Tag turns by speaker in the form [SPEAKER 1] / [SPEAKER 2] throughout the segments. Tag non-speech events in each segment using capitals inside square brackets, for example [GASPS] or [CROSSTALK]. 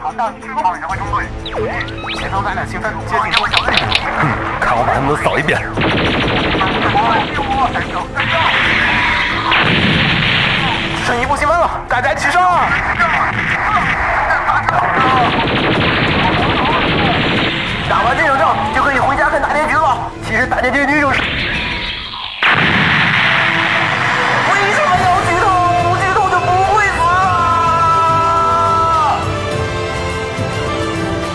[SPEAKER 1] 好，到你指挥指挥中队。前头咱俩兴奋，接近我小队。
[SPEAKER 2] 看我把他们都扫一遍。
[SPEAKER 1] 剩一步积分了，大家齐上！打完这场仗就可以回家看大结局了。其实大结局就是……为什么要剧透？不剧透就不会死啊！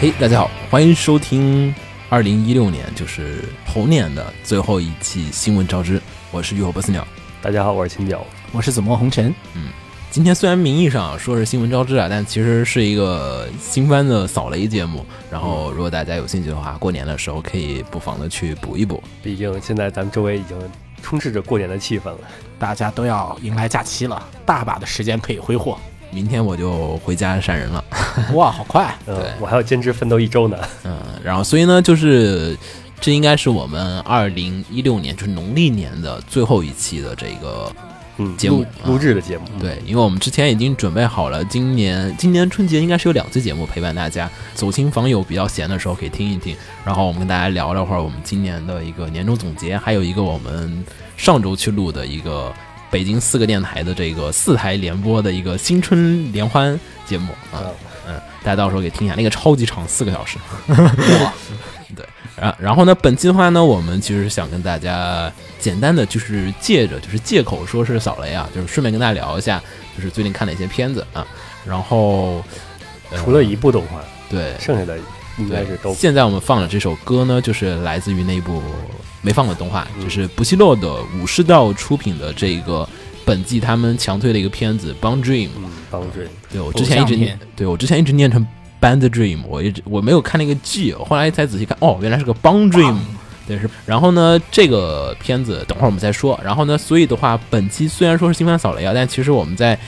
[SPEAKER 3] 嘿，大家好，欢迎收听二零一六年，就是猴年的最后一期《新闻招之》，我是浴火不死鸟。
[SPEAKER 2] 大家好，我是青鸟。
[SPEAKER 4] 我是紫陌红尘，
[SPEAKER 3] 今天虽然名义上说是新闻招知啊，但其实是一个新番的扫雷节目。然后，如果大家有兴趣的话，过年的时候可以不妨的去补一补。
[SPEAKER 2] 毕竟现在咱们周围已经充斥着过年的气氛了。
[SPEAKER 4] 大家都要迎来假期了，大把的时间可以挥
[SPEAKER 3] [LAUGHS]
[SPEAKER 4] 霍。
[SPEAKER 3] 明天我就回家删人了。 [LAUGHS]
[SPEAKER 4] 哇，好快！啊
[SPEAKER 3] 对
[SPEAKER 2] 嗯，我还要坚持奋斗一周呢。
[SPEAKER 3] 嗯，然后所以呢，就是这应该是我们二零一六年，就是农历年的最后一期的这个
[SPEAKER 2] 嗯，
[SPEAKER 3] 节目
[SPEAKER 4] 啊
[SPEAKER 2] 录录制的节目。嗯
[SPEAKER 3] 嗯对，因为我们之前已经准备好了，今年今年春节应该是有两期节目陪伴大家，走亲访友比较闲的时候可以听一听，然后我们跟大家聊聊会儿我们今年的一个年终总结，还有一个我们上周去录的一个北京四个电台的这个四台联播的一个新春联欢节目啊
[SPEAKER 2] 嗯，
[SPEAKER 3] 嗯，大家到时候可以听一下，那个超级长，四个小时。对，然啊然后呢，本期的话呢，我们其实想跟大家简单的就是借着就是借口说是扫雷啊，就是顺便跟大家聊一下，就是最近看的一些片子啊。然后、呃
[SPEAKER 2] 除了一部动画，
[SPEAKER 3] 对，
[SPEAKER 2] 剩下的应该是都
[SPEAKER 3] 现在我们放的这首歌呢，就是来自于那部没放的动画，
[SPEAKER 2] 嗯
[SPEAKER 3] 就是不西洛的武士道出品的这个本季他们强推的一个片子《Bond Dream》。
[SPEAKER 2] 嗯帮助。
[SPEAKER 3] 对我之前一直
[SPEAKER 4] 偶像
[SPEAKER 3] 念
[SPEAKER 4] 片，
[SPEAKER 3] 对我之前一直念成 Band Dream，我一直我没有看那个 G，我后来才仔细看，哦，原来是个 Bond Dream，对
[SPEAKER 4] 啊
[SPEAKER 3] 是。然后呢，这个片子等会儿我们再说。然后呢，所以的话，本期虽然说是新番扫雷啊，但其实我们在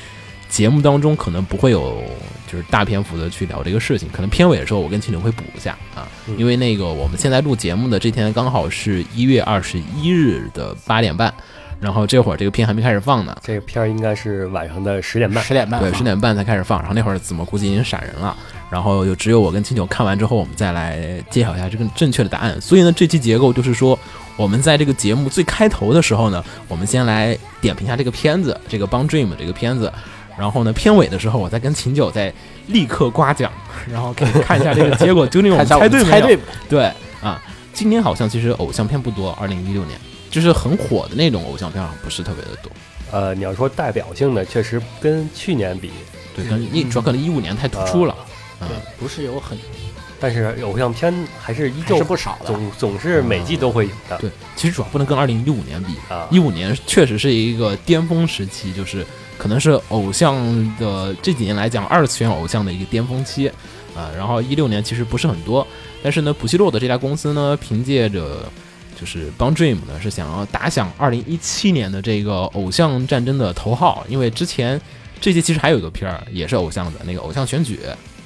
[SPEAKER 3] 节目当中可能不会有就是大篇幅的去聊这个事情，可能片尾的时候我跟秦岭会补一下啊，
[SPEAKER 2] 嗯
[SPEAKER 3] 因为那个我们现在录节目的这天刚好是一月二十一日的八点半，然后这会儿这个片还没开始放呢，
[SPEAKER 2] 这个片儿应该是晚上的十点半。
[SPEAKER 4] 十点半，
[SPEAKER 3] 对，十。点半才开始放，然后那会儿怎么估计已经闪人了，然后就只有我跟青九看完之后，我们再来揭晓一下这个正确的答案。所以呢，这期结构就是说，我们在这个节目最开头的时候呢，我们先来点评一下这个片子，这个《帮 Dream》这个片子。然后呢，片尾的时候，我再跟秦九再立刻刮奖，然后可以看一下这个结果 [LAUGHS] 究竟我们
[SPEAKER 4] 看一下我
[SPEAKER 3] 猜
[SPEAKER 4] 们
[SPEAKER 3] 对没
[SPEAKER 4] 猜
[SPEAKER 3] 有
[SPEAKER 4] 对。吧，
[SPEAKER 3] 对啊，今年好像其实偶像片不多，二零一六年就是很火的那种偶像片好像不是特别的多。
[SPEAKER 2] 呃，你要说代表性的，确实跟去年比，
[SPEAKER 3] 对，可能一主要可能一五年太突出了。嗯
[SPEAKER 4] 对，不是有很
[SPEAKER 2] 但是偶像片还是依
[SPEAKER 4] 还
[SPEAKER 2] 旧
[SPEAKER 4] 是不少嗯的。
[SPEAKER 2] 总总是每季都会有的。
[SPEAKER 3] 对，其实主要不能跟二零一五年比
[SPEAKER 2] 啊，
[SPEAKER 3] 一五年确实是一个巅峰时期，就是可能是偶像的这几年来讲，二次元偶像的一个巅峰期啊。然后一六年其实不是很多，但是呢，普希洛的这家公司呢，凭借着就是帮 Dream 呢，是想要打响二零一七年的这个偶像战争的头号，因为之前这季其实还有一个片儿也是偶像的那个偶像选举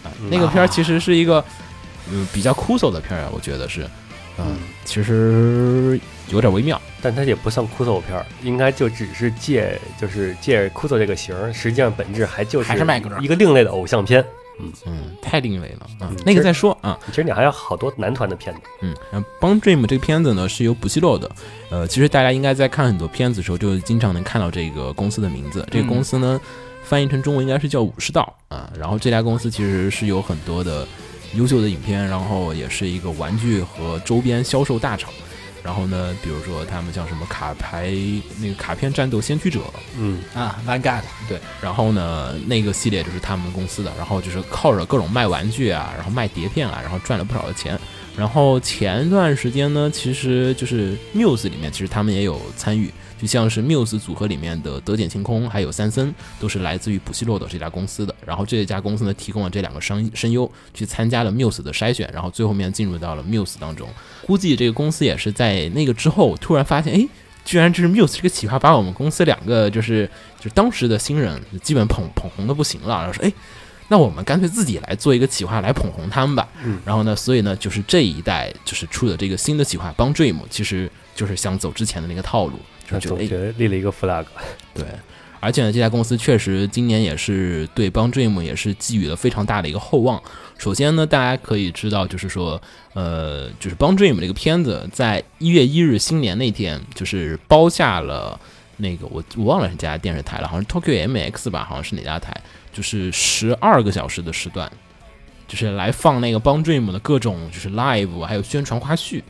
[SPEAKER 3] 啊，那个片儿其实是一个嗯比较枯燥的片儿啊，我觉得是。嗯，其实有点微妙。
[SPEAKER 2] 但它也不算酷搜片儿，应该就只是借就是借酷搜这个型儿，实际上本质还就是
[SPEAKER 4] 还是卖歌
[SPEAKER 2] 一个另类的偶像片。
[SPEAKER 3] 嗯，太另类了啊
[SPEAKER 2] 嗯！
[SPEAKER 3] 那个
[SPEAKER 2] 这
[SPEAKER 3] 再说啊，
[SPEAKER 2] 其实你还有好多男团的片子，
[SPEAKER 3] 嗯，然后《帮 Dream》这个片子呢是由补西洛的，呃，其实大家应该在看很多片子的时候，就经常能看到这个公司的名字。
[SPEAKER 2] 嗯
[SPEAKER 3] 这个公司呢，翻译成中文应该是叫武士道啊。然后这家公司其实是有很多的优秀的影片，然后也是一个玩具和周边销售大厂。然后呢，比如说他们像什么卡牌那个卡片战斗先驱者，
[SPEAKER 2] 嗯，
[SPEAKER 4] 啊，Vanguard，
[SPEAKER 3] 对，然后呢，那个系列就是他们公司的，然后就是靠着各种卖玩具啊，然后卖碟片啊，然后赚了不少的钱。然后前段时间呢，其实就是 Muse 里面，其实他们也有参与，就像是 Muse 组合里面的德简晴空还有三森，都是来自于不西洛的这家公司的。然后这家公司呢，提供了这两个声声优去参加了 Muse 的筛选，然后最后面进入到了 Muse 当中。估计这个公司也是在那个之后突然发现，哎，居然就是 Muse 这个企划把我们公司两个就是就是当时的新人基本捧捧红的不行了，然后说，哎，那我们干脆自己来做一个企划来捧红他们吧。
[SPEAKER 2] 嗯
[SPEAKER 3] 然后呢，所以呢，就是这一代就是出的这个新的企划帮 Dream，其实就是想走之前的那个套路，就
[SPEAKER 2] 那
[SPEAKER 3] 是觉
[SPEAKER 2] 总
[SPEAKER 3] 得哎
[SPEAKER 2] 觉得立了一个 flag，
[SPEAKER 3] 对，而且呢，这家公司确实今年也是对帮 Dream 也是寄予了非常大的一个厚望。首先呢，大家可以知道，就是说，呃，就是帮 Dream 这个片子在一月一日新年那天，就是包下了那个我我忘了是哪家电视台了，好像是 Tokyo MX 吧，好像是哪家台，就是十二个小时的时段，就是来放那个帮 Dream 的各种就是 live 还有宣传花絮。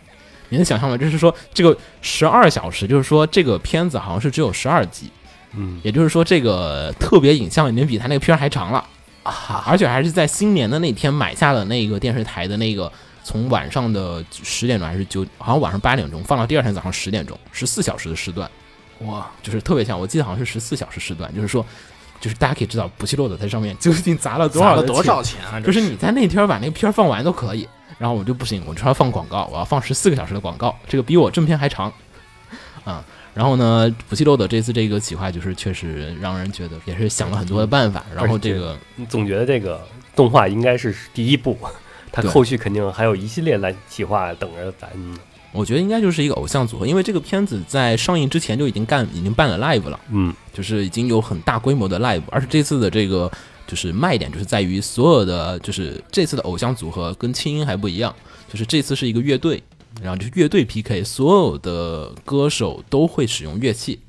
[SPEAKER 3] 你能想象吗？就是说，这个十二小时，就是说这个片子好像是只有十二集，
[SPEAKER 2] 嗯，
[SPEAKER 3] 也就是说，这个特别影像已经比他那个片儿还长了啊，而且还是在新年的那天买下了那个电视台的那个从晚上的十点钟还是九，好像晚上八点钟放到第二天早上十点钟，十四小时的时段，
[SPEAKER 4] 哇，
[SPEAKER 3] 就是特别像，我记得好像是十四小时时段，就是说，就是大家可以知道不西洛的在上面究竟砸了多
[SPEAKER 4] 砸
[SPEAKER 3] 少
[SPEAKER 4] 了
[SPEAKER 3] 的
[SPEAKER 4] 多
[SPEAKER 3] 钱
[SPEAKER 4] 少钱啊？
[SPEAKER 3] 就
[SPEAKER 4] 这
[SPEAKER 3] 是你在那天儿把那个片儿放完都可以，然后我就不行，我就要放广告，我要放十四个小时的广告，这个比我正片还长，啊、然后呢，普希洛德这次这个企划就是确实让人觉得也是想了很多的办法，然后这个
[SPEAKER 2] 总觉得这个动画应该是第一步，它
[SPEAKER 3] 对
[SPEAKER 2] 后续肯定还有一系列来企划等着咱们。
[SPEAKER 3] 我觉得应该就是一个偶像组合，因为这个片子在上映之前就已经干已经办了 live 了，
[SPEAKER 2] 嗯，
[SPEAKER 3] 就是已经有很大规模的 live，而且这次的这个就是卖点就是在于所有的就是这次的偶像组合跟轻音还不一样，就是这次是一个乐队，然后就是乐队 PK，所有的歌手都会使用乐器，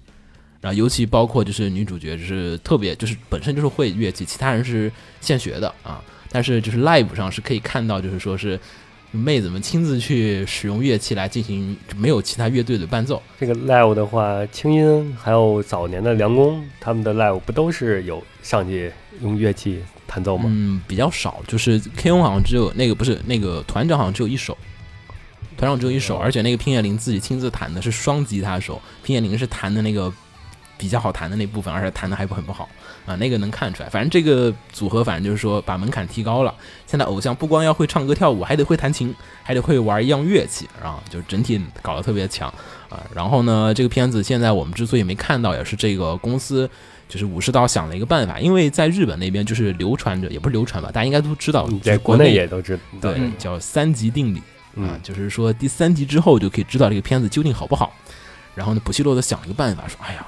[SPEAKER 3] 然后尤其包括就是女主角就是特别就是本身就是会乐器，其他人是现学的啊，但是就是 live 上是可以看到就是说是妹子们亲自去使用乐器来进行没有其他乐队的伴奏。
[SPEAKER 2] 这个 live 的话，清音还有早年的梁工他们的 live 不都是有上去用乐器弹奏吗？
[SPEAKER 3] 嗯，比较少，就是 K O 好像只有那个不是那个团长好像只有一首，团长只有一首，
[SPEAKER 2] 哦
[SPEAKER 3] 而且那个平野绫自己亲自弹的是双吉他手，平野绫是弹的那个比较好弹的那部分，而且弹的还不很不好啊，那个能看出来。反正这个组合反正就是说把门槛提高了，现在偶像不光要会唱歌跳舞，还得会弹琴，还得会玩一样乐器，啊，就整体搞得特别强啊。然后呢，这个片子现在我们之所以没看到，也是这个公司。就是武士刀想了一个办法，因为在日本那边就是流传着，也不是流传吧，大家应该都知道，
[SPEAKER 2] 你
[SPEAKER 3] 就是
[SPEAKER 2] 嗯在国内也都知道。
[SPEAKER 3] 嗯对、
[SPEAKER 4] 嗯
[SPEAKER 3] 叫三级定理，啊
[SPEAKER 2] 嗯，，
[SPEAKER 3] 就是说第三集之后就可以知道这个片子究竟好不好。然后呢，普希洛德想了一个办法，说：“哎呀，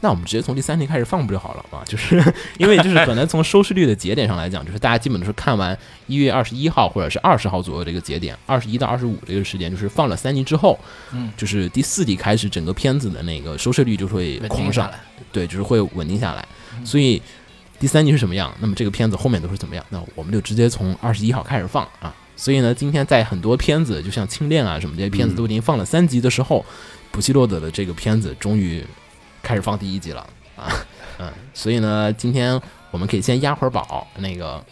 [SPEAKER 3] 那我们直接从第三集开始放不就好了嘛？”就是 [LAUGHS] 因为就是本来从收视率的节点上来讲，就是大家基本都是看完一月二十一号或者是二十号左右这个节点，二十一到二十五这个时间，就是放了三集之后，
[SPEAKER 4] 嗯，
[SPEAKER 3] 就是第四集开始，整个片子的那个收视率就会
[SPEAKER 4] 稳定
[SPEAKER 3] 狂
[SPEAKER 4] 下
[SPEAKER 3] 上
[SPEAKER 4] 来，
[SPEAKER 3] 对，就是会稳定下来。所以第三集是什么样，那么这个片子后面都是怎么样，那我们就直接从二十一号开始放啊。所以呢，今天在很多片子，就像《清恋》啊什么这些片子
[SPEAKER 2] 嗯
[SPEAKER 3] 都已经放了三集的时候，普希洛德的这个片子终于开始放第一集了啊，嗯，所以呢，今天我们可以先压会儿宝，那个，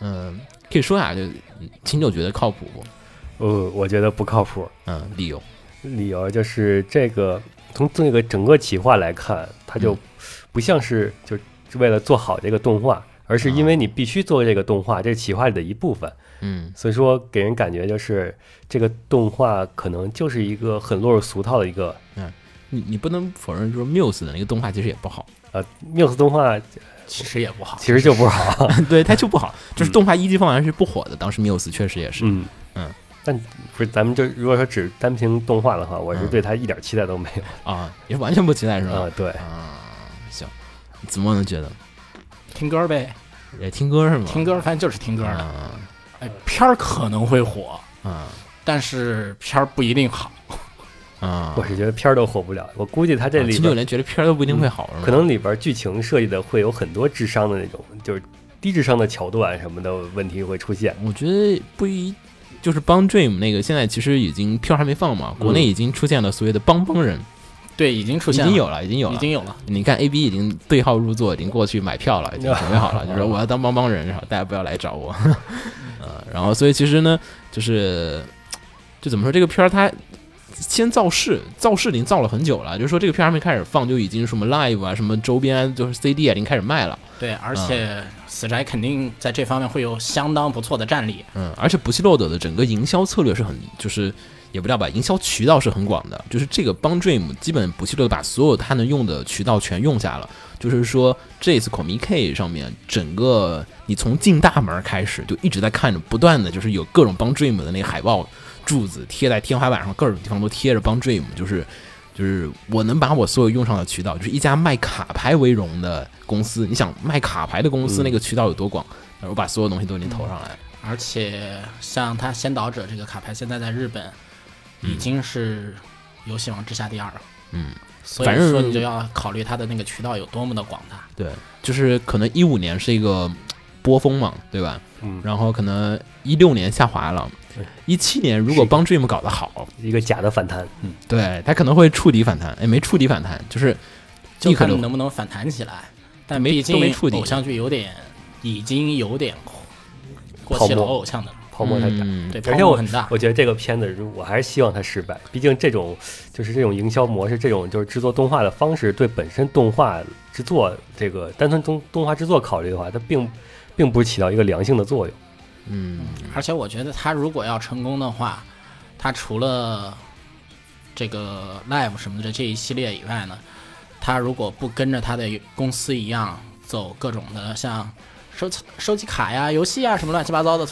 [SPEAKER 3] 嗯，可以说下、就嗯秦九觉得靠谱不？
[SPEAKER 2] 呃，我觉得不靠谱。
[SPEAKER 3] 嗯，理由，
[SPEAKER 2] 理由就是这个，从这个整个企划来看，它就
[SPEAKER 3] 嗯
[SPEAKER 2] 不像是就是为了做好这个动画，而是因为你必须做这个动画，这是企划里的一部分。
[SPEAKER 3] 嗯
[SPEAKER 2] 所以说，给人感觉就是这个动画可能就是一个很落入俗套的一个
[SPEAKER 3] 嗯，你你不能否认说 Muse 的那个动画其实也不好，
[SPEAKER 2] 呃，Muse 动画
[SPEAKER 4] 其实也不好。
[SPEAKER 2] 其实就不好。
[SPEAKER 3] [LAUGHS] 对，它就不好，就是动画一级方案是不火的，当时 Muse 确实也是，
[SPEAKER 2] 嗯
[SPEAKER 3] 嗯。
[SPEAKER 2] 但不是，咱们就如果说只单凭动画的话，我是
[SPEAKER 3] 嗯
[SPEAKER 2] 对它一点期待都没有
[SPEAKER 3] 啊，也是完全不期待是
[SPEAKER 2] 啊、
[SPEAKER 3] 吧？
[SPEAKER 2] 对，
[SPEAKER 3] 啊，行，怎么能觉得？
[SPEAKER 4] 听歌呗，
[SPEAKER 3] 也听歌是吗？
[SPEAKER 4] 听歌，反正就是听歌的。
[SPEAKER 3] 啊
[SPEAKER 4] 哎，片儿可能会火，
[SPEAKER 3] 啊
[SPEAKER 4] 但是片儿不一定好。
[SPEAKER 3] 啊！
[SPEAKER 2] 我是觉得片儿都火不了。我估计它这里
[SPEAKER 3] 秦
[SPEAKER 2] 边嗯
[SPEAKER 3] 九连觉得片儿都不一定会好是吗？
[SPEAKER 2] 可能里边剧情设计的会有很多智商的那种，就是低智商的桥段什么的问题会出现。
[SPEAKER 3] 我觉得不一，就是帮 Dream 那个现在其实已经票还没放嘛，国
[SPEAKER 2] 嗯
[SPEAKER 3] 内已经出现了所谓的帮帮人，
[SPEAKER 4] 对，已经出
[SPEAKER 3] 已
[SPEAKER 4] 现了，
[SPEAKER 3] 经有了，已经有了，
[SPEAKER 4] 已经有了。
[SPEAKER 3] 你看 A B 已经对号入座，已经过去买票了，已经准备好了，就说我要 [LAUGHS] 当帮帮人，然后大家不要来找我。呃，然后所以其实呢，就是就怎么说这个片儿它先造势，造势已经造了很久了，就是说这个片儿还没开始放就已经什么 live 啊，什么周边就是 CD 啊已经开始卖了。
[SPEAKER 4] 对，而且
[SPEAKER 3] 嗯
[SPEAKER 4] 死宅肯定在这方面会有相当不错的战力。
[SPEAKER 3] 嗯，而且不希洛德的整个营销策略是很，就是也不叫吧，营销渠道是很广的，就是这个帮 Dream 基本不希洛德把所有他能用的渠道全用下了，就是说这次 Comic K 上面整个你从进大门开始就一直在看着，不断的就是有各种帮 Dream 的那个海报柱子贴在天花板上，各种地方都贴着帮 Dream，就是。就是我能把我所有用上的渠道，就是一家卖卡牌为荣的公司。你想卖卡牌的公司，那个渠道有多广？我把所有东西都已经投上来了。
[SPEAKER 4] 而且像他先导者这个卡牌，现在在日本已经是游戏王之下第二了。
[SPEAKER 3] 嗯，
[SPEAKER 4] 所
[SPEAKER 3] 反正
[SPEAKER 4] 以说你就要考虑它的那个渠道有多么的广大。
[SPEAKER 3] 对，就是可能一五年是一个嗯波峰嘛，对吧？
[SPEAKER 2] 嗯，
[SPEAKER 3] 然后可能一六年下滑了
[SPEAKER 2] 对，
[SPEAKER 3] 一七年如果帮 Dream 搞得好，
[SPEAKER 2] 一个假的反弹，
[SPEAKER 3] 对它可能会触底反弹，哎，没触底反弹，就是
[SPEAKER 4] 就
[SPEAKER 3] 立刻
[SPEAKER 4] 看
[SPEAKER 3] 就
[SPEAKER 4] 能不能反弹起来。但
[SPEAKER 3] 没
[SPEAKER 4] 毕
[SPEAKER 3] 都没
[SPEAKER 4] 竟
[SPEAKER 3] 触底
[SPEAKER 4] 偶像剧有点，已经有点过
[SPEAKER 2] 泡
[SPEAKER 4] 气老
[SPEAKER 2] 沫
[SPEAKER 4] 偶像的了，
[SPEAKER 2] 泡沫太大。
[SPEAKER 3] 嗯
[SPEAKER 4] 对，
[SPEAKER 2] 而
[SPEAKER 4] 泡
[SPEAKER 2] 且
[SPEAKER 4] 沫
[SPEAKER 2] 我
[SPEAKER 4] 很大。
[SPEAKER 2] 我觉得这个片子，如我还是希望它失败。毕竟这种就是这种营销模式，这种就是制作动画的方式，对本身动画制作这个单纯动动画制作考虑的话，它并并不起到一个良性的作用。
[SPEAKER 3] 嗯，
[SPEAKER 4] 而且我觉得他如果要成功的话，他除了这个 live 什么的这一系列以外呢，他如果不跟着他的公司一样走各种的像收收集卡呀、游戏啊什么乱七八糟的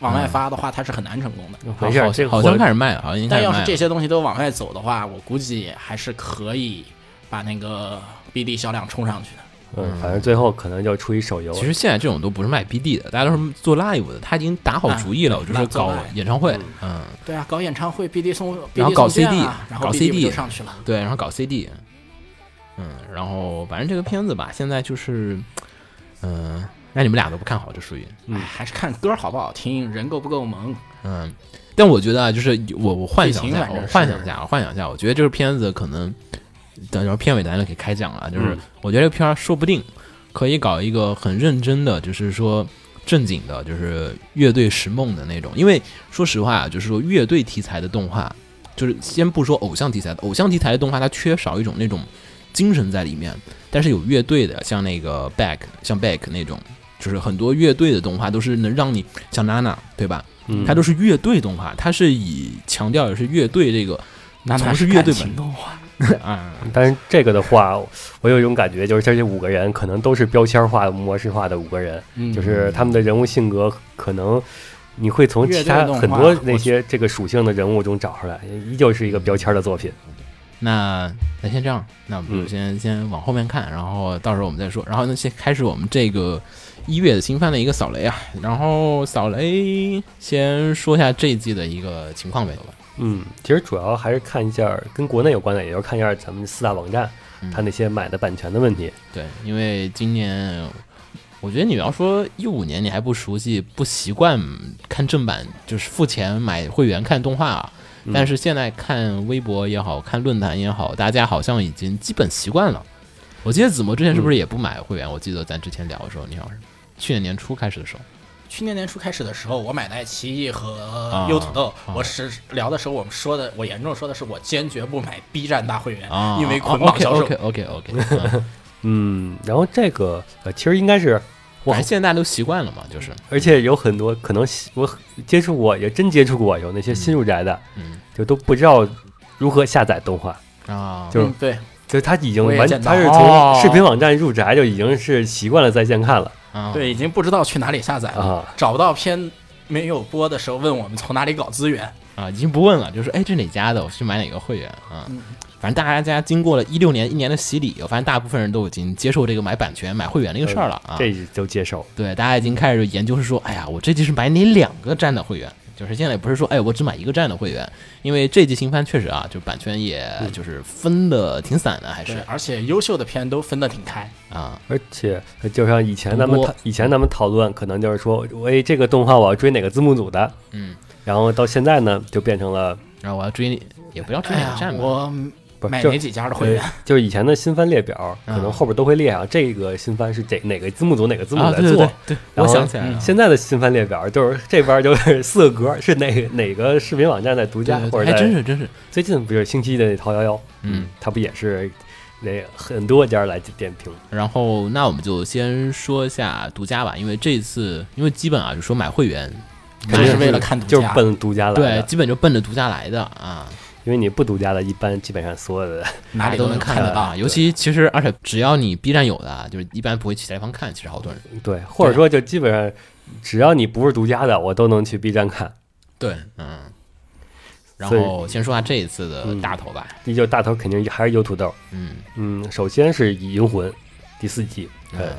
[SPEAKER 4] 往
[SPEAKER 3] 嗯
[SPEAKER 4] 外发的话，他是很难成功的。
[SPEAKER 2] 没事
[SPEAKER 3] 好
[SPEAKER 2] 儿，这个
[SPEAKER 3] 好
[SPEAKER 2] 火
[SPEAKER 3] 像开始卖了，好像已经开
[SPEAKER 4] 但
[SPEAKER 3] 始
[SPEAKER 4] 要是
[SPEAKER 3] 卖嗯
[SPEAKER 4] 这
[SPEAKER 3] 了。
[SPEAKER 4] 些东西都往外走的话，我估计还是可以把那个 BD 销量冲上去的。
[SPEAKER 2] 嗯，反正最后可能就出一手游。
[SPEAKER 3] 其实现在这种都不是卖 BD 的，大家都是做 live 的，他已经打好主意
[SPEAKER 2] 哎
[SPEAKER 3] 了，
[SPEAKER 4] 啊
[SPEAKER 3] 就是搞演唱会，嗯，
[SPEAKER 4] 对啊，搞演唱会，BD 送，
[SPEAKER 3] 然后搞
[SPEAKER 4] BD 送件
[SPEAKER 3] CD
[SPEAKER 4] 啊然后
[SPEAKER 3] 搞
[SPEAKER 4] BD 不
[SPEAKER 3] CD
[SPEAKER 4] 就上去了。
[SPEAKER 3] 对，然后搞 CD，嗯，然后反正这个片子吧，现在就是，嗯，那你们俩都不看好，这属于，
[SPEAKER 4] 哎，还是看歌好不好听，人够不够萌。
[SPEAKER 3] 嗯，但我觉得啊，就是我我幻想一
[SPEAKER 4] 剧情
[SPEAKER 3] 下，
[SPEAKER 4] 反
[SPEAKER 3] 我
[SPEAKER 4] 正是
[SPEAKER 3] 幻想一下，我幻想一下，我觉得这个片子可能，等会儿片尾咱就可以开讲了。就是
[SPEAKER 2] 嗯
[SPEAKER 3] 我觉得这片儿说不定可以搞一个很认真的，就是说正经的，就是乐队拾梦的那种。因为说实话啊，就是说乐队题材的动画，就是先不说偶像题材的，偶像题材的动画它缺少一种那种精神在里面，但是有乐队的，像那个 Back，像 Back 那种。就是很多乐队的动画都是能让你像娜娜，对吧？
[SPEAKER 2] 嗯，
[SPEAKER 3] 它都是乐队动画，它是以强调也是乐队这
[SPEAKER 2] [LAUGHS]
[SPEAKER 3] 个
[SPEAKER 4] 那
[SPEAKER 3] 从
[SPEAKER 4] 才
[SPEAKER 3] 事乐队
[SPEAKER 4] 感情动画。
[SPEAKER 3] 本啊，
[SPEAKER 2] 但是这个的话，我有一种感觉，就是这些五个人可能都是标签化、模式化的五个人，
[SPEAKER 4] 嗯
[SPEAKER 2] 就是他们的人物性格可能你会从其
[SPEAKER 4] 乐
[SPEAKER 2] 他
[SPEAKER 4] 队动画
[SPEAKER 2] 很多那些这个属性的人物中找出来，依旧是一个标签的作品。
[SPEAKER 3] 那那先这样，那我们就
[SPEAKER 2] 嗯
[SPEAKER 3] 先、先往后面看，然后到时候我们再说。然后呢，先开始我们这个一月的新番的一个扫雷啊，然后扫雷先说一下这一季的一个情况呗，好吧？
[SPEAKER 2] 嗯，其实主要还是看一下跟国内有关的，也就是看一下咱们四大网站
[SPEAKER 3] 嗯
[SPEAKER 2] 它那些买的版权的问题。
[SPEAKER 3] 对，因为今年我觉得你要说一五年你还不熟悉、不习惯看正版，就是付钱买会员看动画啊。
[SPEAKER 4] 嗯
[SPEAKER 3] 但是现在看微博也好看论坛也好，大家好像已经基本习惯了。我记得子墨之前是不是也不买会员？我记得咱之前聊的时候，你好像是去年年初开始的时候，
[SPEAKER 4] 去年年初开始的时候，我买的爱奇艺和
[SPEAKER 3] 啊
[SPEAKER 4] 优土豆，
[SPEAKER 3] 啊
[SPEAKER 4] 我是聊的时候，我们说的，我严重说的是，我坚决不买 B 站大会员，
[SPEAKER 3] 啊，
[SPEAKER 4] 因为捆绑销售。
[SPEAKER 3] OK OK OK，嗯
[SPEAKER 4] [LAUGHS]
[SPEAKER 2] 嗯，然后这个呃，其实应该是我
[SPEAKER 3] 反正现在大家都习惯了嘛，就是
[SPEAKER 2] 而且有很多可能新我接触过，也真接触过有那些新入宅的，
[SPEAKER 3] 嗯
[SPEAKER 2] 就都不知道如何下载动画，
[SPEAKER 3] 啊，
[SPEAKER 2] 就是
[SPEAKER 4] 嗯对，
[SPEAKER 2] 就是他已经
[SPEAKER 4] 我也
[SPEAKER 2] 完，
[SPEAKER 4] 见到
[SPEAKER 2] 他是
[SPEAKER 4] 哦
[SPEAKER 2] 从视频网站入宅就已经是习惯了在线看了
[SPEAKER 3] 啊
[SPEAKER 4] 嗯对，已经不知道去哪里下载了，
[SPEAKER 2] 啊。
[SPEAKER 4] 找不到片没有播的时候，问我们从哪里搞资源。
[SPEAKER 3] 啊，已经不问了，就是哎，这哪家的？我去买哪个会员啊？
[SPEAKER 4] 嗯
[SPEAKER 3] 反正大家经过了一六年一年的洗礼，我发现大部分人都已经接受这个买版权、买会员这个事儿了啊。
[SPEAKER 2] 呃这就接受。
[SPEAKER 3] 对，大家已经开始研究是说，哎呀，我这季是买哪两个站的会员？就是现在也不是说，哎，我只买一个站的会员，因为这季新番确实啊，就版权也就是分的挺散的，还是
[SPEAKER 4] 对，而且优秀的片都分得挺开。
[SPEAKER 3] 啊，
[SPEAKER 2] 而且呃就像以前咱们
[SPEAKER 3] 独播
[SPEAKER 2] 讨以前咱们讨论，可能就是说，哎，这个动画我要追哪个字幕组的，
[SPEAKER 3] 嗯，
[SPEAKER 2] 然后到现在呢，就变成了
[SPEAKER 3] 然后我要追，也不要追
[SPEAKER 4] 哎
[SPEAKER 3] 哪个
[SPEAKER 4] 呀
[SPEAKER 3] 站，吧，
[SPEAKER 4] 我
[SPEAKER 2] 不
[SPEAKER 4] 买
[SPEAKER 2] 就
[SPEAKER 4] 哪几家的会员？
[SPEAKER 2] 呃就是以前的新番列表，
[SPEAKER 3] 嗯
[SPEAKER 2] 可能后边都会列上这个新番是这哪个字幕组哪个字幕
[SPEAKER 3] 啊，
[SPEAKER 2] 来
[SPEAKER 3] 对对
[SPEAKER 2] 做
[SPEAKER 3] 对。，对我
[SPEAKER 2] 然后
[SPEAKER 3] 想起来
[SPEAKER 4] 嗯
[SPEAKER 3] 了，
[SPEAKER 2] 现在的新番列表就是这边就是四个格，是哪哪个视频网站在独
[SPEAKER 3] 对
[SPEAKER 2] 家，
[SPEAKER 3] 对对
[SPEAKER 2] 或者
[SPEAKER 3] 还
[SPEAKER 2] 在
[SPEAKER 3] 哎真是真是，
[SPEAKER 2] 最近不是星期一的淘幺幺，
[SPEAKER 3] 嗯，
[SPEAKER 2] 它不也是那很多家来点评，
[SPEAKER 3] 然后，那我们就先说一下独家吧，因为这次，因为基本啊，就说买会员，
[SPEAKER 4] 肯
[SPEAKER 2] 定
[SPEAKER 4] 定是为了看独
[SPEAKER 2] 就是
[SPEAKER 4] 家。
[SPEAKER 2] 奔独家来
[SPEAKER 3] 对，
[SPEAKER 2] 的。
[SPEAKER 3] 基本就奔着独家来的啊，
[SPEAKER 2] 因为你不独家的，一般基本上所有的
[SPEAKER 4] 哪里都
[SPEAKER 3] 都能
[SPEAKER 4] 能看
[SPEAKER 3] 看
[SPEAKER 4] 得到
[SPEAKER 3] 啊。尤其其实，而且只要你 B 站有的啊，就是一般不会去其他地方看。其实好多人，
[SPEAKER 2] 对，或者说就基本上，只要你不是独家的，我都能去 B 站看。
[SPEAKER 3] 对，嗯。然
[SPEAKER 2] 所以
[SPEAKER 3] 后先说下这一次的大头吧，
[SPEAKER 2] 第一就是大头肯定还是有土豆，
[SPEAKER 3] 嗯，
[SPEAKER 2] 嗯，首先是《银魂》第四季，
[SPEAKER 4] 嗯
[SPEAKER 2] 呃，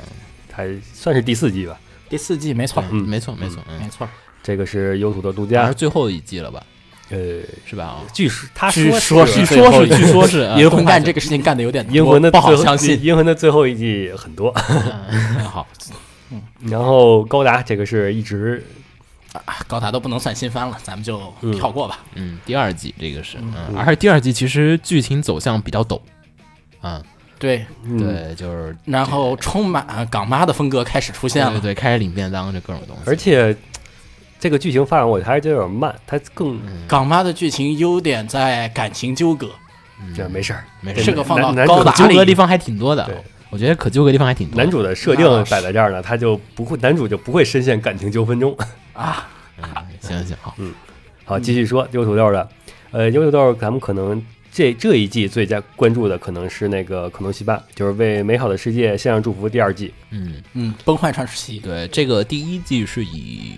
[SPEAKER 2] 还算是第四季吧。
[SPEAKER 4] 第四季没错，
[SPEAKER 3] 嗯
[SPEAKER 2] 嗯
[SPEAKER 3] 没错，没错，嗯
[SPEAKER 4] 没，错，
[SPEAKER 2] 这个是有土豆独
[SPEAKER 3] 好像
[SPEAKER 2] 家
[SPEAKER 3] 是，最后一季了吧，
[SPEAKER 2] 呃，
[SPEAKER 3] 是吧？啊，
[SPEAKER 2] 据说他
[SPEAKER 4] 据
[SPEAKER 2] 说
[SPEAKER 4] 说
[SPEAKER 2] 是
[SPEAKER 4] 是
[SPEAKER 3] 据
[SPEAKER 4] 最
[SPEAKER 3] 说
[SPEAKER 4] 后
[SPEAKER 3] 是，
[SPEAKER 4] 一季
[SPEAKER 3] 据说是呃
[SPEAKER 4] 银
[SPEAKER 3] 动
[SPEAKER 4] 魂
[SPEAKER 3] 画
[SPEAKER 4] 干
[SPEAKER 3] 组
[SPEAKER 4] 这个事情干的有点多
[SPEAKER 2] 银魂的
[SPEAKER 4] 不好
[SPEAKER 2] 最后 [LAUGHS]
[SPEAKER 4] 相信。
[SPEAKER 2] 银魂的最后一季很
[SPEAKER 4] [LAUGHS]
[SPEAKER 2] 多。
[SPEAKER 3] 嗯好，
[SPEAKER 2] [LAUGHS] 然后高达这个是一直
[SPEAKER 4] 啊高达都不能算新番了，咱们就
[SPEAKER 2] 嗯
[SPEAKER 4] 跳过吧。
[SPEAKER 3] 嗯，第二季这个是，嗯，而且第二季其实剧情走向比较陡，啊，
[SPEAKER 4] 对，
[SPEAKER 2] 嗯
[SPEAKER 3] 对，就是
[SPEAKER 4] 然后充满呃港妈的风格开始出现
[SPEAKER 3] 对
[SPEAKER 4] 了。
[SPEAKER 3] 对，开始领便当这各种东西，
[SPEAKER 2] 而且这个剧情发展我还是觉得有点慢，它更
[SPEAKER 4] 港妈的剧情优点在感情纠葛，嗯
[SPEAKER 2] 这没事儿，
[SPEAKER 3] 没
[SPEAKER 2] 这
[SPEAKER 4] 这
[SPEAKER 3] 事，
[SPEAKER 4] 个放到
[SPEAKER 2] 男
[SPEAKER 4] 高
[SPEAKER 2] 男
[SPEAKER 4] 达
[SPEAKER 3] 可
[SPEAKER 2] 主
[SPEAKER 3] 纠葛的
[SPEAKER 4] 里
[SPEAKER 3] 地方还挺多的啊
[SPEAKER 2] 对，
[SPEAKER 3] 我觉得可纠葛的地方还
[SPEAKER 4] 嗯
[SPEAKER 3] 挺多的。
[SPEAKER 2] 男主的设定摆在这儿呢，他就不会男主就不会深陷感情纠纷中。 [LAUGHS]
[SPEAKER 4] 啊，
[SPEAKER 3] 嗯，行行好，
[SPEAKER 2] 好，
[SPEAKER 4] 嗯
[SPEAKER 2] 继续说优土豆的，呃，优土豆咱们可能这这一季最佳关注的可能是那个《可能西吧，就是为美好的世界献上祝福第二季。
[SPEAKER 3] 嗯，
[SPEAKER 4] 嗯，崩坏创世期，
[SPEAKER 3] 对，这个第一季是以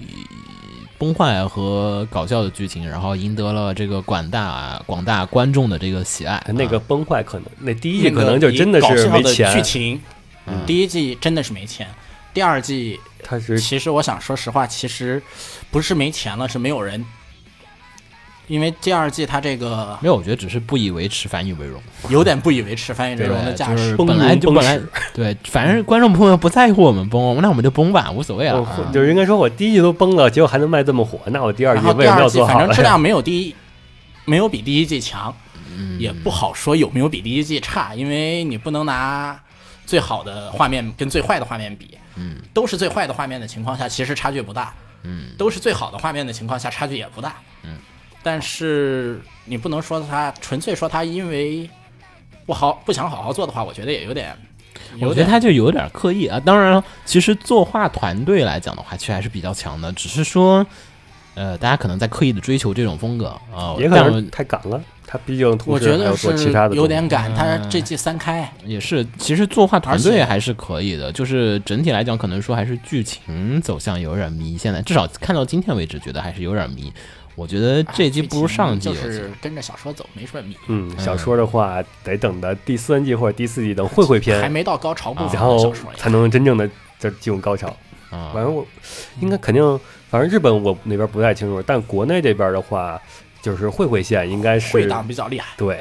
[SPEAKER 3] 崩坏和搞笑的剧情，然后赢得了这个广大广大观众的这个喜爱。
[SPEAKER 2] 那个
[SPEAKER 3] 啊
[SPEAKER 2] 崩坏可能那第一季
[SPEAKER 4] 那个
[SPEAKER 2] 可能就真的
[SPEAKER 4] 搞
[SPEAKER 2] 是
[SPEAKER 4] 笑
[SPEAKER 2] 没
[SPEAKER 4] 的剧
[SPEAKER 2] 钱，
[SPEAKER 4] 情
[SPEAKER 3] 嗯，
[SPEAKER 4] 第一季真的是没钱，第二季
[SPEAKER 2] 他是
[SPEAKER 4] 其实我想说实话，其实不是没钱了，是没有人。因为第二季它这个
[SPEAKER 3] 没有，我觉得只是不以为耻，反以为荣。
[SPEAKER 4] 有点不以为耻，翻译人容的
[SPEAKER 3] 对，
[SPEAKER 4] 架
[SPEAKER 3] 就
[SPEAKER 4] 势
[SPEAKER 3] 是
[SPEAKER 2] 崩
[SPEAKER 3] 本来
[SPEAKER 2] 如
[SPEAKER 3] 就
[SPEAKER 2] 崩
[SPEAKER 3] 本来
[SPEAKER 2] 屎
[SPEAKER 3] 对，反正观众朋友不在乎我们崩，那我们就崩吧，无所谓了。
[SPEAKER 2] 我
[SPEAKER 3] 啊
[SPEAKER 2] 就是应该说，我第一季都崩了，结果还能卖这么火，那我第二
[SPEAKER 4] 然
[SPEAKER 2] 季
[SPEAKER 4] 后
[SPEAKER 2] 为
[SPEAKER 4] 第
[SPEAKER 2] 什么
[SPEAKER 4] 二
[SPEAKER 2] 要
[SPEAKER 4] 季
[SPEAKER 2] 做
[SPEAKER 4] 反
[SPEAKER 2] 好
[SPEAKER 4] 正质
[SPEAKER 2] 了？
[SPEAKER 4] 量没有第一，没有比第一季强，
[SPEAKER 3] 嗯
[SPEAKER 4] 也不好说有没有比第一季差，因为你不能拿最好的画面跟最坏的画面比，
[SPEAKER 3] 嗯，
[SPEAKER 4] 都是最坏的画面的情况下，其实差距不大，
[SPEAKER 3] 嗯
[SPEAKER 4] 都是最好的画面的情况下，差距也不大，
[SPEAKER 3] 嗯，
[SPEAKER 4] 但是你不能说它纯粹说它因为不好不想好好做的话，我觉得也有点，
[SPEAKER 3] 我
[SPEAKER 4] 有
[SPEAKER 3] 觉得
[SPEAKER 4] 点
[SPEAKER 3] 他就有点刻意啊。当然了，其实作画团队来讲的话，其实还是比较强的，只是说，呃，大家可能在刻意的追求这种风格啊。
[SPEAKER 2] 也可
[SPEAKER 3] 但
[SPEAKER 2] 能太赶了，他毕竟同
[SPEAKER 4] 我
[SPEAKER 2] 时
[SPEAKER 4] 觉
[SPEAKER 2] 还
[SPEAKER 4] 得
[SPEAKER 2] 要做
[SPEAKER 4] 是
[SPEAKER 2] 其他的东西。
[SPEAKER 4] 有点赶，它
[SPEAKER 3] 嗯
[SPEAKER 4] 这季三开。
[SPEAKER 3] 也是，其实作画团
[SPEAKER 4] 而
[SPEAKER 3] 队
[SPEAKER 4] 且
[SPEAKER 3] 还是可以的，就是整体来讲，可能说还是剧情走向有点迷。现在至少看到今天为止，觉得还是有点迷。我觉得这集不如上季
[SPEAKER 4] 啊就
[SPEAKER 3] 有劲
[SPEAKER 4] 是跟着小说走，没什么迷，
[SPEAKER 2] 嗯，小说的话得等到第三季或者第四季等会会篇
[SPEAKER 4] 还，没到高潮部分
[SPEAKER 2] 啊然
[SPEAKER 4] 的
[SPEAKER 2] 后
[SPEAKER 4] 小说也
[SPEAKER 2] 才能真正的就进入高潮。
[SPEAKER 3] 啊
[SPEAKER 2] 反。正我应该肯定，反正日本我那边不太清楚，但国内这边的话，就是会会线应该
[SPEAKER 4] 会
[SPEAKER 2] 是
[SPEAKER 4] 档比较厉害。
[SPEAKER 2] 对，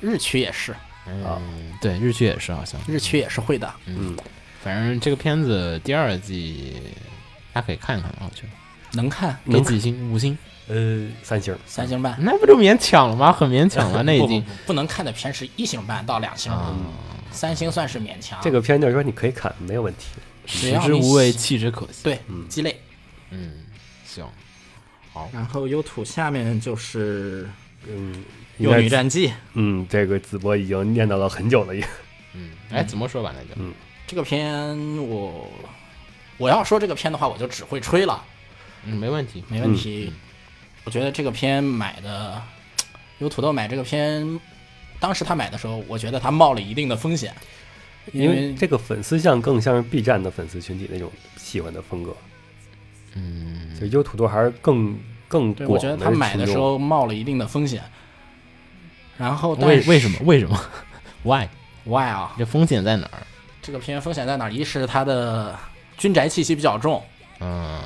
[SPEAKER 4] 日区也是，
[SPEAKER 2] 啊
[SPEAKER 3] 嗯，对，日剧也是好像。
[SPEAKER 4] 日区也是会档。
[SPEAKER 2] 嗯，
[SPEAKER 3] 反正这个片子第二季大家可以看一看，我觉得
[SPEAKER 4] 能看
[SPEAKER 3] 给
[SPEAKER 2] 能
[SPEAKER 3] 几星？五星？
[SPEAKER 2] 呃三星，
[SPEAKER 4] 三星半，
[SPEAKER 3] [LAUGHS] 那不就勉强了吗？很勉强嗯
[SPEAKER 4] [LAUGHS]
[SPEAKER 3] 了，那已
[SPEAKER 4] 不不
[SPEAKER 3] 经
[SPEAKER 4] 不不能看的片是一星半到两星，
[SPEAKER 3] 啊，
[SPEAKER 4] 三星算是勉强。
[SPEAKER 2] 这个片就是说你可以看，没有问题。
[SPEAKER 4] 只
[SPEAKER 3] 食
[SPEAKER 4] 要
[SPEAKER 3] 之
[SPEAKER 4] 你
[SPEAKER 3] 无味，
[SPEAKER 4] 喜
[SPEAKER 3] 弃之可惜。
[SPEAKER 4] 对
[SPEAKER 2] 嗯
[SPEAKER 4] 鸡肋。
[SPEAKER 3] 嗯，行，好，
[SPEAKER 4] 然后优土下面就是《
[SPEAKER 2] 嗯，应
[SPEAKER 4] 幼
[SPEAKER 2] 该
[SPEAKER 4] 女战记》
[SPEAKER 2] 嗯，这个子博已经念叨了很久了，也
[SPEAKER 3] 嗯，哎，怎么说吧，那
[SPEAKER 4] 嗯
[SPEAKER 3] 就
[SPEAKER 4] 这个片我。我要说这个片的话，我就只会吹了，
[SPEAKER 3] 嗯，没问题。
[SPEAKER 4] 没
[SPEAKER 3] 嗯
[SPEAKER 4] 问题。我觉得这个片买的，有土豆买这个片，当时他买的时候，我觉得他冒了一定的风险，
[SPEAKER 2] 因
[SPEAKER 4] 因
[SPEAKER 2] 为
[SPEAKER 4] 为
[SPEAKER 2] 这个粉丝像更像是 B 站的粉丝群体那种喜欢的风格，
[SPEAKER 3] 嗯，
[SPEAKER 2] 就优土豆还是更更
[SPEAKER 4] 对，
[SPEAKER 2] 广。
[SPEAKER 4] 我觉得他买的时，候冒了一定的风险。然后，但
[SPEAKER 3] 为
[SPEAKER 4] 是
[SPEAKER 3] 为什么？为什么？Why？
[SPEAKER 4] ？Why 啊？
[SPEAKER 3] 这风险在哪儿？
[SPEAKER 4] 这个片风险在哪儿？一是它的军宅气息比较重，
[SPEAKER 3] 嗯，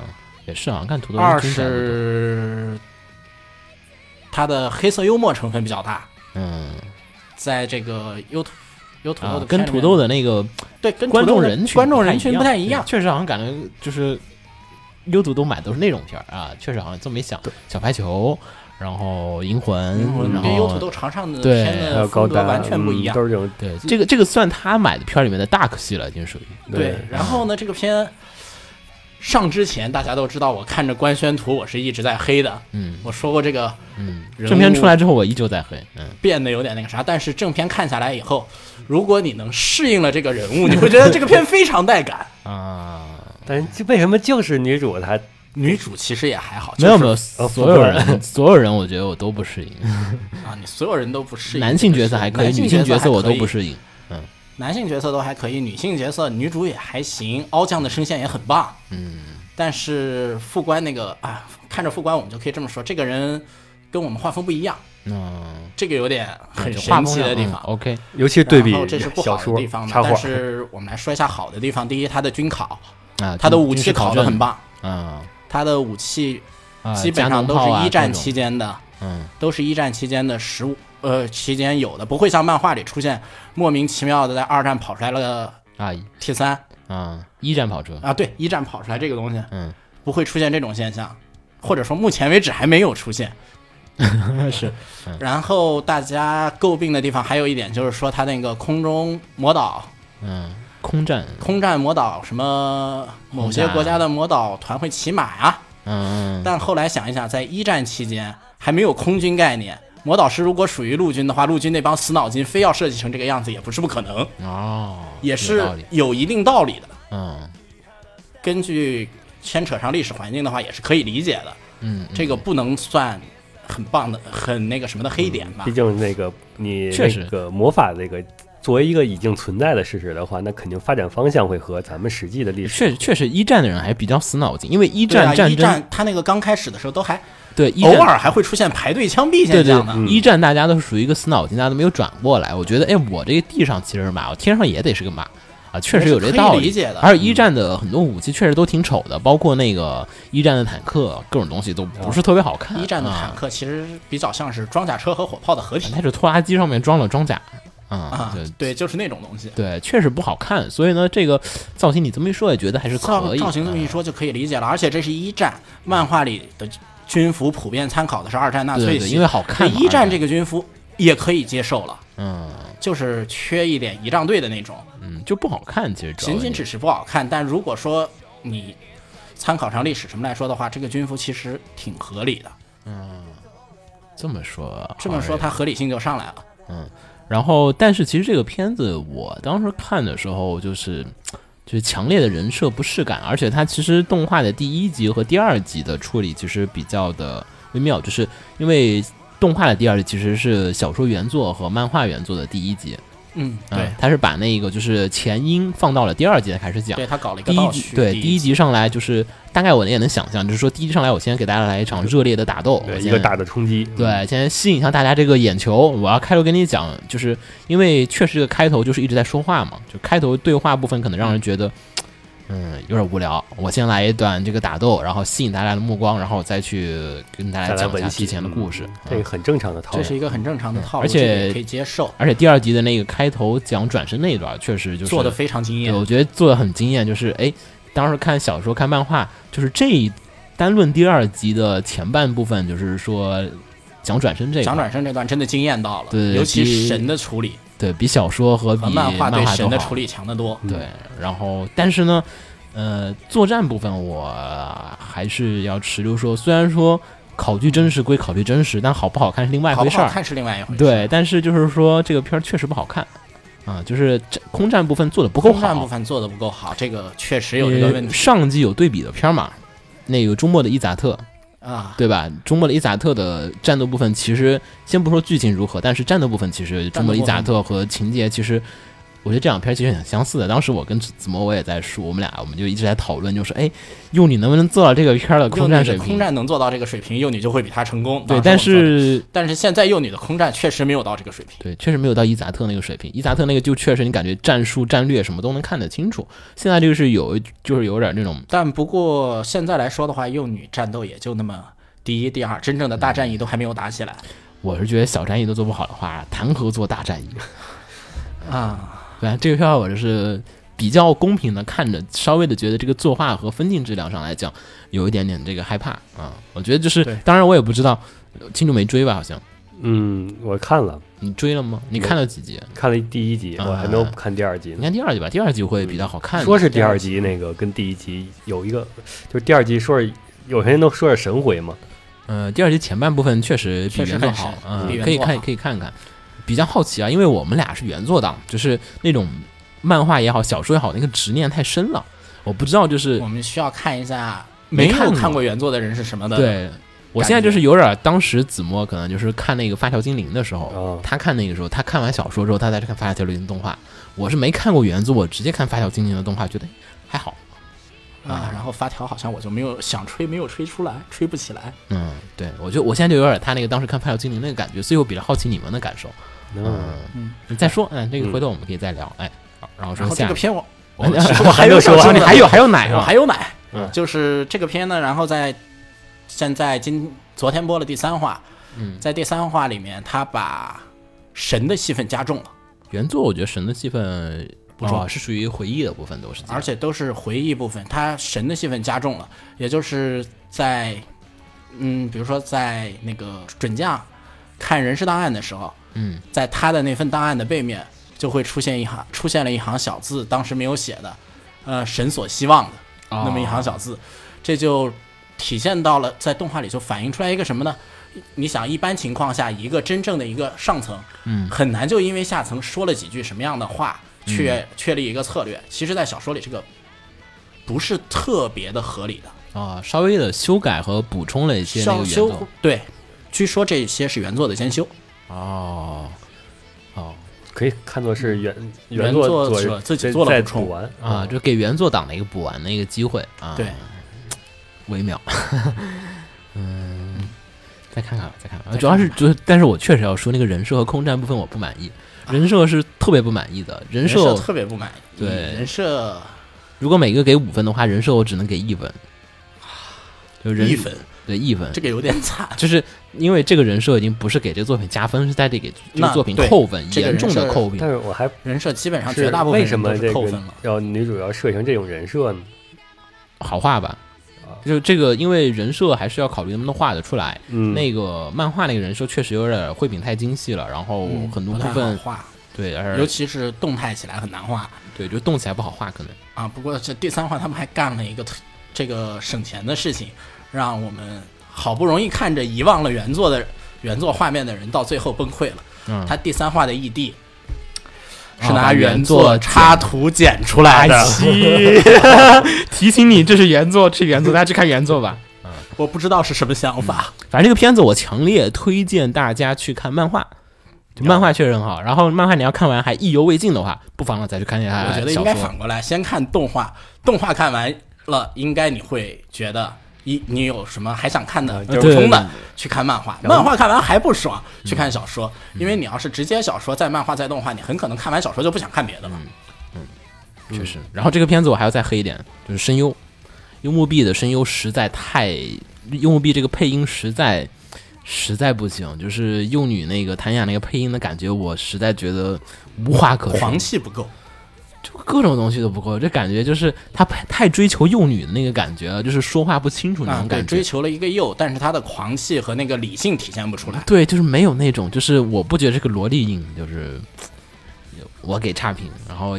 [SPEAKER 3] 也是啊，看土豆
[SPEAKER 4] 二
[SPEAKER 3] 听起来不多
[SPEAKER 4] 是它的黑色幽默成分比较大，
[SPEAKER 3] 嗯
[SPEAKER 4] 在这个优土优土豆
[SPEAKER 3] 啊
[SPEAKER 4] 的，片
[SPEAKER 3] 跟
[SPEAKER 4] 里面
[SPEAKER 3] 土豆的那个
[SPEAKER 4] 对跟土豆
[SPEAKER 3] 观众
[SPEAKER 4] 的
[SPEAKER 3] 人群
[SPEAKER 4] 观众人群
[SPEAKER 3] 不
[SPEAKER 4] 不太一样
[SPEAKER 3] 对。确实好像感觉就是优土豆买都是那种片儿啊，确实好像这么一想，小排球，然后银魂，然
[SPEAKER 4] 跟 U 嗯土
[SPEAKER 3] 后
[SPEAKER 4] 豆常上的
[SPEAKER 3] 对
[SPEAKER 4] 片
[SPEAKER 2] 还有
[SPEAKER 4] 的
[SPEAKER 2] 呃高
[SPEAKER 4] 风格
[SPEAKER 2] 达
[SPEAKER 4] 完全不一
[SPEAKER 2] 嗯
[SPEAKER 4] 样。
[SPEAKER 2] 都是这种
[SPEAKER 3] 对这个这个算他买的片儿里面的大可系了，已经属于
[SPEAKER 4] 对，然后呢，这个片上之前大家都知道，我看着官宣图，我是一直在黑的。
[SPEAKER 3] 嗯
[SPEAKER 4] 我说过这个
[SPEAKER 3] 嗯，
[SPEAKER 4] 人物
[SPEAKER 3] 正片出来之后我依旧在黑，嗯，
[SPEAKER 4] 变得有点那个啥，但是正片看下来以后，如果你能适应了这个人物，你会觉得这个片非常带感。
[SPEAKER 3] 啊，
[SPEAKER 2] 但是这为什么就是女主她
[SPEAKER 4] 女主其实也还好，
[SPEAKER 3] 没有没
[SPEAKER 4] 有
[SPEAKER 3] 有，所有人 [LAUGHS] 所有人我觉得我都不适应，
[SPEAKER 4] 啊，你所有人都不适应。
[SPEAKER 3] 男性角色还可以，
[SPEAKER 4] 男性
[SPEAKER 3] 女性角色
[SPEAKER 4] 还
[SPEAKER 3] 我都
[SPEAKER 4] 可以
[SPEAKER 3] 不，适应，
[SPEAKER 4] 男性角色都还可以，女性角色女主也还行，凹酱的声线也很棒。
[SPEAKER 3] 嗯
[SPEAKER 4] 但是副官那个啊，看着副官我们就可以这么说，这个人跟我们画风不一样，
[SPEAKER 3] 嗯，
[SPEAKER 4] 这个有点很
[SPEAKER 3] 就画
[SPEAKER 4] 神
[SPEAKER 3] 风
[SPEAKER 4] 奇
[SPEAKER 3] 上
[SPEAKER 4] 的地
[SPEAKER 3] 嗯
[SPEAKER 4] 方。
[SPEAKER 3] ，OK，
[SPEAKER 2] 尤其对比
[SPEAKER 4] 然后这是不
[SPEAKER 2] 小
[SPEAKER 4] 好的
[SPEAKER 2] 说
[SPEAKER 4] 地方嘛
[SPEAKER 2] 插，
[SPEAKER 4] 但
[SPEAKER 2] 画，
[SPEAKER 4] 是我们来说一下好的地方。第一，他的军考，
[SPEAKER 3] 啊，
[SPEAKER 4] 他的
[SPEAKER 3] 军
[SPEAKER 4] 武
[SPEAKER 3] 军
[SPEAKER 4] 器
[SPEAKER 3] 事
[SPEAKER 4] 考
[SPEAKER 3] 考
[SPEAKER 4] 得
[SPEAKER 3] 证
[SPEAKER 4] 很棒，
[SPEAKER 3] 啊，
[SPEAKER 4] 他的武器
[SPEAKER 3] 啊
[SPEAKER 4] 基本上都是一战，期间的，
[SPEAKER 3] 加农炮啊这种嗯
[SPEAKER 4] 都是一战期间的实物，呃，期间有的，不会像漫画里出现莫名其妙的在二战跑出来了
[SPEAKER 3] 啊
[SPEAKER 4] T 三
[SPEAKER 3] 啊，一战跑车，
[SPEAKER 4] 啊，对，一战跑出来这个东西
[SPEAKER 3] 嗯，
[SPEAKER 4] 不会出现这种现象，或者说目前为止还没有出现。
[SPEAKER 3] [LAUGHS] 是，
[SPEAKER 4] 然后大家诟病的地方还有一点就是说他那个空中魔导
[SPEAKER 3] 嗯，空战，
[SPEAKER 4] 空战魔导什么某些国家的魔导团会骑马啊，
[SPEAKER 3] 嗯，
[SPEAKER 4] 但后来想一想，在一战期间还没有空军概念，魔导师如果属于陆军的话，陆军那帮死脑筋非要设计成这个样子也不是不可能，
[SPEAKER 3] 哦，
[SPEAKER 4] 也
[SPEAKER 3] 有道
[SPEAKER 4] 是
[SPEAKER 3] 理，
[SPEAKER 4] 有一定道理的。
[SPEAKER 3] 嗯
[SPEAKER 4] 根据牵扯上历史环境的话，也是可以理解的。
[SPEAKER 3] 嗯，
[SPEAKER 4] 这个不能算很棒的、很那个什么的黑点吧
[SPEAKER 2] 毕？
[SPEAKER 3] 嗯
[SPEAKER 2] 竟那个你
[SPEAKER 3] 确实
[SPEAKER 2] 那个魔法这个作为一个已经存在的事实的话，那肯定发展方向会和咱们实际的历史
[SPEAKER 3] 确确实一战的人还比较死脑筋，因为一
[SPEAKER 4] 对啊，
[SPEAKER 3] 战战
[SPEAKER 4] 一
[SPEAKER 3] 争
[SPEAKER 4] 战他那个刚开始的时候都还
[SPEAKER 3] 对一
[SPEAKER 4] 偶
[SPEAKER 3] 战
[SPEAKER 4] 尔还会出现排队枪毙
[SPEAKER 3] 对对
[SPEAKER 4] 现象呢。，
[SPEAKER 3] 一战大家都是属于一个死脑筋，大家都没有转过来。我觉得，哎，我这个地上其实是马，我天上也得是个马啊，确实有这道
[SPEAKER 4] 也是可以
[SPEAKER 3] 理。
[SPEAKER 4] 理解的嗯
[SPEAKER 3] 而且一战的很多武器确实都挺丑的，包括那个一战的坦克，各种东西都不是特别好看。
[SPEAKER 4] 一战的坦
[SPEAKER 3] 啊，
[SPEAKER 4] 克其实比较像是装甲车和火炮的合体
[SPEAKER 3] 它是拖拉机上面装了装甲啊
[SPEAKER 4] 啊，
[SPEAKER 3] 就，
[SPEAKER 4] 对，就是那种东西。
[SPEAKER 3] 对，确实不好看。所以呢，这个造型你这么一说，也觉得还是
[SPEAKER 4] 造
[SPEAKER 3] 可以。
[SPEAKER 4] 造型这么一
[SPEAKER 3] 啊
[SPEAKER 4] 说就可以理解了，而且这是一战漫画里的军服，普遍参考的是二战纳
[SPEAKER 3] 对
[SPEAKER 4] 粹
[SPEAKER 3] 对
[SPEAKER 4] 系，
[SPEAKER 3] 因为好看嘛
[SPEAKER 4] 对一
[SPEAKER 3] 二战
[SPEAKER 4] 战这个军服也可以接受了，
[SPEAKER 3] 嗯
[SPEAKER 4] 就是缺一点仪仗队的那种，
[SPEAKER 3] 嗯，就不好看。其实主要
[SPEAKER 4] 仅仅
[SPEAKER 3] 问题
[SPEAKER 4] 只是不好看。但如果说你参考上历史什么来说的话，这个军服其实挺合理的。
[SPEAKER 3] 这么说，
[SPEAKER 4] 这么说，它合理性就上来了。
[SPEAKER 3] 然后，但是其实这个片子我当时看的时候，就是就是强烈的人设不适感，而且它其实动画的第一集和第二集的处理其实比较的微妙，就是因为动画的第二集其实是小说原作和漫画原作的第一集，
[SPEAKER 4] 嗯，
[SPEAKER 3] 嗯
[SPEAKER 4] 对，，
[SPEAKER 3] 它是把那个就是前因放到了第二集才开始讲。
[SPEAKER 4] 对他搞了一
[SPEAKER 3] 第
[SPEAKER 4] 个
[SPEAKER 3] 一
[SPEAKER 4] 倒
[SPEAKER 3] 集
[SPEAKER 4] 叙，
[SPEAKER 3] 对
[SPEAKER 4] 第
[SPEAKER 3] 第一集上来就是大概我也能想象，就是说第一集上来我先给大家来一场热烈的打斗，我
[SPEAKER 2] 对一
[SPEAKER 3] 先
[SPEAKER 2] 个大的冲
[SPEAKER 4] 嗯
[SPEAKER 2] 击。嗯
[SPEAKER 3] 对，先吸引一下大家这个眼球。我要开头跟你讲，就是因为确实这个开头就是一直在说话嘛，就开头对话部分可能让人觉得，嗯，有点无聊。我先来一段这个打斗，然后吸引大家的目光，然后我再去跟大家
[SPEAKER 2] 再来
[SPEAKER 3] 讲一
[SPEAKER 2] 文
[SPEAKER 3] 下
[SPEAKER 2] 戏
[SPEAKER 3] 之前的故事。
[SPEAKER 4] 嗯
[SPEAKER 3] 嗯
[SPEAKER 2] 这个很正常的套
[SPEAKER 4] 啊这
[SPEAKER 2] 路。
[SPEAKER 4] 是一个很正常的套路，
[SPEAKER 3] 而且
[SPEAKER 4] 这个也可以接受，
[SPEAKER 3] 而且第二集的那个开头讲转身那一段，确实就是
[SPEAKER 4] 做的非常惊
[SPEAKER 3] 对，我
[SPEAKER 4] 艳。
[SPEAKER 3] 觉得做的很惊艳，就是哎，当时看小说、看漫画，就是这一单论第二集的前半部分，就是说讲转身这一
[SPEAKER 4] 蒋
[SPEAKER 3] 块。
[SPEAKER 4] 转生这段真的惊艳到了，
[SPEAKER 3] 对
[SPEAKER 4] 尤其
[SPEAKER 3] 第
[SPEAKER 4] 神的处理
[SPEAKER 3] 对比小说和比
[SPEAKER 4] 和漫画对
[SPEAKER 3] 都
[SPEAKER 4] 神的
[SPEAKER 3] 好嗯
[SPEAKER 4] 处理强得多。
[SPEAKER 3] 对，然后但是呢，呃，作战部分我还是要持留说，虽然说考据真实归考据真实，但好不好看是另外一
[SPEAKER 4] 好
[SPEAKER 3] 回
[SPEAKER 4] 不
[SPEAKER 3] 事
[SPEAKER 4] 好
[SPEAKER 3] 儿。
[SPEAKER 4] 看是另外一回事。
[SPEAKER 3] 对，，但是就是说这个片儿确实不好看，啊、就是这空战部分做的不够
[SPEAKER 4] 空战部
[SPEAKER 3] 好，
[SPEAKER 4] 分做的不够好，这个确实有这个问
[SPEAKER 3] 呃
[SPEAKER 4] 题
[SPEAKER 3] 上季有对比的片儿嘛，那个周末的伊扎特，
[SPEAKER 4] 啊。
[SPEAKER 3] 对吧？周末的伊扎特的战斗部分，其实先不说剧情如何，但是战斗部分其实周末的伊扎特和情节其实。我觉得这两篇其实很相似的。当时我跟子子墨我也在说，我们俩我们就一直在讨论，就是哎，用你能不能做到这个片儿的空战水
[SPEAKER 4] 幼女的空
[SPEAKER 3] 平？
[SPEAKER 4] 战能做到这个水平，幼女就会比他成功。啊
[SPEAKER 3] 对，
[SPEAKER 4] 当
[SPEAKER 3] 但
[SPEAKER 4] 时我们说的
[SPEAKER 3] 是
[SPEAKER 4] 但是现在幼女的空战确实没有到这个水平。
[SPEAKER 3] 对，确实没有到伊扎特那个水平。伊扎特那个就确实你感觉战术、战略什么都能看得清楚。现在这个是有，就是有点那种
[SPEAKER 4] 但不过现在来说的话，幼女战斗也就那么第一、第二，真正的大战役都还没有打起来
[SPEAKER 3] 我是觉得小战役都做不好的话，谈何做大战役？
[SPEAKER 4] 啊。
[SPEAKER 3] 对，这个票我就是比较公平的看着，稍微的觉得这个作画和分镜质量上来讲，有一点点这个害怕啊。我觉得就是
[SPEAKER 4] 对，
[SPEAKER 3] 当然我也不知道，呃庆祝没追吧？好像
[SPEAKER 2] 嗯，我看了
[SPEAKER 3] 你追了吗？你看了几集？
[SPEAKER 2] 看了第一集，
[SPEAKER 3] 啊
[SPEAKER 2] 我还没有看第二集
[SPEAKER 3] 你
[SPEAKER 2] 呢。
[SPEAKER 3] 看第二集吧，第二集会比较好看。
[SPEAKER 2] 说是第二集那个跟第一集有一个，就是第二集说是有些人都说是神回嘛，
[SPEAKER 3] 呃，第二集前半部分确实比
[SPEAKER 4] 确实
[SPEAKER 3] 原作
[SPEAKER 4] 很
[SPEAKER 3] 好
[SPEAKER 4] 神，
[SPEAKER 3] 嗯
[SPEAKER 4] 比，原
[SPEAKER 3] 可以
[SPEAKER 4] 作
[SPEAKER 3] 看
[SPEAKER 4] 好
[SPEAKER 3] 可以看看。比较好奇啊，因为我们俩是原作党，就是那种漫画也好，小说也好，那个执念太深了。我不知道，就是
[SPEAKER 4] 我们需要看一下
[SPEAKER 3] 没
[SPEAKER 4] 看
[SPEAKER 3] 看过
[SPEAKER 4] 看过原作的人是什么的。，
[SPEAKER 3] 对我
[SPEAKER 4] 感
[SPEAKER 3] 现在就
[SPEAKER 4] 觉
[SPEAKER 3] 是有点儿，当时子墨可能就是看那个《发条精灵》的时候，
[SPEAKER 2] 哦
[SPEAKER 3] 他看那个时候，他看完小说之后，他再去看《发条精灵》动画。我是没看过原作，我直接看《发条精灵》的动画，觉得还好。
[SPEAKER 4] 啊，然后发条好像我就没有想吹，没有吹出来，吹不起来。
[SPEAKER 3] 嗯，对，我觉得我现在就有点儿他那个当时看《发条精灵》那个感觉，所以我比较好奇你们的感受。
[SPEAKER 2] 嗯，
[SPEAKER 4] 嗯，
[SPEAKER 3] 你再说，嗯，这个
[SPEAKER 2] 嗯
[SPEAKER 3] 回头我们可以再聊。哎，好然后
[SPEAKER 4] 然
[SPEAKER 3] 说
[SPEAKER 4] 后这
[SPEAKER 3] 下
[SPEAKER 4] 个
[SPEAKER 3] 一个，
[SPEAKER 4] 片我我
[SPEAKER 3] 哎
[SPEAKER 4] 其
[SPEAKER 3] [LAUGHS]
[SPEAKER 4] 实
[SPEAKER 3] 我
[SPEAKER 4] 我还
[SPEAKER 2] 说
[SPEAKER 4] 有想
[SPEAKER 2] 完
[SPEAKER 4] 说
[SPEAKER 2] 了
[SPEAKER 4] 呢
[SPEAKER 3] 你还有还有奶
[SPEAKER 4] 我
[SPEAKER 3] 啊？
[SPEAKER 4] 还有奶
[SPEAKER 2] 嗯，
[SPEAKER 4] 就是这个片呢，然后在现在今昨天播了第三话，
[SPEAKER 3] 嗯
[SPEAKER 4] 在第三话里面，他把神的戏份加重了，
[SPEAKER 3] 原作我觉得神的戏份
[SPEAKER 4] 不重
[SPEAKER 3] 哦是属于回忆的部分，都是这样
[SPEAKER 4] 而且都是回忆部分，他神的戏份加重了，也就是在嗯，比如说在那个准将看人事档案的时候，
[SPEAKER 3] 嗯
[SPEAKER 4] 在他的那份档案的背面就会出现一行出现了一行小字，当时没有写的，呃，神所希望的。
[SPEAKER 3] 哦
[SPEAKER 4] 那么一行小字，这就体现到了在动画里就反映出来一个什么呢？你想，一般情况下，一个真正的一个上层，
[SPEAKER 3] 嗯
[SPEAKER 4] 很难就因为下层说了几句什么样的话，确、确立一个策略。其实，在小说里，这个不是特别的合理的，
[SPEAKER 3] 啊，稍微的修改和补充了一些那个
[SPEAKER 4] 上
[SPEAKER 3] 原
[SPEAKER 4] 修
[SPEAKER 3] 作
[SPEAKER 4] 对。据说这些是原作的监修，
[SPEAKER 3] 哦哦
[SPEAKER 2] 可以看作是原
[SPEAKER 4] 原
[SPEAKER 2] 作
[SPEAKER 4] 作者
[SPEAKER 2] 者
[SPEAKER 4] 自己
[SPEAKER 2] 再
[SPEAKER 4] 做了
[SPEAKER 2] 再
[SPEAKER 4] 补充
[SPEAKER 2] 补完
[SPEAKER 3] 啊，就给原作党的一个补完的一个机会啊，
[SPEAKER 4] 对，
[SPEAKER 3] 微妙，嗯。再看看吧，再看看吧。主要是就是，但是我确实要说，那个人设和空战部分我不满意。人设是特别不满意的，人
[SPEAKER 4] 人
[SPEAKER 3] 设
[SPEAKER 4] 设特别不满意。
[SPEAKER 3] 对
[SPEAKER 4] 人设
[SPEAKER 3] 如果每个给五分的话，人设我只能给一分，就人
[SPEAKER 4] 一分，
[SPEAKER 3] 对一分
[SPEAKER 4] 这，个有点惨。
[SPEAKER 3] 就是因为这个人设已经不是给这个作品加分，是在这给这个
[SPEAKER 4] 那
[SPEAKER 3] 作品
[SPEAKER 4] 对
[SPEAKER 3] 扣分，
[SPEAKER 4] 这个
[SPEAKER 3] 严
[SPEAKER 4] 人
[SPEAKER 3] 重的
[SPEAKER 4] 设
[SPEAKER 3] 扣分
[SPEAKER 2] 但。是我还
[SPEAKER 4] 人设基本上
[SPEAKER 2] 是
[SPEAKER 4] 绝大部
[SPEAKER 2] 为
[SPEAKER 4] 分人
[SPEAKER 2] 什
[SPEAKER 4] 都
[SPEAKER 2] 么
[SPEAKER 4] 是
[SPEAKER 2] 这
[SPEAKER 4] 扣分
[SPEAKER 2] 个
[SPEAKER 4] 了。
[SPEAKER 2] 要女主要设成这种人设呢？
[SPEAKER 3] 好画吧
[SPEAKER 2] 啊。
[SPEAKER 3] 就这个，因为人设还是要考虑能不能画得出来。
[SPEAKER 2] 嗯，
[SPEAKER 3] 那个漫画那个人设确实有点绘饼太精细了，然后
[SPEAKER 4] 嗯
[SPEAKER 3] 很多
[SPEAKER 4] 不
[SPEAKER 3] 部
[SPEAKER 4] 太
[SPEAKER 3] 分
[SPEAKER 4] 好画，
[SPEAKER 3] 对，而
[SPEAKER 4] 尤其是动态起来很难画
[SPEAKER 3] 对就动起来不好画，可能
[SPEAKER 4] 啊。不过这第三话他们还干了一个特这个省钱的事情，让我们好不容易看着遗忘了原作的原作画面的人到最后崩溃了。
[SPEAKER 3] 嗯
[SPEAKER 4] 他第三话的 ED
[SPEAKER 3] 啊
[SPEAKER 4] 是拿
[SPEAKER 3] 把
[SPEAKER 4] 原
[SPEAKER 3] 原作
[SPEAKER 4] 作插图剪出来的，啊
[SPEAKER 3] [LAUGHS] 提醒你这是原作，这是原作，大家去看原作吧。
[SPEAKER 4] 我不知道是什么想法。
[SPEAKER 3] 反正这个片子我强烈推荐大家去看漫画，就漫画确实很好。然后漫画你要看完还意犹未尽的话，不妨再去看一下
[SPEAKER 4] 我觉得应
[SPEAKER 3] 哎小
[SPEAKER 4] 该
[SPEAKER 3] 说嗯
[SPEAKER 4] 反。过来，先看动画，动画看完了，应该你会觉得。一，你有什么还想看的
[SPEAKER 2] 就是
[SPEAKER 4] 补充
[SPEAKER 3] 对嗯
[SPEAKER 4] 的，去看漫画。
[SPEAKER 2] 然后
[SPEAKER 4] 漫画看完还不爽，去看小说，因为你要是直接小说再漫画再动画，你很可能看完小说就不想看别的了。
[SPEAKER 3] 确实。然后这个片子我还要再黑一点，就是声优，幽默币的声优实在太，幽默币这个配音实在实在不行，就是幼女那个谭雅那个配音的感觉，我实在觉得无话可说
[SPEAKER 4] 狂，气不够，
[SPEAKER 3] 就各种东西都不够，这感觉就是他太太追求幼女的那个感觉了，就是说话不清楚那
[SPEAKER 4] 啊
[SPEAKER 3] 种，
[SPEAKER 4] 对，
[SPEAKER 3] 感觉
[SPEAKER 4] 追。求了一个幼，但是他的狂气和那个理性体现不出来。
[SPEAKER 3] 对，就是没有那种，就是我不觉得这个萝莉音，就是我给差评，然后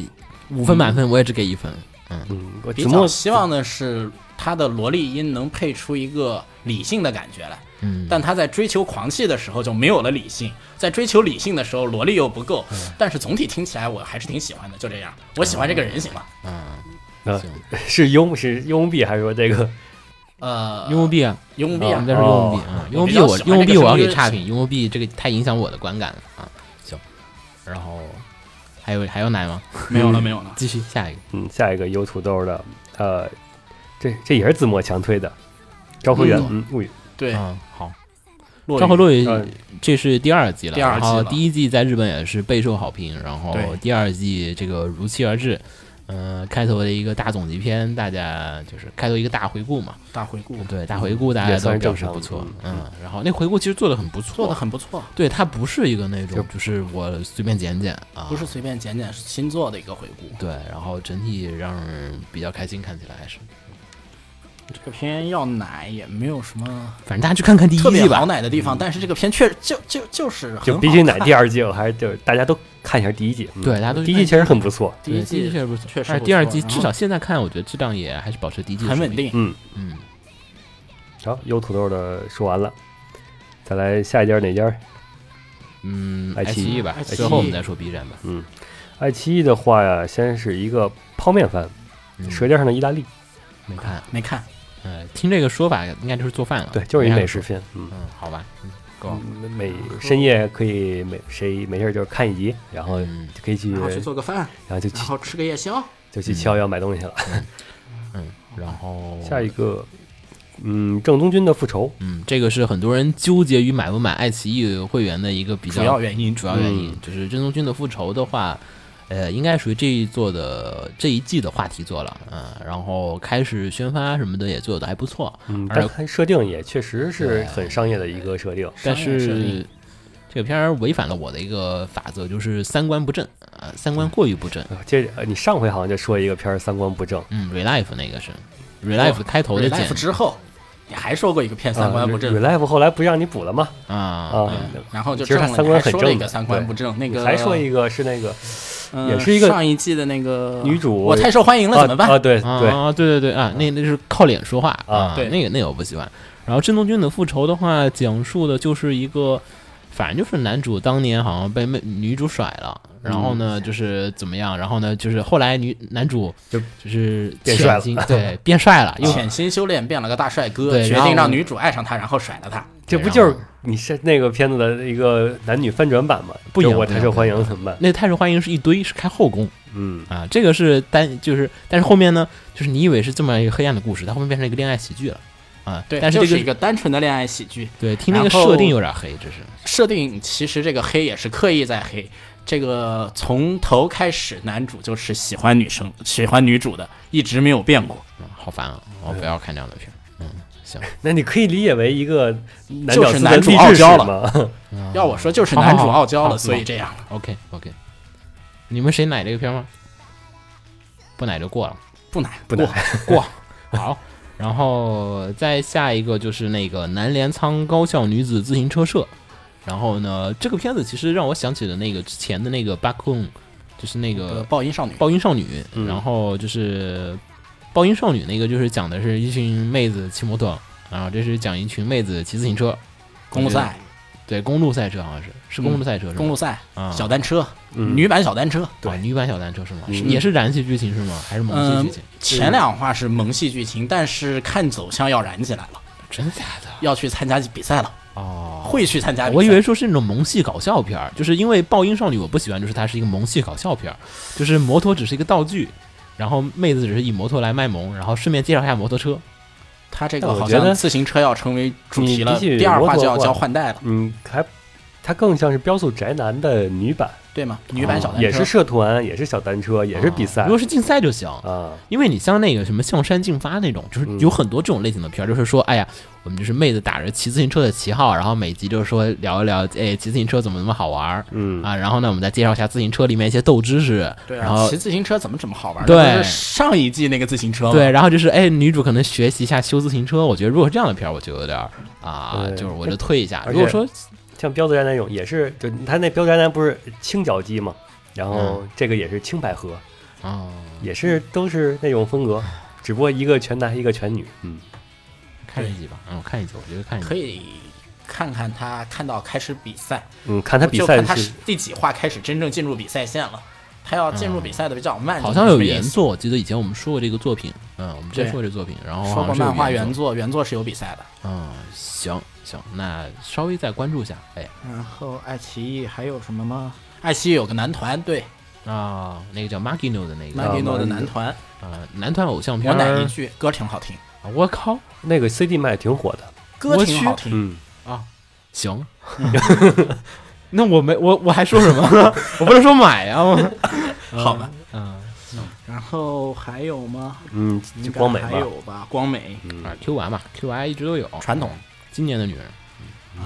[SPEAKER 3] 五分满分我也只给一分。
[SPEAKER 2] 嗯，我
[SPEAKER 4] 比
[SPEAKER 2] 子墨
[SPEAKER 4] 较希望的是他的萝莉音能配出一个理性的感觉来，
[SPEAKER 3] 嗯，
[SPEAKER 4] 但他在追求狂气的时候就没有了理性，在追求理性的时候萝莉又不够，
[SPEAKER 3] 嗯
[SPEAKER 4] 但是总体听起来我还是挺喜欢的，就这样，我喜欢这个人行吗？
[SPEAKER 3] 嗯
[SPEAKER 2] 啊是幽是幽闭还是说这个
[SPEAKER 4] 呃，
[SPEAKER 3] 幽默币啊，
[SPEAKER 4] 幽默币
[SPEAKER 3] 我
[SPEAKER 4] 啊
[SPEAKER 3] 们再说幽默币啊，幽默币
[SPEAKER 4] 我
[SPEAKER 3] 我
[SPEAKER 4] 比较喜
[SPEAKER 3] 幽默
[SPEAKER 4] 欢
[SPEAKER 3] 币
[SPEAKER 4] 这个
[SPEAKER 3] 我要
[SPEAKER 4] 声
[SPEAKER 3] 给
[SPEAKER 4] 优
[SPEAKER 3] 差评，幽默币这个太影响我的观感了啊。行，然后还有还有奶吗？
[SPEAKER 4] 没有了，没有了。
[SPEAKER 3] 继续下一个，
[SPEAKER 2] 嗯下一个有土豆的呃，这这也是子墨强推的。招呼远，嗯，物语，
[SPEAKER 4] 对，呃
[SPEAKER 3] 嗯，好，
[SPEAKER 4] 落
[SPEAKER 3] 《
[SPEAKER 4] 雨
[SPEAKER 3] 昭和落雨
[SPEAKER 2] 嗯》
[SPEAKER 3] 这是第二季了，
[SPEAKER 4] 第二季
[SPEAKER 3] 然后
[SPEAKER 4] 了
[SPEAKER 3] 第一季在日本也是备受好评，然后
[SPEAKER 4] 对
[SPEAKER 3] 第二季这个如期而至。嗯，开头的一个大总结篇，大家就是开头一个大回顾嘛，
[SPEAKER 4] 大回顾
[SPEAKER 3] 对，大回顾大家
[SPEAKER 2] 也
[SPEAKER 3] 都
[SPEAKER 2] 算是
[SPEAKER 3] 表
[SPEAKER 2] 正
[SPEAKER 3] 示
[SPEAKER 2] 常
[SPEAKER 3] 不错，
[SPEAKER 2] 嗯
[SPEAKER 3] 嗯，然后那回顾其实做的很不错，
[SPEAKER 4] 做的很不错，
[SPEAKER 3] 对，它不是一个那种
[SPEAKER 2] 就
[SPEAKER 3] 就是我随便剪剪啊，
[SPEAKER 4] 不是随便剪剪，是新做的一个回顾。
[SPEAKER 3] 对，然后整体让人比较开心，看起来还是，
[SPEAKER 4] 这个片要奶也没有什么
[SPEAKER 3] 反正大家去看看第一
[SPEAKER 4] 特别
[SPEAKER 3] 季
[SPEAKER 4] 好
[SPEAKER 3] 吧，嗯
[SPEAKER 4] 奶的地方，但是这个片确就就就是很
[SPEAKER 2] 就
[SPEAKER 4] 好
[SPEAKER 2] 比起奶
[SPEAKER 4] 看
[SPEAKER 2] 第二季，我还是就是大家都看一下第一季。嗯
[SPEAKER 3] 对大家都去
[SPEAKER 2] 第一
[SPEAKER 3] 看
[SPEAKER 2] 季确实很不错。
[SPEAKER 4] 第一
[SPEAKER 3] 对
[SPEAKER 4] 季
[SPEAKER 3] 确实不错，
[SPEAKER 4] 确实
[SPEAKER 3] 但是
[SPEAKER 4] 不
[SPEAKER 3] 第二
[SPEAKER 4] 错
[SPEAKER 3] 季
[SPEAKER 4] 然
[SPEAKER 3] 至
[SPEAKER 4] 后
[SPEAKER 3] 少现在看，我觉得质量也还是保持第一季的
[SPEAKER 4] 很
[SPEAKER 3] 水
[SPEAKER 4] 稳
[SPEAKER 3] 平，
[SPEAKER 4] 定。
[SPEAKER 2] 嗯，
[SPEAKER 3] 嗯，
[SPEAKER 2] 好，有土豆的说完了，再来下一家哪家？
[SPEAKER 3] 嗯，
[SPEAKER 2] 爱
[SPEAKER 3] 爱奇
[SPEAKER 2] 奇艺
[SPEAKER 3] 艺吧，
[SPEAKER 4] 爱奇
[SPEAKER 3] 随后我们
[SPEAKER 4] 艺
[SPEAKER 3] 再说 B 站吧。
[SPEAKER 2] 爱奇艺的话呀，先是一个泡面番
[SPEAKER 3] 嗯
[SPEAKER 2] 《舌尖上的意大利》，
[SPEAKER 3] 没看，
[SPEAKER 4] 没看，
[SPEAKER 3] 呃，听这个说法应该就是做饭了，
[SPEAKER 2] 对，就是一
[SPEAKER 3] 没看
[SPEAKER 2] 美食片。嗯，
[SPEAKER 3] 嗯，好吧，嗯，够，
[SPEAKER 2] 每深夜可以每谁没事儿就是看一集，然后
[SPEAKER 3] 嗯
[SPEAKER 2] 就可以去，
[SPEAKER 4] 然后去
[SPEAKER 2] 然
[SPEAKER 4] 做个饭，
[SPEAKER 2] 后就
[SPEAKER 4] 然
[SPEAKER 2] 去
[SPEAKER 4] 后吃个夜宵。
[SPEAKER 2] 就去七幺幺买东西了。
[SPEAKER 3] 嗯，然后
[SPEAKER 2] 下一个，嗯，正宗军的复仇，
[SPEAKER 3] 嗯，这个是很多人纠结于买不买爱奇艺会员的一个比较
[SPEAKER 4] 主要原
[SPEAKER 3] 因，主要原因、
[SPEAKER 2] 嗯
[SPEAKER 3] 就是郑东君的复仇的话，呃，应该属于这一座的这一季的话题做了，嗯、然后开始宣发什么的也做的还不错，
[SPEAKER 2] 嗯，
[SPEAKER 3] 而
[SPEAKER 2] 但看设定也确实是很商业的一个设定。
[SPEAKER 3] 但
[SPEAKER 4] 商业设定
[SPEAKER 3] 是这个片儿违反了我的一个法则，就是三观不正，呃，三观过于不正，
[SPEAKER 2] 啊这呃你上回好像就说一个片儿三观不正，啊
[SPEAKER 3] 嗯，relife 那个是 relife 开头的
[SPEAKER 4] Life
[SPEAKER 3] 简
[SPEAKER 4] 哦之后，你还说过一个
[SPEAKER 2] 啊
[SPEAKER 4] 片三观不正，
[SPEAKER 2] Relife 后来不让你补了吗？
[SPEAKER 3] 啊
[SPEAKER 2] 啊，
[SPEAKER 4] 然后就
[SPEAKER 2] 其实
[SPEAKER 4] 正
[SPEAKER 2] 他
[SPEAKER 4] 了，
[SPEAKER 2] 三
[SPEAKER 4] 还
[SPEAKER 2] 观很
[SPEAKER 4] 说
[SPEAKER 2] 正的，
[SPEAKER 4] 了一个三观不正，那
[SPEAKER 2] 对
[SPEAKER 4] 个
[SPEAKER 2] 还说一个是那个
[SPEAKER 4] 嗯
[SPEAKER 2] 也是一个
[SPEAKER 4] 上一季的那个
[SPEAKER 2] 女主
[SPEAKER 4] 我太受欢迎了，
[SPEAKER 2] 啊
[SPEAKER 4] 怎么办？
[SPEAKER 2] 啊，对对，
[SPEAKER 3] 啊，对对对啊，那那是靠脸说话
[SPEAKER 2] 啊
[SPEAKER 4] 对
[SPEAKER 3] 那个那个我不喜欢。然后郑东君的复仇的话，讲述的就是一个，反正就是男主当年好像被妹女主甩了，然后呢就是怎么样，然后呢就是后来女男主
[SPEAKER 2] 嗯
[SPEAKER 3] 就
[SPEAKER 2] 就
[SPEAKER 3] 是
[SPEAKER 2] 变帅
[SPEAKER 3] 潜
[SPEAKER 2] [LAUGHS]
[SPEAKER 3] 心，对，变帅了，又
[SPEAKER 4] 潜心修炼变了个大帅哥，
[SPEAKER 3] 对
[SPEAKER 4] 决
[SPEAKER 3] 然后
[SPEAKER 4] 定让女主爱上他，然后甩了他。
[SPEAKER 2] 这不就是
[SPEAKER 4] 啊
[SPEAKER 2] 你是那个片子的一个男女翻转版吗？
[SPEAKER 3] 不一样
[SPEAKER 2] 就我
[SPEAKER 3] 不一
[SPEAKER 2] 太
[SPEAKER 3] 样
[SPEAKER 2] 受
[SPEAKER 3] 不
[SPEAKER 2] 欢
[SPEAKER 3] 一样
[SPEAKER 2] 迎怎么办？
[SPEAKER 3] 那太受欢迎是一堆是开后宫
[SPEAKER 2] 嗯，
[SPEAKER 3] 啊，这个是单就是，但是后面呢，就是你以为是这么一个黑暗的故事，它后面变成一个恋爱喜剧了啊，
[SPEAKER 4] 对，
[SPEAKER 3] 但是
[SPEAKER 4] 就
[SPEAKER 3] 这
[SPEAKER 4] 是
[SPEAKER 3] 个
[SPEAKER 4] 一个单纯的恋爱喜剧，
[SPEAKER 3] 对听那个
[SPEAKER 4] 然后
[SPEAKER 3] 设定有点黑，这是
[SPEAKER 4] 设定其实这个黑也是刻意在黑。这个从头开始，男主就是喜欢女生，喜欢女主的，一直没有变过。
[SPEAKER 3] 嗯好烦啊，我不要看这样的片儿，嗯，行。
[SPEAKER 2] 那你可以理解为一个男
[SPEAKER 4] 就
[SPEAKER 2] 屌
[SPEAKER 4] 是
[SPEAKER 2] 丝
[SPEAKER 4] 男
[SPEAKER 2] 的
[SPEAKER 4] 主
[SPEAKER 2] 励
[SPEAKER 4] 傲
[SPEAKER 2] 志
[SPEAKER 4] 娇
[SPEAKER 2] 史
[SPEAKER 4] 了
[SPEAKER 2] 吗？
[SPEAKER 4] 要我说，就是男主
[SPEAKER 3] 好好好
[SPEAKER 4] 傲娇
[SPEAKER 3] 好
[SPEAKER 4] 了，所以
[SPEAKER 3] 好
[SPEAKER 4] 这样了，
[SPEAKER 3] OK OK，你们谁奶这个片吗？不奶就过了，
[SPEAKER 4] 不难
[SPEAKER 2] 不
[SPEAKER 4] 过
[SPEAKER 2] 难。
[SPEAKER 3] 过好。 [LAUGHS] 然后再下一个就是那个南镰仓高校女子自行车社。然后呢，这个片子其实让我想起了那个之前的那个《巴克 n 就是那
[SPEAKER 4] 呃
[SPEAKER 3] 个，
[SPEAKER 4] 暴音少女，
[SPEAKER 3] 暴音少女。
[SPEAKER 2] 嗯
[SPEAKER 3] 然后就是暴音少女那个，就是讲的是一群妹子骑摩托，然后这是讲一群妹子骑自行车，
[SPEAKER 4] 公路赛，
[SPEAKER 3] 对，公路赛车好像是是公路赛车是吗？
[SPEAKER 4] 嗯公路赛，
[SPEAKER 3] 啊，
[SPEAKER 4] 小单车，
[SPEAKER 2] 嗯
[SPEAKER 4] 女版小单车。
[SPEAKER 3] 对、女版小单车是吗？
[SPEAKER 2] 嗯
[SPEAKER 3] 是也是燃气剧情是吗？还是萌系
[SPEAKER 4] 嗯
[SPEAKER 3] 剧情？，
[SPEAKER 4] 前两话是萌系剧情，但是看走向要燃起来了，
[SPEAKER 3] 真的假的？
[SPEAKER 4] 要去参加比赛了，
[SPEAKER 3] 哦，
[SPEAKER 4] 会去参加比赛。
[SPEAKER 3] 我以为说是那种萌系搞笑片儿，就是因为《爆音少女》我不喜欢，就是它是一个萌系搞笑片儿，就是摩托只是一个道具，然后妹子只是以摩托来卖萌，然后顺便介绍一下摩托车。
[SPEAKER 4] 他这个
[SPEAKER 2] 但我
[SPEAKER 4] 好
[SPEAKER 2] 觉
[SPEAKER 4] 像
[SPEAKER 2] 得
[SPEAKER 4] 自行车要成为主题了，
[SPEAKER 2] 你比起
[SPEAKER 4] 第二话就要
[SPEAKER 2] 摩托
[SPEAKER 4] 交换代了，
[SPEAKER 2] 嗯，还它更像是标塑宅男的女版，啊
[SPEAKER 4] 对吗？女版小单车
[SPEAKER 2] 也是社团，也是小单车，也是比赛
[SPEAKER 3] 如果是竞赛就行。
[SPEAKER 2] 啊。
[SPEAKER 3] 因为你像那个什么象山竞发那种，就是
[SPEAKER 4] 嗯
[SPEAKER 3] 有很多这种类型的片儿，就是说，哎呀，我们就是妹子打着骑自行车的旗号，然后每集就是说聊一聊，哎，骑自行车怎么怎么好玩儿，
[SPEAKER 2] 嗯
[SPEAKER 3] 啊，然后呢，我们再介绍一下自行车里面一些斗知识，
[SPEAKER 4] 对
[SPEAKER 3] 然
[SPEAKER 4] 啊，
[SPEAKER 3] 后
[SPEAKER 4] 骑自行车怎么怎么好玩？
[SPEAKER 3] 对
[SPEAKER 4] 那不是上一季那个自行车吗？
[SPEAKER 3] 对，，然后就是哎，女主可能学习一下修自行车。我觉得如果是这样的片儿，我就有点儿啊，
[SPEAKER 2] 对
[SPEAKER 3] 就是我就退一下。
[SPEAKER 2] 而
[SPEAKER 3] 如果
[SPEAKER 2] 且
[SPEAKER 3] 说
[SPEAKER 2] 像标子宅男那种也是，就他那标子宅男不是轻脚鸡嘛，然
[SPEAKER 4] 嗯
[SPEAKER 2] 后这个也是轻百合，
[SPEAKER 3] 啊，
[SPEAKER 2] 也是都是那种风格，只不过一个全男一个全女，嗯，
[SPEAKER 3] 看一集吧，嗯，我看一集，我觉得看一集
[SPEAKER 4] 可。以看看他看到开始比赛，
[SPEAKER 2] 嗯，看他
[SPEAKER 4] 我
[SPEAKER 2] 比
[SPEAKER 4] 就
[SPEAKER 2] 赛
[SPEAKER 4] 看他
[SPEAKER 2] 是
[SPEAKER 4] 第几话开始真正进入比赛线了。他要进入比赛的比较慢，
[SPEAKER 3] 好像有
[SPEAKER 4] 原
[SPEAKER 3] 原作，我记得以前我们说过这个作品，嗯，我们之前说过这个作品，然后
[SPEAKER 4] 说
[SPEAKER 3] 好像
[SPEAKER 4] 过
[SPEAKER 3] 是有
[SPEAKER 4] 漫画
[SPEAKER 3] 原
[SPEAKER 4] 原
[SPEAKER 3] 作，
[SPEAKER 4] 作，原作是有比赛的。
[SPEAKER 3] 嗯，行行，那稍微再关注一下，哎
[SPEAKER 4] 然后爱奇艺还有什么吗？爱奇艺有个男团，对
[SPEAKER 3] 啊，那个叫 Magino 的那个
[SPEAKER 4] Magino
[SPEAKER 2] Magino
[SPEAKER 4] 的男团，
[SPEAKER 3] 啊，男团偶像片
[SPEAKER 4] 我奶
[SPEAKER 3] 儿
[SPEAKER 4] 一，句，歌挺好听，
[SPEAKER 3] 啊我靠
[SPEAKER 2] 那个 CD 卖得挺火的，
[SPEAKER 4] 歌挺好听。
[SPEAKER 2] 嗯，
[SPEAKER 3] 啊，
[SPEAKER 4] [LAUGHS]
[SPEAKER 3] 行。 [LAUGHS] 那我没我我还说什么？我不能说买啊，我 [LAUGHS]
[SPEAKER 4] 好吧，
[SPEAKER 3] 嗯，
[SPEAKER 4] 然然后还有吗？
[SPEAKER 2] 嗯，
[SPEAKER 4] 灵
[SPEAKER 2] 就
[SPEAKER 4] 感
[SPEAKER 2] 光美
[SPEAKER 4] 还
[SPEAKER 2] 吧
[SPEAKER 4] 有，吧，光美
[SPEAKER 3] 啊，Q 娃嘛，Q 娃一直都有
[SPEAKER 4] 传统。
[SPEAKER 3] 今年的女人，
[SPEAKER 2] 嗯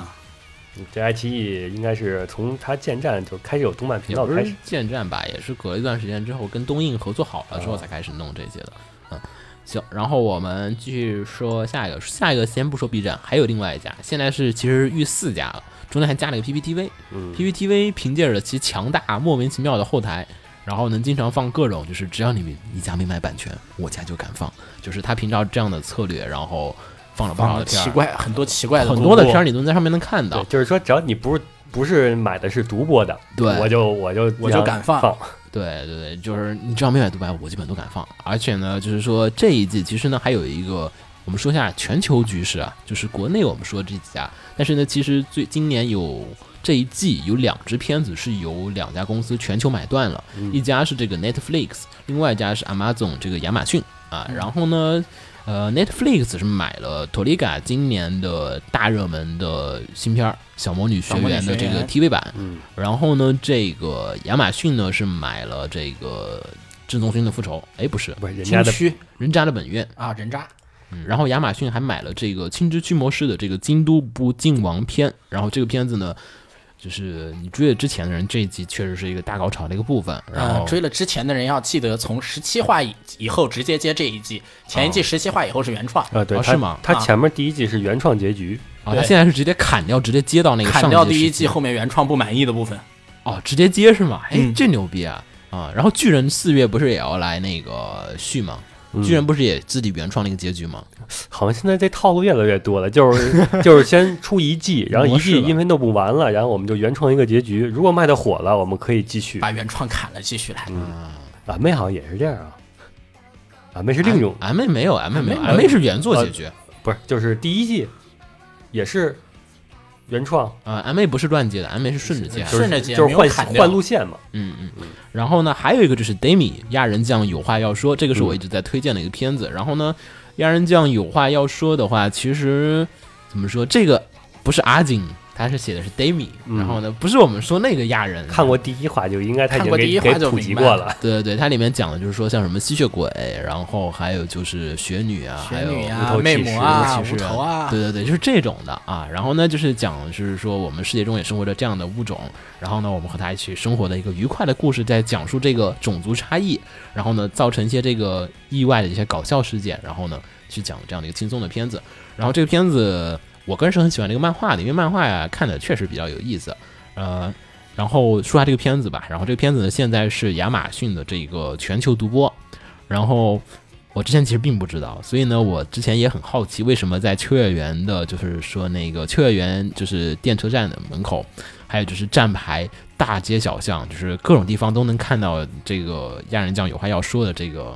[SPEAKER 2] 这爱奇艺应该是从它建站就开始有动漫频
[SPEAKER 3] 也
[SPEAKER 2] 道
[SPEAKER 3] 不
[SPEAKER 2] 开
[SPEAKER 3] 是
[SPEAKER 2] 始，
[SPEAKER 3] 建站吧，也是隔了一段时间之后跟东映合作好了之后才开始弄这些的。嗯，行，然后我们继续说下一个，下一个先不说 B 站，还有另外一家，现在是其实预四家了，中间还加了一个 PPTV。
[SPEAKER 2] 嗯
[SPEAKER 3] PPTV 凭借着其强大、莫名其妙的后台，然后能经常放各种，就是只要你你家没买版权，我家就敢放，就是他凭照这样的策略，然后放了不少
[SPEAKER 4] 放
[SPEAKER 3] 的
[SPEAKER 4] 了
[SPEAKER 3] 片
[SPEAKER 4] 奇
[SPEAKER 3] 儿，
[SPEAKER 4] 怪，很多奇怪的
[SPEAKER 3] 很
[SPEAKER 4] 东
[SPEAKER 3] 多的
[SPEAKER 4] 西
[SPEAKER 3] 片儿你都能在上面能看到
[SPEAKER 2] 对，。就是说只要你不是不是买的是独播的，
[SPEAKER 3] 对
[SPEAKER 2] 我就我就
[SPEAKER 4] 我就敢放
[SPEAKER 2] 放，
[SPEAKER 3] 对对对，就是你只要没买独白，我基本都敢放。而且呢，就是说这一季其实呢还有一个，我们说一下全球局势啊，就是国内我们说这几家，但是呢，其实最今年有这一季有两支片子是由两家公司全球买断了，
[SPEAKER 4] 嗯
[SPEAKER 3] 一家是这个 Netflix，另外一家是 Amazon 这个亚马逊啊。然后呢，呃，Netflix 是买了 Toliga 今年的大热门的新片儿《小魔女学
[SPEAKER 4] 小魔女
[SPEAKER 3] 园》的
[SPEAKER 4] 学
[SPEAKER 3] 这个
[SPEAKER 4] 园
[SPEAKER 3] TV 版，
[SPEAKER 2] 嗯
[SPEAKER 3] 然后呢，这个亚马逊呢是买了这个正宗勋的复仇，哎，不是
[SPEAKER 2] 不是人家
[SPEAKER 4] 新
[SPEAKER 2] 的
[SPEAKER 4] 区
[SPEAKER 3] 人渣的本愿。
[SPEAKER 4] 啊，人渣
[SPEAKER 3] 嗯然后亚马逊还买了这个青之驱魔师的这个京都不靖王篇，然后这个片子呢，就是你追了之前的人，这一集确实是一个大高潮的一个部分。然
[SPEAKER 4] 啊
[SPEAKER 3] 后，
[SPEAKER 4] 追了之前的人要记得从十七话以以后直接接这一季，前一季十七话以后是原创，
[SPEAKER 2] 啊，对，
[SPEAKER 3] 哦
[SPEAKER 2] 它
[SPEAKER 3] 是吗
[SPEAKER 2] 它
[SPEAKER 4] 啊
[SPEAKER 2] 前面第一季是原创结局，
[SPEAKER 3] 啊，他现在是直接砍掉，直接接到那个上
[SPEAKER 4] 砍掉
[SPEAKER 3] 集
[SPEAKER 4] 第一
[SPEAKER 3] 时
[SPEAKER 4] 季
[SPEAKER 3] 期
[SPEAKER 4] 后面原创不满意的部分。
[SPEAKER 3] 哦，直接接是吗？哎，
[SPEAKER 4] 嗯
[SPEAKER 3] 这牛逼啊！啊，然后巨人四月不是也要来那个续吗？
[SPEAKER 4] 嗯
[SPEAKER 3] 巨人不是也自己原创了一个结局吗？
[SPEAKER 2] 好像现在这套路越来越多了，就是就是 [LAUGHS] 先出一季，然后一
[SPEAKER 3] 模式
[SPEAKER 2] 季
[SPEAKER 3] 了
[SPEAKER 2] 因为弄不完了，然后我们就原创一个结局，如果卖的火了，我们可以继续。
[SPEAKER 4] 把原创砍了继续来。
[SPEAKER 2] 俺妹好像也是这样啊，俺妹是另一种，
[SPEAKER 3] M A 没有 M A 没有
[SPEAKER 4] M A
[SPEAKER 3] M A 是原作
[SPEAKER 4] 呃
[SPEAKER 3] 结局，
[SPEAKER 2] 啊不是就是第一季也是原创，
[SPEAKER 3] 呃 M A 不是乱接的，M A 是顺着接的。
[SPEAKER 2] 就是
[SPEAKER 4] 顺着接
[SPEAKER 2] 就是换
[SPEAKER 4] 没有砍掉
[SPEAKER 2] 换路线嘛。
[SPEAKER 3] 嗯嗯。然后呢，还有一个就是 Demi 亚人酱有话要说，这个是
[SPEAKER 2] 嗯
[SPEAKER 3] 我一直在推荐的一个片子。然后呢，亚人酱有话要说的话，其实怎么说，这个不是阿景，他是写的是 Demi。
[SPEAKER 2] 嗯
[SPEAKER 3] 然后呢，不是我们说那个亚人，
[SPEAKER 2] 看过第一话就应该他已
[SPEAKER 4] 看
[SPEAKER 2] 经
[SPEAKER 4] 过第一
[SPEAKER 2] 给
[SPEAKER 4] 话
[SPEAKER 2] 给
[SPEAKER 4] 就
[SPEAKER 2] 普及
[SPEAKER 4] 明白
[SPEAKER 2] 过
[SPEAKER 4] 了
[SPEAKER 2] 了。
[SPEAKER 3] 对对对，它里面讲的就是说像什么吸血鬼，然后还有就是雪女啊，
[SPEAKER 4] 雪女
[SPEAKER 3] 还有
[SPEAKER 2] 无
[SPEAKER 4] 啊
[SPEAKER 2] 头，骑士
[SPEAKER 4] 魅魔啊，
[SPEAKER 3] 无头骑
[SPEAKER 4] 无
[SPEAKER 3] 士
[SPEAKER 4] 头啊，
[SPEAKER 3] 对对对，就是这种的啊。然后呢，就是讲就是说我们世界中也生活着这样的物种，然后呢，我们和它一起生活的一个愉快的故事，在讲述这个种族差异，然后呢，造成一些这个意外的一些搞笑事件，然后呢，去讲这样的一个轻松的片子。然后这个片子我个人是很喜欢这个漫画的，因为漫画呀、看的确实比较有意思。呃，然后说下这个片子吧，然后这个片子呢现在是亚马逊的这个全球独播，然后我之前其实并不知道，所以呢，我之前也很好奇，为什么在秋叶原的，就是说那个秋叶原就是电车站的门口，还有就是站牌、大街小巷，就是各种地方都能看到这个亚人酱有话要说的这个。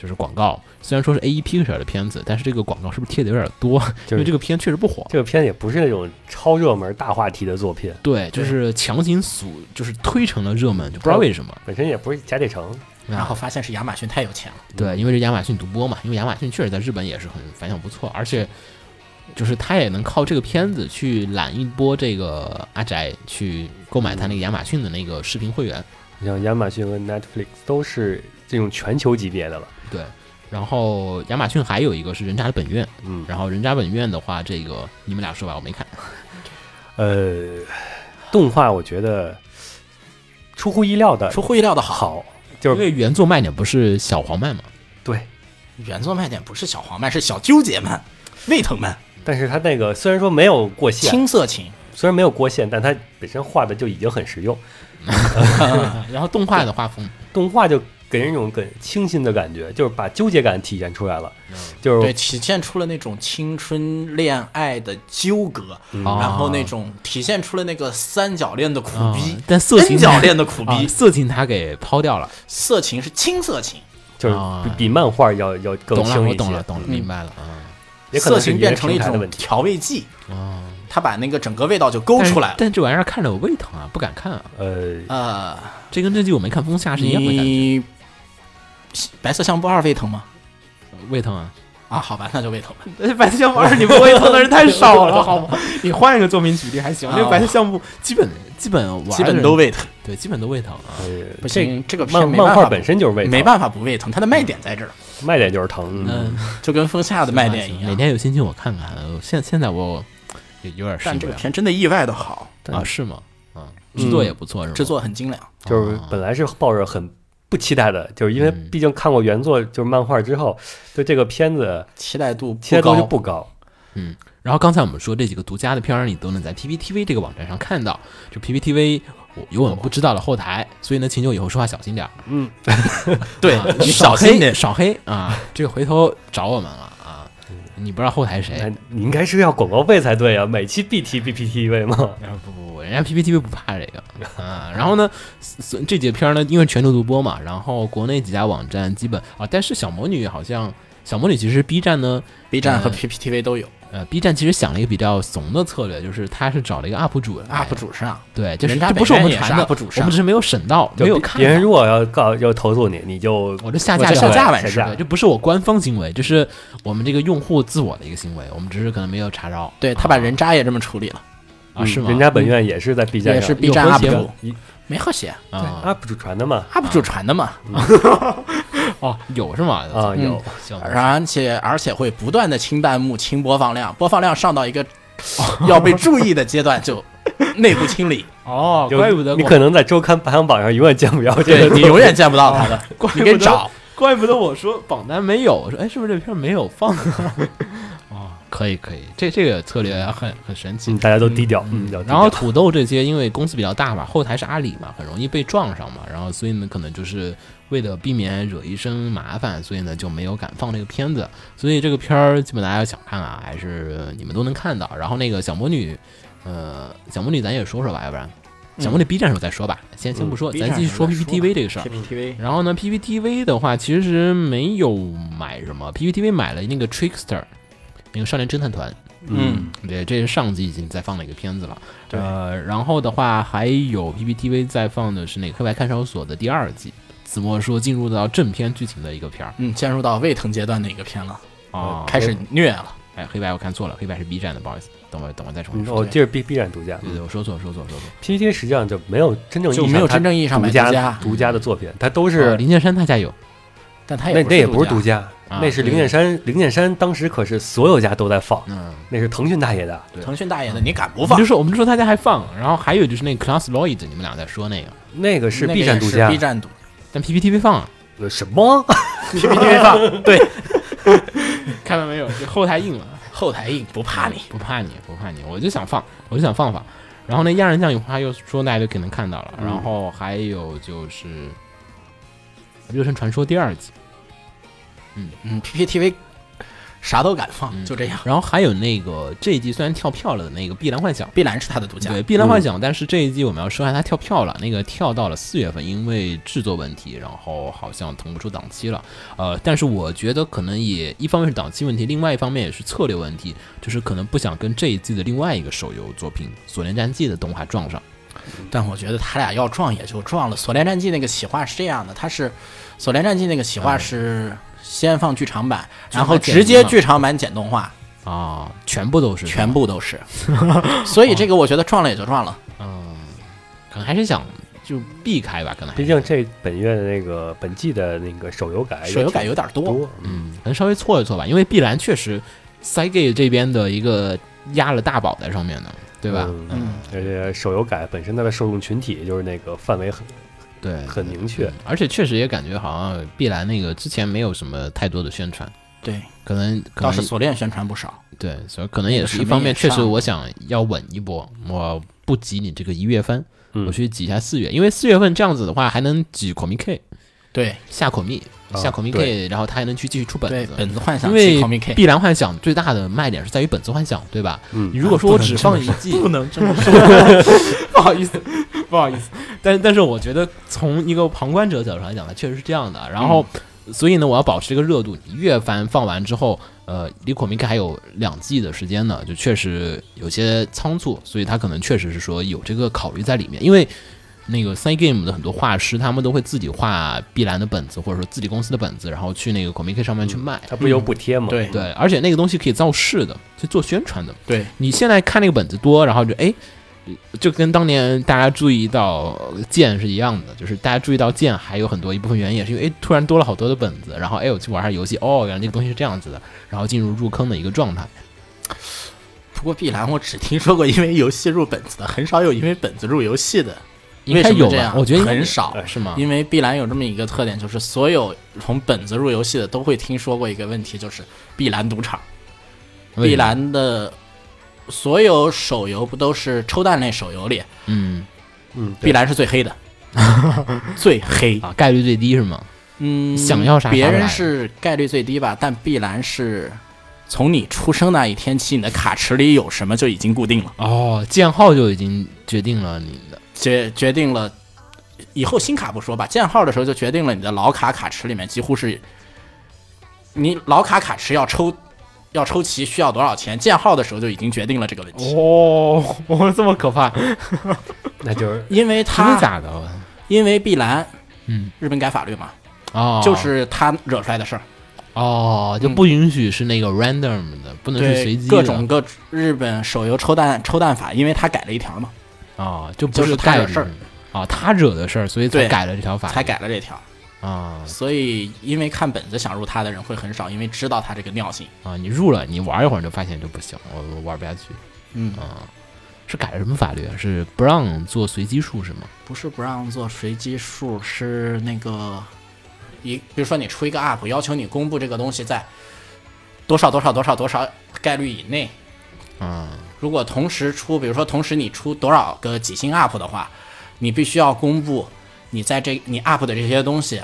[SPEAKER 3] 就是广告，虽然说是 A E Picture 的片子，但是这个广告是不是贴的有点多？
[SPEAKER 2] 就是
[SPEAKER 3] 因为这个片确实不火。
[SPEAKER 2] 这个片也不是那种超热门大话题的作品，
[SPEAKER 3] 对，就是强行俗，就是推成了热门，就不知道为什么。
[SPEAKER 2] 本身也不是贾铁城，
[SPEAKER 4] 然后发现是亚马逊太有钱了，
[SPEAKER 3] 对，因为是亚马逊独播嘛，因为亚马逊确实在日本也是很反响不错，而且就是他也能靠这个片子去揽一波这个阿宅去购买他那个亚马逊的那个视频会员。
[SPEAKER 2] 你像亚马逊和 Netflix 都是这种全球级别的了。
[SPEAKER 3] 对，然后亚马逊还有一个是人渣的本院，
[SPEAKER 2] 嗯，
[SPEAKER 3] 然后人渣本院的话，这个你们俩说吧，我没看。
[SPEAKER 2] 呃，动画我觉得出乎意料的
[SPEAKER 4] 出乎意料的好。
[SPEAKER 2] 好，就
[SPEAKER 3] 因
[SPEAKER 2] 是
[SPEAKER 3] 为原作卖点不是小黄漫嘛，
[SPEAKER 2] 对，
[SPEAKER 4] 原作卖点不是小黄漫，是小纠结漫、胃疼漫、
[SPEAKER 2] 但是他那个虽然说没有过线，
[SPEAKER 4] 青色情。
[SPEAKER 2] 虽然没有过线，但他本身画的就已经很实用，
[SPEAKER 3] 然后动画的画风，
[SPEAKER 2] 动画就给人一种很清新的感觉，就是把纠结感体现出来了，
[SPEAKER 3] 哦
[SPEAKER 2] 就是
[SPEAKER 4] 对，体现出了那种青春恋爱的纠葛，
[SPEAKER 3] 嗯
[SPEAKER 4] 然
[SPEAKER 3] 哦
[SPEAKER 4] 后那种体现出了那个三角恋的苦
[SPEAKER 3] 啊
[SPEAKER 4] 逼，
[SPEAKER 3] 但色情
[SPEAKER 4] N 角恋的苦逼，
[SPEAKER 3] 啊色情他给抛掉了。
[SPEAKER 4] 色情是青色情，
[SPEAKER 2] 就是比比漫画要要更
[SPEAKER 3] 啊懂了，
[SPEAKER 2] 轻
[SPEAKER 3] 我
[SPEAKER 2] 一
[SPEAKER 3] 懂了，
[SPEAKER 2] 些，
[SPEAKER 3] 懂了，
[SPEAKER 4] 嗯
[SPEAKER 3] 明白了啊。
[SPEAKER 2] 也可
[SPEAKER 4] 色
[SPEAKER 2] 能是
[SPEAKER 4] 情
[SPEAKER 2] 你的
[SPEAKER 4] 变成了一
[SPEAKER 2] 平台的
[SPEAKER 4] 种
[SPEAKER 2] 问题。
[SPEAKER 4] 调味剂，
[SPEAKER 3] 哦，
[SPEAKER 4] 它把那个整个味道就勾
[SPEAKER 3] 但是
[SPEAKER 4] 出来了。
[SPEAKER 3] 但这玩意儿看着我胃疼啊，不敢看啊。
[SPEAKER 2] 呃，
[SPEAKER 4] 呃，
[SPEAKER 3] 这跟这季我没看风下是一样的感觉，
[SPEAKER 4] 你白色相簿二胃疼吗？
[SPEAKER 3] 胃疼啊。
[SPEAKER 4] 啊，好吧，那就胃疼吧。
[SPEAKER 3] 《 [LAUGHS] 白色项目二》你不胃疼的人太少
[SPEAKER 4] [LAUGHS]
[SPEAKER 3] 了，好吗？你换一个作品举例还行，因为《白色项目》基本基本玩的
[SPEAKER 4] 啊基本都胃疼，
[SPEAKER 3] 对，基本都胃疼啊。
[SPEAKER 2] 呃
[SPEAKER 4] 不
[SPEAKER 2] 这
[SPEAKER 4] 行，这个片
[SPEAKER 2] 漫
[SPEAKER 4] 没办
[SPEAKER 2] 漫
[SPEAKER 4] 法
[SPEAKER 2] 画
[SPEAKER 4] 不
[SPEAKER 2] 本身就是胃疼，
[SPEAKER 4] 没办法不胃疼，它的卖点在这儿，
[SPEAKER 2] 卖点就是疼。嗯
[SPEAKER 3] 嗯，啊
[SPEAKER 4] 就跟风下的卖点一
[SPEAKER 3] 哪
[SPEAKER 4] 样。
[SPEAKER 3] 天有心情我看看。呃现现在我有有点受
[SPEAKER 4] 但
[SPEAKER 3] 不
[SPEAKER 4] 这个
[SPEAKER 3] 了
[SPEAKER 4] 片真的意外的好，
[SPEAKER 3] 啊，是吗？啊，制作也不错，是吗？
[SPEAKER 4] 制作很精良。
[SPEAKER 2] 就是本来是抱着很不期待的，就是因为
[SPEAKER 3] 哦嗯
[SPEAKER 2] 毕竟看过原作就是漫画之后，对这个片子
[SPEAKER 4] 期待度
[SPEAKER 2] 期待
[SPEAKER 4] 不
[SPEAKER 2] 度就
[SPEAKER 4] 高，
[SPEAKER 2] 不高。哎
[SPEAKER 3] 嗯，然后刚才我们说这几个独家的片儿，你都能在 PPTV 这个网站上看到。就 PPTV 我有我们不知道的后台，所以呢，秦九以后说话小心点儿，
[SPEAKER 2] 嗯，
[SPEAKER 4] 对
[SPEAKER 3] 啊，
[SPEAKER 4] [LAUGHS] 你
[SPEAKER 3] 少
[SPEAKER 4] 小
[SPEAKER 3] 黑
[SPEAKER 4] 心点。
[SPEAKER 3] 少黑
[SPEAKER 4] [LAUGHS]
[SPEAKER 3] 啊！这个回头找我们了啊！你不知道后台谁？
[SPEAKER 2] 哎你应该是要广告费才对啊，每期必提 BPTV 嘛。
[SPEAKER 3] 不不不，人家 PPTV 不怕这个啊。 [LAUGHS] 然后呢，所这几片儿呢，因为全球独播嘛，然后国内几家网站基本啊，但是小魔女好像小魔女其实 B 站呢
[SPEAKER 4] B 站和
[SPEAKER 3] 嗯
[SPEAKER 4] PPTV 都有
[SPEAKER 3] 呃，B 站其实想了一个比较怂的策略，就是他是找了一个 UP 主来
[SPEAKER 4] UP 主上，
[SPEAKER 3] 对，就是
[SPEAKER 4] 人家
[SPEAKER 3] 这不是我们
[SPEAKER 4] 本身也
[SPEAKER 3] 传的
[SPEAKER 4] 是 UP 主
[SPEAKER 3] 我
[SPEAKER 4] 上
[SPEAKER 3] 们只是没有审到，
[SPEAKER 2] 就
[SPEAKER 3] 没有
[SPEAKER 2] 别
[SPEAKER 3] 看到。
[SPEAKER 2] 别人如果要告要投诉你，你就
[SPEAKER 3] 我这下
[SPEAKER 4] 我
[SPEAKER 3] 架掉
[SPEAKER 4] 这下
[SPEAKER 3] 了
[SPEAKER 4] 架完
[SPEAKER 2] 下
[SPEAKER 4] 事
[SPEAKER 2] 架
[SPEAKER 4] 儿
[SPEAKER 3] 对，这不是我官方行为，这是我们这个用户自我的一个行为，我们只是可能没有查着。
[SPEAKER 4] 对他把人渣也这么处理了，
[SPEAKER 3] 啊，是吗？
[SPEAKER 2] 嗯人家本愿也是在 B 站
[SPEAKER 4] 也
[SPEAKER 2] 上
[SPEAKER 4] 是 B
[SPEAKER 3] 有
[SPEAKER 4] 站
[SPEAKER 3] 和
[SPEAKER 4] UP
[SPEAKER 3] 谐
[SPEAKER 4] 主
[SPEAKER 3] 吗
[SPEAKER 2] 一
[SPEAKER 4] 没和谐
[SPEAKER 3] 啊
[SPEAKER 2] UP 主传的嘛。
[SPEAKER 4] ，UP 主传的嘛，
[SPEAKER 3] 哦，有是吗？
[SPEAKER 2] 啊，
[SPEAKER 4] 嗯
[SPEAKER 2] 有
[SPEAKER 3] 行，
[SPEAKER 4] 而且而且会不断的清弹幕、清播放量，播放量上到一个要被注意的阶段就 [LAUGHS] 内部清理，
[SPEAKER 3] 哦，
[SPEAKER 2] 有
[SPEAKER 3] 怪不得
[SPEAKER 2] 你
[SPEAKER 3] 我
[SPEAKER 2] 可能在周刊排行榜上永远见不着这
[SPEAKER 4] 对
[SPEAKER 2] 个
[SPEAKER 4] 你永远见不到他的，
[SPEAKER 3] 怪不
[SPEAKER 4] 你
[SPEAKER 3] 得
[SPEAKER 4] 给找。
[SPEAKER 3] 怪不得我说榜单没有，我说哎，是不是这片儿没有放啊？ [LAUGHS] 哦，可以可以，这这个策略很很神奇
[SPEAKER 2] 嗯，。大家都低调，嗯，要低
[SPEAKER 3] 然后
[SPEAKER 2] 调
[SPEAKER 3] 土豆这些，因为公司比较大嘛，后台是阿里嘛，很容易被撞上嘛，然后所以呢，可能就是为了避免惹一身麻烦，所以呢就没有敢放这个片子。所以这个片儿基本大家想看啊，还是你们都能看到。然后那个小魔女，呃，小魔女咱也说说吧，要不然小魔女 B 站时候再说吧，先先不说，咱继续说 PPTV 这个事儿。
[SPEAKER 4] ，PPTV
[SPEAKER 3] 然后呢，PPTV 的话其实没有买什么，PPTV 买了那个 Trickster，那个少年侦探团。
[SPEAKER 4] 嗯，
[SPEAKER 3] 对，这是上集已经在放了一个片子了。呃，然后的话还有 PPTV 在放的是那个《黑白看守所》的第二季。子墨说进入到正片剧情的一个片儿
[SPEAKER 4] 嗯，进入到胃疼阶段的一个片了，
[SPEAKER 3] 啊，
[SPEAKER 4] 哦开始虐了，
[SPEAKER 3] 哎，黑白我看错了，黑白是 B 站的，不好意思，等会儿等会儿再重新
[SPEAKER 2] 嗯
[SPEAKER 3] 说。
[SPEAKER 4] 哦
[SPEAKER 2] 我记得 B B 站独家
[SPEAKER 3] 对对，我说错了，说错了，说错了。
[SPEAKER 2] ，PPT 实际上就没有真正意义
[SPEAKER 4] 就
[SPEAKER 2] 上
[SPEAKER 4] 没有
[SPEAKER 2] 它
[SPEAKER 4] 真正意义上买
[SPEAKER 2] 独
[SPEAKER 4] 独
[SPEAKER 2] 家
[SPEAKER 4] 家嗯
[SPEAKER 2] 独家的作品，它都
[SPEAKER 3] 哦
[SPEAKER 2] 是
[SPEAKER 3] 林建山他家有
[SPEAKER 4] 但他
[SPEAKER 2] 那
[SPEAKER 4] 也
[SPEAKER 2] 那也不是独
[SPEAKER 4] 独家，嗯
[SPEAKER 2] 家，
[SPEAKER 3] 啊
[SPEAKER 2] 那是
[SPEAKER 3] 对
[SPEAKER 2] 灵剑山灵剑山当时可是所有家都在放，
[SPEAKER 3] 嗯。
[SPEAKER 2] 那是腾讯大爷的，
[SPEAKER 3] 对
[SPEAKER 4] 腾讯大爷的你敢不
[SPEAKER 3] 我
[SPEAKER 4] 放
[SPEAKER 3] 们就？说，我们就说他家还放，然后还有就是那个 Class Lloyd，你们俩在说那个，
[SPEAKER 2] 那个是
[SPEAKER 4] 那个
[SPEAKER 2] B 站
[SPEAKER 4] 也
[SPEAKER 2] 独
[SPEAKER 4] 是
[SPEAKER 2] 家
[SPEAKER 4] ，B，站独
[SPEAKER 3] 但 PPTV 放啊，
[SPEAKER 2] 呃什
[SPEAKER 4] [LAUGHS]
[SPEAKER 2] 么？
[SPEAKER 4] ，PPTV 放，对，
[SPEAKER 3] 看到没有？这后台硬了。
[SPEAKER 4] 后台硬不怕你，
[SPEAKER 3] 哎不怕你，不怕你，我就想放，我就想放放。然后呢，亚人酱有话又说，大家就可能看到
[SPEAKER 4] 嗯
[SPEAKER 3] 了。然后还有就是《热身传说》第二季，
[SPEAKER 4] 嗯，PPTV 啥都敢放，
[SPEAKER 3] 嗯
[SPEAKER 4] 就这样。
[SPEAKER 3] 然后还有那个这一季虽然跳票了的那个《碧蓝幻想》，
[SPEAKER 4] 必然是他的独家，
[SPEAKER 3] 对《碧蓝幻想》，但是这一季我们要说一下它跳票了，那个跳到了四月份，因为制作问题，然后好像腾不出档期了。呃，但是我觉得可能也一方面是档期问题，另外一方面也是策略问题，就是可能不想跟这一季的另外一个手游作品《锁链战记》的动画撞上。
[SPEAKER 4] 但我觉得他俩要撞也就撞了。《锁链战记》那个企划是这样的，它是《锁链战记》那个企划是
[SPEAKER 3] 哎
[SPEAKER 4] 先放剧场版，然后直接剧场版剪动画，
[SPEAKER 3] 啊，全部都是
[SPEAKER 4] 全部
[SPEAKER 3] [LAUGHS]
[SPEAKER 4] 都是。所以这个我觉得撞了也就撞了。
[SPEAKER 3] 嗯，可能还是想就避开吧，可能还是
[SPEAKER 2] 毕竟这本月的那个本季的那个手游改也
[SPEAKER 4] 手游
[SPEAKER 2] 挺
[SPEAKER 4] 改有点多，
[SPEAKER 2] 多，嗯
[SPEAKER 3] 嗯，可能稍微错一错吧，因为碧蓝确实 c g a 这边的一个压了大宝在上面呢，对吧？
[SPEAKER 2] 嗯，而且手游改本身它的受众群体就是那个范围很
[SPEAKER 3] 对，
[SPEAKER 2] 很明确，
[SPEAKER 3] 而且确实也感觉好像碧蓝那个之前没有什么太多的宣传，
[SPEAKER 4] 对，
[SPEAKER 3] 可能可
[SPEAKER 4] 倒
[SPEAKER 3] 能
[SPEAKER 4] 是锁链宣传不少。
[SPEAKER 3] 对，所以可能也是一
[SPEAKER 4] 那个什么
[SPEAKER 3] 方面，
[SPEAKER 4] 也
[SPEAKER 3] 确实
[SPEAKER 4] 上
[SPEAKER 3] 我想要稳一波，我不挤你这个一月份，
[SPEAKER 2] 嗯
[SPEAKER 3] 我去挤一下四月，因为四月份这样子的话还能挤 Comic K
[SPEAKER 4] 对
[SPEAKER 3] 下 Comic
[SPEAKER 2] 啊
[SPEAKER 3] 下 Comic K，、然后他还能去继续出本
[SPEAKER 4] 对，
[SPEAKER 3] 子，
[SPEAKER 4] 本子幻想
[SPEAKER 3] 因
[SPEAKER 4] 系
[SPEAKER 3] 为
[SPEAKER 4] Comic K，
[SPEAKER 3] 碧蓝幻想最大的卖点是在于本子幻想，对吧？
[SPEAKER 2] 嗯
[SPEAKER 3] 你如果说我只放一季， [LAUGHS] 不能这么说， [LAUGHS] 不好意思，不好意思。但但是我觉得从一个旁观者角度上来讲，它确实是这样的。然后，所以呢，我要保持这个热度。你月番放完之后，呃，离孔明克还有两季的时间呢，就确实有些仓促，所以他可能确实是说有这个考虑在里面，因为。那个三 game 的很多画师，他们都会自己画碧蓝的本子，或者说自己公司的本子，然后去那个 Comic 上面去卖。
[SPEAKER 2] 它不是有补贴吗？
[SPEAKER 4] 对
[SPEAKER 3] 对，而且那个东西可以造势的，去做宣传的。
[SPEAKER 4] 对，
[SPEAKER 3] 你现在看那个本子多，然后就哎，就跟当年大家注意到呃剑是一样的，就是大家注意到剑还有很多一部分原因也是因为哎突然多了好多的本子，然后哎我去玩下游戏，哦原来这个东西是这样子的，然后进入入坑的一个状态。
[SPEAKER 4] 不过碧蓝我只听说过因为游戏入本子的，很少有因为本子入游戏的。
[SPEAKER 3] 应
[SPEAKER 4] 为
[SPEAKER 3] 该
[SPEAKER 4] 什
[SPEAKER 3] 有
[SPEAKER 4] 么这
[SPEAKER 3] 吧
[SPEAKER 4] 样？？
[SPEAKER 3] 我觉得应该有
[SPEAKER 4] 很少，
[SPEAKER 3] 是吗？
[SPEAKER 4] 因为碧蓝有这么一个特点，就是所有从本子入游戏的都会听说过一个问题，就是碧蓝赌场。碧蓝的所有手游不都是抽蛋类手游里，
[SPEAKER 3] 嗯
[SPEAKER 2] 嗯，对
[SPEAKER 4] 碧蓝是最
[SPEAKER 3] [LAUGHS]
[SPEAKER 4] 黑的，最黑。
[SPEAKER 3] 啊，概率最低是吗？
[SPEAKER 4] 嗯，
[SPEAKER 3] 想要啥
[SPEAKER 4] 别
[SPEAKER 3] 啥
[SPEAKER 4] 人
[SPEAKER 3] 来
[SPEAKER 4] 是概率最低吧，但碧蓝是从你出生那一天起，你的卡池里有什么就已经固定了，
[SPEAKER 3] 哦，剑号就已经决定了你的
[SPEAKER 4] 决决定了以后新卡不说吧，建号的时候就决定了你的老卡卡池里面几乎是，你老卡卡池要抽要抽齐需要多少钱，建号的时候就已经决定了这个问题， [LAUGHS]
[SPEAKER 3] 哦，这么可怕，真
[SPEAKER 2] 那就是
[SPEAKER 4] 因为
[SPEAKER 3] 的
[SPEAKER 4] 他
[SPEAKER 3] 假的？
[SPEAKER 4] 因为碧蓝，
[SPEAKER 3] 嗯，
[SPEAKER 4] 日本改法律嘛，
[SPEAKER 3] 哦，
[SPEAKER 4] 就是他惹出来的事儿，
[SPEAKER 3] 哦，就
[SPEAKER 4] 嗯
[SPEAKER 3] 不允许是那个 random 的，不能是随
[SPEAKER 4] 对
[SPEAKER 3] 机的，
[SPEAKER 4] 各种各日本手游抽蛋抽蛋法，因为他改了一条嘛，
[SPEAKER 3] 啊，就不
[SPEAKER 4] 就是是他
[SPEAKER 3] 概
[SPEAKER 4] 惹
[SPEAKER 3] 率
[SPEAKER 4] 事儿
[SPEAKER 3] 啊，他惹的事儿，所以才
[SPEAKER 4] 对
[SPEAKER 3] 改了这条法律，
[SPEAKER 4] 才改了这条，
[SPEAKER 3] 啊
[SPEAKER 4] 所以因为看本子想入他的人会很少，因为知道他这个尿性，
[SPEAKER 3] 啊，你入了，你玩一会儿你就发现就不行，我我玩不下去，
[SPEAKER 4] 嗯，
[SPEAKER 3] 是改了什么法律啊？是不让做随机数是吗？
[SPEAKER 4] 不是不让做随机数，是那个一，比如说你出一个 UP，要求你公布这个东西在多少多少多少多少概率以内。
[SPEAKER 3] 啊，
[SPEAKER 4] 如果同时出，比如说同时你出多少个几星 UP 的话，你必须要公布你在这你 UP 的这些东西，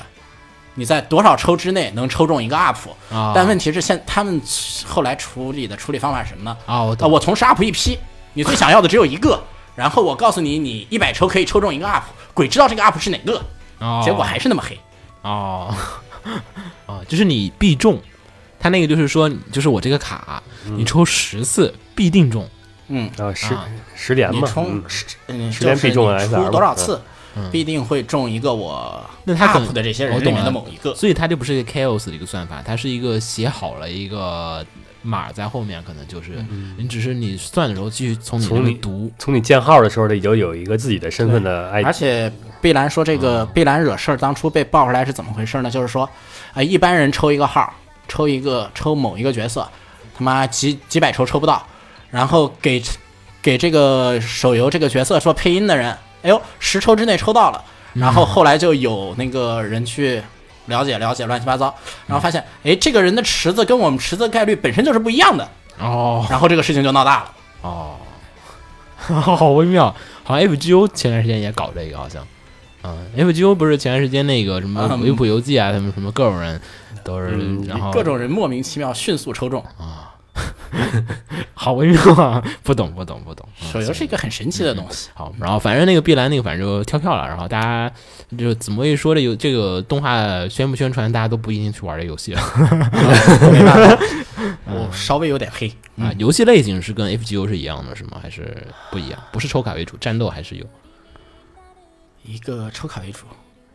[SPEAKER 4] 你在多少抽之内能抽中一个 UP。
[SPEAKER 3] 啊
[SPEAKER 4] 但问题是现他们后来处理的处理方法是什么呢？
[SPEAKER 3] 啊，我
[SPEAKER 4] 啊，
[SPEAKER 3] 懂，
[SPEAKER 4] 我同时 up 一批，你最想要的只有一个，然后我告诉你，你一百抽可以抽中一个 up，鬼知道这个 up 是哪个，
[SPEAKER 3] 哦
[SPEAKER 4] 结果还是那么黑。
[SPEAKER 3] 哦，哦，就是你必中，他那个就是说，就是我这个卡，你抽十次必定中，
[SPEAKER 4] 嗯，
[SPEAKER 2] 啊十
[SPEAKER 3] 啊
[SPEAKER 2] 十连
[SPEAKER 4] 你
[SPEAKER 2] 嘛，
[SPEAKER 4] 充
[SPEAKER 2] 嗯
[SPEAKER 4] 十嗯，
[SPEAKER 2] 十
[SPEAKER 4] 就
[SPEAKER 2] 连
[SPEAKER 4] 是
[SPEAKER 2] 必
[SPEAKER 4] 你
[SPEAKER 2] 中了 SR
[SPEAKER 4] 出多
[SPEAKER 2] 吧嗯
[SPEAKER 4] 少次，必定会中一个我
[SPEAKER 3] 那他可能
[SPEAKER 4] up 的这些人
[SPEAKER 3] 我
[SPEAKER 4] 里
[SPEAKER 3] 懂
[SPEAKER 4] 面
[SPEAKER 3] 了
[SPEAKER 4] 的某一个。
[SPEAKER 3] 所以它就不是一个 chaos 的一个算法，它是一个写好了一个码在后面，可能就是、
[SPEAKER 4] 嗯
[SPEAKER 3] 你只是你算的时候继续从你那
[SPEAKER 2] 从
[SPEAKER 3] 里
[SPEAKER 2] 你
[SPEAKER 3] 读
[SPEAKER 2] 从你建号的时候，它已经有一个自己的身份的
[SPEAKER 3] 哎
[SPEAKER 2] ID，
[SPEAKER 4] 而且碧蓝说这
[SPEAKER 3] 嗯
[SPEAKER 4] 个碧蓝惹事儿，当初被爆出来是怎么回事呢？就是说，哎，一般人抽一个号，抽一个抽某一个角色，他妈几几百抽抽不到，然后给给这个手游这个角色说配音的人，哎呦，十抽之内抽到了，
[SPEAKER 3] 嗯
[SPEAKER 4] 然后后来就有那个人去。了解了解，乱七八糟，
[SPEAKER 3] 嗯
[SPEAKER 4] 然后发现，哎，这个人的池子跟我们池子概率本身就是不一样的，
[SPEAKER 3] 哦
[SPEAKER 4] 然后这个事情就闹大了。
[SPEAKER 3] 哦，好微妙，好像 FGO 前段时间也搞这个，好像。嗯，FGO 不是前段时间那个什么
[SPEAKER 4] 嗯
[SPEAKER 3] 维普游记啊，他们什么各种人都是，
[SPEAKER 2] 嗯
[SPEAKER 3] 然后啊
[SPEAKER 4] 各种人莫名其妙迅速抽中，
[SPEAKER 3] [LAUGHS] 好微妙啊，不懂不懂不懂。嗯
[SPEAKER 4] 手游是一个很神奇的东西。
[SPEAKER 3] 好，然后反正那个碧蓝那个反正就跳票了，然后大家就怎么一说这有这个动画宣不宣传，大家都不一定去玩这游戏了。嗯
[SPEAKER 4] 我稍微有点黑。
[SPEAKER 3] 啊，游戏类型是跟 FGO 是一样的，是吗？还是不一样？不是抽卡为主，战斗还是有
[SPEAKER 4] 一个抽卡为主，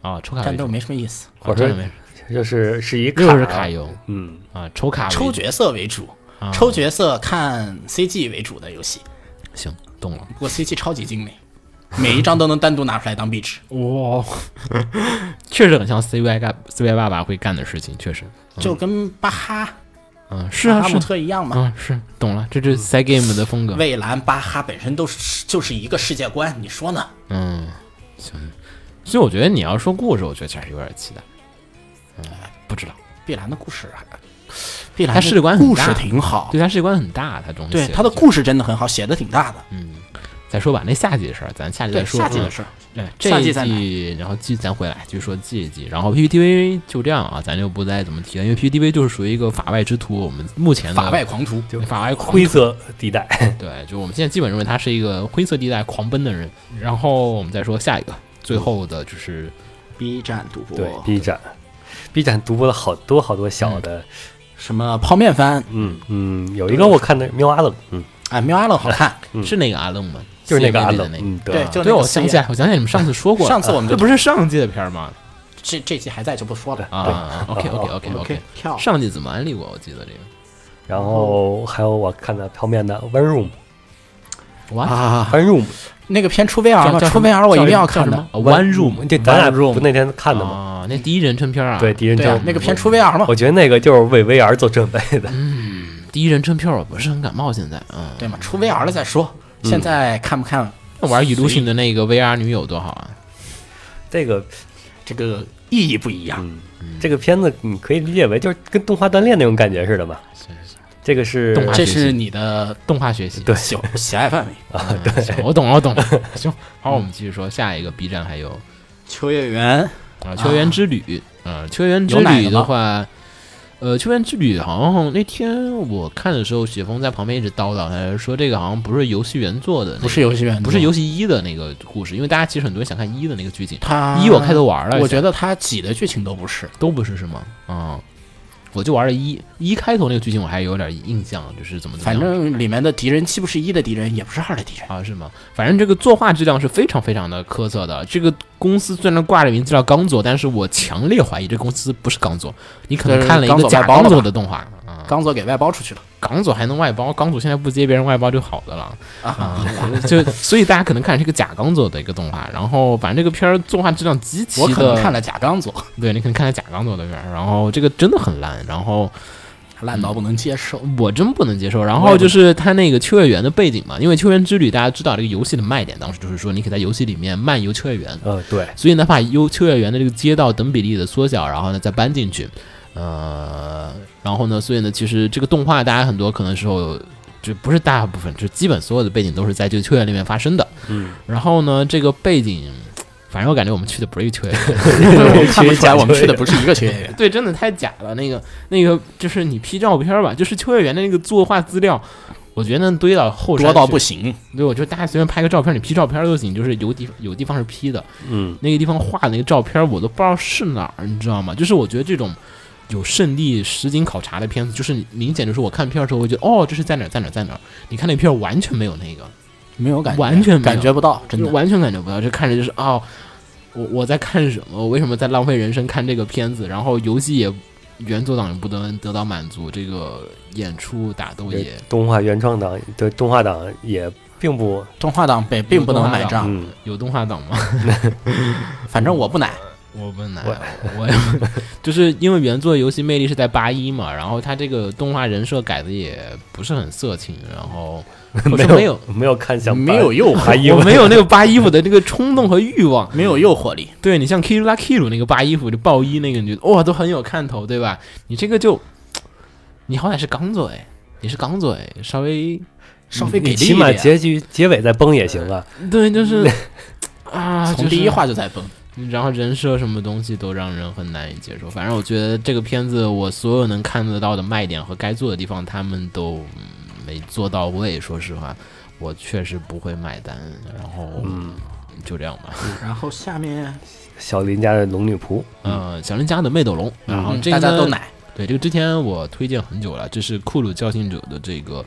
[SPEAKER 3] 啊，抽卡为
[SPEAKER 4] 战斗
[SPEAKER 3] 主，
[SPEAKER 4] 没什么意思，
[SPEAKER 3] 啊
[SPEAKER 2] 或
[SPEAKER 3] 战
[SPEAKER 2] 者
[SPEAKER 3] 斗没事，
[SPEAKER 2] 就是是一
[SPEAKER 3] 又是卡游
[SPEAKER 2] 嗯，
[SPEAKER 3] 啊，抽卡为主
[SPEAKER 4] 抽角色为主，
[SPEAKER 3] 啊
[SPEAKER 4] 抽角色看 CG 为主的游戏。
[SPEAKER 3] 行，懂了。
[SPEAKER 4] 不过 CG 超级
[SPEAKER 3] [LAUGHS]
[SPEAKER 4] 精美，每一张都能单独拿出来当壁
[SPEAKER 3] 嗯
[SPEAKER 4] 纸。
[SPEAKER 3] 哇， [LAUGHS] 确实很像 CY 干 CY 爸爸会干的事情，确实，
[SPEAKER 4] 就跟巴哈、
[SPEAKER 3] 嗯，是
[SPEAKER 4] 巴
[SPEAKER 3] 啊，
[SPEAKER 4] 哈
[SPEAKER 3] 是
[SPEAKER 4] 姆
[SPEAKER 3] 啊
[SPEAKER 4] 特一样嘛。
[SPEAKER 3] 嗯，是懂了，这就是 C game 的风格。
[SPEAKER 4] 蔚蓝、巴哈本身都是就是一个世界观，你说呢？
[SPEAKER 3] 嗯，行。所以我觉得你要说故事，我觉得确实有点期待。嗯，不知道，
[SPEAKER 4] 碧蓝的故事啊，碧蓝
[SPEAKER 3] 它世界观很
[SPEAKER 4] 故事
[SPEAKER 3] 大
[SPEAKER 4] 挺好，
[SPEAKER 3] 对他世界观很大，他东西
[SPEAKER 4] 哦对
[SPEAKER 3] 写
[SPEAKER 4] 它的
[SPEAKER 3] 就
[SPEAKER 4] 故事真的很好，写的挺大的。
[SPEAKER 3] 再说吧，那夏季的事儿，咱下季再
[SPEAKER 4] 对
[SPEAKER 3] 嗯说。
[SPEAKER 4] 夏季的
[SPEAKER 3] 嗯
[SPEAKER 4] 事儿，
[SPEAKER 3] 对，
[SPEAKER 4] 夏
[SPEAKER 3] 这一
[SPEAKER 4] 季再买
[SPEAKER 3] 季，然后继咱回来继续说这一季，然后 PPTV 就这样啊，咱就不再怎么提了，因为 PPTV 就是属于一个法外之徒，我们目前的
[SPEAKER 4] 法外狂徒。
[SPEAKER 2] 就
[SPEAKER 3] 法外狂
[SPEAKER 2] 灰色地带，
[SPEAKER 3] 对，就我们现在基本认为他是一个灰色地带狂奔的人。然后我们再说下一个，最后的就是
[SPEAKER 4] B 站主播
[SPEAKER 2] 对 B 站，B 站独播了好多好多小的，
[SPEAKER 4] 什么泡面番，
[SPEAKER 2] 嗯嗯，有一个我看的喵阿冷，嗯，
[SPEAKER 4] 哎，喵阿乐好看，
[SPEAKER 3] 是那个阿愣吗？
[SPEAKER 2] 就是那个
[SPEAKER 3] CMB
[SPEAKER 2] 阿
[SPEAKER 3] 的
[SPEAKER 2] 冷
[SPEAKER 3] 那，
[SPEAKER 2] 嗯，
[SPEAKER 4] 对就
[SPEAKER 3] 对，
[SPEAKER 4] 那个
[SPEAKER 3] 我想起来，我想起来，你们上次说过啊了，
[SPEAKER 4] 上次我们就
[SPEAKER 3] 这不是上季的片儿吗？
[SPEAKER 4] 这这期还在就不说了。
[SPEAKER 3] 啊，OK OK OK
[SPEAKER 4] [LAUGHS] 我们可以
[SPEAKER 3] OK，
[SPEAKER 4] 跳
[SPEAKER 3] 上季怎么安利过？我记得这个
[SPEAKER 2] 然后还有我看的泡面的 One Room
[SPEAKER 3] 哇，
[SPEAKER 4] 啊，
[SPEAKER 2] One Room，
[SPEAKER 4] 那个片出 VR
[SPEAKER 3] 叫
[SPEAKER 4] 了，
[SPEAKER 3] 叫
[SPEAKER 4] 出 VR 我一定要看
[SPEAKER 3] 叫
[SPEAKER 4] 的
[SPEAKER 3] 什。么啊 One
[SPEAKER 2] 这
[SPEAKER 3] Room
[SPEAKER 2] 咱俩
[SPEAKER 5] One Room
[SPEAKER 2] 不那天看的吗？
[SPEAKER 3] 啊，那第一人称片儿啊，
[SPEAKER 2] 对，，敌人嗯
[SPEAKER 4] 对啊
[SPEAKER 2] 证，
[SPEAKER 4] 那个片出 VR 嘛，
[SPEAKER 2] [LAUGHS] 我觉得那个就是为 VR 做准备的。
[SPEAKER 3] 第一人称片儿我不是很感冒，现在嗯，
[SPEAKER 4] 对嘛，出 VR 了再说。现在看不看
[SPEAKER 3] 那玩 Illusion 的那个 VR 女友多好啊！
[SPEAKER 2] 这个
[SPEAKER 4] 这个意义不一样。
[SPEAKER 3] 嗯
[SPEAKER 2] 这个片子你可以理解为就是跟动画锻炼那种感觉似的嘛。这个是
[SPEAKER 3] 动画
[SPEAKER 4] 这是你的
[SPEAKER 3] 动画学习，
[SPEAKER 2] 对
[SPEAKER 4] 喜喜爱
[SPEAKER 3] [LAUGHS]
[SPEAKER 4] 范围。
[SPEAKER 3] 嗯，行我懂了，我懂了。行，好，我们继续说下一个 B 站还有
[SPEAKER 4] 秋叶原
[SPEAKER 3] 啊，球员之旅啊，球员之
[SPEAKER 4] 有奶
[SPEAKER 3] 旅
[SPEAKER 4] 的
[SPEAKER 3] 的
[SPEAKER 4] 吗
[SPEAKER 3] 话，呃，球员之旅好像那天我看的时候，雪峰在旁边一直叨叨，他说这个好像不是游戏原作的那个，
[SPEAKER 4] [LAUGHS] 不是游戏原，
[SPEAKER 3] 不是游戏一的那个故事，因为大家其实很多人想看一的那个剧情，
[SPEAKER 4] 它
[SPEAKER 3] 一我开头玩了一下，嗯
[SPEAKER 4] 我觉得它几的剧情都不是。
[SPEAKER 3] 都不是是吗？啊，我就玩了一一开头那个剧情，我还有点印象，就是怎么怎么
[SPEAKER 4] 反
[SPEAKER 3] 样。
[SPEAKER 4] 正里面的敌人既不是一的敌人，也不是二的敌人。
[SPEAKER 3] 啊，是吗？反正这个作画质量是非常非常的苛刻的。这个公司虽然挂着名字叫刚做，但是我强烈怀疑这公司不是刚做，你可能
[SPEAKER 4] 就是
[SPEAKER 3] 看了一
[SPEAKER 4] 刚
[SPEAKER 3] 个
[SPEAKER 4] 做
[SPEAKER 3] 假
[SPEAKER 4] 外包了
[SPEAKER 3] 刚做
[SPEAKER 4] 吧
[SPEAKER 3] 的动画。啊，
[SPEAKER 4] 刚佐给外包出去了
[SPEAKER 3] 港佐还能外包，港佐现在不接别人外包就好的了
[SPEAKER 4] [LAUGHS] 啊！
[SPEAKER 3] 啊、
[SPEAKER 4] [LAUGHS]
[SPEAKER 3] 就所以大家可能看是个假港佐的一个动画，然后反正这个片儿作画质量极其的，
[SPEAKER 4] 我可能看了假刚佐，
[SPEAKER 3] 对你可能看了假港佐的片儿，然后这个真的很烂，然后
[SPEAKER 4] 烂到不能
[SPEAKER 3] [LAUGHS]
[SPEAKER 4] 接受。
[SPEAKER 3] 我真不能接受。然后就是它那个秋叶原的背景嘛，因为秋叶原之旅大家知道这个游戏的卖点，当时就是说你可以在游戏里面漫游秋叶原，
[SPEAKER 2] [LAUGHS] 呃对，
[SPEAKER 3] 所以呢，把优秋叶原的这个街道等比例的缩小，然后呢再搬进去，呃，然后呢，所以呢，其实这个动画大家很多可能时候就不是大部分，就基本所有的背景都是在这个秋叶原里面发生的。
[SPEAKER 2] 嗯，
[SPEAKER 3] 然后呢，这个背景，反正我感觉我们去的不是一个秋叶原，
[SPEAKER 4] 我 [LAUGHS] 看不出来我们去的不是一个秋叶原。
[SPEAKER 3] 对，真的太假了。那个那个就是你 P 照片吧，就是秋叶原的那个作画资料。我觉得能堆到后山
[SPEAKER 4] 多到
[SPEAKER 3] 去
[SPEAKER 4] 不行，
[SPEAKER 3] 对，我觉得大家随便拍个照片，你 P 照片都行，就是有地有地方是 P 的，
[SPEAKER 2] 嗯，
[SPEAKER 3] 那个地方画的那个照片，我都不知道是哪儿，你知道吗？就是我觉得这种有圣地实景考察的片子，就是你明显就是我看片儿的时候，我觉得哦，这是在哪儿，在哪儿，在哪儿。你看那片儿完全没有那个，
[SPEAKER 4] 没有感觉，
[SPEAKER 3] 完全没有
[SPEAKER 4] 感觉不到，真
[SPEAKER 3] 就
[SPEAKER 4] 的
[SPEAKER 3] 是。完全感觉不到，这看着就是哦，我我在看什么？啊我为什么在浪费人生看这个片子？然后游戏也呃原作党也不能得到满足，这个演出打斗也
[SPEAKER 2] 动画原创党对动画党也并不
[SPEAKER 4] 动画党被并不能买账，
[SPEAKER 2] 嗯，
[SPEAKER 3] 有动画党吗？
[SPEAKER 4] 反正我不奶。
[SPEAKER 3] 我不难，我就是因为原作游戏魅力是在八一嘛，然后它这个动画人设改的也不是很色情，然 [LAUGHS] 后我说没
[SPEAKER 2] 没
[SPEAKER 3] 有，
[SPEAKER 2] 没有看想
[SPEAKER 4] 没有诱惑，
[SPEAKER 2] 还因
[SPEAKER 3] 我
[SPEAKER 2] 为
[SPEAKER 3] 没有那个扒衣服的那个冲动和欲望。
[SPEAKER 4] 没有诱惑力。
[SPEAKER 2] 嗯
[SPEAKER 3] 对你像 Kiru La Kiru 那个扒衣服就爆衣那个，你觉得哇都很有看头，对吧？你这个就，你好歹是刚做哎，你是刚做哎，稍微
[SPEAKER 4] 稍微
[SPEAKER 2] 你
[SPEAKER 4] 给力
[SPEAKER 2] 起
[SPEAKER 4] 一
[SPEAKER 2] 码
[SPEAKER 4] 点，啊
[SPEAKER 2] 结局结尾再崩也行啊，
[SPEAKER 3] 对就是啊，
[SPEAKER 4] 嗯从
[SPEAKER 3] 就是
[SPEAKER 4] 第一话就在崩。
[SPEAKER 3] 然后人设什么东西都让人很难以接受。反正我觉得这个片子，我所有能看得到的卖点和该做的地方，他们都嗯没做到位。说实话，我确实不会买单。然后，嗯，就这样吧。
[SPEAKER 4] 然后下面
[SPEAKER 2] 小林家的龙女仆，
[SPEAKER 3] 嗯，小林家的魅斗龙，然后
[SPEAKER 4] 嗯
[SPEAKER 3] 这
[SPEAKER 4] 大
[SPEAKER 3] 个
[SPEAKER 4] 家
[SPEAKER 3] 呢
[SPEAKER 4] 都。奶，
[SPEAKER 3] 对，这个之前我推荐很久了，这是库鲁教信者的这个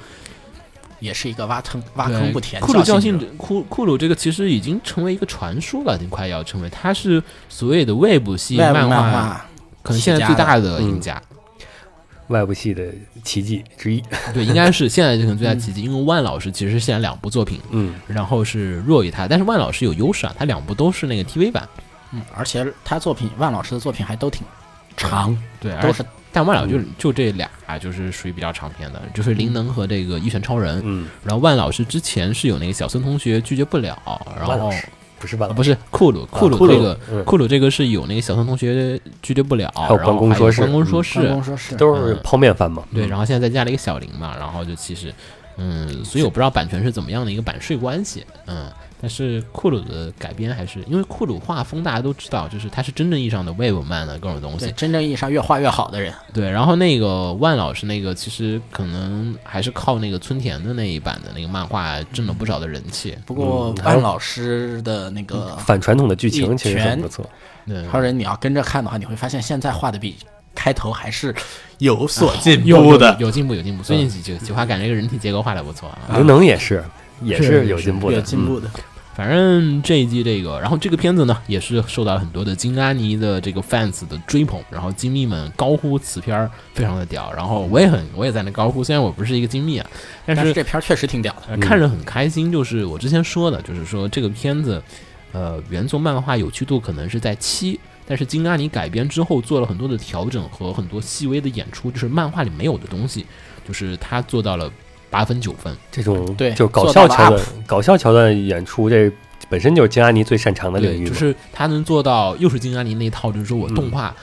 [SPEAKER 4] 也是一个挖坑挖
[SPEAKER 3] 对
[SPEAKER 4] 坑不填。
[SPEAKER 3] 库鲁教
[SPEAKER 4] 信
[SPEAKER 3] 信者，库库鲁这个其实已经成为一个传说了，已经快要成为，它是所谓的未卜系
[SPEAKER 4] 外部
[SPEAKER 3] 漫
[SPEAKER 4] 漫
[SPEAKER 3] 画，啊
[SPEAKER 4] 画
[SPEAKER 3] 可能现在
[SPEAKER 4] 起
[SPEAKER 3] 最
[SPEAKER 4] 家
[SPEAKER 3] 大的
[SPEAKER 2] 嗯
[SPEAKER 3] 赢家。
[SPEAKER 2] 外部系的奇迹之一，
[SPEAKER 3] 对，应该是现在这可能最大奇迹，因为万老师其实是现在两部作品，
[SPEAKER 2] 嗯，
[SPEAKER 3] 然后是弱于他，但是万老师有优势啊，他两部都是那个 TV 版，
[SPEAKER 4] 嗯，而且他作品万老师的作品还都挺长，
[SPEAKER 3] 对，而
[SPEAKER 4] 都是
[SPEAKER 3] 但万老就就这俩啊就是属于比较长篇的，就是灵能和这个一拳超人，
[SPEAKER 2] 嗯，
[SPEAKER 3] 然后万老师之前是有那个小孙同学拒绝不了，然
[SPEAKER 2] 万
[SPEAKER 3] 后
[SPEAKER 2] 老师不是万
[SPEAKER 3] 啊
[SPEAKER 2] 老
[SPEAKER 3] 不是库鲁库鲁
[SPEAKER 2] 库鲁
[SPEAKER 3] 这个
[SPEAKER 2] 嗯
[SPEAKER 3] 库鲁这个是有那个小孙同学拒绝不了，
[SPEAKER 2] 还有
[SPEAKER 3] 然
[SPEAKER 2] 关
[SPEAKER 3] 后
[SPEAKER 2] 公
[SPEAKER 3] 还有
[SPEAKER 2] 说事
[SPEAKER 3] 关公说
[SPEAKER 2] 嗯
[SPEAKER 3] 事，
[SPEAKER 4] 办公说是
[SPEAKER 2] 都是泡面番嘛，
[SPEAKER 3] 对，然后现在再加了一个小林嘛，然后就其实，嗯，所以我不知道版权是怎么样的一个版税关系，嗯，但是库鲁的改编还是因为库鲁画风大家都知道，就是他是真正意义上的 wave 漫的各种东
[SPEAKER 4] 对
[SPEAKER 3] 西，
[SPEAKER 4] 真正意义上越画越好的人，
[SPEAKER 3] 对，然后那个万老师那个其实可能还是靠那个村田的那一版的那个漫画挣了不少的人气，
[SPEAKER 4] 不过
[SPEAKER 2] 嗯还有
[SPEAKER 4] 万老师的那个
[SPEAKER 2] 反传统的剧情
[SPEAKER 4] 一
[SPEAKER 2] 其实很
[SPEAKER 4] 拳
[SPEAKER 2] 不错，
[SPEAKER 3] 对，
[SPEAKER 4] 超人，你要跟着看的话，你会发现现在画的比开头还是有所进
[SPEAKER 3] 有
[SPEAKER 4] 步
[SPEAKER 3] 有
[SPEAKER 4] 的。
[SPEAKER 2] 嗯
[SPEAKER 3] 有进步有进步，最近几几几画感觉这个人体结构画的不错啊，
[SPEAKER 2] 灵能也是，也
[SPEAKER 3] 是
[SPEAKER 2] 是有进步
[SPEAKER 4] 有
[SPEAKER 2] 的，
[SPEAKER 4] 进步
[SPEAKER 2] 嗯
[SPEAKER 4] 的。
[SPEAKER 3] 反正这一季这个，然后这个片子呢，也是受到了很多的金阿尼的这个 fans 的追捧，然后金密们高呼此片儿非常的屌，然后我也很我也在那高呼，虽然我不是一个金密啊，但
[SPEAKER 4] 但
[SPEAKER 3] 是
[SPEAKER 4] 是这片儿确实挺屌的，
[SPEAKER 3] 呃看着很开心。就是我之前说的，就是说这个片子，呃，原作漫画有趣度可能是在七，但是金阿尼改编之后做了很多的调整和很多细微的演出，就是漫画里没有的东西，就是他做到了八分九分。
[SPEAKER 2] 这种
[SPEAKER 4] 对
[SPEAKER 2] 就是搞
[SPEAKER 4] 做
[SPEAKER 2] 笑
[SPEAKER 4] 到
[SPEAKER 2] 桥
[SPEAKER 4] 了 up
[SPEAKER 2] 段，搞笑桥段演出这本身就是金阿尼最擅长的嗯领
[SPEAKER 3] 对，
[SPEAKER 2] 域
[SPEAKER 3] 就
[SPEAKER 2] 嘛，
[SPEAKER 3] 是他能做到又是金安妮那一套，就是说我动画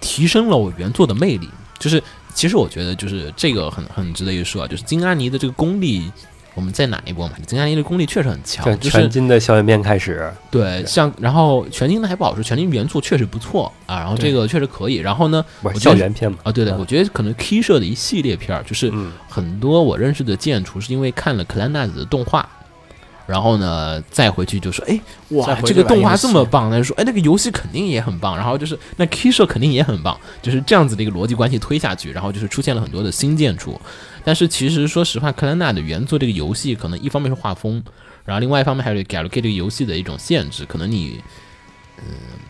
[SPEAKER 3] 提升了我原作的魅力。就是其实我觉得就是这个很很值得一说啊，就是金安妮的这个功力。我们再哪一波嘛？金安妮的功力确实很强，
[SPEAKER 2] 像
[SPEAKER 3] 就是
[SPEAKER 2] 全金的校园片开始，
[SPEAKER 3] 对，像然后全金的还不好说，全金原作确实不错啊，然后这个确实可以。然后呢，
[SPEAKER 2] 不是
[SPEAKER 3] 我觉
[SPEAKER 2] 校
[SPEAKER 3] 得
[SPEAKER 2] 园片嘛，
[SPEAKER 3] 啊，对的，
[SPEAKER 2] 嗯
[SPEAKER 3] 我觉得可能 K 社的一系列片儿，就是
[SPEAKER 2] 嗯
[SPEAKER 3] 很多我认识的建筑是因为看了克莱纳子的动画，然后呢再回去就说，哎，
[SPEAKER 4] 再
[SPEAKER 3] 哇，
[SPEAKER 4] 回
[SPEAKER 3] 这
[SPEAKER 4] 去
[SPEAKER 3] 个
[SPEAKER 4] 玩
[SPEAKER 3] 动画
[SPEAKER 4] 游戏
[SPEAKER 3] 这么棒，他就说，哎，那个游戏肯定也很棒，然后就是那 K 社肯定也很棒，就是这样子的一个逻辑关系推下去，然后就是出现了很多的新建筑。但是其实说实话，克莱纳的原作这个游戏，可能一方面是画风，然后另外一方面还有改了 K 这个游戏的一种限制，可能你，嗯、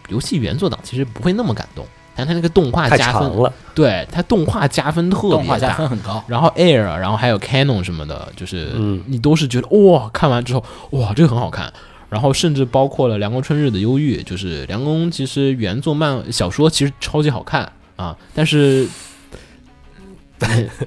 [SPEAKER 3] 游戏原作党其实不会那么感动，但他那个动画
[SPEAKER 2] 太
[SPEAKER 3] 加
[SPEAKER 2] 长
[SPEAKER 3] 分，
[SPEAKER 2] 了，
[SPEAKER 3] 对他动画加分特别大，
[SPEAKER 4] 动画加分很高。
[SPEAKER 3] 然后 Air，然啊后还有 Canon 什么的，就是
[SPEAKER 2] 嗯
[SPEAKER 3] 你都是觉得哇，看完之后哇，这个很好看。然后甚至包括了《凉宫春日的忧郁》，就是《凉宫》其实原作漫小说其实超级好看啊，但是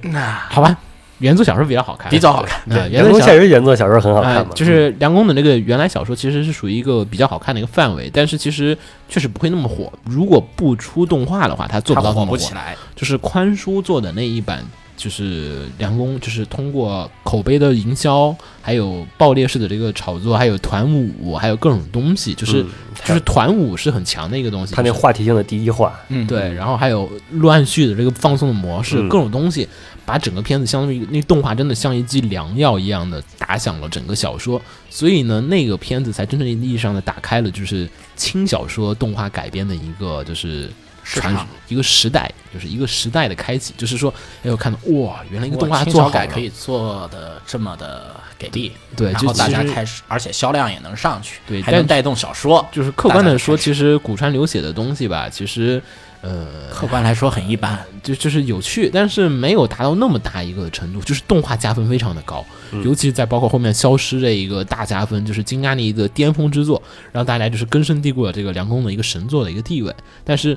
[SPEAKER 4] 那
[SPEAKER 3] 好吧，原作小说比较好看，
[SPEAKER 4] 比较好看
[SPEAKER 3] 对，啊 [LAUGHS] 原
[SPEAKER 2] 人
[SPEAKER 3] 作
[SPEAKER 2] 工
[SPEAKER 3] 小
[SPEAKER 2] 现实原作小说很好
[SPEAKER 3] 啊
[SPEAKER 2] 看，嘛，嗯
[SPEAKER 3] 就是梁公的那个原来小说其实是属于一个比较好看的一个范围，但是其实确实不会那么火。如果不出动画的话，它做
[SPEAKER 4] 它
[SPEAKER 3] 不到那
[SPEAKER 4] 火
[SPEAKER 3] 么
[SPEAKER 4] 不起来，
[SPEAKER 3] 就是宽叔做的那一版，就是梁公，就是通过口碑的营销，还有爆裂式的这个炒作，还有团舞，还有各种东西，就是、
[SPEAKER 2] 嗯
[SPEAKER 3] 就是团舞是很强的一个东西。
[SPEAKER 2] 他那
[SPEAKER 3] 就是
[SPEAKER 2] 话题性的第一话，
[SPEAKER 4] 嗯，
[SPEAKER 3] 对，然后还有乱序的这个放送的模式，
[SPEAKER 2] 嗯
[SPEAKER 3] 各种东西，把整个片子相当于那动画真的像一剂良药一样的打响了整个小说，所以呢，那个片子才真正意义上的打开了就是轻小说动画改编的一个就是
[SPEAKER 4] 市
[SPEAKER 3] 传
[SPEAKER 4] 场
[SPEAKER 3] 一个时代，就是一个时代的开启，就是说，哎，我看到哇，原来一个动画
[SPEAKER 4] 我轻
[SPEAKER 3] 做
[SPEAKER 4] 小
[SPEAKER 3] 好
[SPEAKER 4] 改
[SPEAKER 3] 了，
[SPEAKER 4] 可以做的这么的给力，
[SPEAKER 3] 对，
[SPEAKER 4] 然
[SPEAKER 3] 就
[SPEAKER 4] 后大
[SPEAKER 3] 其
[SPEAKER 4] 家
[SPEAKER 3] 实
[SPEAKER 4] 开始，而且销量也能上去，
[SPEAKER 3] 对
[SPEAKER 4] 还
[SPEAKER 3] 但
[SPEAKER 4] 能带动小说。
[SPEAKER 3] 就是客观
[SPEAKER 4] 大家
[SPEAKER 3] 的
[SPEAKER 4] 开
[SPEAKER 3] 说，
[SPEAKER 4] 始
[SPEAKER 3] 其实古川流写的东西吧，其实呃，
[SPEAKER 4] 客观来说很一般，
[SPEAKER 3] 就就是有趣，但是没有达到那么大一个程度，就是动画加分非常的高，尤其在包括后面消失这一个大加分，就是金阿尼的巅峰之作，让大家就是根深蒂固了这个梁公的一个神作的一个地位。但是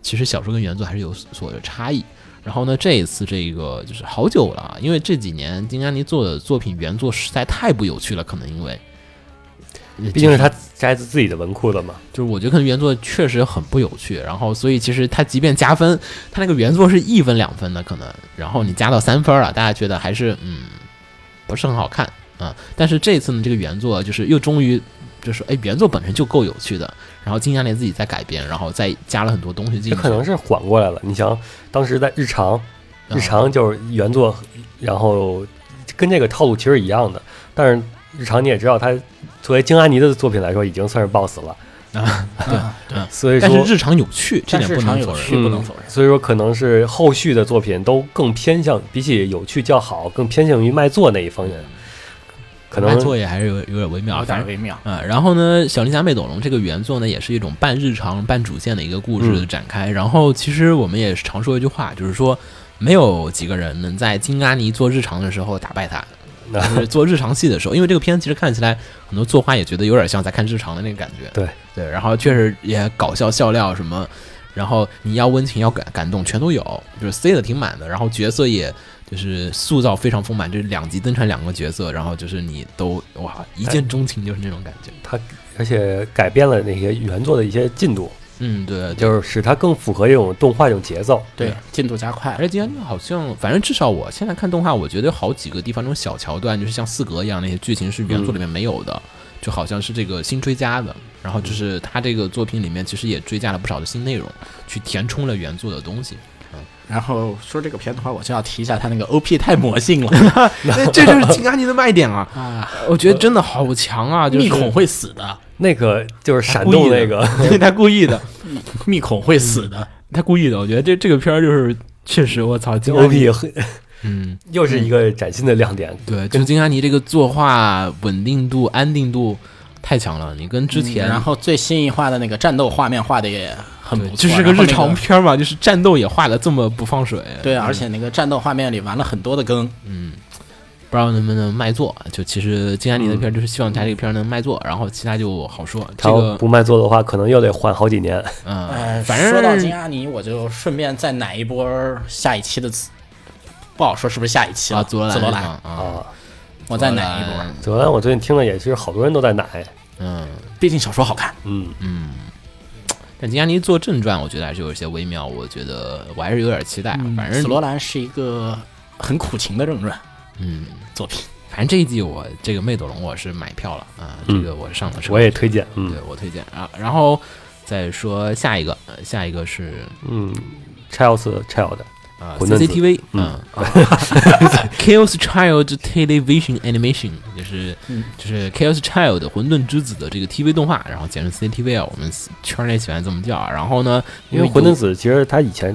[SPEAKER 3] 其实小说跟原作还是有所有差异。然后呢，这一次这个就是好久了啊，因为这几年金阿尼做的作品原作实在太不有趣了，可能因为
[SPEAKER 2] 毕竟是他摘自自己的文库的嘛，
[SPEAKER 3] 就是我觉得可能原作确实很不有趣，然后所以其实它即便加分，它那个原作是一分两分的可能，然后你加到三分了，大家觉得还是嗯不是很好看啊。但是这次呢，这个原作就是又终于就是哎原作本身就够有趣的，然后金亚莲自己再改编，然后再加了很多东西进
[SPEAKER 2] 也
[SPEAKER 3] 去，
[SPEAKER 2] 可能是缓过来了。你想，当时在日常，
[SPEAKER 3] 嗯
[SPEAKER 2] 日常就是原作，然后跟这个套路其实一样的，但是日常你也知道，他作为京阿尼的作品来说，已经算是 BOSS 了， [LAUGHS]
[SPEAKER 4] 嗯，
[SPEAKER 2] 所以
[SPEAKER 3] 啊但是
[SPEAKER 2] 说。
[SPEAKER 3] 日常有趣，这
[SPEAKER 4] 但
[SPEAKER 3] 点
[SPEAKER 4] 市
[SPEAKER 3] 不
[SPEAKER 4] 场
[SPEAKER 3] 能
[SPEAKER 4] 有
[SPEAKER 3] 否认。
[SPEAKER 4] 趣不能否认。
[SPEAKER 2] 所以说，可能是后续的作品都更偏向，比起有趣较好，更偏向于卖座那一方面。可能
[SPEAKER 3] 嗯卖座也还是有有点微妙，
[SPEAKER 4] 有
[SPEAKER 3] 反
[SPEAKER 4] 点
[SPEAKER 3] 正
[SPEAKER 4] 微妙，
[SPEAKER 3] 啊、然后呢，《小林家妹斗龙》这个原作呢，也是一种半日常、半主线的一个故事的展开。然后，其实我们也是常说一句话，就是说，没有几个人能在金阿尼做日常的时候打败他，
[SPEAKER 2] [LAUGHS] 那
[SPEAKER 3] 就是做日常戏的时候。因为这个片其实看起来，很多作画也觉得有点像在看日常的那个感觉。
[SPEAKER 2] 对
[SPEAKER 3] 对，然后确实也搞笑笑料什么，然后你要温情要感感动全都有，就是塞的挺满的。然后角色也就是塑造非常丰满，就是两集登场两个角色，然后就是你都哇一见钟情，就是那种感觉。
[SPEAKER 2] 而且改变了那些原作的一些进度，
[SPEAKER 3] 嗯，对，就
[SPEAKER 2] 就是使它更符合这种动画这种节奏。
[SPEAKER 4] 对，进度加快
[SPEAKER 3] 而。且今天好像，反正至少我现在看动画，我觉得有好几个地方那种小桥段，就是像四格一样那些剧情是原
[SPEAKER 2] 嗯
[SPEAKER 3] 作里面没有的，就好像是这个新追加的。然
[SPEAKER 2] 嗯
[SPEAKER 3] 后就是他这个作品里面其实也追加了不少的新内容，去填充了原作的东西。
[SPEAKER 4] 然后说这个片的话，我就要提一下它那个 OP 太魔性
[SPEAKER 3] [LAUGHS]
[SPEAKER 4] 了
[SPEAKER 3] 这就是金安妮的卖点啊！
[SPEAKER 4] 啊，
[SPEAKER 3] 我觉得真的好强啊！就是
[SPEAKER 4] 密孔会死的，
[SPEAKER 2] 那个就是闪动
[SPEAKER 3] [LAUGHS]
[SPEAKER 2] 那个，
[SPEAKER 3] 他故意的，
[SPEAKER 4] 密孔会死的，
[SPEAKER 3] 他故意的。我觉得这这个片儿就是确实，我操，金安妮
[SPEAKER 2] OP 很
[SPEAKER 3] 嗯，
[SPEAKER 2] [LAUGHS] 又是一个崭新的亮点。
[SPEAKER 3] 对，就金安妮这个作画稳定度、安定度太强了，你跟之前，
[SPEAKER 4] 然后最新一画的那个战斗画面画的也很不
[SPEAKER 3] 对，
[SPEAKER 4] 错，
[SPEAKER 3] 就是个
[SPEAKER 4] 然后
[SPEAKER 3] 日
[SPEAKER 4] 那
[SPEAKER 3] 常片嗯嘛，就是战斗也画的这么不放水，
[SPEAKER 4] 对，而且那个战斗画面里玩了很多的梗，
[SPEAKER 3] 不知道能不能卖座。就其实金安妮的片儿就是希望他这个片儿能卖座，然后其他就好说。这
[SPEAKER 2] 他要
[SPEAKER 3] 个
[SPEAKER 2] 不卖座的话，可能又得缓好几年。
[SPEAKER 3] 嗯，
[SPEAKER 4] 呃，
[SPEAKER 3] 反正啊
[SPEAKER 4] 说到金阿尼，我就顺便再奶一波下一期的紫，不好说是不是下一期
[SPEAKER 3] 啊，
[SPEAKER 4] 了。
[SPEAKER 3] 佐罗
[SPEAKER 4] 紫罗
[SPEAKER 3] 兰
[SPEAKER 4] 兰，
[SPEAKER 3] 啊啊，
[SPEAKER 4] 我再奶一波，
[SPEAKER 2] 紫罗兰，我最近听了也是好多人都在奶，
[SPEAKER 3] 嗯。
[SPEAKER 4] 毕竟小说好看。
[SPEAKER 2] 嗯，
[SPEAKER 3] 但金安妮做正传，我觉得还是有一些微妙，我觉得我还是有点期待啊。反正
[SPEAKER 4] 紫罗兰是一个很苦情的正传
[SPEAKER 3] 嗯，
[SPEAKER 4] 作品，
[SPEAKER 3] 反正这一季我这个魅斗龙我是买票了啊，这
[SPEAKER 2] 嗯
[SPEAKER 3] 个我上了车，
[SPEAKER 2] 我也推荐。嗯
[SPEAKER 3] 对我推荐啊。然后再说下一个，呃下一个是
[SPEAKER 2] 嗯，Child Child，
[SPEAKER 3] 啊
[SPEAKER 2] 混沌子
[SPEAKER 3] CCTV
[SPEAKER 2] 嗯
[SPEAKER 3] 啊
[SPEAKER 2] [LAUGHS]
[SPEAKER 3] ，Chaos Child Television Animation 就是
[SPEAKER 4] 嗯
[SPEAKER 3] 就是 Chaos Child 混沌之子的这个 TV 动画，然后简称 CCTV 啊，我们圈内喜欢这么叫啊。然后呢，
[SPEAKER 2] 因为混沌子其实他以前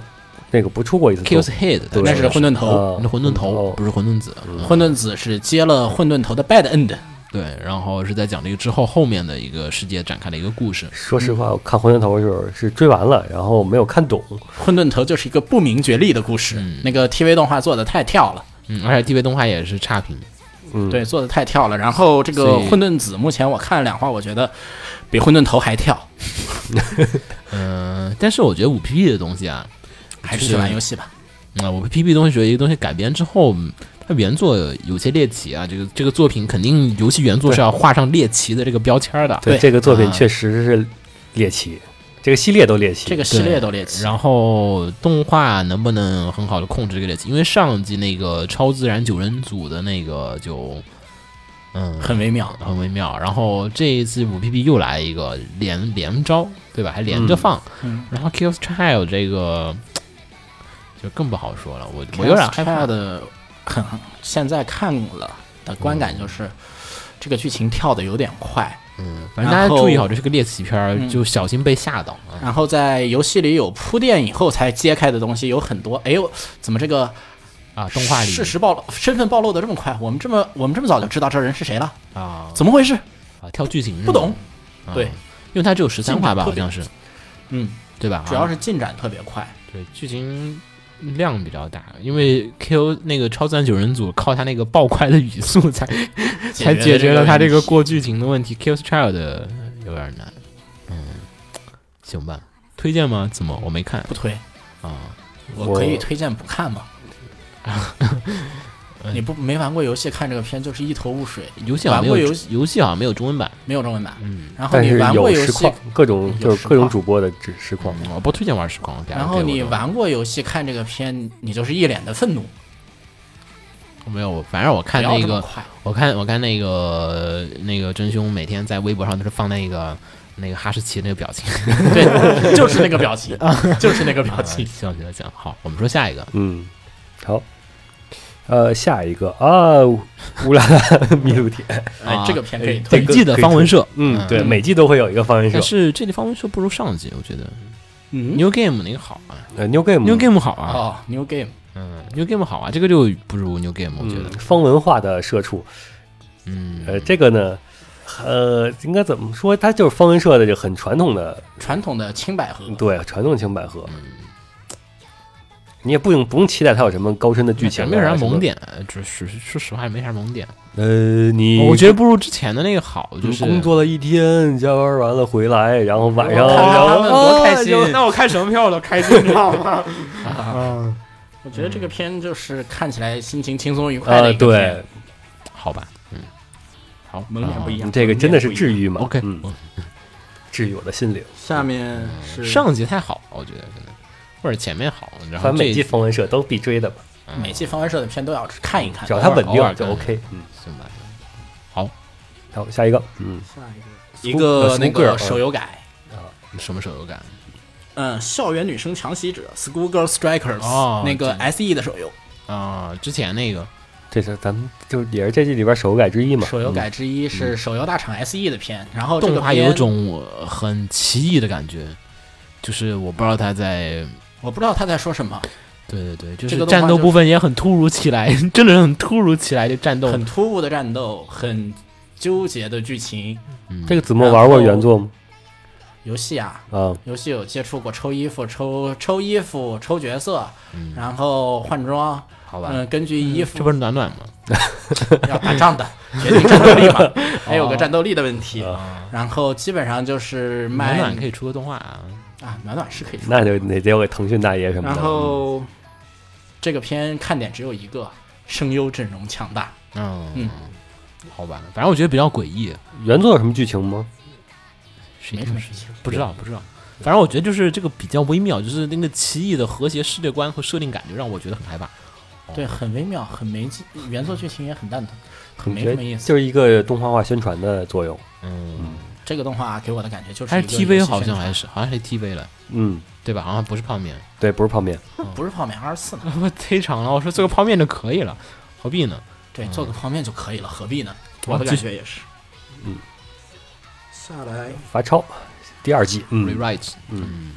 [SPEAKER 2] 那个不出过一次作
[SPEAKER 3] Chaos Head
[SPEAKER 2] 对
[SPEAKER 4] 那是混沌头，
[SPEAKER 2] 啊
[SPEAKER 3] 那混沌头
[SPEAKER 2] 哦
[SPEAKER 3] 不是混沌子，嗯
[SPEAKER 4] 混沌子是接了混沌头的 Bad End，
[SPEAKER 3] 对，然后是在讲这个之后后面的一个世界展开的一个故事。
[SPEAKER 2] 说
[SPEAKER 4] 嗯
[SPEAKER 2] 实话，我看混沌头的时候是追完了，然后没有看懂。
[SPEAKER 4] 混沌头就是一个不明觉厉的故事。那个 TV 动画做的太跳了，
[SPEAKER 3] 嗯，而且 TV 动画也是差评，
[SPEAKER 2] 嗯，
[SPEAKER 4] 对，做的太跳了。然后这个
[SPEAKER 3] 所以
[SPEAKER 4] 混沌子，目前我看了两话，我觉得比混沌头还跳，
[SPEAKER 3] 嗯、但是我觉得五 P P 的东西啊，
[SPEAKER 4] 还
[SPEAKER 3] 就是
[SPEAKER 4] 去玩游戏吧。
[SPEAKER 3] 啊、我 P P 东西觉得一个东西改编之后，嗯它原作有些猎奇啊，这个这个作品肯定游戏原作是要画上猎奇的这个标签儿的。
[SPEAKER 2] 对
[SPEAKER 4] 对
[SPEAKER 2] 这个作品
[SPEAKER 3] 啊
[SPEAKER 2] 确实是猎奇，这个系列都猎奇。
[SPEAKER 4] 这个系列都猎奇，
[SPEAKER 3] 然后动画能不能很好的控制这个猎奇？因为上季那个超自然九人组的那个就，嗯，
[SPEAKER 4] 很微妙。
[SPEAKER 3] 很微妙。然后这一次五 P P 又来一个连连招，对吧？还连着放。
[SPEAKER 4] 嗯
[SPEAKER 3] 然后 Kills Child 这个就更不好说了，我我有点害怕。
[SPEAKER 4] 的，很现在看了的观感就是，这个剧情跳的有点快，
[SPEAKER 3] 嗯，反正大家注意好，这是个猎奇片儿，
[SPEAKER 4] 嗯
[SPEAKER 3] 就小心被吓到啊。
[SPEAKER 4] 然后在游戏里有铺垫以后才揭开的东西有很多。哎呦，怎么这个
[SPEAKER 3] 啊，动画里
[SPEAKER 4] 事实暴露、身份暴露的这么快？我们这么我们这么早就知道这人是谁了，
[SPEAKER 3] 啊
[SPEAKER 4] 怎么回事？
[SPEAKER 3] 啊，跳剧情是吗
[SPEAKER 4] 不懂。
[SPEAKER 3] 啊
[SPEAKER 4] 对
[SPEAKER 3] 因为它只有十三话吧，
[SPEAKER 4] 进展特
[SPEAKER 3] 好
[SPEAKER 4] 别
[SPEAKER 3] 像是
[SPEAKER 4] 嗯，
[SPEAKER 3] 对吧？
[SPEAKER 4] 主要
[SPEAKER 3] 啊
[SPEAKER 4] 是进展特别快。
[SPEAKER 3] 对剧情。量比较大，因为 Q 那个超自然九人组靠他那个爆快的语速才才解决了他这个
[SPEAKER 4] 问题
[SPEAKER 3] 过剧情的问题。Kills Child 有点难，嗯，行吧，推荐吗？怎么我没看
[SPEAKER 4] 不推，
[SPEAKER 3] 啊？
[SPEAKER 4] 我
[SPEAKER 2] 我
[SPEAKER 4] 可以推荐不
[SPEAKER 2] [LAUGHS]
[SPEAKER 4] 看吗？
[SPEAKER 2] 嗯
[SPEAKER 4] 你不没玩过游戏，看这个片就是一头雾水，
[SPEAKER 3] 游戏好像没有
[SPEAKER 4] 玩过游
[SPEAKER 3] 游
[SPEAKER 4] 戏
[SPEAKER 3] 戏好像没有中文版，
[SPEAKER 4] 没有中文版。
[SPEAKER 3] 嗯，
[SPEAKER 4] 然后
[SPEAKER 2] 但
[SPEAKER 4] 你
[SPEAKER 2] 是
[SPEAKER 4] 玩过
[SPEAKER 2] 有
[SPEAKER 4] 游
[SPEAKER 2] 实
[SPEAKER 4] 戏
[SPEAKER 2] 况，，各种
[SPEAKER 4] 有
[SPEAKER 2] 就
[SPEAKER 4] 实
[SPEAKER 2] 是各种
[SPEAKER 4] 况嗯
[SPEAKER 2] 主播的指实况。
[SPEAKER 3] 我不推荐玩实况。
[SPEAKER 4] 然后你
[SPEAKER 3] 玩。
[SPEAKER 4] 玩过游戏看这个片，你就是一脸的愤怒。
[SPEAKER 3] 没有，我反正我看
[SPEAKER 4] 不要
[SPEAKER 3] 那
[SPEAKER 4] 这么
[SPEAKER 3] 个，
[SPEAKER 4] 快，
[SPEAKER 3] 我看我看那个那个真凶每天在微博上都是放那个那个哈士奇那个表情。
[SPEAKER 4] 对，就是那个
[SPEAKER 2] [LAUGHS]
[SPEAKER 4] 表情，就是那个表
[SPEAKER 3] 行
[SPEAKER 4] 情。
[SPEAKER 3] 行行，好，我们说下一个，
[SPEAKER 2] 嗯，好。呃，下一个啊，乌拉拉迷路铁，
[SPEAKER 4] 哎
[SPEAKER 3] 啊，
[SPEAKER 4] 这个片可以推
[SPEAKER 2] 这
[SPEAKER 3] 本
[SPEAKER 2] 个
[SPEAKER 3] 季的方文社，
[SPEAKER 2] 嗯，对，
[SPEAKER 4] 嗯
[SPEAKER 2] 每季都会有一个方文社
[SPEAKER 3] 但。是这里方文社不如上季，我觉得
[SPEAKER 4] 嗯
[SPEAKER 3] New Game 那个好啊
[SPEAKER 2] 呃，New Game
[SPEAKER 3] ，New Game 好啊，
[SPEAKER 4] 哦，New Game，
[SPEAKER 3] 嗯，New Game 好啊，这个就不如 New Game，我觉
[SPEAKER 2] 嗯
[SPEAKER 3] 得，，
[SPEAKER 2] 方文化的社畜，
[SPEAKER 3] 嗯，
[SPEAKER 4] 哎
[SPEAKER 2] 呃，这个呢，呃，应该怎么说？它就是方文社的就很传统的，
[SPEAKER 4] 传统的青百合，
[SPEAKER 2] 对，传统青百合。你也不用不用期待它有什么高深的剧情啊，
[SPEAKER 3] 没有啥萌
[SPEAKER 2] 什么。
[SPEAKER 3] 点，就是说实话也没啥萌点，
[SPEAKER 2] 呃，你
[SPEAKER 3] 哦我觉得不如之前的那个好，
[SPEAKER 2] 就
[SPEAKER 3] 就是
[SPEAKER 2] 工作了一天，加班完了回来，然后晚上，
[SPEAKER 4] 哇看
[SPEAKER 2] 然
[SPEAKER 4] 他
[SPEAKER 2] 后
[SPEAKER 4] 们多开
[SPEAKER 2] 哦
[SPEAKER 4] 心
[SPEAKER 3] 啊就那我看什么票我都开心，你知道吗？
[SPEAKER 4] 我觉得这个片就是看起来心情轻松愉快
[SPEAKER 2] 呃，
[SPEAKER 4] 的一个
[SPEAKER 2] 对
[SPEAKER 4] 片，，
[SPEAKER 3] 好吧，嗯，好，啊
[SPEAKER 4] 萌点不一样。
[SPEAKER 2] 啊这个真的是
[SPEAKER 4] 萌点不一样
[SPEAKER 2] 治愈嘛
[SPEAKER 3] OK，
[SPEAKER 2] 嗯，治愈我的心灵。
[SPEAKER 4] 下面是
[SPEAKER 3] 上集太好了，我觉得真的，或者前面好，然后
[SPEAKER 2] 反正每
[SPEAKER 3] 这
[SPEAKER 2] 季风文社都必追的吧，
[SPEAKER 4] 每季方文社的片都要看一看
[SPEAKER 2] 只。要它稳
[SPEAKER 3] 偶尔
[SPEAKER 2] 定就
[SPEAKER 3] 看
[SPEAKER 2] OK。嗯，
[SPEAKER 3] 行吧，
[SPEAKER 2] 好，下一个，嗯，
[SPEAKER 4] 一个呃那
[SPEAKER 2] Schoolgirl，
[SPEAKER 4] 个手游改，
[SPEAKER 3] 什么手游感？
[SPEAKER 4] 嗯，校园女生强袭者 Schoolgirl Strikers，、
[SPEAKER 3] 哦
[SPEAKER 4] 那个
[SPEAKER 3] 这
[SPEAKER 4] SE 的手游，
[SPEAKER 3] 啊，之前那个
[SPEAKER 4] 哦
[SPEAKER 2] 这是咱们就是也是这季里边手改之一嘛，嗯
[SPEAKER 4] 手游改之一是手游大厂 SE 的片，然后这个
[SPEAKER 3] 嗯动画
[SPEAKER 4] 片
[SPEAKER 3] 有一种我很奇异的感觉，就是我不知道他在
[SPEAKER 4] 我不知道他在说什么，
[SPEAKER 3] 对对对，就
[SPEAKER 4] 这
[SPEAKER 3] 是
[SPEAKER 4] 个动画
[SPEAKER 3] 战斗
[SPEAKER 4] 就
[SPEAKER 3] 部分也很突如其来， [LAUGHS] 真的是很突如其来的战斗。
[SPEAKER 4] 很突兀的战斗，很纠结的剧情。
[SPEAKER 2] 这个子墨玩过原作吗？
[SPEAKER 4] 游戏啊，
[SPEAKER 2] 啊，
[SPEAKER 4] 游戏有接触过抽衣服、抽抽衣服、抽角色，
[SPEAKER 3] 嗯
[SPEAKER 4] 然后换装。
[SPEAKER 3] 好吧，
[SPEAKER 4] 嗯，根据衣
[SPEAKER 3] 这
[SPEAKER 4] 服
[SPEAKER 3] 不是暖暖吗？
[SPEAKER 4] 要打仗的，决定战斗力
[SPEAKER 3] [LAUGHS]
[SPEAKER 4] 嘛，还
[SPEAKER 3] 哦
[SPEAKER 4] 有个战斗力的问题。然后基本上就是
[SPEAKER 3] 啊暖
[SPEAKER 4] 卖
[SPEAKER 3] 暖可以出个动画啊，
[SPEAKER 4] 啊，暖暖是可以出。
[SPEAKER 2] 那就得得有给腾讯大爷什么
[SPEAKER 4] 然
[SPEAKER 2] 的。
[SPEAKER 4] 后这个片看点只有一个，声优阵容强大。
[SPEAKER 3] 嗯
[SPEAKER 4] 嗯，
[SPEAKER 3] 好吧，反正我觉得比较诡异，
[SPEAKER 2] 原作有什么剧情吗？
[SPEAKER 3] 谁
[SPEAKER 4] 没
[SPEAKER 3] 定
[SPEAKER 4] 什么
[SPEAKER 3] 是
[SPEAKER 4] 事情
[SPEAKER 3] 不知道不知道。反正我觉得就是这个比较微妙，就是那个奇异的和谐世界观和设定感，就让我觉得很害怕。
[SPEAKER 4] 对，很微妙，很没劲，原作剧情也很淡的，很
[SPEAKER 2] 你
[SPEAKER 4] 没
[SPEAKER 2] 觉
[SPEAKER 4] 什
[SPEAKER 2] 得
[SPEAKER 4] 么意思。
[SPEAKER 2] 就是一个动画化宣传的作用。
[SPEAKER 3] 嗯，
[SPEAKER 4] 这个动画给我的感觉就是
[SPEAKER 3] 还是
[SPEAKER 4] 一个游
[SPEAKER 3] TV
[SPEAKER 4] 戏
[SPEAKER 3] 好
[SPEAKER 4] 宣
[SPEAKER 3] 像还
[SPEAKER 4] 传
[SPEAKER 3] 是好像是 TV 了，
[SPEAKER 2] 嗯，
[SPEAKER 3] 对吧？好像不是泡面，
[SPEAKER 2] 对，不是泡面。
[SPEAKER 4] 不是泡面二十四呢？
[SPEAKER 3] [LAUGHS] 我忒长了，我说做个泡面就可以了，何必呢？
[SPEAKER 4] 对，做个泡面就可以了，何必呢？
[SPEAKER 3] 我
[SPEAKER 4] 我的
[SPEAKER 3] 继
[SPEAKER 4] 感
[SPEAKER 3] 续
[SPEAKER 4] 觉也是。
[SPEAKER 2] 嗯，
[SPEAKER 4] 下来
[SPEAKER 2] 罚抄第二季，嗯，
[SPEAKER 3] rewrite，嗯，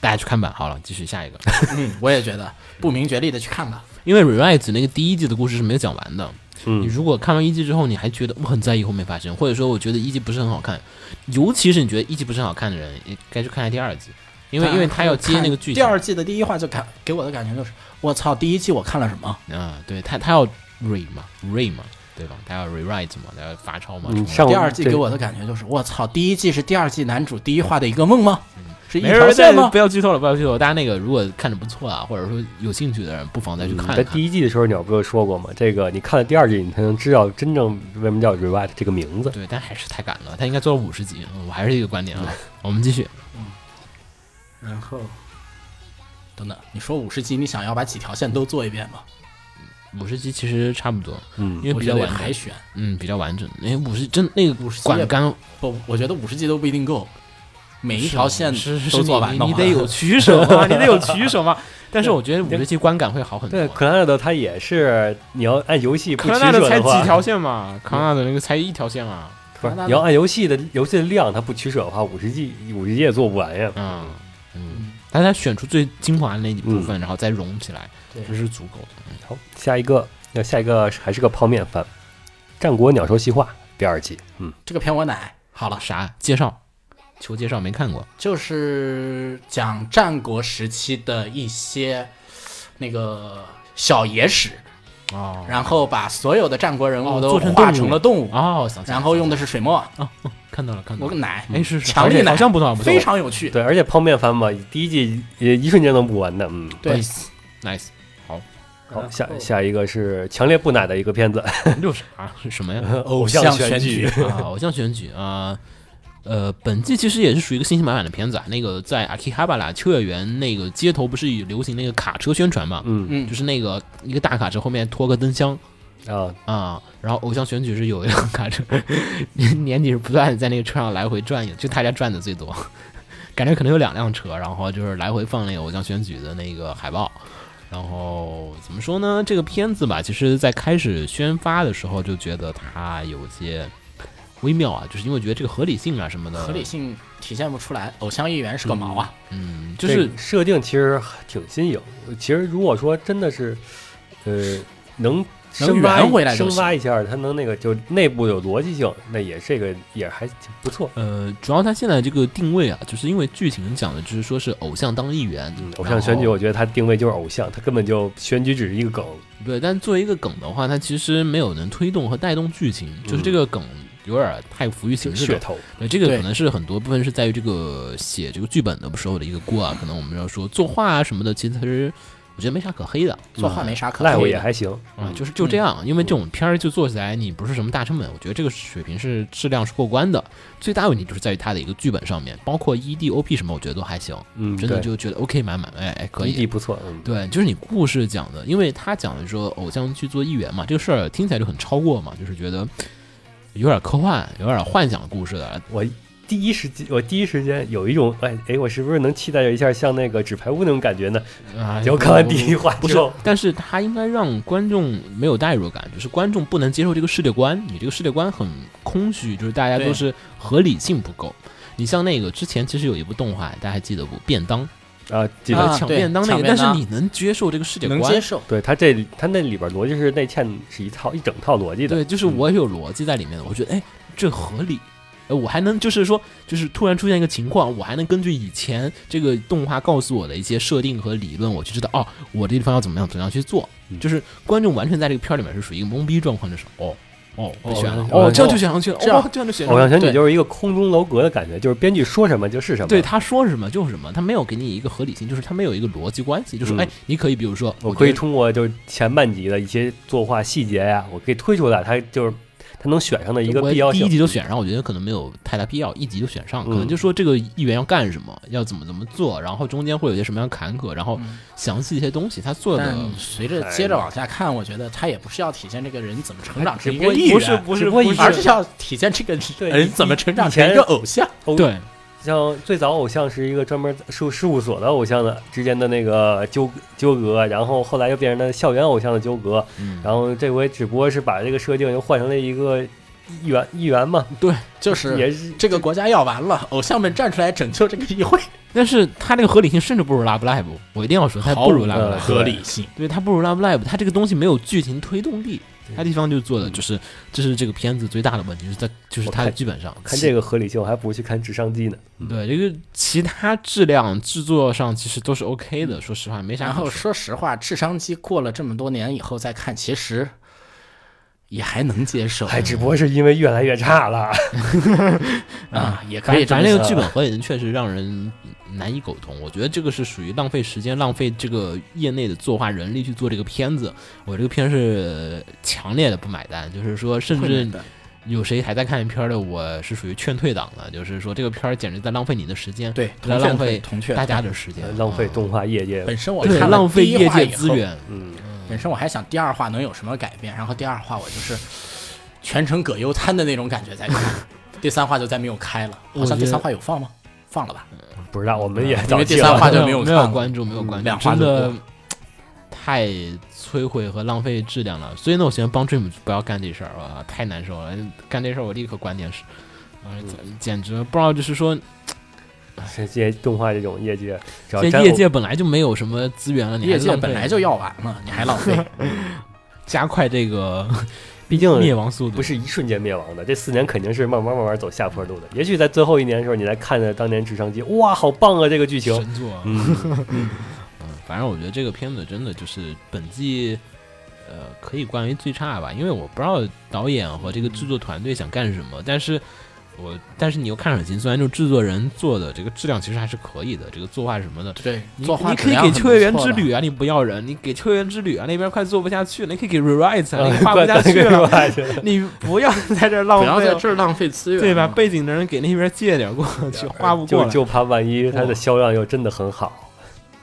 [SPEAKER 3] 大家去看吧。好了，继续下一个，
[SPEAKER 4] 嗯，我也觉得不明觉厉的去看吧。
[SPEAKER 3] 因为 rewrite 那个第一季的故事是没有讲完的。你
[SPEAKER 2] 嗯，
[SPEAKER 3] 如果看完一季之后，你还觉得我很在意后面发生，或者说我觉得一季不是很好看，尤其是你觉得一季不是很好看的人，也该去看一下第二季，因为因为他要接那个剧情。
[SPEAKER 4] 啊第二季的第一话就感给我的感觉就是，我操，第一季我看了什么？
[SPEAKER 3] 啊，对他他要 re 嘛，re 嘛，对吧？他要 rewrite 嘛，他要罚抄嘛。重
[SPEAKER 2] 嗯
[SPEAKER 3] 来
[SPEAKER 2] 上
[SPEAKER 4] 第二季
[SPEAKER 2] 这
[SPEAKER 4] 给我的感觉就是，我操，第一季是第二季男主第一话的一个梦吗？是一
[SPEAKER 3] 没
[SPEAKER 4] 条
[SPEAKER 3] 人
[SPEAKER 4] 线
[SPEAKER 3] 再
[SPEAKER 4] 吗
[SPEAKER 3] 不？要剧透了，不要剧透了。大家那个如果看着不错啊，或者说有兴趣的人，不妨再去
[SPEAKER 2] 嗯
[SPEAKER 3] 看
[SPEAKER 2] 在
[SPEAKER 3] 一
[SPEAKER 2] 第
[SPEAKER 3] 看。
[SPEAKER 2] 一季的时候，鸟不就说过吗？这个你看了第二季，你才能知道真正为什么叫 rewrite 这个名字。
[SPEAKER 3] 对，但还是太赶了，他应该做了五十集。嗯我还是这个观点啊。我们继续，
[SPEAKER 4] 然后，等等，你说五十集，你想要把几条线都做一遍吗？
[SPEAKER 3] 五十集其实差不多，
[SPEAKER 2] 嗯
[SPEAKER 3] 因为
[SPEAKER 4] 我
[SPEAKER 3] 比
[SPEAKER 4] 觉
[SPEAKER 3] 较
[SPEAKER 4] 得也
[SPEAKER 3] 完
[SPEAKER 4] 海
[SPEAKER 3] 整，
[SPEAKER 4] 选
[SPEAKER 3] 嗯，比较完整。因为五十真那个
[SPEAKER 4] 50集也
[SPEAKER 3] 管干
[SPEAKER 4] 不，我觉得五十集都不一定够，每一条线
[SPEAKER 3] 是是是
[SPEAKER 4] 都做完
[SPEAKER 3] 你
[SPEAKER 4] 的
[SPEAKER 3] 你
[SPEAKER 4] 话，
[SPEAKER 3] 你得
[SPEAKER 4] [LAUGHS]
[SPEAKER 3] 有取舍嘛，你得有取舍嘛。但是我觉得五十集观感会好很多
[SPEAKER 2] 对，。克拉纳德他也是，你要按游戏不
[SPEAKER 3] 克
[SPEAKER 2] 取
[SPEAKER 3] 拉纳
[SPEAKER 2] 舍
[SPEAKER 3] 的才
[SPEAKER 2] 的话，
[SPEAKER 3] 几条线嘛，康纳的那个才一条线啊。
[SPEAKER 2] 不是
[SPEAKER 4] 克拉纳德
[SPEAKER 2] 你要按游戏的游戏的量，它不取舍的话，五十 G 五十 G 也做不完呀。
[SPEAKER 3] 嗯，嗯，但他选出最精华的那一
[SPEAKER 4] 嗯
[SPEAKER 3] 部分，然后再融起来，
[SPEAKER 4] 对
[SPEAKER 3] 这是足够的。
[SPEAKER 2] 好，下一个，那下一个还是个泡面番，《战国鸟兽细化》第二季。嗯，
[SPEAKER 4] 这个片我奶好了，
[SPEAKER 3] 啥介绍？求介绍，没看过。
[SPEAKER 4] 就是讲战国时期的一些那个小野史，
[SPEAKER 3] 哦
[SPEAKER 4] 然后把所有的战国人物
[SPEAKER 3] 哦
[SPEAKER 4] 都
[SPEAKER 3] 做成
[SPEAKER 4] 画
[SPEAKER 3] 动物
[SPEAKER 4] 成了动物，
[SPEAKER 3] 哦，想起来
[SPEAKER 4] 然后用的
[SPEAKER 3] 想
[SPEAKER 4] 是水墨，
[SPEAKER 3] 起来看到了，看到
[SPEAKER 4] 我个
[SPEAKER 3] 了。
[SPEAKER 4] 奶，
[SPEAKER 3] 哎，是是
[SPEAKER 4] 强力
[SPEAKER 3] 好像
[SPEAKER 4] 奶
[SPEAKER 3] 好像不错，不错
[SPEAKER 4] 非常有趣。
[SPEAKER 2] 对，而且泡面番嘛，第一季也一瞬间弄不完的。嗯，
[SPEAKER 4] 对，
[SPEAKER 3] nice。好，
[SPEAKER 2] 好，下下一个是强烈不奶的一个片子，
[SPEAKER 3] 六啥是什么呀？
[SPEAKER 4] 偶
[SPEAKER 2] 像选举，
[SPEAKER 3] 啊，偶像选举啊。呃，本季其实也是属于一个信心满满的片子啊。那个在阿基哈巴拉秋叶原那个街头不是有流行那个卡车宣传嘛？
[SPEAKER 2] 嗯
[SPEAKER 4] 嗯
[SPEAKER 3] 就，是那个一个大卡车后面拖个灯箱
[SPEAKER 2] 啊，
[SPEAKER 3] 啊、然后偶像选举是有一辆卡车，年年底是不断地在那个车上来回转悠，就他家转的最多，感觉可能有两辆车，然后就是来回放那个偶像选举的那个海报。然后怎么说呢？这个片子吧，其实在开始宣发的时候就觉得它有些微妙啊，就是因为觉得这个合理性啊什么的，
[SPEAKER 4] 合理性体现不出来，偶像议员是个毛啊！
[SPEAKER 3] 嗯，就
[SPEAKER 2] 这
[SPEAKER 3] 是
[SPEAKER 2] 个设定其实挺新颖。其实如果说真的是，呃，能深挖
[SPEAKER 4] 圆回来就
[SPEAKER 2] 深
[SPEAKER 4] 行
[SPEAKER 2] 挖一下，它能那个就内部有逻辑性，那也这个也还挺不错。
[SPEAKER 3] 呃，主要它现在这个定位啊，就是因为剧情讲的就是说是偶像当议员，
[SPEAKER 2] 嗯，偶像选举，
[SPEAKER 3] 然后
[SPEAKER 2] 我觉得它定位就是偶像，它根本就选举只是一个梗。
[SPEAKER 3] 对，但作为一个梗的话，它其实没有能推动和带动剧情，就是这个梗有点太浮于形式
[SPEAKER 2] 噱
[SPEAKER 3] 了。
[SPEAKER 2] 头，
[SPEAKER 3] 对，这个
[SPEAKER 4] 对
[SPEAKER 3] 可能是很多部分是在于这个写这个剧本的时候的一个锅啊，可能我们要说作画啊什么的，其实我觉得没啥可黑的。
[SPEAKER 4] 作画没啥
[SPEAKER 2] 嗯
[SPEAKER 4] 可
[SPEAKER 2] 赖我
[SPEAKER 4] 黑
[SPEAKER 2] 也
[SPEAKER 4] 的，
[SPEAKER 2] 还行
[SPEAKER 3] 啊，
[SPEAKER 2] 嗯
[SPEAKER 3] 就是就这样，因为这种片儿就做起来，你不是什么大成本，我觉得这个水平是质量是过关的。最大问题就是在于它的一个剧本上面，包括 E D O P 什么，我觉得都还行，
[SPEAKER 2] 嗯，
[SPEAKER 3] 真的
[SPEAKER 2] 对
[SPEAKER 3] 就觉得 O K 满满，哎哎可以
[SPEAKER 2] 一，地不错，嗯，
[SPEAKER 3] 对，就是你故事讲的，因为他讲的说偶像去做议员嘛，这个事儿听起来就很超过嘛，就是觉得有点科幻，有点幻想故事的。
[SPEAKER 2] 我第一时间，我第一时间有一种，哎哎，我是不是能期待一下像那个纸牌屋那种感觉呢？
[SPEAKER 3] 啊，
[SPEAKER 2] 结果看完第一话
[SPEAKER 3] 不
[SPEAKER 2] 之
[SPEAKER 3] 是
[SPEAKER 2] 后，，
[SPEAKER 3] 但是他应该让观众没有代入感，就是观众不能接受这个世界观，你这个世界观很空虚，就是大家都
[SPEAKER 4] 对
[SPEAKER 3] 是合理性不够。你像那个之前其实有一部动画，大家还记得不？便当，
[SPEAKER 2] 啊，记得
[SPEAKER 4] 啊
[SPEAKER 3] 呃抢
[SPEAKER 4] 对
[SPEAKER 3] 便当那
[SPEAKER 4] 抢
[SPEAKER 3] 个，
[SPEAKER 4] 便
[SPEAKER 3] 但
[SPEAKER 4] 当
[SPEAKER 3] 是你能接受这个世界
[SPEAKER 4] 能
[SPEAKER 3] 观？
[SPEAKER 4] 接受。
[SPEAKER 2] 对他这他那里边逻辑是内嵌是一套一整套逻辑的，嗯
[SPEAKER 3] 对，就是我有逻辑在里面的，我觉得哎，这合理。呃，我还能就是说，就是突然出现一个情况，我还能根据以前这个动画告诉我的一些设定和理论，我去知道哦，我这地方要怎么样怎么样去做。
[SPEAKER 2] 嗯
[SPEAKER 3] 就是观众完全在这个片儿里面是属于一个懵逼状况的时候，哦哦，被选了，
[SPEAKER 2] 哦
[SPEAKER 3] 哦，这样就选上去了，
[SPEAKER 4] 这样
[SPEAKER 3] 哦，这样就选上
[SPEAKER 2] 偶
[SPEAKER 3] 去了
[SPEAKER 2] 像。选举
[SPEAKER 4] 对
[SPEAKER 2] 就是一个空中楼阁的感觉，就是编剧说什么就是什么。
[SPEAKER 3] 对，他说什么就是什么，他没有给你一个合理性，就是他没有一个逻辑关系，就是说
[SPEAKER 2] 嗯
[SPEAKER 3] 哎，你可以比如说，
[SPEAKER 2] 我
[SPEAKER 3] 觉
[SPEAKER 2] 可以
[SPEAKER 3] 得
[SPEAKER 2] 通过就是前半集的一些作画细节呀、我可以推出来，它就是它能选上的一个
[SPEAKER 3] 我
[SPEAKER 2] 必要
[SPEAKER 3] 第一
[SPEAKER 2] 性。
[SPEAKER 3] 集就选上，我觉得可能没有太大必要，一集就选上，可能
[SPEAKER 2] 嗯
[SPEAKER 3] 就说这个议员要干什么，要怎么怎么做，然后中间会有些什么样的坎坷，然后详细一些东西，他做的
[SPEAKER 4] 嗯但随着
[SPEAKER 2] 哎
[SPEAKER 4] 接着往下看，我觉得他也不是要体现这个人怎么成长
[SPEAKER 2] 只
[SPEAKER 4] 成一
[SPEAKER 2] 哎不过
[SPEAKER 4] 个艺
[SPEAKER 2] 不是
[SPEAKER 4] 人，
[SPEAKER 2] 不是不
[SPEAKER 4] 而
[SPEAKER 2] 是
[SPEAKER 4] 是要体现这个
[SPEAKER 2] 对
[SPEAKER 4] 人
[SPEAKER 2] 以
[SPEAKER 4] 怎么成长
[SPEAKER 2] 以前
[SPEAKER 4] 成一个偶像。
[SPEAKER 2] 偶
[SPEAKER 3] 对
[SPEAKER 2] 像最早偶像是一个专门事务事务所的偶像的之间的那个纠纠葛，然后后来又变成了校园偶像的纠葛，
[SPEAKER 3] 嗯
[SPEAKER 2] 然后这回只不过是把这个设定又换成了一个议员议员嘛，
[SPEAKER 3] 对，
[SPEAKER 4] 就是
[SPEAKER 2] 也是
[SPEAKER 4] 这个国家要完了，偶像们站出来拯救这个议会，
[SPEAKER 3] 但是他这个合理性甚至不如 Love Live，我一定要说他
[SPEAKER 4] 毫
[SPEAKER 3] 不
[SPEAKER 4] 无
[SPEAKER 3] 如 Love
[SPEAKER 2] 呃
[SPEAKER 3] Live，
[SPEAKER 4] 合理性。
[SPEAKER 3] 对嗯他不如 Love Live，他这个东西没有剧情推动力，他地方就做的就是这是这个片子最大的问题，就是在就是
[SPEAKER 2] 我
[SPEAKER 3] 他的
[SPEAKER 2] 看
[SPEAKER 3] 剧本上
[SPEAKER 2] 看
[SPEAKER 3] 其
[SPEAKER 2] 这个合理性，我还不如去看《直商机》呢。
[SPEAKER 3] 对这个其他质量制作上其实都是 OK
[SPEAKER 2] 嗯
[SPEAKER 3] 的，说实话没啥
[SPEAKER 4] 然
[SPEAKER 3] 好
[SPEAKER 4] 后
[SPEAKER 3] 说。
[SPEAKER 4] 说实话，智商机过了这么多年以后再看，其实也还能接受，
[SPEAKER 2] 哎，只不过是因为越来越差了。
[SPEAKER 4] 啊，也可
[SPEAKER 3] 反
[SPEAKER 4] 以这
[SPEAKER 3] 反
[SPEAKER 4] 么
[SPEAKER 3] 正这
[SPEAKER 4] 说。
[SPEAKER 3] 个剧本合理确实让人难以苟同，我觉得这个是属于浪费时间、浪费这个业内的作画人力去做这个片子。我这个片是强烈的不买单，就是说，甚
[SPEAKER 4] 会
[SPEAKER 3] 至
[SPEAKER 4] 的
[SPEAKER 3] 有谁还在看片儿的，我是属于劝退党的，就是说这个片儿简直在浪费你的时间，
[SPEAKER 4] 对
[SPEAKER 3] 在
[SPEAKER 4] 同
[SPEAKER 3] 浪
[SPEAKER 4] 劝
[SPEAKER 3] 费
[SPEAKER 4] 退，同劝
[SPEAKER 3] 大
[SPEAKER 4] 退呃
[SPEAKER 3] 家的时间，
[SPEAKER 2] 浪费
[SPEAKER 3] 嗯
[SPEAKER 2] 动画业界，
[SPEAKER 4] 本身我
[SPEAKER 3] 对
[SPEAKER 4] 看了
[SPEAKER 3] 浪费
[SPEAKER 4] 第一
[SPEAKER 3] 业
[SPEAKER 4] 话
[SPEAKER 3] 界
[SPEAKER 4] 以
[SPEAKER 3] 资
[SPEAKER 4] 后
[SPEAKER 3] 源。
[SPEAKER 2] 嗯，
[SPEAKER 4] 本身我还想第二话能有什么改变，然后第二话我就是全程葛优瘫的那种感觉在
[SPEAKER 3] [LAUGHS]
[SPEAKER 4] 看，第三话就再没有开了，好
[SPEAKER 3] 我觉
[SPEAKER 4] 像
[SPEAKER 3] 得嗯
[SPEAKER 4] 第三话有放吗？放了吧，
[SPEAKER 2] 不知道，我们也
[SPEAKER 4] 因
[SPEAKER 2] 早
[SPEAKER 4] 为
[SPEAKER 2] 期
[SPEAKER 4] 第三话
[SPEAKER 2] 了。
[SPEAKER 4] 就没
[SPEAKER 3] 没
[SPEAKER 4] 有
[SPEAKER 3] 没
[SPEAKER 4] 看
[SPEAKER 3] 有
[SPEAKER 4] 了
[SPEAKER 3] 关注，没有关注，
[SPEAKER 4] 两话
[SPEAKER 3] 真
[SPEAKER 4] 就
[SPEAKER 3] 的
[SPEAKER 4] 过
[SPEAKER 3] 太摧毁和浪费质量了。所以呢，我喜欢帮 Dream 不要干这事儿啊，太难受了。干这事儿我立刻关电视，呃简直不知道就是说，
[SPEAKER 4] 嗯
[SPEAKER 2] 这些动画这种业界，只要
[SPEAKER 3] 这
[SPEAKER 2] 沾
[SPEAKER 3] 业界本来就没有什么资源了，你还
[SPEAKER 4] 业界
[SPEAKER 3] 浪费
[SPEAKER 4] 本来就要完了，你还浪费，
[SPEAKER 3] [LAUGHS] 加快这个
[SPEAKER 2] 毕竟
[SPEAKER 3] [LAUGHS] 灭亡速度，
[SPEAKER 2] 不是一瞬间灭亡的，这四年肯定是慢慢慢慢走下坡路的。也许在最后一年的时候，你来看着当年《直升机》，哇，好棒啊，这个剧情。
[SPEAKER 3] 神作啊。
[SPEAKER 2] 嗯，
[SPEAKER 3] [LAUGHS] 嗯，反正我觉得这个片子真的就是本季，呃，可以冠为最差吧，因为我不知道导演和这个制作团队想干什么，但是我但是你又看着很心酸，就制作人做的这个质量其实还是可以的，这个作画什么的。
[SPEAKER 4] 对，
[SPEAKER 3] 你
[SPEAKER 4] 作画
[SPEAKER 3] 你
[SPEAKER 4] 质
[SPEAKER 3] 可以
[SPEAKER 4] 量
[SPEAKER 3] 给
[SPEAKER 4] 很
[SPEAKER 3] 《
[SPEAKER 4] 不
[SPEAKER 3] 秋叶原
[SPEAKER 4] 错
[SPEAKER 3] 之
[SPEAKER 4] 的 [LAUGHS]
[SPEAKER 3] 旅》啊，你不要人，你给《秋叶原之旅》啊，那边快做不下去了，你可以给《Rewrite》啊，
[SPEAKER 2] 嗯
[SPEAKER 3] 你 [LAUGHS] 快不下去了，
[SPEAKER 2] 怪不下去了
[SPEAKER 3] 你不要在这儿浪
[SPEAKER 4] 不
[SPEAKER 3] 费了，
[SPEAKER 4] 要在这儿浪费资源，
[SPEAKER 3] 对吧？？背景的人给那边借点过去，画不过
[SPEAKER 2] [LAUGHS] 就 [LAUGHS]
[SPEAKER 3] 来。
[SPEAKER 2] 就怕万一它的销量又真的很好，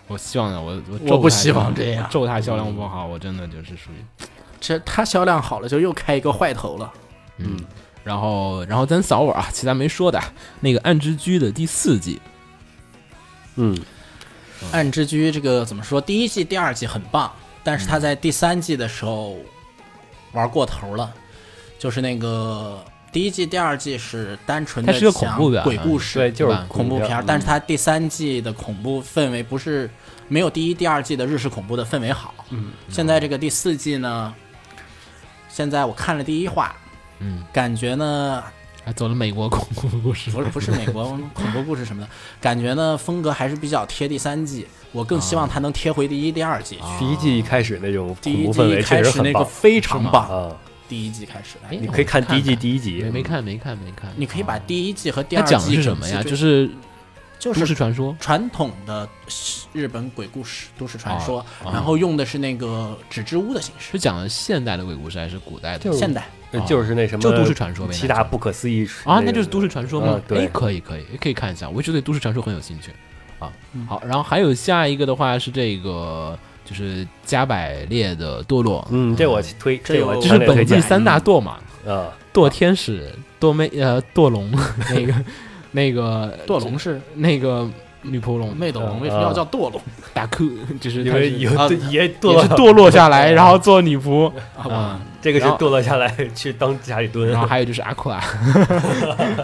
[SPEAKER 3] 我希望呢，我我
[SPEAKER 4] 我
[SPEAKER 3] 咒
[SPEAKER 4] 不
[SPEAKER 3] 他
[SPEAKER 4] 希望
[SPEAKER 3] 我
[SPEAKER 4] 这样
[SPEAKER 3] 咒他销量不好，我真的就是属于
[SPEAKER 4] 这他销量好了，就又开一个坏头了。
[SPEAKER 3] 嗯，然后然后咱扫会儿啊，其他没说的啊。那个《暗之居》的第四季，
[SPEAKER 2] 嗯，
[SPEAKER 4] 暗之居这个怎么说？第一季、第二季很棒，但是他在第三季的时候玩过头了，就是那个第一季、第二季是单纯的
[SPEAKER 3] 它是个恐怖片
[SPEAKER 4] 讲鬼故事，
[SPEAKER 2] 对，就是
[SPEAKER 3] 吧
[SPEAKER 4] 恐怖片儿。嗯但是它第三季的恐怖氛围不是没有第一、第二季的日式恐怖的氛围好。
[SPEAKER 2] 嗯，
[SPEAKER 4] 现在这个第四季呢，现在我看了第一话，
[SPEAKER 3] 嗯，
[SPEAKER 4] 感觉呢
[SPEAKER 3] 还走了美国恐怖故事，
[SPEAKER 4] 不是
[SPEAKER 3] [LAUGHS]
[SPEAKER 4] 不是美国恐怖故事什么的，感觉呢风格还是比较贴第三季。我更希望它能贴回第一、第二季去。
[SPEAKER 3] 啊
[SPEAKER 2] 第一季一开始那种
[SPEAKER 4] 啊第
[SPEAKER 2] 恐
[SPEAKER 4] 一
[SPEAKER 2] 怖
[SPEAKER 4] 季
[SPEAKER 2] 氛
[SPEAKER 4] 一
[SPEAKER 2] 围确
[SPEAKER 4] 开
[SPEAKER 2] 实
[SPEAKER 4] 始
[SPEAKER 2] 很
[SPEAKER 4] 那个
[SPEAKER 2] 棒
[SPEAKER 4] 非常棒，
[SPEAKER 2] 啊，
[SPEAKER 4] 第一季开始，
[SPEAKER 3] 哎
[SPEAKER 4] 哎，
[SPEAKER 2] 你可以看第一季第一集
[SPEAKER 3] 没，没看没看没看，
[SPEAKER 4] 你可以把
[SPEAKER 3] 啊
[SPEAKER 4] 第一季和第
[SPEAKER 3] 它
[SPEAKER 4] 二季
[SPEAKER 3] 讲的是什么呀？
[SPEAKER 4] 整
[SPEAKER 3] 就
[SPEAKER 4] 季
[SPEAKER 3] 是
[SPEAKER 4] 就
[SPEAKER 3] 都市
[SPEAKER 4] 是
[SPEAKER 3] 传说，
[SPEAKER 4] 传统的日本鬼故事、都市传说，
[SPEAKER 3] 哦
[SPEAKER 4] 然后用的是那个纸质屋的形式
[SPEAKER 3] 是，讲的现代的鬼故事还是古代的
[SPEAKER 2] 就？是
[SPEAKER 4] 现代
[SPEAKER 2] 呃就是那什么
[SPEAKER 3] 啊就都市传说呗
[SPEAKER 2] 七大不可思议
[SPEAKER 3] 啊，那就是都市传说
[SPEAKER 2] 嗯
[SPEAKER 3] 嘛。哎
[SPEAKER 2] 对，
[SPEAKER 3] 可以可以可以看一下，我一直对都市传说很有兴趣啊。
[SPEAKER 2] 嗯
[SPEAKER 3] 好，然后还有下一个的话是这个，就是加百列的堕落，
[SPEAKER 2] 嗯，这我推，
[SPEAKER 4] 这
[SPEAKER 2] 这我
[SPEAKER 4] 有
[SPEAKER 3] 这
[SPEAKER 4] 强
[SPEAKER 3] 是
[SPEAKER 2] 强烈推
[SPEAKER 3] 本季
[SPEAKER 2] 荐
[SPEAKER 3] 三大堕嘛。
[SPEAKER 2] 啊，
[SPEAKER 3] 堕天使、堕妹呃堕龙 [LAUGHS] 那个那 [LAUGHS] 个
[SPEAKER 4] 堕龙是
[SPEAKER 3] 那个女仆龙
[SPEAKER 4] 妹斗龙，
[SPEAKER 2] 嗯
[SPEAKER 4] 为什么要叫堕龙
[SPEAKER 3] 打 Q，就是
[SPEAKER 2] 因
[SPEAKER 3] 她是
[SPEAKER 2] 为有
[SPEAKER 4] 啊
[SPEAKER 2] 也堕
[SPEAKER 3] 也是
[SPEAKER 2] 落
[SPEAKER 3] 堕落下来，然后做女仆，
[SPEAKER 4] 啊？
[SPEAKER 2] 这个是
[SPEAKER 3] 然后
[SPEAKER 2] 堕落下来去当家里
[SPEAKER 3] [LAUGHS]
[SPEAKER 2] 蹲
[SPEAKER 3] 然，后还有就是阿库啊，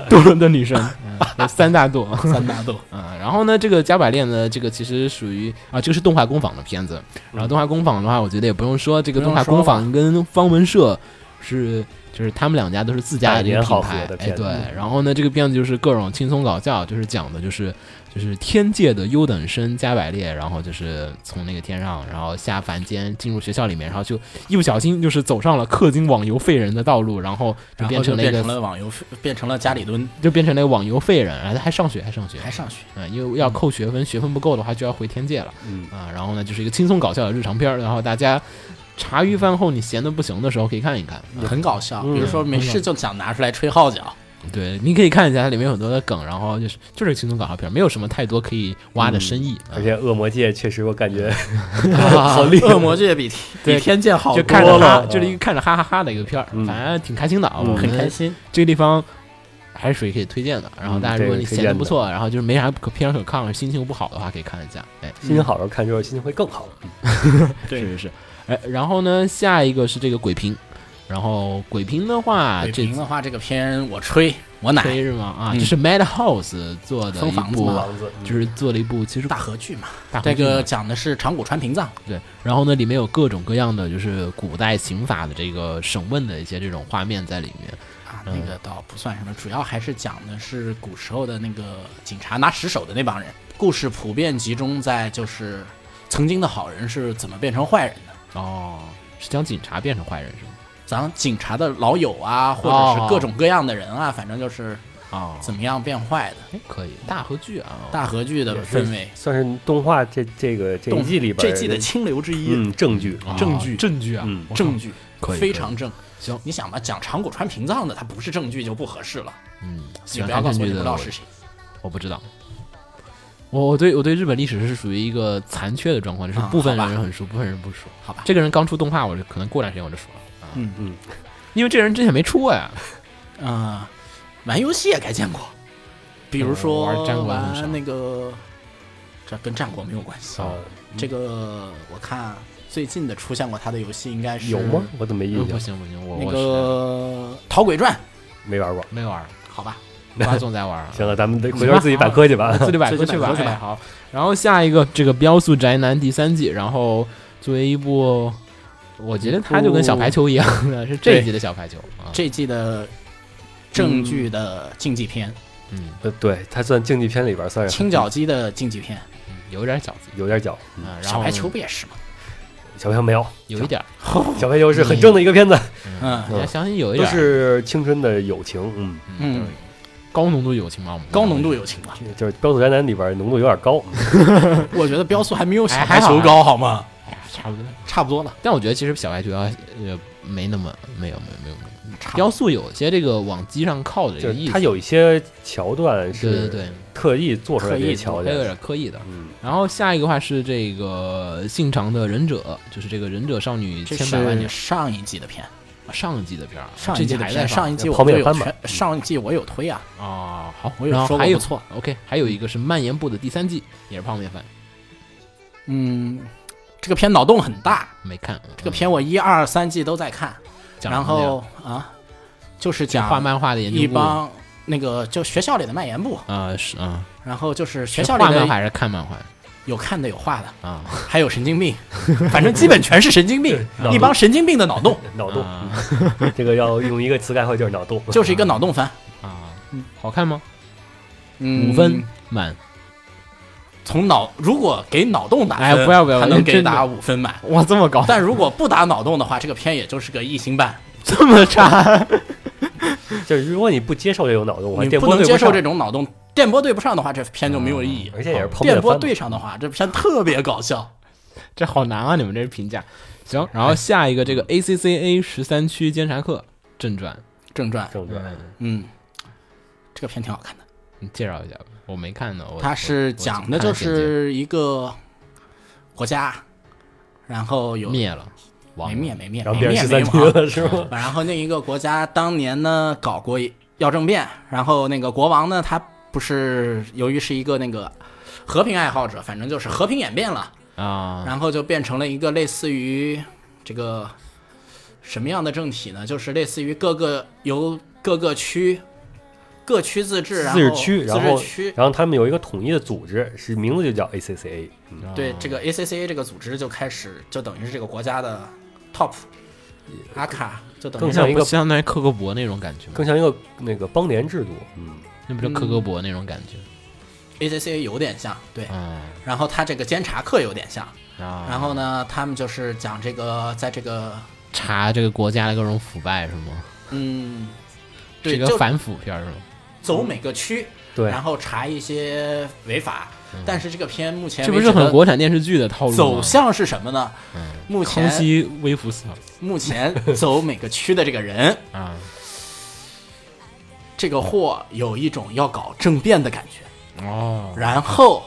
[SPEAKER 3] 堕落的女神，嗯有三大度。
[SPEAKER 4] 三大度，
[SPEAKER 3] 嗯，然后呢，这个加百列呢，这个其实属于啊，这个是动画工坊的片子。然后动画工坊的话，我觉得也不用说，这个
[SPEAKER 4] 嗯不
[SPEAKER 3] 动
[SPEAKER 4] 用
[SPEAKER 3] 画
[SPEAKER 4] 说
[SPEAKER 3] 工坊跟方文社是就是他们两家都是自家的
[SPEAKER 2] 百
[SPEAKER 3] 这
[SPEAKER 2] 年
[SPEAKER 3] 个品
[SPEAKER 2] 好合
[SPEAKER 3] 牌
[SPEAKER 2] 的，
[SPEAKER 3] 哎，
[SPEAKER 2] 片子
[SPEAKER 3] 对。然后呢，这个片子就是各种轻松搞笑，就是讲的就是就是天界的优等生加百列，然后就是从那个天上，然后下凡间进入学校里面，然后就一不小心就是走上了氪金网游废人的道 [LAUGHS] 路，然后就
[SPEAKER 4] 然
[SPEAKER 3] 变
[SPEAKER 4] 后就
[SPEAKER 3] 成了一
[SPEAKER 4] 变
[SPEAKER 3] 个
[SPEAKER 4] 成了网游，变成了家里蹲，
[SPEAKER 3] 就变成了一个网游废人，然后还上学还上学
[SPEAKER 4] 还上学，
[SPEAKER 3] 嗯，因为要扣学分，学分不够的话就要回天界了。
[SPEAKER 2] 嗯
[SPEAKER 3] 啊，然后呢，就是一个轻松搞笑的日常片儿，然后大家茶余饭后你闲的不行的时候可以看一看。啊
[SPEAKER 4] 很搞笑。
[SPEAKER 2] 嗯
[SPEAKER 4] 比如说没事就想拿出来
[SPEAKER 3] [LAUGHS]
[SPEAKER 4] 吹号角，
[SPEAKER 3] 对，你可以看一下它里面有很多的梗，然后就是就是轻松搞笑片儿，没有什么太多可以挖的深意。啊
[SPEAKER 2] 而且恶魔界确实我感觉嗯
[SPEAKER 3] 嗯
[SPEAKER 2] 哎
[SPEAKER 4] [LAUGHS]
[SPEAKER 2] 好
[SPEAKER 3] [LAUGHS]
[SPEAKER 2] 厉害，
[SPEAKER 4] 恶魔界比比天界好
[SPEAKER 3] 就
[SPEAKER 4] 多
[SPEAKER 3] 看着哈，
[SPEAKER 4] 了，
[SPEAKER 3] 就是一个看着哈哈哈的一个片儿，
[SPEAKER 2] 啊嗯
[SPEAKER 3] 反正挺开心的啊。
[SPEAKER 2] 嗯
[SPEAKER 3] 我
[SPEAKER 4] 很开
[SPEAKER 3] 们
[SPEAKER 4] 心。
[SPEAKER 3] 这个地方还是属于可以推荐的。然后
[SPEAKER 2] 嗯
[SPEAKER 3] 大家
[SPEAKER 2] 这
[SPEAKER 3] 如果
[SPEAKER 2] 个
[SPEAKER 3] 你
[SPEAKER 2] 推
[SPEAKER 3] 闲的
[SPEAKER 2] 荐
[SPEAKER 3] 不
[SPEAKER 2] 的
[SPEAKER 3] 错，然后就是没啥可片儿可看，心情不好的话可以看一下。哎，
[SPEAKER 2] 心情好的时候看之后心情会更好。
[SPEAKER 4] 对
[SPEAKER 3] 是是是。哎，然后呢，下一个是这个鬼平，然后鬼平的话，
[SPEAKER 4] 北
[SPEAKER 3] 啊这
[SPEAKER 4] 平的话，这个片我吹我奶，
[SPEAKER 3] 黑是吗？啊，
[SPEAKER 4] 啊嗯
[SPEAKER 3] 这是 Madhouse 做的
[SPEAKER 4] 疯
[SPEAKER 3] 一
[SPEAKER 4] 房子
[SPEAKER 3] 部，
[SPEAKER 4] 嘛
[SPEAKER 2] 房子嗯
[SPEAKER 3] 就是做了一部其实
[SPEAKER 4] 大合剧嘛，
[SPEAKER 3] 大
[SPEAKER 4] 这
[SPEAKER 3] 环境
[SPEAKER 4] 个
[SPEAKER 3] 的
[SPEAKER 4] 讲的是长谷川平藏，
[SPEAKER 3] 对，然后呢，里面有各种各样的就是古代刑法的这个审问的一些这种画面在里面。
[SPEAKER 4] 啊，那个倒不算什么，主要还是讲的是古时候的那个警察拿石手的那帮人。故事普遍集中在就是曾经的好人是怎么变成坏人的，
[SPEAKER 3] 哦，是将警察变成坏人是吗？
[SPEAKER 4] 咱警察的老友啊，或者是各种各样的人啊，反正就是
[SPEAKER 3] 哦，
[SPEAKER 4] 怎么样变坏的。
[SPEAKER 3] 哎，可以大合剧啊，
[SPEAKER 4] 大合剧的
[SPEAKER 2] 也是
[SPEAKER 4] 氛围，
[SPEAKER 2] 算是动画这这个这一
[SPEAKER 4] 动
[SPEAKER 2] 季里边
[SPEAKER 4] 这季的清流之一，
[SPEAKER 2] 嗯证据，
[SPEAKER 3] 哦
[SPEAKER 4] 证据
[SPEAKER 3] 证据啊，
[SPEAKER 2] 嗯
[SPEAKER 3] 我靠
[SPEAKER 4] 证据
[SPEAKER 3] 可以
[SPEAKER 4] 非常正。
[SPEAKER 3] 行
[SPEAKER 4] 你想吧，讲长谷川平藏的，他不是证据就不合适了。
[SPEAKER 3] 嗯，喜
[SPEAKER 4] 你
[SPEAKER 3] 欢
[SPEAKER 4] 不
[SPEAKER 3] 看
[SPEAKER 4] 要告
[SPEAKER 3] 证
[SPEAKER 4] 诉
[SPEAKER 3] 据
[SPEAKER 4] 我你不知
[SPEAKER 3] 的
[SPEAKER 4] 道
[SPEAKER 3] 我
[SPEAKER 4] 是谁。
[SPEAKER 3] 我不知道。我我对我对日本历史是属于一个残缺的状况，就是
[SPEAKER 4] 啊
[SPEAKER 3] 部分
[SPEAKER 4] 好吧
[SPEAKER 3] 人很熟，部分人不熟。
[SPEAKER 4] 好吧
[SPEAKER 3] 这个人刚出动画，我就可能过段时间我就熟了。啊
[SPEAKER 4] 嗯
[SPEAKER 2] 嗯，
[SPEAKER 3] 因为这人之前没出过呀。
[SPEAKER 4] 啊、玩游戏也该见过，比如说
[SPEAKER 3] 嗯玩战国很少
[SPEAKER 4] 玩那个，这跟战国没有关系。
[SPEAKER 2] 啊，
[SPEAKER 3] 嗯
[SPEAKER 4] 这个我看最近的出现过他的游戏应该是
[SPEAKER 2] 有吗？？我怎么没
[SPEAKER 3] 嗯
[SPEAKER 2] 印
[SPEAKER 3] 不
[SPEAKER 2] 象？
[SPEAKER 3] 行不行，我
[SPEAKER 4] 那
[SPEAKER 3] 我
[SPEAKER 4] 个《逃鬼传
[SPEAKER 3] 嗯
[SPEAKER 2] 没玩过。。
[SPEAKER 3] 是
[SPEAKER 4] [LAUGHS]
[SPEAKER 3] 没玩儿，》，
[SPEAKER 4] 好吧，
[SPEAKER 3] 瓜总在玩
[SPEAKER 4] [LAUGHS]
[SPEAKER 3] 儿
[SPEAKER 2] 行了，咱们得
[SPEAKER 3] 你
[SPEAKER 2] 回头
[SPEAKER 3] 吧
[SPEAKER 2] 自己百科
[SPEAKER 3] [LAUGHS]
[SPEAKER 2] 去吧。
[SPEAKER 3] 自己百科去吧，
[SPEAKER 4] 自己百科去吧
[SPEAKER 3] 哎好，然后下一个这个《标速宅男》第三季，然后作为一部，我觉得它就跟小排球一样的， [LAUGHS] 是这一季的小排球啊。
[SPEAKER 4] 嗯这季的正剧的竞技片，
[SPEAKER 3] 嗯，
[SPEAKER 2] 呃，对，它算竞技片里边算是
[SPEAKER 4] 轻脚鸡的竞技片，
[SPEAKER 3] 嗯有点小子，
[SPEAKER 2] 有点脚，
[SPEAKER 3] 啊， [LAUGHS] 然后
[SPEAKER 4] 嗯小排球不也是吗？
[SPEAKER 2] 小朋友没有，
[SPEAKER 3] 有一点儿，
[SPEAKER 2] 小朋友是很正的一个片子，
[SPEAKER 4] 嗯，
[SPEAKER 3] 你要相信有一
[SPEAKER 2] 都
[SPEAKER 3] 点儿，
[SPEAKER 2] 是青春的友情，嗯，
[SPEAKER 4] 嗯
[SPEAKER 3] 就是高浓度友情嘛，我们
[SPEAKER 4] 高浓度友情吧。
[SPEAKER 2] 就是《标准宅男》里边浓度有点高，
[SPEAKER 4] [LAUGHS] 我觉得标速还没有小
[SPEAKER 3] 哎
[SPEAKER 4] 排
[SPEAKER 3] 还好
[SPEAKER 4] 球
[SPEAKER 3] 还
[SPEAKER 4] 高，好吗？
[SPEAKER 3] 哎呀，差不多。
[SPEAKER 4] 差不多了，
[SPEAKER 3] 但我觉得其实小排球要呃没那么没有没有没有没有，
[SPEAKER 4] 差不多
[SPEAKER 3] 雕塑有些这个往机上靠的这
[SPEAKER 2] 就
[SPEAKER 3] 个
[SPEAKER 2] 是
[SPEAKER 3] 意思，
[SPEAKER 2] 它有一些桥段
[SPEAKER 3] 对对
[SPEAKER 2] 是
[SPEAKER 3] 对，
[SPEAKER 2] 特意做出来的一
[SPEAKER 4] 刻
[SPEAKER 2] 些
[SPEAKER 4] 意
[SPEAKER 2] 桥
[SPEAKER 3] 它有
[SPEAKER 2] 段，
[SPEAKER 3] 点刻意的。
[SPEAKER 2] 嗯，
[SPEAKER 3] 然后下一个话是这个信长的忍者，就是这个忍者少女
[SPEAKER 4] 这
[SPEAKER 3] 千百万
[SPEAKER 4] 是
[SPEAKER 3] 女
[SPEAKER 4] 上一季的片，
[SPEAKER 3] 上一季的片儿，啊
[SPEAKER 4] 上
[SPEAKER 3] 这
[SPEAKER 4] 一
[SPEAKER 3] 季
[SPEAKER 4] 季的
[SPEAKER 3] 还在
[SPEAKER 4] 片，上一季我
[SPEAKER 2] 泡面
[SPEAKER 4] 都有
[SPEAKER 2] 番吧
[SPEAKER 4] 推上一季我有推啊，
[SPEAKER 3] 啊，好，
[SPEAKER 4] 我有
[SPEAKER 3] 然后
[SPEAKER 4] 说过
[SPEAKER 3] 还有
[SPEAKER 4] 不错
[SPEAKER 3] OK，还有一个是蔓延部的第三季，也是泡面番，
[SPEAKER 4] 嗯，这个片脑洞很大，
[SPEAKER 3] 没看嗯
[SPEAKER 4] 这个片我一二三季都在看，
[SPEAKER 3] 讲什
[SPEAKER 4] 然
[SPEAKER 3] 么的呀
[SPEAKER 4] 后啊，就是讲
[SPEAKER 3] 画漫画的研究
[SPEAKER 4] 一
[SPEAKER 3] 部
[SPEAKER 4] 帮那个就学校里的蔓延部，
[SPEAKER 3] 啊是啊，
[SPEAKER 4] 然后就是学
[SPEAKER 3] 是
[SPEAKER 4] 校里
[SPEAKER 3] 画漫画
[SPEAKER 4] 的
[SPEAKER 3] 还是看漫画
[SPEAKER 4] 有看的有画的，
[SPEAKER 3] 啊？
[SPEAKER 4] 还有神
[SPEAKER 3] [LAUGHS]
[SPEAKER 4] 经病，反正基本全是神经病，
[SPEAKER 2] 脑
[SPEAKER 4] 一
[SPEAKER 2] 洞
[SPEAKER 4] 帮神经病的脑洞，
[SPEAKER 2] 脑洞，
[SPEAKER 3] 啊
[SPEAKER 2] 这个要用一个词概括就是脑洞，
[SPEAKER 4] 就是一个脑洞番，
[SPEAKER 3] 啊，好看吗？
[SPEAKER 4] 嗯，
[SPEAKER 3] 五分。满，
[SPEAKER 4] 从脑如果给脑洞打分，
[SPEAKER 3] 哎不要不要
[SPEAKER 4] 他能
[SPEAKER 3] 真
[SPEAKER 4] 给
[SPEAKER 3] 的
[SPEAKER 4] 打五分满。
[SPEAKER 3] 哇这
[SPEAKER 2] 啊
[SPEAKER 3] 么高，
[SPEAKER 4] 但如果不打脑洞的话，这个片也就是个一星半。
[SPEAKER 3] [LAUGHS] 这么差，
[SPEAKER 2] 就是如果你不接受这种脑洞，我
[SPEAKER 4] 你
[SPEAKER 2] 电
[SPEAKER 4] 不
[SPEAKER 2] 波
[SPEAKER 4] 能
[SPEAKER 2] 对
[SPEAKER 4] 接
[SPEAKER 2] 上嗯
[SPEAKER 4] 受这，种脑洞，电波对不上的话，这片就没有意义。哦
[SPEAKER 2] 而且也是泡面
[SPEAKER 4] 电
[SPEAKER 2] 番
[SPEAKER 4] 波
[SPEAKER 2] 嘛
[SPEAKER 4] 对上的话，这片特别搞笑。
[SPEAKER 3] 这好难啊！你们这是评价。行，然后下一个这个 ACCA 十三区监察课正传，
[SPEAKER 4] 正传，
[SPEAKER 2] 正传，
[SPEAKER 4] 嗯，这个片挺好看的。
[SPEAKER 3] 你介绍一下吧，我没看呢。我
[SPEAKER 4] 它是讲的就是一个国家，然后有
[SPEAKER 3] 我灭了，亡
[SPEAKER 4] 没
[SPEAKER 3] 了
[SPEAKER 4] 灭没灭
[SPEAKER 2] 然后
[SPEAKER 4] 没
[SPEAKER 2] 变成
[SPEAKER 4] 灭
[SPEAKER 2] 十
[SPEAKER 4] 没
[SPEAKER 2] 三区
[SPEAKER 4] 亡，
[SPEAKER 2] 了是吗？
[SPEAKER 4] [LAUGHS] 然后那一个国家当年呢搞过要政变，然后那个国王呢，他不是由于是一个那个和平爱好者，反正就是和平演变了，
[SPEAKER 3] 啊
[SPEAKER 4] 然后就变成了一个类似于这个什么样的政体呢？就是类似于各个由各个区各区自治，然后
[SPEAKER 2] 自治区，然后
[SPEAKER 4] 自治区
[SPEAKER 2] 然后他们有一个统一的组织，是名字就叫 ACCA，嗯，
[SPEAKER 4] 对这个 ACCA 这个组织就开始就等于是这个国家的 top，阿卡就等
[SPEAKER 2] 更
[SPEAKER 4] 于是
[SPEAKER 2] 像
[SPEAKER 3] 像
[SPEAKER 2] 一
[SPEAKER 3] 不
[SPEAKER 2] 个
[SPEAKER 3] 相当于克格勃那种感觉吗？
[SPEAKER 2] 更像一个那个邦联制度，嗯，
[SPEAKER 3] 那不就克格勃那种感觉？
[SPEAKER 4] ACCA 有点像，对，
[SPEAKER 2] 啊
[SPEAKER 3] 嗯
[SPEAKER 4] 然后他这个监察课有点像，
[SPEAKER 3] 啊，
[SPEAKER 4] 然后呢，他们就是讲这个在这个
[SPEAKER 3] 查这个国家的各种腐败是吗？
[SPEAKER 4] 嗯，
[SPEAKER 3] 是一
[SPEAKER 4] 对，
[SPEAKER 3] 个
[SPEAKER 4] 就
[SPEAKER 3] 反腐片儿是吗？
[SPEAKER 4] 走每个区，
[SPEAKER 2] 对嗯
[SPEAKER 4] 然，后查一些违法，但是这个片目前
[SPEAKER 3] 这不
[SPEAKER 4] 为
[SPEAKER 3] 是
[SPEAKER 4] 止
[SPEAKER 3] 很
[SPEAKER 4] 的
[SPEAKER 3] 国产电视剧的套路吗嗯
[SPEAKER 4] 走向是什么呢？目
[SPEAKER 3] 康
[SPEAKER 4] 前
[SPEAKER 3] 熙微服私访
[SPEAKER 4] 目前走每个区的这个人，
[SPEAKER 3] 啊
[SPEAKER 4] 这个货有一种要搞政变的感觉，
[SPEAKER 3] 哦，
[SPEAKER 4] 然后，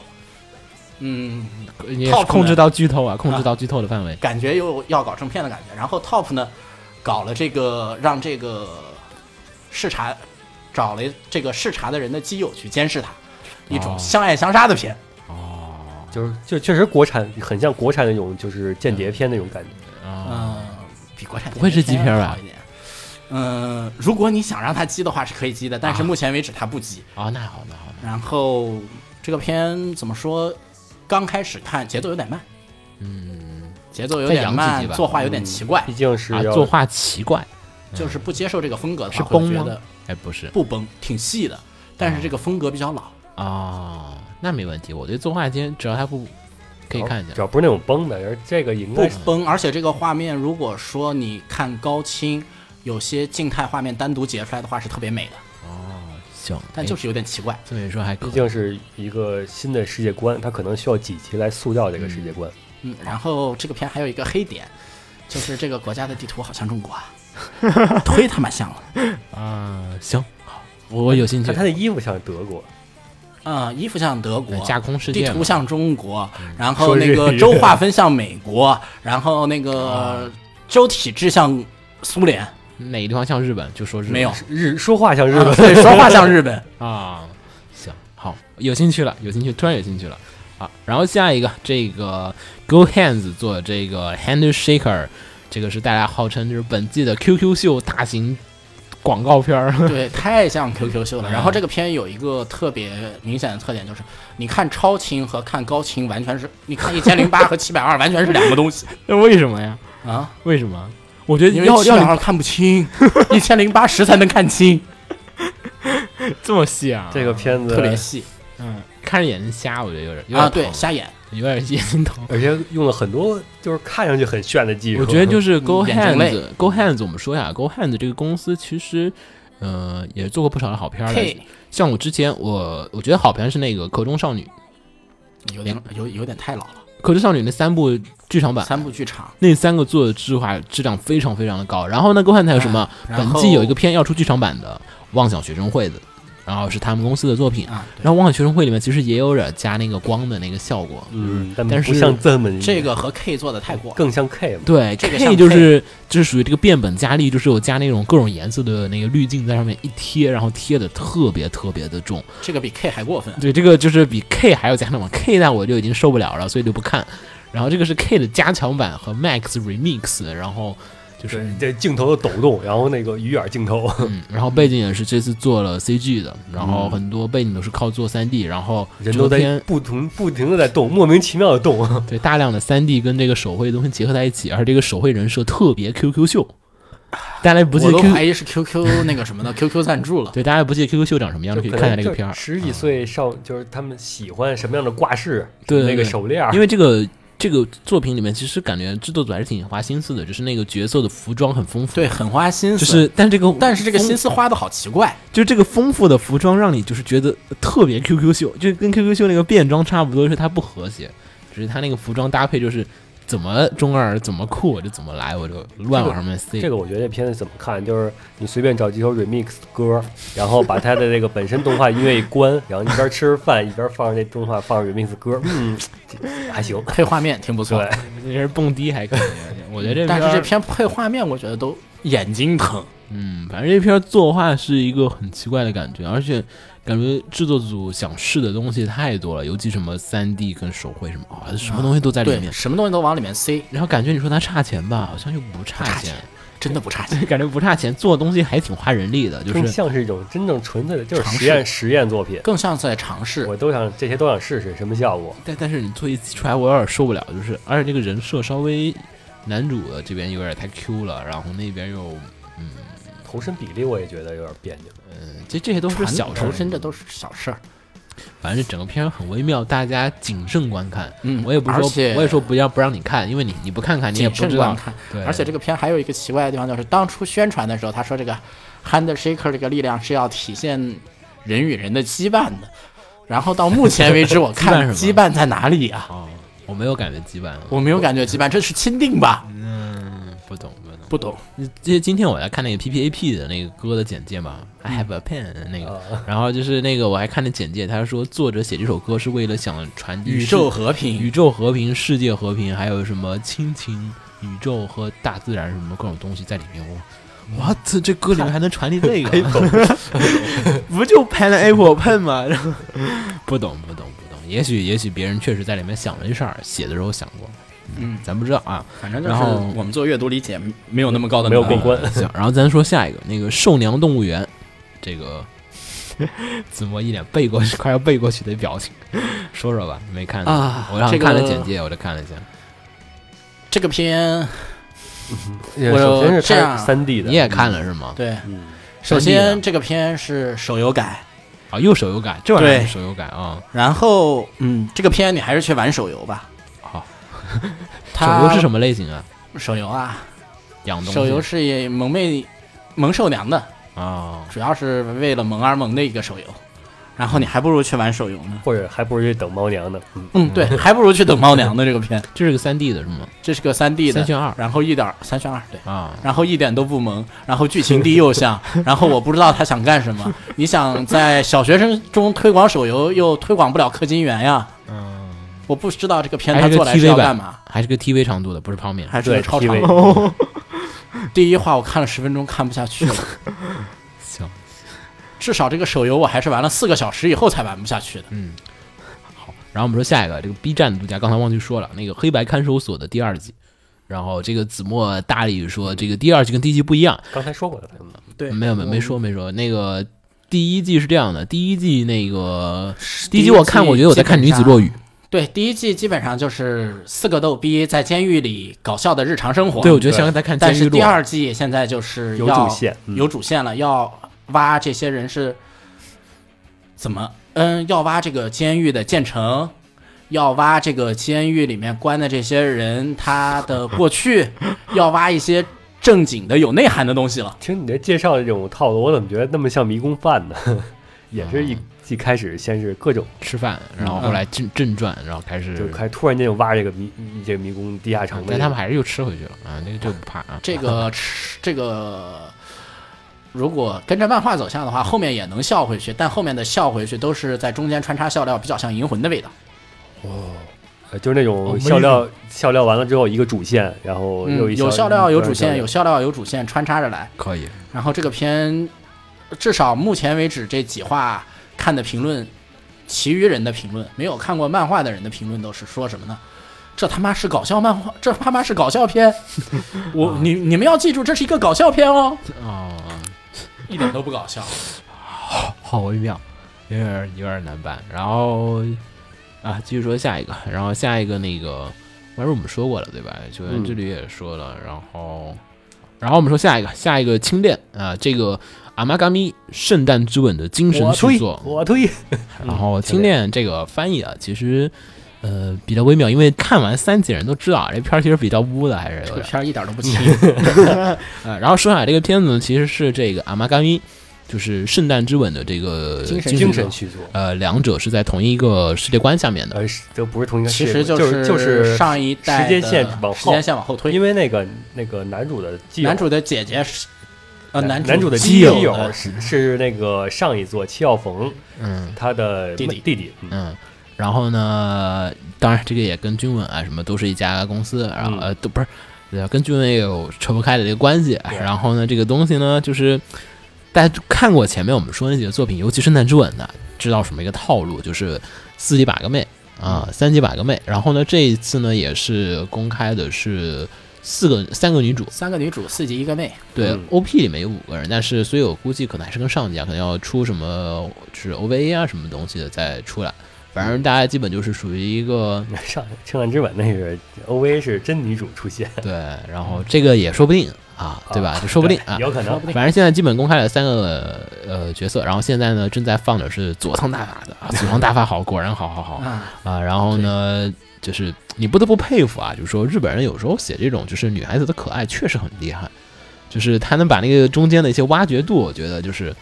[SPEAKER 4] 嗯，
[SPEAKER 3] 你也
[SPEAKER 4] 套
[SPEAKER 3] 是
[SPEAKER 4] 路呢
[SPEAKER 3] 控制到剧透啊，控制到剧透的范 [LAUGHS] 围。
[SPEAKER 4] 感觉又要搞政变的感觉，然后 Top 呢，搞了这个让这个视察找了这个视察的人的基友去监视他，一种
[SPEAKER 3] 哦
[SPEAKER 4] 相爱相杀的片。哦
[SPEAKER 2] 就是就确实国产很像国产那种就是间谍片那种感觉，
[SPEAKER 3] 啊，
[SPEAKER 4] 嗯，比国产
[SPEAKER 3] 不会是鸡片儿吧
[SPEAKER 4] 好一点。嗯，如果你想让它激的话是可以激的，但是
[SPEAKER 3] 啊
[SPEAKER 4] 目前为止它不激。
[SPEAKER 3] 哦，那好，那好，那好
[SPEAKER 4] 然后这个片怎么说？刚开始看节奏有点慢，
[SPEAKER 3] 嗯，
[SPEAKER 4] 节奏有
[SPEAKER 3] 再
[SPEAKER 4] 点
[SPEAKER 3] 扬自
[SPEAKER 4] 慢
[SPEAKER 3] 己，吧
[SPEAKER 4] 作画有点
[SPEAKER 2] 嗯
[SPEAKER 4] 奇怪，
[SPEAKER 2] 毕竟是
[SPEAKER 3] 啊，
[SPEAKER 2] 要
[SPEAKER 3] 作画奇怪，
[SPEAKER 4] 就是不接受这个风格的话，
[SPEAKER 3] 是
[SPEAKER 4] 会
[SPEAKER 3] 崩
[SPEAKER 4] 觉
[SPEAKER 3] 吗哦
[SPEAKER 4] 得
[SPEAKER 3] 哎，不是
[SPEAKER 4] 不崩，挺细的，但是这个风格比较老。
[SPEAKER 3] 啊，那没问题。我对作画今天只要他不可
[SPEAKER 4] 哦
[SPEAKER 3] 以看一
[SPEAKER 2] 只
[SPEAKER 3] 下，
[SPEAKER 2] 要不是那种崩的，而这个应
[SPEAKER 4] 不
[SPEAKER 2] 该是
[SPEAKER 4] 崩，而且这个画面，如果说你看高清，有些静态画面单独截出来的话是特别美的，
[SPEAKER 3] 行，
[SPEAKER 4] 但
[SPEAKER 3] 哎
[SPEAKER 4] 就是有点奇怪。
[SPEAKER 3] 这么一说还可
[SPEAKER 2] 毕
[SPEAKER 3] 以
[SPEAKER 2] 竟是一个新的世界观，它可能需要几集来塑造这个世界观。
[SPEAKER 3] 哦
[SPEAKER 4] 嗯，然后这个片还有一个黑点，就是这个国家的地图好像中国
[SPEAKER 3] [LAUGHS]
[SPEAKER 4] 啊，忒他妈像了。
[SPEAKER 3] 啊，行，好，我我有兴趣
[SPEAKER 2] 看。他的衣服像德国，
[SPEAKER 4] 嗯，衣服像德国，
[SPEAKER 3] 架空世
[SPEAKER 4] 地
[SPEAKER 3] 界嘛嗯
[SPEAKER 4] 图像中国，然
[SPEAKER 2] 说
[SPEAKER 4] 后那
[SPEAKER 2] 日
[SPEAKER 4] 个
[SPEAKER 2] 语
[SPEAKER 4] 州划分像美国，然后
[SPEAKER 3] 啊
[SPEAKER 4] 那个州体制像苏联，
[SPEAKER 3] 哪个地方像日本就说日本
[SPEAKER 4] 没有，
[SPEAKER 2] 日说话像日
[SPEAKER 4] 啊
[SPEAKER 2] 本，
[SPEAKER 4] 对，说
[SPEAKER 2] [LAUGHS]
[SPEAKER 4] 话像
[SPEAKER 3] [LAUGHS]
[SPEAKER 4] 日本。
[SPEAKER 3] 啊，行，好，有兴趣了，有兴趣，突然有兴趣了啊。然后下一个，这个 Go Hands 做的这个 Hand Shaker，这个是大家号称就是本季的 QQ 秀大型广告片儿。 [LAUGHS]
[SPEAKER 4] 对，太像 QQ 秀了。
[SPEAKER 3] 嗯
[SPEAKER 4] 然后这个片有一个特别明显的特点，就是你看超清和看高清完全是，你看一千零八和七百二完全是两个东
[SPEAKER 3] [LAUGHS]
[SPEAKER 4] 西
[SPEAKER 3] 那为什么呀？
[SPEAKER 4] 啊，
[SPEAKER 3] 为什么？我觉得
[SPEAKER 4] 因为
[SPEAKER 3] 要
[SPEAKER 4] 七百
[SPEAKER 3] 要
[SPEAKER 4] 二看不清，一千零八十才能看清，
[SPEAKER 3] 你这么细啊？
[SPEAKER 2] 这个片子
[SPEAKER 4] 特别细
[SPEAKER 3] 嗯，看着眼睛瞎，我觉得有点有点
[SPEAKER 4] 啊，对，
[SPEAKER 3] 疼
[SPEAKER 4] 瞎眼，
[SPEAKER 3] 有点眼睛
[SPEAKER 4] [LAUGHS]
[SPEAKER 3] 疼。
[SPEAKER 2] 而且用了很多就是看上去很炫的技术。
[SPEAKER 3] 我觉得就是是 Go
[SPEAKER 4] 眼睛累
[SPEAKER 3] Hands，Go Hands，我们说一下 Go Hands 这个公司其实，呃，也做过不少的好片儿的
[SPEAKER 4] 嘿。，
[SPEAKER 3] 像我之前我我觉得好片是那个《壳中少女》，
[SPEAKER 4] 有点有有点太老了。
[SPEAKER 3] 《壳中少女》那三部剧场版，
[SPEAKER 4] 三部剧场，
[SPEAKER 3] 那三个做的质化质量非常非常的高。然后呢，Go Hands 还有什么？
[SPEAKER 4] 哎然
[SPEAKER 3] 本
[SPEAKER 4] 后
[SPEAKER 3] 季有一个片要出剧场版的《妄想学生会》的，然后是他们公司的作品。
[SPEAKER 4] 啊，对
[SPEAKER 3] 然后《妄想学生会》里面其实也有点加那个光的那个效果，
[SPEAKER 2] 嗯，但
[SPEAKER 3] 但
[SPEAKER 2] 不
[SPEAKER 3] 是
[SPEAKER 2] 像这么
[SPEAKER 4] 这个和 K 做的太过了。
[SPEAKER 2] 更像 K 嘛。
[SPEAKER 3] 对
[SPEAKER 4] 这个像
[SPEAKER 3] ，K 就是就是属于这个变本加厉，就是有加那种各种颜色的那个滤镜在上面一贴，然后贴的特别特别的重。
[SPEAKER 4] 这个比 K 还过分。
[SPEAKER 3] 对，这个就是比 K 还要加强版，K 那我就已经受不了了，所以就不看。然后这个是 K 的加强版和 Max Remix，然后就是
[SPEAKER 2] 对，这镜头的抖动，然后那个鱼眼镜头，
[SPEAKER 3] 嗯，然后背景也是这次做了 CG 的，然后
[SPEAKER 4] 嗯
[SPEAKER 3] 很多背景都是靠做 3D，然后
[SPEAKER 2] 人都
[SPEAKER 3] 整个
[SPEAKER 2] 在
[SPEAKER 3] 片
[SPEAKER 2] 不同不停的在动，莫名其妙的动。 [LAUGHS]
[SPEAKER 3] 对大量的 3D 跟这个手绘的东西结合在一起，而这个手绘人设特别 QQ 秀，大家不记
[SPEAKER 4] 我
[SPEAKER 3] 得
[SPEAKER 4] 都
[SPEAKER 3] Q
[SPEAKER 4] 怀疑是 QQ 那个什么的 QQ 赞助了，
[SPEAKER 3] 对，大家不记得 QQ 秀长什么样，就可以看一下这个片儿。
[SPEAKER 2] 十几岁少就是他们喜欢什么样的挂饰，
[SPEAKER 3] 对
[SPEAKER 2] 那个
[SPEAKER 3] 对
[SPEAKER 2] 手链儿，
[SPEAKER 3] 因为这个这个作品里面，其实感觉制作组还是挺花心思的，就是那个角色的服装很丰富，
[SPEAKER 4] 对，，很花心
[SPEAKER 3] 就
[SPEAKER 4] 思。
[SPEAKER 3] 是但这个
[SPEAKER 4] 但是这个
[SPEAKER 3] 丰
[SPEAKER 4] 心思花的好奇怪，
[SPEAKER 3] 就是这个丰富的服装让你就是觉得特别 QQ 秀，就跟 QQ 秀那个变装差不多，是它不和谐，只是它那个服装搭配就是怎么中二怎么酷我就怎么来，我就乱往上面塞。
[SPEAKER 2] 这个我觉得这片子怎么看，就是你随便找几首 remix 歌，然后把它的这个本身动画音乐一关，然后一边吃着饭一边放着这动画放着 remix 歌，嗯，这还行。
[SPEAKER 4] 配画面挺不错。
[SPEAKER 2] 对，
[SPEAKER 3] 你是蹦迪还可以，我觉得这
[SPEAKER 4] 但是
[SPEAKER 3] 儿
[SPEAKER 4] 这片配画面，我觉得都眼睛疼。
[SPEAKER 3] 嗯，反正这片儿作画是一个很奇怪的感觉，而且感觉制作组想试的东西太多了，尤其什么三 D 跟手绘什么啊、什么东西都在里
[SPEAKER 4] 对，
[SPEAKER 3] 面。
[SPEAKER 4] 什么东西都往里面塞。 [LAUGHS]
[SPEAKER 3] 然后感觉你说它差钱吧，好像又不差
[SPEAKER 4] 不差
[SPEAKER 3] 钱
[SPEAKER 4] 钱，真的不
[SPEAKER 3] [LAUGHS]
[SPEAKER 4] 差钱。
[SPEAKER 3] 感觉不差钱，做的东西还挺花人力的，就
[SPEAKER 2] 更
[SPEAKER 3] 是
[SPEAKER 2] 像是一种真正纯粹的，就是
[SPEAKER 4] 尝
[SPEAKER 2] 实
[SPEAKER 4] 试
[SPEAKER 2] 验实验作品。
[SPEAKER 4] 更像在尝试
[SPEAKER 2] 我，都想这些都想试试什么效果。
[SPEAKER 3] 但但是你做一次出来，我有点受不了，就是而且这个人设稍微男主的这边有点太 Q 了，然后那边又
[SPEAKER 2] 头身比例我也觉得有点别扭。
[SPEAKER 3] 嗯，这这些都是
[SPEAKER 4] 传
[SPEAKER 3] 小事
[SPEAKER 4] 重
[SPEAKER 3] 儿，
[SPEAKER 4] 申这都是小事儿。
[SPEAKER 3] 反正整个片儿很微妙，大家谨慎观看。
[SPEAKER 4] 嗯
[SPEAKER 3] 我也不是
[SPEAKER 4] 而
[SPEAKER 3] 说
[SPEAKER 4] 且
[SPEAKER 3] 我也说不要不让你看，因为你你不看看你也
[SPEAKER 4] 谨
[SPEAKER 3] 不
[SPEAKER 4] 慎
[SPEAKER 3] 知
[SPEAKER 4] 观
[SPEAKER 3] 道。
[SPEAKER 4] 看。
[SPEAKER 3] 对，
[SPEAKER 4] 而且这个片还有一个奇怪的地方，就是当初宣传的时候，他说这个 hand shaker 这个力量是要体现人与人的羁绊的。然后到目
[SPEAKER 3] [LAUGHS]
[SPEAKER 4] 前为止，我看
[SPEAKER 3] 羁
[SPEAKER 4] 羁绊在哪里啊？
[SPEAKER 3] 哦，我没有感觉羁绊，
[SPEAKER 4] 我没有感觉羁绊，这是钦定吧？
[SPEAKER 3] 嗯不懂不懂。
[SPEAKER 4] 不懂，
[SPEAKER 3] 这今天我在看那个 P P A P 的那个歌的简介嘛，I
[SPEAKER 4] 嗯
[SPEAKER 3] have a pen 那个，
[SPEAKER 4] 哦
[SPEAKER 3] 然后就是那个我还看那简介，他说作者写这首歌是为了想传递
[SPEAKER 4] 宇
[SPEAKER 3] 世
[SPEAKER 4] 宙和平
[SPEAKER 3] 宇。宙和平、世界和平，还有什么亲情、宇宙和大自然什么各种东西在里面。
[SPEAKER 4] 嗯
[SPEAKER 3] 我 what 这歌里面还能传递这个？ [LAUGHS] 不就 pineapple pen 吗？ [LAUGHS] 然后不懂不懂不懂，也许也许别人确实在里面想了这事儿，写的时候想过，
[SPEAKER 4] 嗯，
[SPEAKER 3] 咱不知道啊。
[SPEAKER 4] 反正就
[SPEAKER 3] 然
[SPEAKER 4] 是
[SPEAKER 3] 后
[SPEAKER 4] 我们做阅读理解没有那么高的
[SPEAKER 2] 没有
[SPEAKER 4] 门槛
[SPEAKER 2] 过关
[SPEAKER 3] 呃行，然后咱说下一个，那个兽娘动物园，这个子墨一脸背过去，快要背过去的表情，说说吧，没看
[SPEAKER 4] 啊
[SPEAKER 3] 我让
[SPEAKER 4] 这个
[SPEAKER 3] 看了简介，我就看了一下。
[SPEAKER 4] 这个片，
[SPEAKER 2] 也
[SPEAKER 4] 我
[SPEAKER 2] 首先是
[SPEAKER 4] 这
[SPEAKER 2] 它
[SPEAKER 4] 样
[SPEAKER 2] 三 D 的，
[SPEAKER 3] 你也看了是吗？
[SPEAKER 4] 对，
[SPEAKER 2] 嗯，
[SPEAKER 4] 首
[SPEAKER 3] 三 D
[SPEAKER 4] 先
[SPEAKER 3] 的
[SPEAKER 4] 这个片是手游改，
[SPEAKER 3] 啊，又手游改，这玩意儿
[SPEAKER 4] 对
[SPEAKER 3] 有手游改啊，
[SPEAKER 4] 然后嗯，这个片你还是去玩手游吧。
[SPEAKER 3] 好，手
[SPEAKER 4] 它
[SPEAKER 3] 游是什么类型啊？
[SPEAKER 4] 么？手游啊，
[SPEAKER 3] 养东西
[SPEAKER 4] 手游是以萌妹萌兽娘的，
[SPEAKER 3] 啊，
[SPEAKER 4] 主要是为了萌而萌的一个手游。然后你还不如去玩手游呢。
[SPEAKER 2] 或者还不如去等猫娘呢。嗯，
[SPEAKER 4] 嗯， [LAUGHS] 对，还不如去等猫娘的这个片，
[SPEAKER 3] 这是个三 D 的是吗？
[SPEAKER 4] 这是个三 D 的，
[SPEAKER 3] 三选二
[SPEAKER 4] 然后一点三选二，对。
[SPEAKER 3] 啊，
[SPEAKER 4] 然后一点都不萌，然后剧情低幼 [LAUGHS] 向，然后我不知道他想干什么。你想在小学生中推广手游，又推广不了氪金源呀？
[SPEAKER 3] 嗯，
[SPEAKER 4] 我不知道这个片
[SPEAKER 3] 还
[SPEAKER 4] 他
[SPEAKER 3] 是个
[SPEAKER 4] 做来是
[SPEAKER 3] TV
[SPEAKER 4] 要干
[SPEAKER 3] 版
[SPEAKER 4] 嘛，，
[SPEAKER 3] 还是个 TV 长度的，不是泡面。
[SPEAKER 4] 还是
[SPEAKER 2] 对
[SPEAKER 4] 个超长。
[SPEAKER 2] ，TV
[SPEAKER 4] [LAUGHS] 第一话我看了十分钟看不下去了，
[SPEAKER 3] [LAUGHS] 行，
[SPEAKER 4] 至少这个手游我还是玩了四个小时以后才玩不下去的。
[SPEAKER 3] 嗯，好，然后我们说下一个，这个 B 站独家，刚才忘记说了，那个《黑白看守所》的第二季。然后这个子墨大力说，这个第二季跟第一季不一样，
[SPEAKER 2] 刚才说过的，嗯
[SPEAKER 4] 对
[SPEAKER 3] 没有没有没说没说，那个第一季是这样的，第一季那个第
[SPEAKER 4] 第
[SPEAKER 3] 一
[SPEAKER 4] 一
[SPEAKER 3] 季我看，
[SPEAKER 4] 季
[SPEAKER 3] 我觉得我在
[SPEAKER 4] 基
[SPEAKER 3] 看《
[SPEAKER 4] 本
[SPEAKER 3] 女子
[SPEAKER 4] 上
[SPEAKER 3] 落雨》，
[SPEAKER 4] 对，第一季基本上就是四个逗逼在监狱里搞笑的日常生活。
[SPEAKER 3] 对我觉得
[SPEAKER 2] 对
[SPEAKER 3] 像在看《监狱
[SPEAKER 4] 但是
[SPEAKER 3] 落》。
[SPEAKER 4] 第二季现在就是
[SPEAKER 2] 有
[SPEAKER 4] 要
[SPEAKER 2] 主线嗯
[SPEAKER 4] 有主线了，要挖这些人是怎么？嗯，要挖这个监狱的建成，要挖这个监狱里面关的这些人他的过去， [LAUGHS] 要挖一些正经的有内涵的东西了。
[SPEAKER 2] 听你这介绍这种套路，我怎么觉得那么像迷宫饭呢？ [LAUGHS] 也是一一开始先是各种，
[SPEAKER 3] 吃饭，然后
[SPEAKER 4] 嗯
[SPEAKER 3] 后来正正转，然后开始
[SPEAKER 2] 就开突然间就挖这个迷这个迷宫地下城
[SPEAKER 3] 嗯
[SPEAKER 2] 的，
[SPEAKER 3] 但他们还是又吃回去了啊，那个就不怕啊。
[SPEAKER 4] 这个吃这个，如果跟着漫画走向的话，后面也能笑回去，但后面的笑回去都是在中间穿插笑料，比较像银魂的味道。
[SPEAKER 2] 呃就是那种
[SPEAKER 4] 哦
[SPEAKER 3] Amazing
[SPEAKER 2] 笑料笑料完了之后一个主线，然后又
[SPEAKER 4] 嗯，
[SPEAKER 2] 一
[SPEAKER 4] 有
[SPEAKER 2] 笑
[SPEAKER 4] 笑料，有主线，有笑料，有主线穿插着来。
[SPEAKER 3] 可以，
[SPEAKER 4] 然后这个片，至少目前为止这几话看的评论，其余人的评论，没有看过漫画的人的评论都是说什么呢？这他妈是搞笑漫画，这他妈是搞笑片。我你你们要记住，这是一个搞笑片哦，
[SPEAKER 3] 哦，
[SPEAKER 4] 一点都不搞笑。
[SPEAKER 3] 好微妙，有点儿有点儿难办。然后啊，继续说下一个，然后下一个那个，完事我们说过了对吧？球
[SPEAKER 2] 嗯
[SPEAKER 3] 员之旅也说了，然后然后我们说下一个，下一个轻恋啊，这个阿玛嘎咪圣诞之吻的精神
[SPEAKER 2] 我
[SPEAKER 3] 续
[SPEAKER 2] 推
[SPEAKER 3] 作，
[SPEAKER 2] 我推，
[SPEAKER 3] 然后
[SPEAKER 2] 嗯
[SPEAKER 3] 轻恋这个翻译啊，其实呃比较微妙，因为看完三集人都知道啊这片儿其实比较污的，还是
[SPEAKER 4] 这
[SPEAKER 3] 有
[SPEAKER 4] 个
[SPEAKER 3] 点。
[SPEAKER 4] 片儿一点都不轻。
[SPEAKER 3] 呃，然后说下这个片子呢，其实是这个阿玛嘎咪，就是《圣诞之吻》的这个
[SPEAKER 4] 精神
[SPEAKER 2] 精
[SPEAKER 3] 续
[SPEAKER 2] 神
[SPEAKER 3] 作
[SPEAKER 2] 续作，
[SPEAKER 3] 呃，两者是在同一个世界观下面的。
[SPEAKER 2] 呃，是都不是同一个
[SPEAKER 4] [LAUGHS] 其
[SPEAKER 2] 世界
[SPEAKER 4] 实
[SPEAKER 2] 观， [LAUGHS] 就是
[SPEAKER 4] 是
[SPEAKER 2] 就
[SPEAKER 4] 就是上一代
[SPEAKER 2] 时间
[SPEAKER 4] 的
[SPEAKER 2] 线往后
[SPEAKER 4] 时间线往后推
[SPEAKER 2] 因。为那个那个男主的基友
[SPEAKER 4] 男主的姐姐是，呃，
[SPEAKER 2] 男
[SPEAKER 4] 男
[SPEAKER 2] 主的
[SPEAKER 4] 基
[SPEAKER 2] 友
[SPEAKER 4] 友的
[SPEAKER 2] 是是那个上一座戚耀逢
[SPEAKER 3] 嗯
[SPEAKER 2] 他的
[SPEAKER 4] 弟弟
[SPEAKER 2] 弟弟，嗯 [LAUGHS]
[SPEAKER 3] 嗯，然后呢，当然这个也跟君文啊什么都是一家公司，然后、
[SPEAKER 2] 嗯
[SPEAKER 3] 呃都不是，呃跟君文也有扯不开的这个关系。
[SPEAKER 2] 对
[SPEAKER 3] 然后呢，这个东西呢，就是大家看过前面我们说那几个作品，尤其《圣诞之吻》的，知道什么一个套路，就是四
[SPEAKER 2] 嗯
[SPEAKER 3] 级把个妹啊，三级把个妹。然后呢，这一次呢也是公开的是。四个三个女主，
[SPEAKER 4] 三个女主，四集一个妹，
[SPEAKER 3] 对、
[SPEAKER 2] 嗯
[SPEAKER 3] o p 里面有五个人，但是所以我估计可能还是跟上一家可能要出什么就是 OVA 啊什么东西的再出来，反正大家基本就是属于一 [LAUGHS] 个
[SPEAKER 2] 上《青蓝之吻》那个 OVA 是真女主出现，
[SPEAKER 3] 对，然后这个也说不定啊，对吧？就说不定啊，
[SPEAKER 2] [LAUGHS] 有可能
[SPEAKER 4] 说不定
[SPEAKER 3] 反正现在基本公开了三个呃角色，然后现在呢正在放的是佐仓大法的，啊、佐仓大法好，果然好好好
[SPEAKER 4] 啊，
[SPEAKER 3] 啊。然后呢，就是你不得不佩服啊，就是说日本人有时候写这种就是女孩子的可爱确实很厉害，就是他能把那个中间的一些挖掘度，我觉得就是，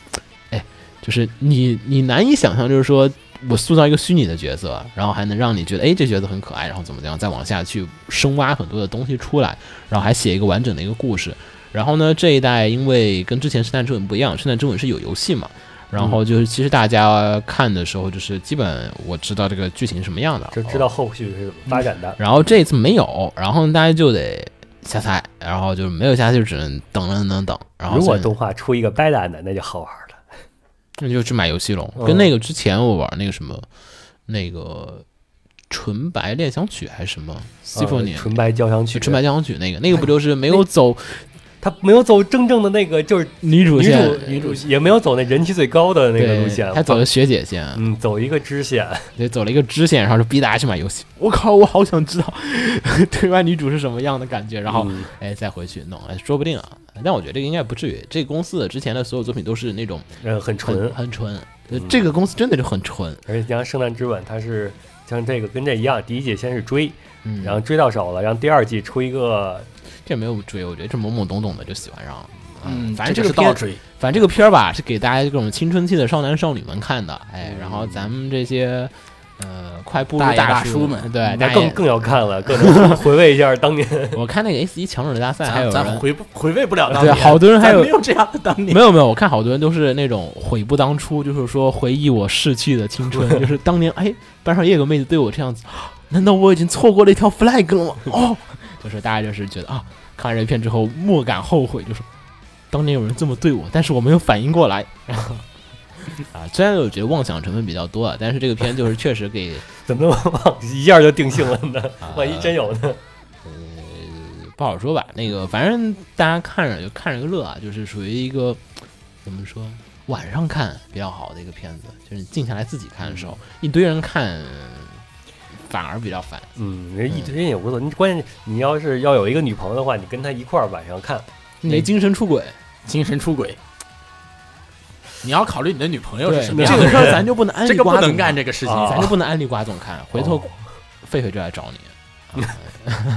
[SPEAKER 3] 哎，就是你你难以想象，就是说我塑造一个虚拟的角色，然后还能让你觉得哎这角色很可爱，然后怎么怎么样，再往下去深挖很多的东西出来，然后还写一个完整的一个故事。然后呢，这一代因为跟之前《圣诞之吻》不一样，《圣诞之吻》是有游戏嘛，然后就是其实大家看的时候，就是基本我知道这个剧情什么样的，
[SPEAKER 2] 就知道后续是怎么发展的。
[SPEAKER 3] 然后这一次没有，然后大家就得瞎猜，然后就是没有瞎猜，就只能等等等等。然后
[SPEAKER 2] 如果
[SPEAKER 3] 现在
[SPEAKER 2] 动画出一个掰蛋的，那就好玩了。
[SPEAKER 3] 那就去买游戏龙，
[SPEAKER 2] 嗯
[SPEAKER 3] 跟那个之前我玩那个什么，那个纯白恋香曲还是什么 Symphony，、
[SPEAKER 2] 呃纯白交响曲，
[SPEAKER 3] 纯白，交响曲那个，那个不就是没有走
[SPEAKER 2] 他没有走真正的那个，就是
[SPEAKER 3] 女主
[SPEAKER 2] 女
[SPEAKER 3] 线，
[SPEAKER 2] 主女主也没有走那人气最高的那个路线，
[SPEAKER 3] 他走了学姐线，
[SPEAKER 2] 嗯走一个支线， [LAUGHS]
[SPEAKER 3] 对，走了一个支线，然后就逼大家去买游戏。我靠，我好想知道 [LAUGHS] 对面女主是什么样的感觉，然后
[SPEAKER 2] 嗯
[SPEAKER 3] 哎再回去弄，哎说不定啊。但我觉得这个应该不至于，这个公司的之前的所有作品都是那种
[SPEAKER 2] 嗯很纯
[SPEAKER 3] 很，很纯，呃这个公司真的就很纯。
[SPEAKER 2] 而且像《圣诞之吻》，它是像这个跟这一样，第一季先是追，
[SPEAKER 3] 嗯，
[SPEAKER 2] 然后追到手了，然后第二季出一个
[SPEAKER 3] 这没有追，我觉得这懵懵懂懂的就喜欢上了。
[SPEAKER 4] 嗯，
[SPEAKER 3] 反正
[SPEAKER 4] 这
[SPEAKER 3] 这个
[SPEAKER 4] 是倒
[SPEAKER 3] 片，
[SPEAKER 4] 追，
[SPEAKER 3] 反正这个片儿吧，是给大家这种青春期的少男少女们看的，哎，然后咱们这些呃快步入
[SPEAKER 4] 嗯大爷大
[SPEAKER 3] 叔
[SPEAKER 4] 叔们
[SPEAKER 3] 对，大
[SPEAKER 2] 那
[SPEAKER 3] 爷
[SPEAKER 2] 更更要看了，更能回味一下当年。 [LAUGHS]
[SPEAKER 3] 我看那个 S 一强者大赛，还有
[SPEAKER 4] 咱咱
[SPEAKER 3] 人
[SPEAKER 4] 回不回味不了当
[SPEAKER 3] 对
[SPEAKER 4] 年，
[SPEAKER 3] 好多人还
[SPEAKER 4] 咱
[SPEAKER 3] 有
[SPEAKER 4] 没有这样的当年
[SPEAKER 3] 没，有没有，我看好多人都是那种悔不当初，就是说回忆我逝去的青春，就是当年哎班上也有个妹子对我这样子， [GASPS] 难道我已经错过了一条 flag 了吗？哦， [LAUGHS] 就是大家就是觉得啊，看完这片之后莫敢后悔，就是当年有人这么对我，但是我没有反应过来。 [LAUGHS] 啊，虽然我觉得妄想成分比较多啊，但是这个片就是确实给
[SPEAKER 2] 怎么那么忘，一下就定性了
[SPEAKER 3] [LAUGHS]
[SPEAKER 2] 呢？
[SPEAKER 3] 啊
[SPEAKER 2] 万一真有呢？
[SPEAKER 3] 不好说吧。那个反正大家看着就看着个乐啊，就是属于一个怎么说，晚上看比较好的一个片子，就是你静下来自己看的时候，一堆人看反而比较烦。
[SPEAKER 2] 嗯，人一堆人也无所谓，你关键你要是要有一个女朋友的话，你跟她一块儿晚上看，
[SPEAKER 3] 你
[SPEAKER 4] 嗯
[SPEAKER 3] 的精神出轨，
[SPEAKER 4] 精神出轨。你要考虑你的女朋友是
[SPEAKER 3] 对
[SPEAKER 4] 什
[SPEAKER 3] 这
[SPEAKER 4] 么
[SPEAKER 3] 个
[SPEAKER 4] 样的
[SPEAKER 3] 事
[SPEAKER 4] 人，
[SPEAKER 3] 儿咱就不能安利
[SPEAKER 4] 这个
[SPEAKER 3] 瓜
[SPEAKER 4] 不
[SPEAKER 3] 总
[SPEAKER 4] 能干这个事情。
[SPEAKER 2] 啊
[SPEAKER 3] 咱就不能安利瓜总看，回头
[SPEAKER 2] 哦
[SPEAKER 3] 狒狒就来找你。啊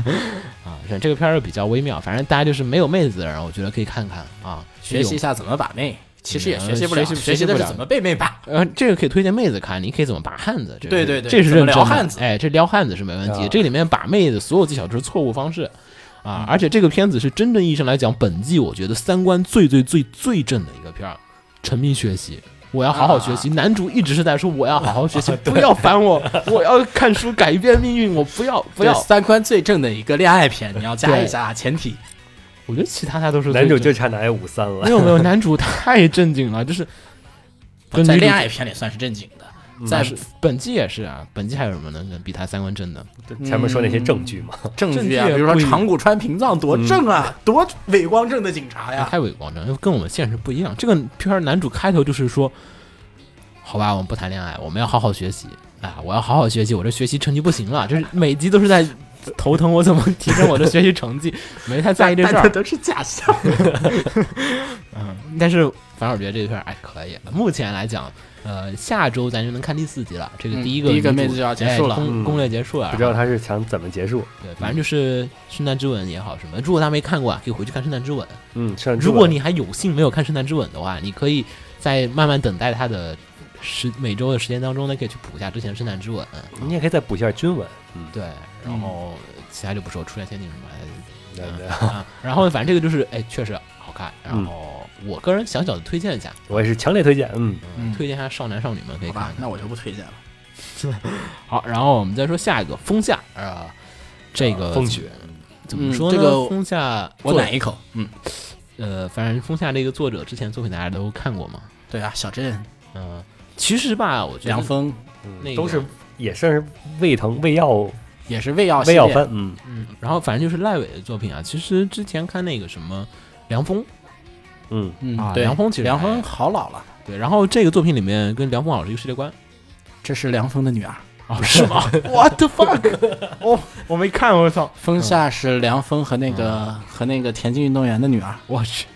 [SPEAKER 3] [LAUGHS] 啊，是这个片儿比较微妙，反正大家就是没有妹子的人，我觉得可以看看啊，
[SPEAKER 4] 学习一
[SPEAKER 3] 有。
[SPEAKER 4] 下怎么把妹，其实也
[SPEAKER 3] 嗯
[SPEAKER 4] 学习不了，
[SPEAKER 3] 学习
[SPEAKER 4] 学习的
[SPEAKER 3] 学习不
[SPEAKER 4] 是
[SPEAKER 3] 了
[SPEAKER 4] 怎么被妹把。
[SPEAKER 3] 呃，这个可以推荐妹子看，你可以怎么把汉子，这个
[SPEAKER 4] 对
[SPEAKER 3] 是
[SPEAKER 4] 对对
[SPEAKER 3] 这是
[SPEAKER 4] 怎
[SPEAKER 3] 认
[SPEAKER 4] 么
[SPEAKER 3] 真
[SPEAKER 4] 撩
[SPEAKER 3] 的
[SPEAKER 4] 汉子
[SPEAKER 3] 哎，这撩汉子是没问题，
[SPEAKER 2] 啊
[SPEAKER 3] 这里面把妹的所有技巧都是错误方式。
[SPEAKER 4] 嗯
[SPEAKER 3] 啊，而且这个片子是真正意义上来讲，本季我觉得三观最最最最正的一个片儿，沉迷学习，我要好好学习。
[SPEAKER 4] 啊
[SPEAKER 3] 男主一直是在说我要好好学习， [LAUGHS] 不要烦我，我要看书改变命运，我不要不要
[SPEAKER 4] 这。三观最正的一个恋爱片，你要加一下前提。
[SPEAKER 3] 我觉得其他他都是
[SPEAKER 2] 男主
[SPEAKER 3] 最
[SPEAKER 2] 就
[SPEAKER 3] 正
[SPEAKER 2] 差拿一五三了 [LAUGHS]
[SPEAKER 3] 没。有没有，男主太正经了，就是跟
[SPEAKER 4] 在
[SPEAKER 3] 女主嗯
[SPEAKER 4] 恋爱片里算是正经的，在
[SPEAKER 3] 是本季也是啊，本季还有什么能比他三观正的？
[SPEAKER 2] 前面说那些证据嘛，
[SPEAKER 4] 证据啊，
[SPEAKER 3] 正剧也
[SPEAKER 4] 比如说
[SPEAKER 3] 不一嗯
[SPEAKER 4] 长谷川平藏多正啊，多伪光正的警察呀。
[SPEAKER 3] 太伪光正，跟我们现实不一样。这个片儿男主开头就是说：“好吧，我们不谈恋爱，我们要好好学习啊！我要好好学习，我这学习成绩不行了，就是每集都是在头疼我怎么提升我的学习成绩， [LAUGHS] 没太在意这事
[SPEAKER 4] 但
[SPEAKER 3] 儿。
[SPEAKER 4] 都是假象。
[SPEAKER 3] 但是反正我觉得这个片儿哎可以。目前来讲，呃，下周咱就能看第四集了。这个
[SPEAKER 4] 嗯
[SPEAKER 3] 第一个、
[SPEAKER 4] 第一个妹子就要结束了
[SPEAKER 3] 哎攻
[SPEAKER 2] 嗯
[SPEAKER 3] 攻略结束了，
[SPEAKER 2] [LAUGHS] 不知道他是想怎么结束。
[SPEAKER 3] 对，反正就是《圣诞之吻》也好什么，如果大家没看过啊，可以回去看《圣诞之吻》。
[SPEAKER 2] [LAUGHS] 嗯，上
[SPEAKER 3] 如果你还有幸没有看《圣诞之吻》的话，你可以在慢慢等待它的时每周的时间当中呢，可以去补一下之前《圣诞之吻》。
[SPEAKER 2] 你也可以再补一下军文，嗯，
[SPEAKER 3] 对，然
[SPEAKER 4] 嗯
[SPEAKER 3] 后其他就不说，初恋限定什么的。
[SPEAKER 2] 对 [LAUGHS] 对，
[SPEAKER 3] 啊，然后反正这个就是，哎，确实好看。然后我个人小小的推荐一下，
[SPEAKER 2] 我也是强烈推荐，嗯，
[SPEAKER 4] 嗯
[SPEAKER 3] [LAUGHS] 推荐一下少男少女们可以
[SPEAKER 4] 好吧
[SPEAKER 3] 看，看。
[SPEAKER 4] 那我就不推荐了。
[SPEAKER 3] 好，然后我们再说下一个《风夏》啊，这
[SPEAKER 4] 啊
[SPEAKER 3] 个
[SPEAKER 2] 风雪
[SPEAKER 3] 怎么说
[SPEAKER 4] 嗯
[SPEAKER 3] 呢？
[SPEAKER 4] 这个
[SPEAKER 3] 风夏，
[SPEAKER 4] 我奶一口。嗯，
[SPEAKER 3] 呃，反正风夏这个作者之前作品大家都看过嘛。呃
[SPEAKER 4] 对啊，小镇
[SPEAKER 3] 嗯、其实吧，我觉得
[SPEAKER 4] 凉风
[SPEAKER 2] 嗯
[SPEAKER 3] 那个
[SPEAKER 2] 都是也算是胃疼胃药
[SPEAKER 4] 也是魏哦耀系
[SPEAKER 2] 微
[SPEAKER 4] 列
[SPEAKER 2] 要翻，嗯，
[SPEAKER 3] 嗯，然后反正就是赖伟的作品啊。其实之前看那个什么梁峰，
[SPEAKER 2] 嗯，
[SPEAKER 4] 嗯，
[SPEAKER 3] 啊
[SPEAKER 4] 对，
[SPEAKER 3] 梁峰其实
[SPEAKER 4] 梁
[SPEAKER 3] 还
[SPEAKER 4] 峰好老了，
[SPEAKER 3] 对，然后这个作品里面跟梁峰老师一个世界观
[SPEAKER 4] 这是梁峰的女儿， [LAUGHS]
[SPEAKER 3] 啊，是吗 [LAUGHS] ？What the fuck？我我没看，我操！
[SPEAKER 4] 风夏是梁峰和那个、
[SPEAKER 3] 嗯
[SPEAKER 4] 和那个田径运动员的女儿，
[SPEAKER 3] 我去，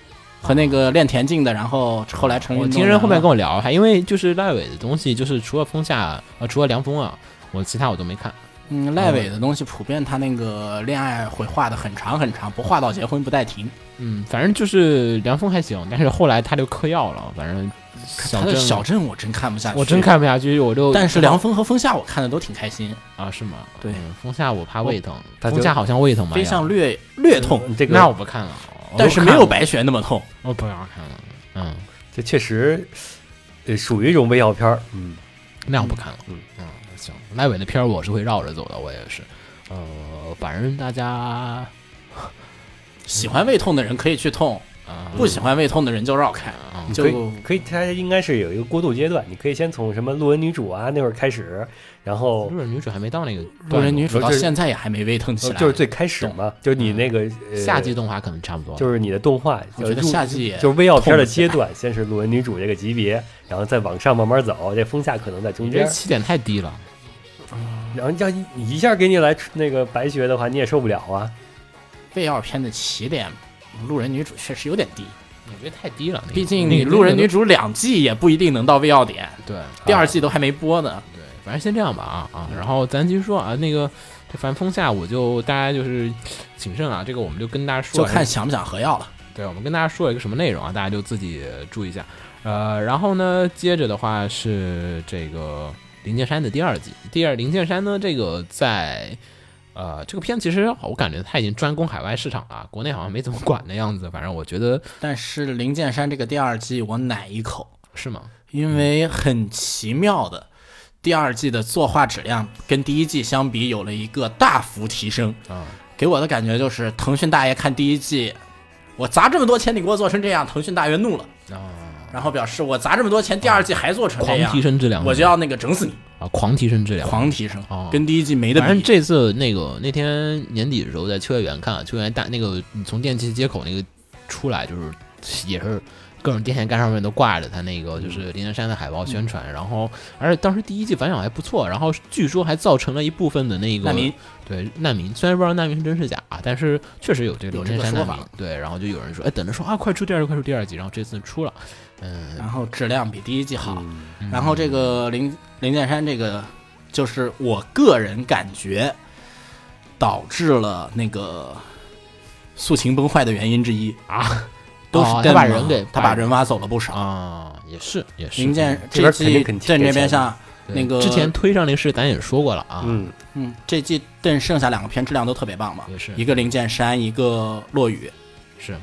[SPEAKER 4] 和那个练田径的，然后后来成运
[SPEAKER 3] 我
[SPEAKER 4] 动
[SPEAKER 3] 听
[SPEAKER 4] 员
[SPEAKER 3] 人后面
[SPEAKER 4] 了
[SPEAKER 3] 跟我聊，还因为就是赖伟的东西，就是除了风夏啊、呃除了梁峰啊，我其他我都没看。
[SPEAKER 4] 嗯，赖伟的东西普遍他那个恋爱会画的很长很长，不画到结婚不带停。
[SPEAKER 3] 嗯，反正就是梁峰还行，但是后来他就嗑药了，反正小
[SPEAKER 4] 他的
[SPEAKER 3] 镇
[SPEAKER 4] 小镇我真看不下去，
[SPEAKER 3] 我真。看不下去，我就
[SPEAKER 4] 但是梁峰和风夏我看的都挺开心，
[SPEAKER 3] 啊是吗？
[SPEAKER 4] 对
[SPEAKER 3] 嗯风夏我怕胃疼，
[SPEAKER 2] 他就
[SPEAKER 3] 风夏好像胃疼吧？
[SPEAKER 4] 非常略略痛，
[SPEAKER 2] 这个
[SPEAKER 3] 那我不看了，我都
[SPEAKER 4] 但是没
[SPEAKER 3] 看
[SPEAKER 4] 有
[SPEAKER 3] 了
[SPEAKER 4] 白雪那么痛。
[SPEAKER 3] 我不要看了，嗯，
[SPEAKER 2] 这确实，呃，属于一种微药片儿，嗯，
[SPEAKER 3] 那我不看了，
[SPEAKER 2] 嗯
[SPEAKER 3] 嗯，行，赖伟的片儿我是会绕着走的，我也是，呃，反正大家啊、
[SPEAKER 4] 喜欢胃痛的人可以去痛，
[SPEAKER 3] 呃
[SPEAKER 4] 不喜欢胃痛的人就绕开。
[SPEAKER 3] 嗯
[SPEAKER 2] 你
[SPEAKER 4] 就
[SPEAKER 2] 可以可以，它应该是有一个过渡阶段，你可以先从什么路人女主啊那会儿开始，然后
[SPEAKER 3] 路人女主还没到那个
[SPEAKER 4] 路人女主到
[SPEAKER 2] 就是
[SPEAKER 4] 现在也还没胃疼起
[SPEAKER 2] 呃
[SPEAKER 4] 来，
[SPEAKER 2] 就是最开始嘛，就是你那个呃
[SPEAKER 3] 夏季动画可能差不多了，
[SPEAKER 2] 就是你的动画，
[SPEAKER 4] 我觉得
[SPEAKER 2] 入
[SPEAKER 4] 夏季也
[SPEAKER 2] 就是微药片的阶
[SPEAKER 4] 痛
[SPEAKER 2] 段，先是路人女主这个级别，然后再往上慢慢走，这风下可能在中
[SPEAKER 3] 你这
[SPEAKER 2] 间，
[SPEAKER 3] 起点太低了，
[SPEAKER 2] 然后要你一下给你来那个白学的话，你也受不了啊。
[SPEAKER 4] 胃药片的起点，路人女主确实有点低，
[SPEAKER 3] 我觉得太低了，那个
[SPEAKER 4] 毕竟
[SPEAKER 3] 那
[SPEAKER 4] 你
[SPEAKER 3] 个啊
[SPEAKER 4] 路人女
[SPEAKER 3] 主
[SPEAKER 4] 主两季也不一定能到胃药点，
[SPEAKER 3] 对。
[SPEAKER 4] 第二季都嗯还没播呢。
[SPEAKER 3] 反正先这样吧啊啊，然后咱继续说啊，那个这反正风下我就大家就是谨慎啊，这个我们就跟大家说
[SPEAKER 4] 就
[SPEAKER 3] 啊，
[SPEAKER 4] 看想不想合药了。
[SPEAKER 3] 对，我们跟大家说一个什么内容啊，大家就自己注意一下。呃，然后呢，接着的话是这个《灵剑山》的第二季。第二，《灵剑山》呢，这个在呃这个片其实我感觉它已经专攻海外市场了，国内好像没怎么管的样子。反正我觉得
[SPEAKER 4] 但是《灵剑山》这个第二季我奶一口，
[SPEAKER 3] 是吗？
[SPEAKER 4] 因为很奇妙的，第二季的作画质量跟第一季相比有了一个大幅提升。
[SPEAKER 3] 啊、
[SPEAKER 4] 给我的感觉就是，腾讯大爷看第一季，我砸这么多钱你给我做成这样，腾讯大爷怒了，
[SPEAKER 3] 啊，
[SPEAKER 4] 然后表示我砸这么多钱，第二季还做成这
[SPEAKER 3] 狂
[SPEAKER 4] 样
[SPEAKER 3] 提，升质量，
[SPEAKER 4] 我就要那个整死你，
[SPEAKER 3] 啊，狂提升质量，
[SPEAKER 4] 狂提升
[SPEAKER 3] 哦，
[SPEAKER 4] 跟第一季没得
[SPEAKER 3] 反正
[SPEAKER 4] 比。
[SPEAKER 3] 这次那个那天年底的时候，在秋叶原看啊，秋叶原大那个你从电器接口那个出来，就是也是各种电线杆上面都挂着他那
[SPEAKER 4] 嗯
[SPEAKER 3] 个就是灵岩山的海报宣传。然后，而且当时第一季反响还不错，然后据说还造成了一部分的那个
[SPEAKER 4] 难民
[SPEAKER 3] 对难民，虽然不知道难民是真是假，啊，但是确实有这个
[SPEAKER 4] 有
[SPEAKER 3] 灵
[SPEAKER 4] 这
[SPEAKER 3] 岩
[SPEAKER 4] 个
[SPEAKER 3] 山
[SPEAKER 4] 说
[SPEAKER 3] 难民
[SPEAKER 4] 法。
[SPEAKER 3] 对，然后就有人说，哎，等着说啊，快出第二季，快出第二季。然后这次出了，嗯，
[SPEAKER 4] 然后质量比第一季好。然后这个林林剑山这个，就是我个人感觉导致了那个素琴崩坏的原因之一
[SPEAKER 3] 啊，
[SPEAKER 4] 都是
[SPEAKER 3] 哦
[SPEAKER 4] 跟
[SPEAKER 3] 他把
[SPEAKER 4] 嘛
[SPEAKER 3] 人给
[SPEAKER 4] 他把人挖走了不少。
[SPEAKER 3] 啊，也是也是，嗯
[SPEAKER 4] 林剑
[SPEAKER 2] 这
[SPEAKER 4] 这
[SPEAKER 2] 边肯
[SPEAKER 4] 季
[SPEAKER 2] 定肯
[SPEAKER 4] 邓这
[SPEAKER 2] 给
[SPEAKER 4] 边
[SPEAKER 2] 钱
[SPEAKER 4] 像
[SPEAKER 3] 对
[SPEAKER 4] 那个
[SPEAKER 3] 之前推上那个事，咱也说过了啊，
[SPEAKER 2] 嗯，
[SPEAKER 4] 嗯，这季邓剩下两个片质量都特别棒嘛，
[SPEAKER 3] 也是
[SPEAKER 4] 一个林剑山，一个落雨。
[SPEAKER 3] 是，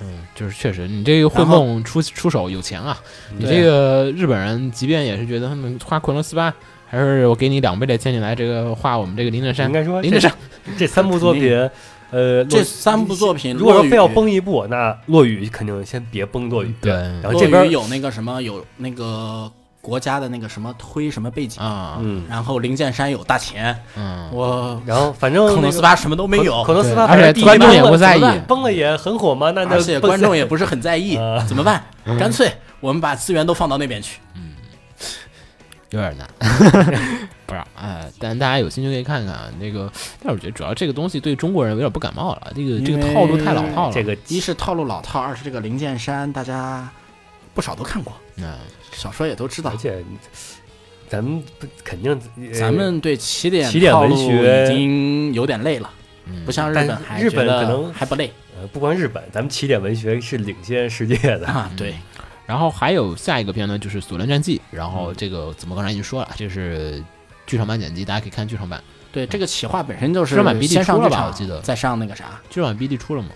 [SPEAKER 3] 嗯，就是确实，你这个混
[SPEAKER 4] 然后
[SPEAKER 3] 梦出出手有钱啊！
[SPEAKER 2] 嗯
[SPEAKER 3] 你
[SPEAKER 4] 对
[SPEAKER 3] 这个日本人，即便也是觉得他们花昆仑斯巴，还是我给你两倍的钱，你来这个画我们这个灵剑山
[SPEAKER 2] 应，该说
[SPEAKER 3] 灵剑
[SPEAKER 2] 这
[SPEAKER 3] 山
[SPEAKER 2] 这三部作品，呃，
[SPEAKER 4] 这
[SPEAKER 2] 落
[SPEAKER 4] 三部作品，
[SPEAKER 2] 如果
[SPEAKER 4] 落
[SPEAKER 2] 说
[SPEAKER 4] 雨
[SPEAKER 2] 非要崩一部，那落雨肯定先别崩落雨。
[SPEAKER 3] 对
[SPEAKER 2] 然后
[SPEAKER 4] 落
[SPEAKER 2] 这边
[SPEAKER 4] 雨有那个什么，有那个国家的那个什么推什么背景，
[SPEAKER 3] 啊，
[SPEAKER 2] 嗯，
[SPEAKER 4] 然后林剑山有大钱，
[SPEAKER 3] 嗯，
[SPEAKER 4] 我
[SPEAKER 2] 然后反正
[SPEAKER 4] 克
[SPEAKER 2] 那
[SPEAKER 4] 罗
[SPEAKER 2] 个
[SPEAKER 4] 斯巴什么都没有，
[SPEAKER 2] 可能斯
[SPEAKER 3] 对
[SPEAKER 2] 巴
[SPEAKER 3] 而且
[SPEAKER 2] 第一
[SPEAKER 3] 观众
[SPEAKER 2] 崩
[SPEAKER 3] 也
[SPEAKER 2] 了
[SPEAKER 3] 不在
[SPEAKER 2] 怎么
[SPEAKER 3] 意
[SPEAKER 2] 办崩了也很火嘛，那那
[SPEAKER 4] 而且
[SPEAKER 2] 崩
[SPEAKER 4] 观众也不是很在意
[SPEAKER 2] 啊，
[SPEAKER 4] 怎么办？干脆我们把资源都放到那边去。
[SPEAKER 3] 有点
[SPEAKER 2] [LAUGHS]
[SPEAKER 3] 难，不是，哎，但大家有兴趣可以看看啊。那个，但是我觉得主要这个东西对中国人有点不感冒了，这个这个
[SPEAKER 4] 因为
[SPEAKER 3] 套路太老套了，
[SPEAKER 2] 这个
[SPEAKER 4] 一是套路老套，二是这个灵剑山大家不少都看过，
[SPEAKER 3] 嗯，
[SPEAKER 4] 小说也都知道
[SPEAKER 2] 而。且咱们不肯定，呃
[SPEAKER 4] 咱们对起点
[SPEAKER 2] 起点
[SPEAKER 4] 套
[SPEAKER 2] 文
[SPEAKER 4] 路
[SPEAKER 2] 学嗯
[SPEAKER 4] 已经有点累了，不像日本
[SPEAKER 2] 但
[SPEAKER 4] 还
[SPEAKER 2] 日
[SPEAKER 4] 觉
[SPEAKER 2] 本
[SPEAKER 4] 得
[SPEAKER 2] 可能
[SPEAKER 4] 还不累
[SPEAKER 2] 呃不光日本，咱们起点文学是领先世界
[SPEAKER 3] 嗯
[SPEAKER 2] 的。
[SPEAKER 4] 啊。对，
[SPEAKER 3] 然后还有下一个片呢，就是《索伦战记》，然
[SPEAKER 2] 嗯
[SPEAKER 3] 后这个怎么刚才已经说了，这是剧场版剪辑，大家可以看剧场版。
[SPEAKER 4] 对，这个企划本身就是
[SPEAKER 3] 这版 BD
[SPEAKER 4] 先上
[SPEAKER 3] 出了
[SPEAKER 4] 剧
[SPEAKER 3] 吧
[SPEAKER 4] 场，
[SPEAKER 3] 我记得
[SPEAKER 4] 再上那个啥
[SPEAKER 3] 剧场版 BD 出了吗？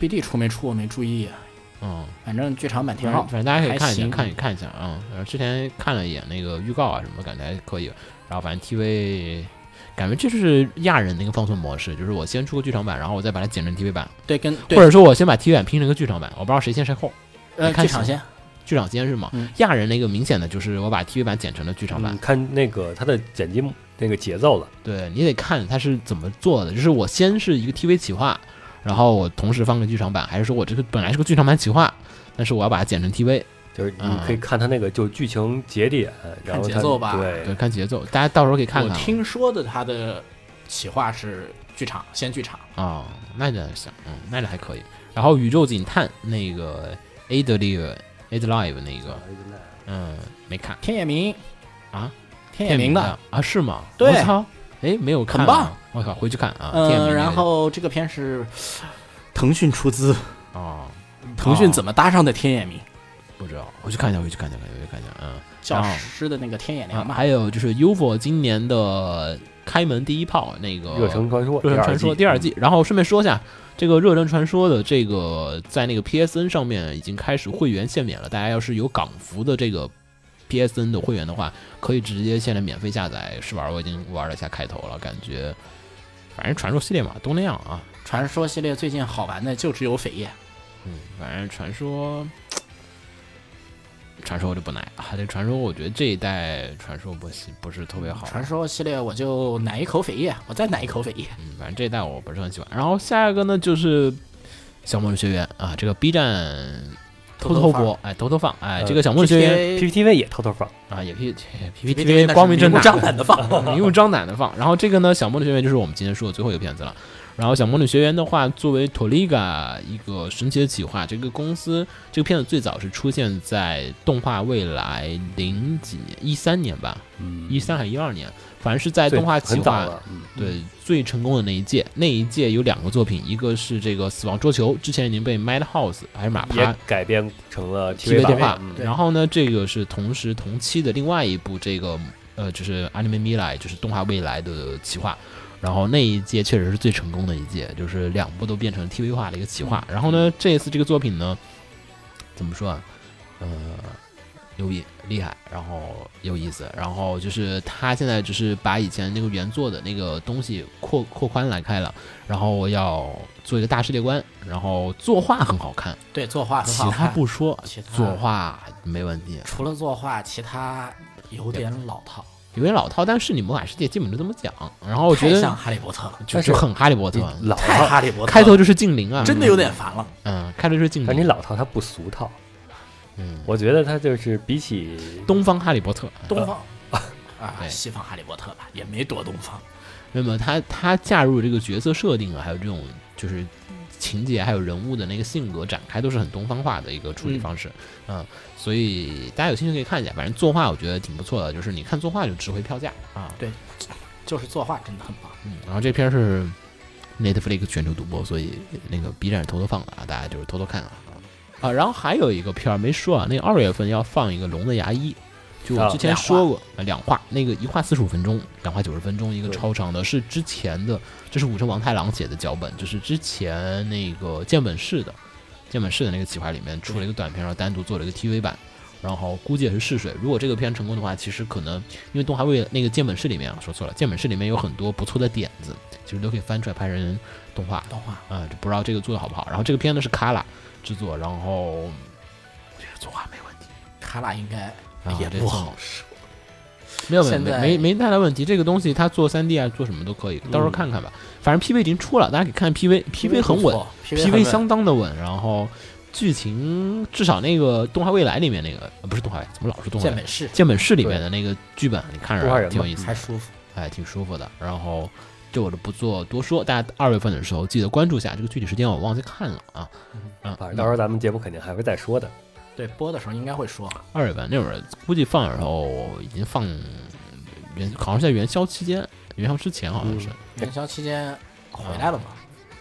[SPEAKER 4] BD 出没出我没注意，啊
[SPEAKER 3] 嗯，
[SPEAKER 4] 反正剧场版挺
[SPEAKER 3] 反正
[SPEAKER 4] 好的，
[SPEAKER 3] 反正大家可以
[SPEAKER 4] 还
[SPEAKER 3] 看一下，
[SPEAKER 4] 行
[SPEAKER 3] 看一看一下啊。呃，之前看了一眼那个预告啊什么，感觉还可以。然后反正 TV 感觉这就是亚人的一个放送模式，就是我先出个剧场版，然后我再把它剪成 TV 版，
[SPEAKER 4] 对，跟对
[SPEAKER 3] 或者说我先把 TV 版拼成个剧场版，我不知道谁先谁后。
[SPEAKER 4] 呃
[SPEAKER 3] 你看
[SPEAKER 4] 剧场先
[SPEAKER 3] 剧场先是吗？
[SPEAKER 4] 嗯
[SPEAKER 3] 亚人那个明显的就是我把 TV 版剪成了剧场版
[SPEAKER 2] 嗯，，看那个它的剪辑那个节奏了。
[SPEAKER 3] 对你得看它是怎么做的，就是我先是一个 TV 企划，然后我同时放个剧场版，还是说我这个本来是个剧场版企划，但是我要把它剪成 TV，
[SPEAKER 2] 就是
[SPEAKER 3] 嗯
[SPEAKER 2] 你可以看它那个就是剧情节点，然后它
[SPEAKER 4] 看节奏吧
[SPEAKER 3] 对，
[SPEAKER 2] 对，
[SPEAKER 3] 看节奏，大家到时候可以看啊
[SPEAKER 4] 我
[SPEAKER 3] 看
[SPEAKER 4] 听说的他的企划是剧场，先剧场，
[SPEAKER 3] 啊、哦，那就行，嗯，那就还可以。然后宇宙警探那个 A d l i v e A d l i v e 那
[SPEAKER 4] 啊
[SPEAKER 3] 个，嗯，没看
[SPEAKER 4] 天野明
[SPEAKER 3] 啊，
[SPEAKER 4] 天野明的，
[SPEAKER 3] 的啊，是吗？
[SPEAKER 4] 对
[SPEAKER 3] 我操，哎，没有看、啊，
[SPEAKER 4] 很棒，
[SPEAKER 3] 我靠，回去看啊，天野明
[SPEAKER 4] 嗯，
[SPEAKER 3] 的
[SPEAKER 4] 然后这个片是腾讯出资，
[SPEAKER 3] 哦，
[SPEAKER 4] 腾讯怎么搭上的天野明？
[SPEAKER 3] 不知道，回去看一下，回去看一下，回去看一下，嗯。
[SPEAKER 4] 教师的那个天野
[SPEAKER 3] 啊
[SPEAKER 4] 良，吧，
[SPEAKER 3] 还有就是 UFO 今年的开门第一炮，那个
[SPEAKER 2] 热诚传说，
[SPEAKER 3] 热诚传说
[SPEAKER 2] 第
[SPEAKER 3] 第二季。嗯然后顺便说一下，这个热诚传说的这个在那个 PSN 上面已经开始会员限免了，大家要是有港服的这个 PSN 的会员的话，可以直接现在免费下载试玩。我已经玩了一下开头了，感觉反正传说系列嘛都那样啊，
[SPEAKER 4] 传说系列最近好玩的就只有扉页，
[SPEAKER 3] 嗯，反正传说。传说我就不奶啊，这传说我觉得这一代传说不行，不是特别好。啊
[SPEAKER 4] 传说系列我就奶一口扉页，我再奶一口扉页。
[SPEAKER 3] 嗯反正这一代我不是很喜欢。然后下一个呢就是《小魔女学园》啊，这个 B 站偷偷
[SPEAKER 4] 放
[SPEAKER 3] 播，哎，偷偷放，哎，
[SPEAKER 2] 呃
[SPEAKER 3] 这个《小魔女学园
[SPEAKER 4] GTA
[SPEAKER 2] PPTV 也偷偷放，》
[SPEAKER 3] 啊，也 P P P T
[SPEAKER 4] PPTV
[SPEAKER 3] V 光明正
[SPEAKER 2] [LAUGHS]
[SPEAKER 4] 那
[SPEAKER 3] 大
[SPEAKER 4] 是明目张胆的放，
[SPEAKER 3] 明目张胆的放。然后这个呢，《小魔女学园》就是我们今天说的最后一个片子了。然后《小魔女学园》的话，作为 Toliga 一个神奇的企划，这个公司这个片子最早是出现在动画未来零几年，一三年吧，
[SPEAKER 2] 嗯
[SPEAKER 3] 一三还一二年，反正是在
[SPEAKER 2] 对
[SPEAKER 3] 动画企
[SPEAKER 2] 很早
[SPEAKER 3] 划啊
[SPEAKER 2] 了，嗯
[SPEAKER 3] 对，最成功的那一届，那一届有两个作品，一个是这个《死亡桌球》，之前已经被 Madhouse 还是马
[SPEAKER 2] 也
[SPEAKER 3] 趴
[SPEAKER 2] 改编成了
[SPEAKER 3] TV 动
[SPEAKER 2] 动
[SPEAKER 3] 画
[SPEAKER 2] 画，，嗯
[SPEAKER 3] 然后呢，这个是同时同期的另外一部这个呃，就是 Anime Mirai，就是动画未来的企划。然后那一届确实是最成功的一届，就是两部都变成 TV 化的一个企划。然后呢，这一次这个作品呢，怎么说啊？呃，牛逼厉害，然后有意思，然后就是他现在就是把以前那个原作的那个东西扩扩宽来开了，然后要做一个大世界观，然后作画很好看，
[SPEAKER 4] 对，作画很
[SPEAKER 3] 其
[SPEAKER 4] 好
[SPEAKER 3] 他
[SPEAKER 4] 看，
[SPEAKER 3] 不说，
[SPEAKER 4] 其他
[SPEAKER 3] 作画没问题，
[SPEAKER 4] 除了作画，其他有点老套，
[SPEAKER 3] 有点老套，但是你魔法世界基本就这么讲。然后我觉
[SPEAKER 4] 太像
[SPEAKER 3] 得
[SPEAKER 4] 哈利波特了，
[SPEAKER 3] 就就很哈利波特，
[SPEAKER 2] 老
[SPEAKER 4] 太
[SPEAKER 2] 套，
[SPEAKER 4] 哈利波特了，
[SPEAKER 3] 开头就是精灵啊，
[SPEAKER 4] 真的有点烦了。
[SPEAKER 3] 嗯，开头就是精
[SPEAKER 2] 但你
[SPEAKER 3] 灵，
[SPEAKER 2] 老套它不俗套，
[SPEAKER 3] 嗯，
[SPEAKER 2] 我觉得它就是比起
[SPEAKER 3] 东方哈利波特，
[SPEAKER 4] 东方啊，
[SPEAKER 3] 呃对
[SPEAKER 4] 西方哈利波特吧，也没多东方。
[SPEAKER 3] 那么他他加入这个角色设定啊，还有这种就是情节，还有人物的那个性格展开，都是很东方化的一个处理方式，嗯所以大家有兴趣可以看一下。反正作画我觉得挺不错的，就是你看作画就值回票价啊。
[SPEAKER 4] 对，就是作画真的很棒。
[SPEAKER 3] 嗯，然后这片儿是 Netflix 全球独播，所以那个 B 站是偷偷放的啊，大家就是偷偷看啊。啊，然后还有一个片儿没说啊，那个二月份要放一个《龙的牙医》，就我
[SPEAKER 2] 啊
[SPEAKER 3] 之前
[SPEAKER 4] 两话
[SPEAKER 3] 说过呃两话，那个一话四十五分钟，两话九十分钟，一个
[SPEAKER 2] 对
[SPEAKER 3] 超长的，是之前的，这是武城王太郎写的脚本，就是之前那个建本市的建本市的那个企划里面出了一个短片，然后单独做了一个 TV 版，然后估计也是试水。如果这个片成功的话，其实可能因为动画为那个建本市里面啊，说错了，建本市里面有很多不错的点子，其实都可以翻出来拍成动画
[SPEAKER 4] 动画
[SPEAKER 3] 啊，就不知道这个做的好不好。然后这个片呢是卡拉制作，然后我觉得作画没问题，
[SPEAKER 4] 卡拉应该
[SPEAKER 3] 啊
[SPEAKER 4] 也
[SPEAKER 3] 这
[SPEAKER 4] 不
[SPEAKER 3] 作
[SPEAKER 4] 好使。
[SPEAKER 3] 啊没有没有
[SPEAKER 4] 现
[SPEAKER 3] 没
[SPEAKER 4] 在
[SPEAKER 3] 没没太大问题。这个东西它做3 D 啊，做什么都可以，到时候看看吧。反正 PV 已经出了，大家可以看 PV，PV 很稳，PV 相当的稳，然后。剧情至少那个动画未来里面那个、呃不是动画未来，怎么老是动画
[SPEAKER 4] 健
[SPEAKER 3] 未来
[SPEAKER 4] 美？式
[SPEAKER 3] 建本市里面的那个剧本，你看
[SPEAKER 2] 动画
[SPEAKER 3] 着
[SPEAKER 2] 人
[SPEAKER 3] 挺有
[SPEAKER 2] 嘛
[SPEAKER 3] 意思的
[SPEAKER 4] 还，舒服。
[SPEAKER 3] 哎，挺舒服的。然后这我就不做多说，大家二月份的时候记得关注一下，这个具体时间我忘记看了啊。啊，
[SPEAKER 2] 嗯反正到时候咱们节目肯定还会再说的。
[SPEAKER 4] 对，播的时候应该会说。
[SPEAKER 3] 二月份那会儿估计放的时候已经放元，好像是在元宵期间，元宵之前好像是，
[SPEAKER 2] 嗯
[SPEAKER 4] 元宵期间回来了嘛？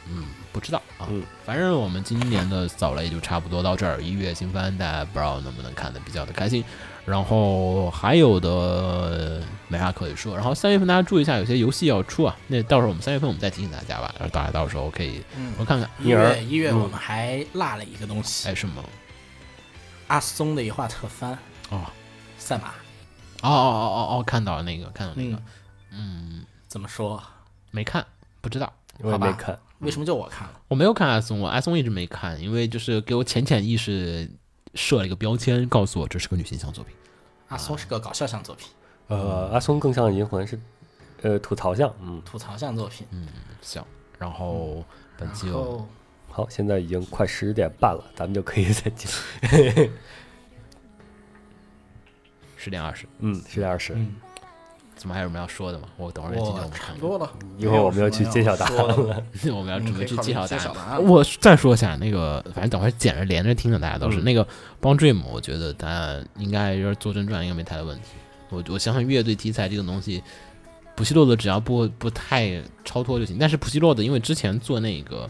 [SPEAKER 3] 嗯，不知道啊。
[SPEAKER 2] 嗯
[SPEAKER 3] 反正我们今年的扫雷就差不多到这儿，一月新番大家不知道能不能看的比较的开心。然后还有的呃没啥可以说。然后三月份大家注意一下，有些游戏要出啊，那到时候我们三月份我们再提醒大家吧，然后呃大家到时候可以
[SPEAKER 4] 嗯
[SPEAKER 3] 多看看。
[SPEAKER 4] 一
[SPEAKER 2] 婴儿嗯
[SPEAKER 4] 月一月我们还落了一个东西，
[SPEAKER 3] 哎，什么？
[SPEAKER 4] 阿松的一画特番
[SPEAKER 3] 哦
[SPEAKER 4] 赛马
[SPEAKER 3] 哦哦哦哦哦，看到了那个，看到那
[SPEAKER 4] 那
[SPEAKER 3] 个，
[SPEAKER 4] 个，嗯，怎么说？
[SPEAKER 3] 没看，不知道。
[SPEAKER 2] 我也
[SPEAKER 4] 好吧
[SPEAKER 2] 没看，
[SPEAKER 4] 为什么就我看了？
[SPEAKER 3] 我没有看阿松，我阿松一直没看，因为就是给我浅浅意识设了一个标签，告诉我这是个女性向作品。
[SPEAKER 4] 阿松是个搞笑向作品，
[SPEAKER 2] 呃，阿松更像银魂是呃吐槽项，嗯，
[SPEAKER 4] 吐槽向作品。
[SPEAKER 3] 行，然后本期
[SPEAKER 4] 嗯然
[SPEAKER 3] 就
[SPEAKER 4] 后
[SPEAKER 2] 好，现在已经快十点半了，咱们就可以再见。
[SPEAKER 3] 十点二十，
[SPEAKER 2] 嗯， [LAUGHS] 十点二十，
[SPEAKER 3] 怎么还有什么要说的吗？我等会儿今天我
[SPEAKER 4] 我
[SPEAKER 3] 们
[SPEAKER 4] 差
[SPEAKER 3] 看
[SPEAKER 4] 不
[SPEAKER 3] 看，
[SPEAKER 4] 多了，
[SPEAKER 2] 一会儿我们要去揭晓答案 [LAUGHS] 了。
[SPEAKER 3] [LAUGHS] 我们要准备去揭晓答
[SPEAKER 4] 你可以考虑揭晓答
[SPEAKER 3] 案。
[SPEAKER 4] 案
[SPEAKER 3] 我再说一下那个，反正等会儿捡着连着听的，大家
[SPEAKER 4] 嗯
[SPEAKER 3] 都是、那个帮 Dream，我觉得答案应该要是做真传应该没太大问题。我我相信乐队题材这个东西，不西洛的只要不不太超脱就行。但是不西洛的，因为之前做那个。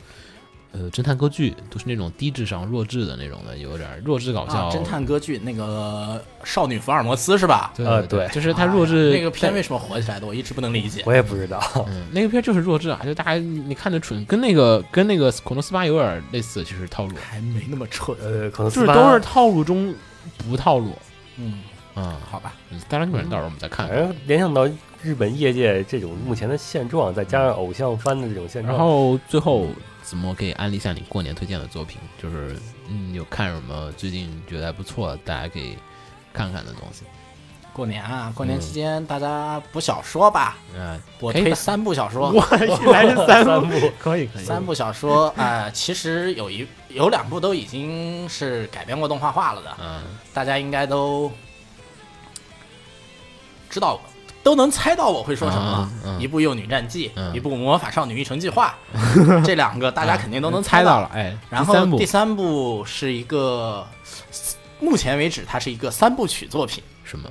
[SPEAKER 3] 呃，侦探歌剧都是那种低智商、弱智的那种的，有点儿弱智搞笑。
[SPEAKER 4] 啊，侦探歌剧那个少女福尔摩斯是吧？
[SPEAKER 3] 对
[SPEAKER 2] 呃
[SPEAKER 3] 对，
[SPEAKER 2] 对
[SPEAKER 3] 就是他弱智、
[SPEAKER 4] 啊那个片为什么火起来的，我一直不能理
[SPEAKER 2] [LAUGHS]
[SPEAKER 4] 解。
[SPEAKER 2] 我也不知道，
[SPEAKER 3] 嗯，那个片儿就是弱智啊，就大家你看着蠢，跟那个跟那个恐龙斯巴有点类似，其实套路，
[SPEAKER 4] 还没那么蠢，
[SPEAKER 2] 呃，可能
[SPEAKER 3] 就是都是套路中不套路。
[SPEAKER 4] 嗯，
[SPEAKER 3] 嗯，
[SPEAKER 4] 好吧，
[SPEAKER 3] 嗯哎当然，个人到时候我们再看
[SPEAKER 2] 反
[SPEAKER 3] 看。
[SPEAKER 2] 正联想到日本业界这种目前的现状，再加上偶像番的这种现状，
[SPEAKER 3] 然后最后，子墨可以安利一下你过年推荐的作品，就是嗯，有看什么最近觉得还不错，大家可以看看的东西。
[SPEAKER 4] 过年啊，过
[SPEAKER 2] 嗯
[SPEAKER 4] 年期间大家补小说吧，
[SPEAKER 3] 嗯，
[SPEAKER 4] 我
[SPEAKER 3] 可以
[SPEAKER 4] 推
[SPEAKER 3] 吧
[SPEAKER 4] 三部小说。
[SPEAKER 3] 一来
[SPEAKER 2] [LAUGHS]
[SPEAKER 3] 是三
[SPEAKER 2] 三部，
[SPEAKER 3] 可以可以
[SPEAKER 4] 三部小
[SPEAKER 3] [LAUGHS]
[SPEAKER 4] 说，呃，其实有一有两部都已经是改编过动画化了的，
[SPEAKER 3] 嗯，
[SPEAKER 4] 大家应该都知道，都能猜到我会说什么了。
[SPEAKER 3] 嗯嗯
[SPEAKER 4] 一部《幼女战记》，
[SPEAKER 3] 嗯
[SPEAKER 4] 一部《魔法少女育成计划》
[SPEAKER 3] [LAUGHS]
[SPEAKER 4] 这两个大家肯定都能
[SPEAKER 3] 猜
[SPEAKER 4] 到
[SPEAKER 3] 到了。。哎，
[SPEAKER 4] 然
[SPEAKER 3] 第三
[SPEAKER 4] 后
[SPEAKER 3] 部
[SPEAKER 4] 第三部是一个，目前为止它是一个三部曲作品，
[SPEAKER 3] 什么？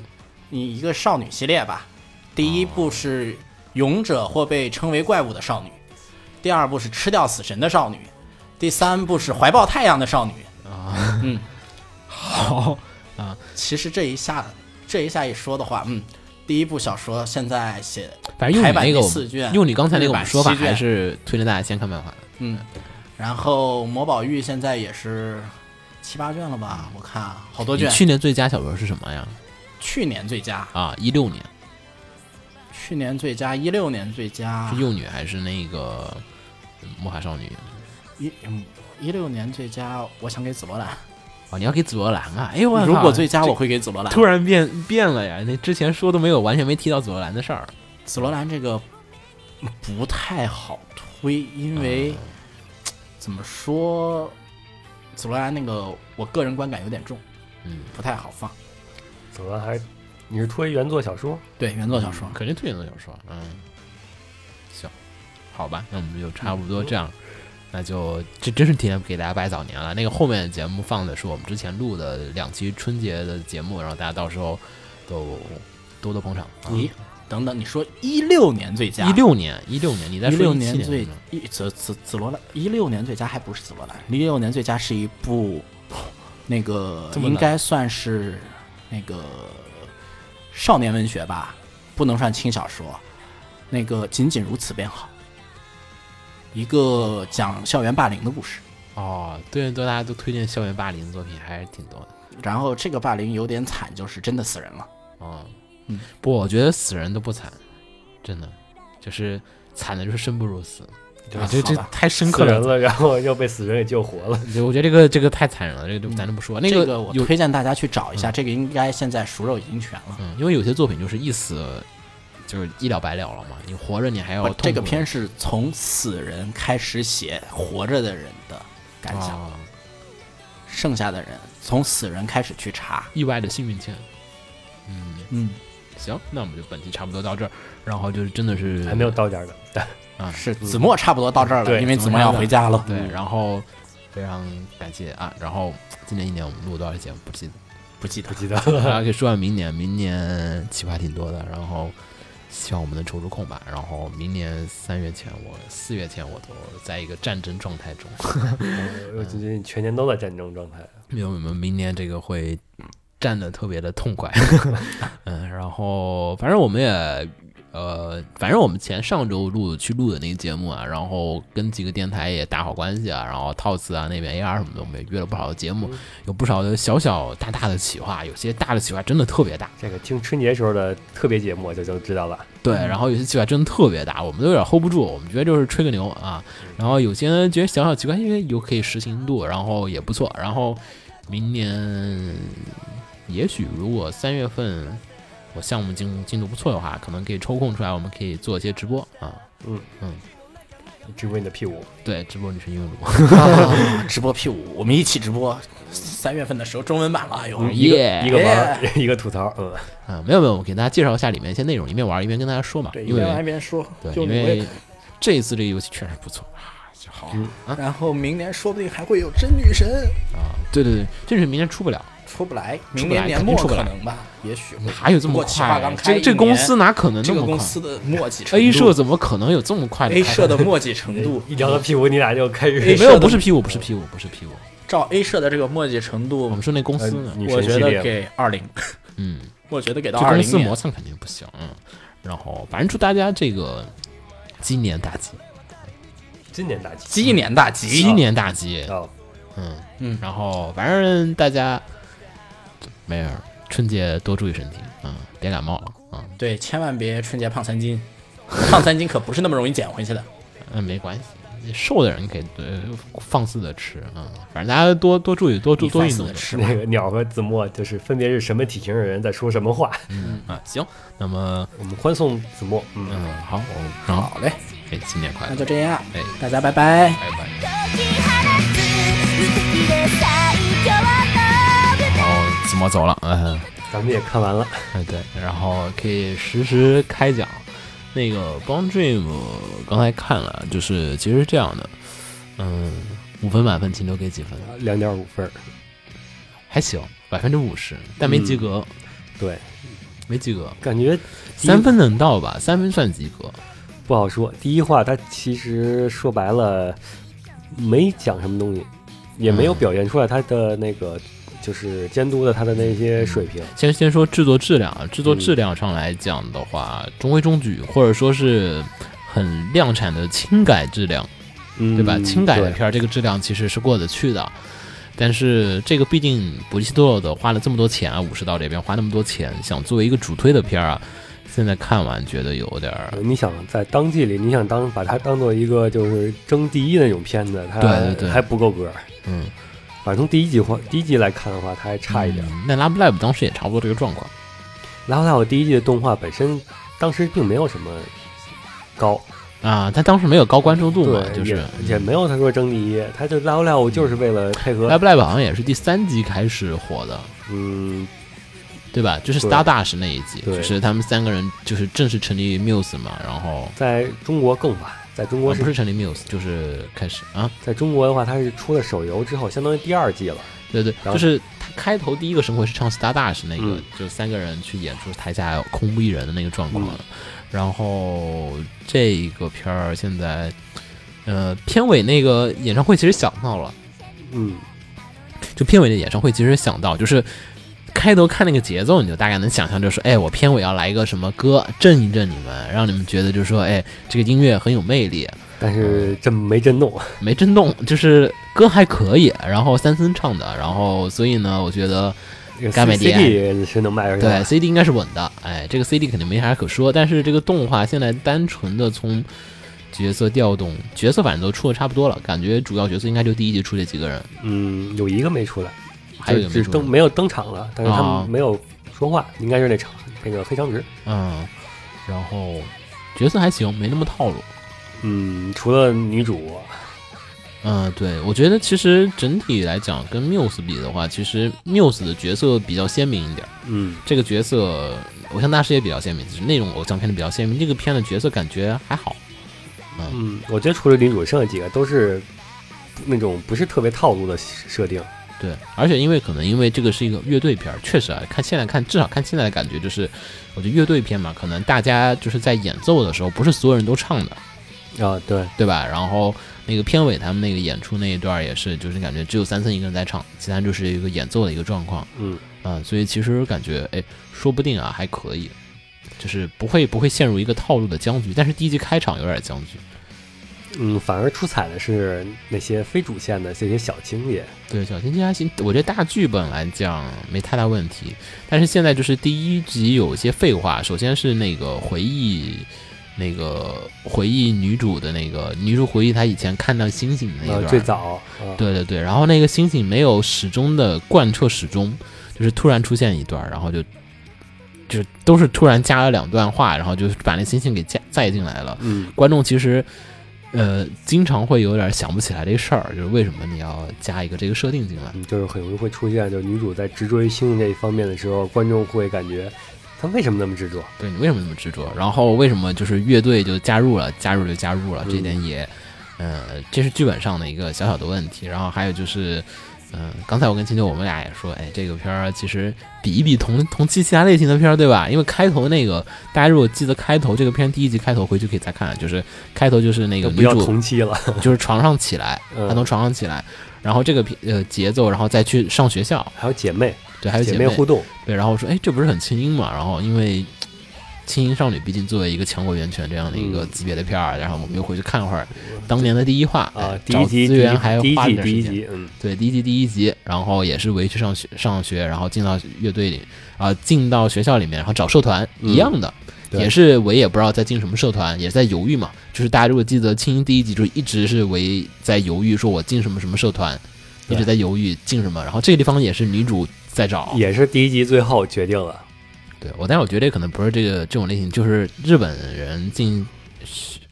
[SPEAKER 4] 你一个少女系列吧。第一部是勇者或被称为怪物的少女，第二部是吃掉死神的少女，第三部是怀抱太阳的少女。
[SPEAKER 3] 啊，
[SPEAKER 4] 嗯，
[SPEAKER 3] [LAUGHS] 好，啊
[SPEAKER 4] 其实这一下，这一下一说的话，嗯，第一部小说现在写，
[SPEAKER 3] 反正用
[SPEAKER 4] 排
[SPEAKER 3] 你
[SPEAKER 4] 版
[SPEAKER 3] 那个
[SPEAKER 4] 第
[SPEAKER 3] 我
[SPEAKER 4] 四卷
[SPEAKER 3] 们，用你刚才那个我们说法，
[SPEAKER 4] 日版七卷
[SPEAKER 3] 还是推荐大家先看漫画。
[SPEAKER 4] 嗯，然后魔宝玉现在也是七八卷了吧？我看好多
[SPEAKER 3] 你
[SPEAKER 4] 卷。
[SPEAKER 3] 去年最佳小说是什么呀？
[SPEAKER 4] 去年最佳，
[SPEAKER 3] 啊，一六年
[SPEAKER 4] 去年最佳，一六年最佳
[SPEAKER 3] 是，幼女还是那个嗯魔法少女？
[SPEAKER 4] 一嗯一六年最佳，我想给紫罗兰。
[SPEAKER 3] 哦，你要给紫罗兰啊？哎呦我操，
[SPEAKER 4] 如果最佳，
[SPEAKER 3] 这
[SPEAKER 4] 我会给紫罗兰。
[SPEAKER 3] 突然变变了呀！那之前说都没有，完全没提到紫罗兰的事儿。
[SPEAKER 4] 紫罗兰这个不太好推，因为、
[SPEAKER 3] 嗯
[SPEAKER 4] 怎么说，紫罗兰那个我个人观感有点重，
[SPEAKER 3] 嗯，
[SPEAKER 4] 不太好放。
[SPEAKER 2] 怎么还你是推原作小说？
[SPEAKER 4] 对原作小说，
[SPEAKER 3] 肯定推荐的小说。嗯，行，好吧，那我们就
[SPEAKER 4] 嗯
[SPEAKER 3] 差不多这样。那就这真是提前给大家拜早年了。那个后面的节目放的是我们之前录的两期春节的节目，然后大家到时候都多多捧场。啊
[SPEAKER 4] 咦、等等，你说一六年最佳，
[SPEAKER 3] 嗯一六年，一六年，你在
[SPEAKER 4] 一
[SPEAKER 3] 说17
[SPEAKER 4] 六年
[SPEAKER 3] 年
[SPEAKER 4] 最
[SPEAKER 3] 是吗
[SPEAKER 4] 一紫紫紫罗兰，一六年最佳还不是紫罗兰，一六年最佳是一部那个
[SPEAKER 3] 这么难
[SPEAKER 4] 应该算是那个少年文学吧，不能算轻小说。那个仅仅如此便好，一个讲校园霸凌的故事。
[SPEAKER 3] 哦，对对，大家都推荐校园霸凌的作品还是挺多的。
[SPEAKER 4] 然后这个霸凌有点惨，就是真的死人了。
[SPEAKER 3] 哦，
[SPEAKER 4] 嗯
[SPEAKER 3] 不，我觉得死人都不惨，真的，就是惨的就是生不如死。啊，这这
[SPEAKER 4] 好吧
[SPEAKER 3] 太深刻
[SPEAKER 2] 死人
[SPEAKER 3] 了。
[SPEAKER 2] 了，然后又被死人给救活了。
[SPEAKER 3] 对我觉得这个这个太残忍了，这个就咱就不说。那
[SPEAKER 4] 这
[SPEAKER 3] 个
[SPEAKER 4] 个我
[SPEAKER 3] 有，
[SPEAKER 4] 推荐大家去找一下，这个应该现在熟肉已经全了。
[SPEAKER 3] 嗯，因为有些作品就是一死就是一了百了了嘛，你活着你还要
[SPEAKER 4] 不
[SPEAKER 3] 痛苦
[SPEAKER 4] 这个片是从死人开始写活着的人的感
[SPEAKER 3] 啊、
[SPEAKER 5] 哦
[SPEAKER 4] 想，剩下的人从死人开始去查。
[SPEAKER 3] 意外的幸运签。嗯，
[SPEAKER 4] 嗯，
[SPEAKER 3] 行，那我们就本期差不多到这儿，然后就是真的是
[SPEAKER 2] 还没有到点儿呢，
[SPEAKER 4] 是
[SPEAKER 5] 嗯
[SPEAKER 4] 子墨差不多到这儿了，
[SPEAKER 2] 对
[SPEAKER 4] 因为子墨要回家了。
[SPEAKER 3] 对，然后非常感谢啊，然后今年一年我们录多少期节目不记得，
[SPEAKER 4] 不记得
[SPEAKER 2] 不记得
[SPEAKER 3] [LAUGHS] 大
[SPEAKER 2] 了。
[SPEAKER 3] 家可以说下明年，明年计划挺多的，然后希望我们能抽出空吧，然后明年三月前我四月前我都在一个战争状态中，
[SPEAKER 2] 我最近全年都在战争状态。
[SPEAKER 3] 因为我们明年这个会战的特别的痛快， [LAUGHS] 嗯，然后反正我们也。呃，反正我们前上周录去录的那个节目啊，然后跟几个电台也打好关系啊，然后套词啊那边 AR 什么的，我们也约了不少的节目，有不少的小小大大的企划，有些大的企划真的特别大，
[SPEAKER 2] 这个听春节时候的特别节目我就就知道了。
[SPEAKER 3] 对，然后有些企划真的特别大，我们都有点 hold 不住，我们觉得就是吹个牛啊。然后有些人觉得小小奇怪，因为有可以实行度，然后嗯也不错。然后明年也许如果三月份我项目进进度不错的话，可能可以抽空出来，我们可以做一些直播啊。
[SPEAKER 2] 直播你的屁股。
[SPEAKER 3] 对，直播女神英语录， [LAUGHS]
[SPEAKER 4] 啊直播 P 五，我们一起直播。三月份的时候中文版了，哎呦，
[SPEAKER 2] 一个
[SPEAKER 3] 耶
[SPEAKER 2] 一个玩儿，一个吐槽，嗯，
[SPEAKER 3] 啊，没有没有，我给大家介绍一下里面一些内容，一边玩一边跟大家说嘛，
[SPEAKER 5] 对，一
[SPEAKER 3] 因
[SPEAKER 5] 边玩一
[SPEAKER 3] 为
[SPEAKER 5] 边说，
[SPEAKER 3] 对，
[SPEAKER 5] 就
[SPEAKER 3] 因
[SPEAKER 5] 你我也
[SPEAKER 3] 为这一次这个游戏确实不错
[SPEAKER 5] 好。
[SPEAKER 4] 啊
[SPEAKER 5] 然后明年说不定还会有真女神
[SPEAKER 3] 啊，对对对，这是明年出不了，
[SPEAKER 5] 出不来，
[SPEAKER 3] 出
[SPEAKER 5] 明
[SPEAKER 3] 不来
[SPEAKER 5] 年年
[SPEAKER 3] 肯定
[SPEAKER 5] 末
[SPEAKER 3] 出不
[SPEAKER 5] 可
[SPEAKER 3] 来
[SPEAKER 5] 能吧，也许会。
[SPEAKER 3] 哪有这
[SPEAKER 5] 不
[SPEAKER 3] 么
[SPEAKER 5] 过企划
[SPEAKER 3] 快
[SPEAKER 5] 刚？开
[SPEAKER 3] 这
[SPEAKER 5] 一
[SPEAKER 3] 这公
[SPEAKER 5] 年
[SPEAKER 3] 司哪可能
[SPEAKER 5] 这
[SPEAKER 3] 那
[SPEAKER 5] 个
[SPEAKER 3] 么
[SPEAKER 5] 公
[SPEAKER 3] 快
[SPEAKER 5] 司的墨迹程度
[SPEAKER 3] ？A 社怎么可能有这么快的
[SPEAKER 5] ，A
[SPEAKER 3] 开
[SPEAKER 5] 社的
[SPEAKER 3] 发
[SPEAKER 5] 墨迹程度
[SPEAKER 2] 一聊到屁股，你俩就开始
[SPEAKER 5] A
[SPEAKER 3] 没
[SPEAKER 5] 社
[SPEAKER 3] 有，
[SPEAKER 5] 的
[SPEAKER 3] 不是 P 五，不是 P 五，不是 P 五，
[SPEAKER 4] 照 A 社的这个墨迹程
[SPEAKER 3] 我
[SPEAKER 4] 度
[SPEAKER 3] 们，说那公司呢
[SPEAKER 2] 呃，女
[SPEAKER 4] 我
[SPEAKER 2] 神
[SPEAKER 4] 觉
[SPEAKER 2] 系
[SPEAKER 4] 得
[SPEAKER 2] 列，
[SPEAKER 4] 给
[SPEAKER 2] [LAUGHS]
[SPEAKER 4] 二零，
[SPEAKER 3] 嗯，
[SPEAKER 4] 我觉得给到
[SPEAKER 3] 这
[SPEAKER 4] 哎二
[SPEAKER 3] 公
[SPEAKER 4] 零
[SPEAKER 3] 司磨
[SPEAKER 4] 年，
[SPEAKER 3] 蹭肯定不行。嗯，然后反正祝大家这个鸡年大吉，
[SPEAKER 2] 今年大吉
[SPEAKER 4] 鸡年大吉
[SPEAKER 5] 哎
[SPEAKER 3] 鸡，年大吉，
[SPEAKER 2] 啊，
[SPEAKER 3] 嗯
[SPEAKER 4] 嗯
[SPEAKER 3] 然后反正大家没有春节多注意身体，嗯，别感冒了，嗯
[SPEAKER 4] 对，千万别春节胖三斤，胖三斤可不是那么容易减回去的。
[SPEAKER 3] 嗯，没关系。瘦的人可以呃放肆的吃啊、嗯，反正大家多多注意，多注
[SPEAKER 4] 你
[SPEAKER 3] 多
[SPEAKER 4] 放
[SPEAKER 3] 运
[SPEAKER 4] 肆
[SPEAKER 3] 动
[SPEAKER 4] 的。吃吧
[SPEAKER 2] 那，个鸟和子墨就是分别是什么体型的人在说什么话，
[SPEAKER 3] 嗯啊，行，那么
[SPEAKER 2] 我们欢送子墨，嗯。
[SPEAKER 3] 嗯，好，我然后
[SPEAKER 4] 好嘞，
[SPEAKER 3] 哎，新年快
[SPEAKER 4] 那
[SPEAKER 3] 乐，
[SPEAKER 4] 就这样，
[SPEAKER 3] 哎，
[SPEAKER 4] 大家拜拜。
[SPEAKER 3] 拜拜。
[SPEAKER 6] 解き放つ無敵で最強の武器
[SPEAKER 3] 然后子墨走了，嗯、
[SPEAKER 2] 咱们也看完了，
[SPEAKER 3] 哎对，然后可以实时开奖。那个 b o n Dream 刚才看了，就是其实是这样的，嗯，五分满分，秦州给几分？
[SPEAKER 2] 两点五分儿。
[SPEAKER 3] 还行，百分之五十，但没及格，
[SPEAKER 2] 对，
[SPEAKER 3] 没及格，
[SPEAKER 2] 感觉第一
[SPEAKER 3] 三分能到吧？三分算及格，
[SPEAKER 2] 不好说。第一话它其实说白了没讲什么东西，也没有
[SPEAKER 3] 嗯
[SPEAKER 2] 表现出来他的那个就是监督的他的那些水平。
[SPEAKER 3] 先先说制作质量，啊，制作质量上来讲的话，中规中矩，或者说是很量产的轻改质量，
[SPEAKER 2] 嗯
[SPEAKER 3] 对吧？轻改的
[SPEAKER 2] 对
[SPEAKER 3] 片儿，这个质量其实是过得去的。但是这个毕竟布里希多的花了这么多钱啊，武士道这边花那么多钱，想作为一个主推的片儿啊，现在看完觉得有点儿
[SPEAKER 2] 呃你想在当季里，你想当把它当做一个就是争第一的那种片子，它
[SPEAKER 3] 对对对
[SPEAKER 2] 还不够格。
[SPEAKER 3] 嗯
[SPEAKER 2] 反正从第一季话第一季来看的话，它还差一点。
[SPEAKER 3] 嗯那 Love Live 当时也差不多这个状况，
[SPEAKER 2] 然后还有第一季的动画本身，当时并没有什么高，
[SPEAKER 3] 啊，他当时没有高关注度嘛，
[SPEAKER 2] 对，
[SPEAKER 3] 就是嗯
[SPEAKER 2] 也也没有他说争第一，他就 Love Live 就是为了配合，
[SPEAKER 3] Love Live 好像也是第三集开始火的，
[SPEAKER 2] 嗯，
[SPEAKER 3] 对吧？就是
[SPEAKER 2] 对
[SPEAKER 3] Star Dash 那一集，
[SPEAKER 2] 对
[SPEAKER 3] 就是他们三个人就是正式成立 Muse 嘛，然后
[SPEAKER 2] 在中国更晚，在中国
[SPEAKER 3] 啊
[SPEAKER 2] 是
[SPEAKER 3] 不是成立 Muse，就是开始啊，
[SPEAKER 2] 在中国的话，它是出了手游之后，相当于第二季了。
[SPEAKER 3] 对对，
[SPEAKER 2] 然后
[SPEAKER 3] 就是他开头第一个神回是唱 Star Dash 那个，
[SPEAKER 2] 嗯
[SPEAKER 3] 就是三个人去演出，台下空无一人的那个状
[SPEAKER 2] 嗯
[SPEAKER 3] 况。然后这个片儿现在，呃，片尾那个演唱会其实想到了，
[SPEAKER 2] 嗯，
[SPEAKER 3] 就片尾的演唱会其实想到就是。开头看那个节奏，你就大概能想象，就是哎，我片尾要来一个什么歌震一震你们，让你们觉得就是说，哎，这个音乐很有魅力，
[SPEAKER 2] 但
[SPEAKER 3] 哦
[SPEAKER 2] 是真没震动。啊
[SPEAKER 3] 没震动，就是歌还可以，然后三森唱的，然后所以呢，我觉得
[SPEAKER 2] 这个
[SPEAKER 3] 干美
[SPEAKER 2] C
[SPEAKER 3] 蝶
[SPEAKER 2] D 是能卖出去
[SPEAKER 3] 对
[SPEAKER 2] 的。
[SPEAKER 3] ，CD 应该是稳的，哎，这个 CD 肯定没啥可说。但是这个动画现在单纯的从角色调动，角色反正都出的差不多了，感觉主要角色应该就第一集出这几个人，
[SPEAKER 2] 嗯，有一个没出来，
[SPEAKER 3] 还有一
[SPEAKER 2] 就
[SPEAKER 3] 个没
[SPEAKER 2] 只
[SPEAKER 3] 出
[SPEAKER 2] 登没有登场了，但是他
[SPEAKER 3] 啊
[SPEAKER 2] 们没有说话，应该是那场那个黑长直。
[SPEAKER 3] 嗯，然后角色还行，没那么套路。
[SPEAKER 2] 嗯，除了女主，
[SPEAKER 3] 嗯，对，我觉得其实整体来讲，跟 Muse 比的话，其实 Muse 的角色比较鲜明一点儿。
[SPEAKER 2] 嗯，
[SPEAKER 3] 这个角色偶像大师也比较鲜明，就是那种偶像片的比较鲜明。这个片的角色感觉还好，
[SPEAKER 2] 嗯，我觉得除了女主，剩下几个都是那种不是特别套路的设定。
[SPEAKER 3] 对，而且因为可能因为这个是一个乐队片儿，确实啊，看现在看至少看现在的感觉就是，我觉得乐队片嘛，可能大家就是在演奏的时候，不是所有人都唱的，
[SPEAKER 2] 啊，对，
[SPEAKER 3] 对吧？然后那个片尾他们那个演出那一段儿也是，就是感觉只有三森一个人在唱，其他人就是一个演奏的一个状况，
[SPEAKER 2] 嗯
[SPEAKER 3] 啊、所以其实感觉哎，说不定啊还可以，就是不会不会陷入一个套路的僵局，但是第一集开场有点僵局，
[SPEAKER 2] 嗯，反而出彩的是那些非主线的这些小情节。
[SPEAKER 3] 对，小清新还行，我觉得大剧本来讲没太大问题，但是现在就是第一集有一些废话，首先是那个回忆。那个回忆女主的那个女主回忆她以前看到星星的那一
[SPEAKER 2] 呃，
[SPEAKER 3] 段，
[SPEAKER 2] 最早，啊、
[SPEAKER 3] 哎对对对，然后那个星星没有始终的贯彻始终，就是突然出现一段，然后就就都是突然加了两段话，然后就把那星星给加载进来了。
[SPEAKER 2] 嗯，
[SPEAKER 3] 观众其实呃经常会有点想不起来这事儿，就是为什么你要加一个这个设定进来？
[SPEAKER 2] 嗯就是很容易会出现，就是女主在执着于星星这一方面的时候，观众会感觉她为什么那么执着？
[SPEAKER 3] 对你为什么那么执着？然后为什么就是乐队就加入了，加入就加入了，这点也，呃，这是剧本上的一个小小的问题。然后还有就是，嗯、刚才我跟青秋我们俩也说，哎，这个片儿其实比一比同同期其他类型的片儿，对吧？因为开头那个，大家如果记得开头这个片第一集开头回去可以再看，就是开头就是那个
[SPEAKER 2] 不
[SPEAKER 3] 女
[SPEAKER 2] 要
[SPEAKER 3] 主
[SPEAKER 2] 同
[SPEAKER 3] [LAUGHS]
[SPEAKER 2] 期了，
[SPEAKER 3] 就是床上起来，
[SPEAKER 2] 嗯
[SPEAKER 3] 她从床上起来，然后这个片呃节奏，然后再去上学校，
[SPEAKER 2] 还有姐妹，
[SPEAKER 3] 对，还有
[SPEAKER 2] 姐
[SPEAKER 3] 妹
[SPEAKER 2] 互动，
[SPEAKER 3] 对，然后我说，哎，这不是很轻音嘛？然后因为轻音少女毕竟作为一个强国源泉这样的一个
[SPEAKER 2] 嗯
[SPEAKER 3] 级别的片儿，然后我们又回去看会儿当年的第一话
[SPEAKER 2] 啊
[SPEAKER 3] 哎，
[SPEAKER 2] 第一
[SPEAKER 3] 找
[SPEAKER 2] 集
[SPEAKER 3] 资源还
[SPEAKER 2] 第一
[SPEAKER 3] 花了
[SPEAKER 2] 季
[SPEAKER 3] 点
[SPEAKER 2] 第
[SPEAKER 3] 时
[SPEAKER 2] 一
[SPEAKER 3] 间。
[SPEAKER 2] 集，嗯，
[SPEAKER 3] 对，第一集第一集，然后也是围去上学上学，然后进到乐队里啊、进到学校里面，然后找社团、一样的。
[SPEAKER 2] 嗯对
[SPEAKER 3] 也是维也不知道在进什么社团，也是在犹豫嘛。就是大家如果记得青音第一集，就一直是维在犹豫，说我进什么什么社团，一直
[SPEAKER 2] 对
[SPEAKER 3] 在犹豫进什么。然后这个地方也是女主在找，
[SPEAKER 2] 也是第一集最后决定了，
[SPEAKER 3] 对我，但是我觉得这可能不是这个这种类型，就是日本人进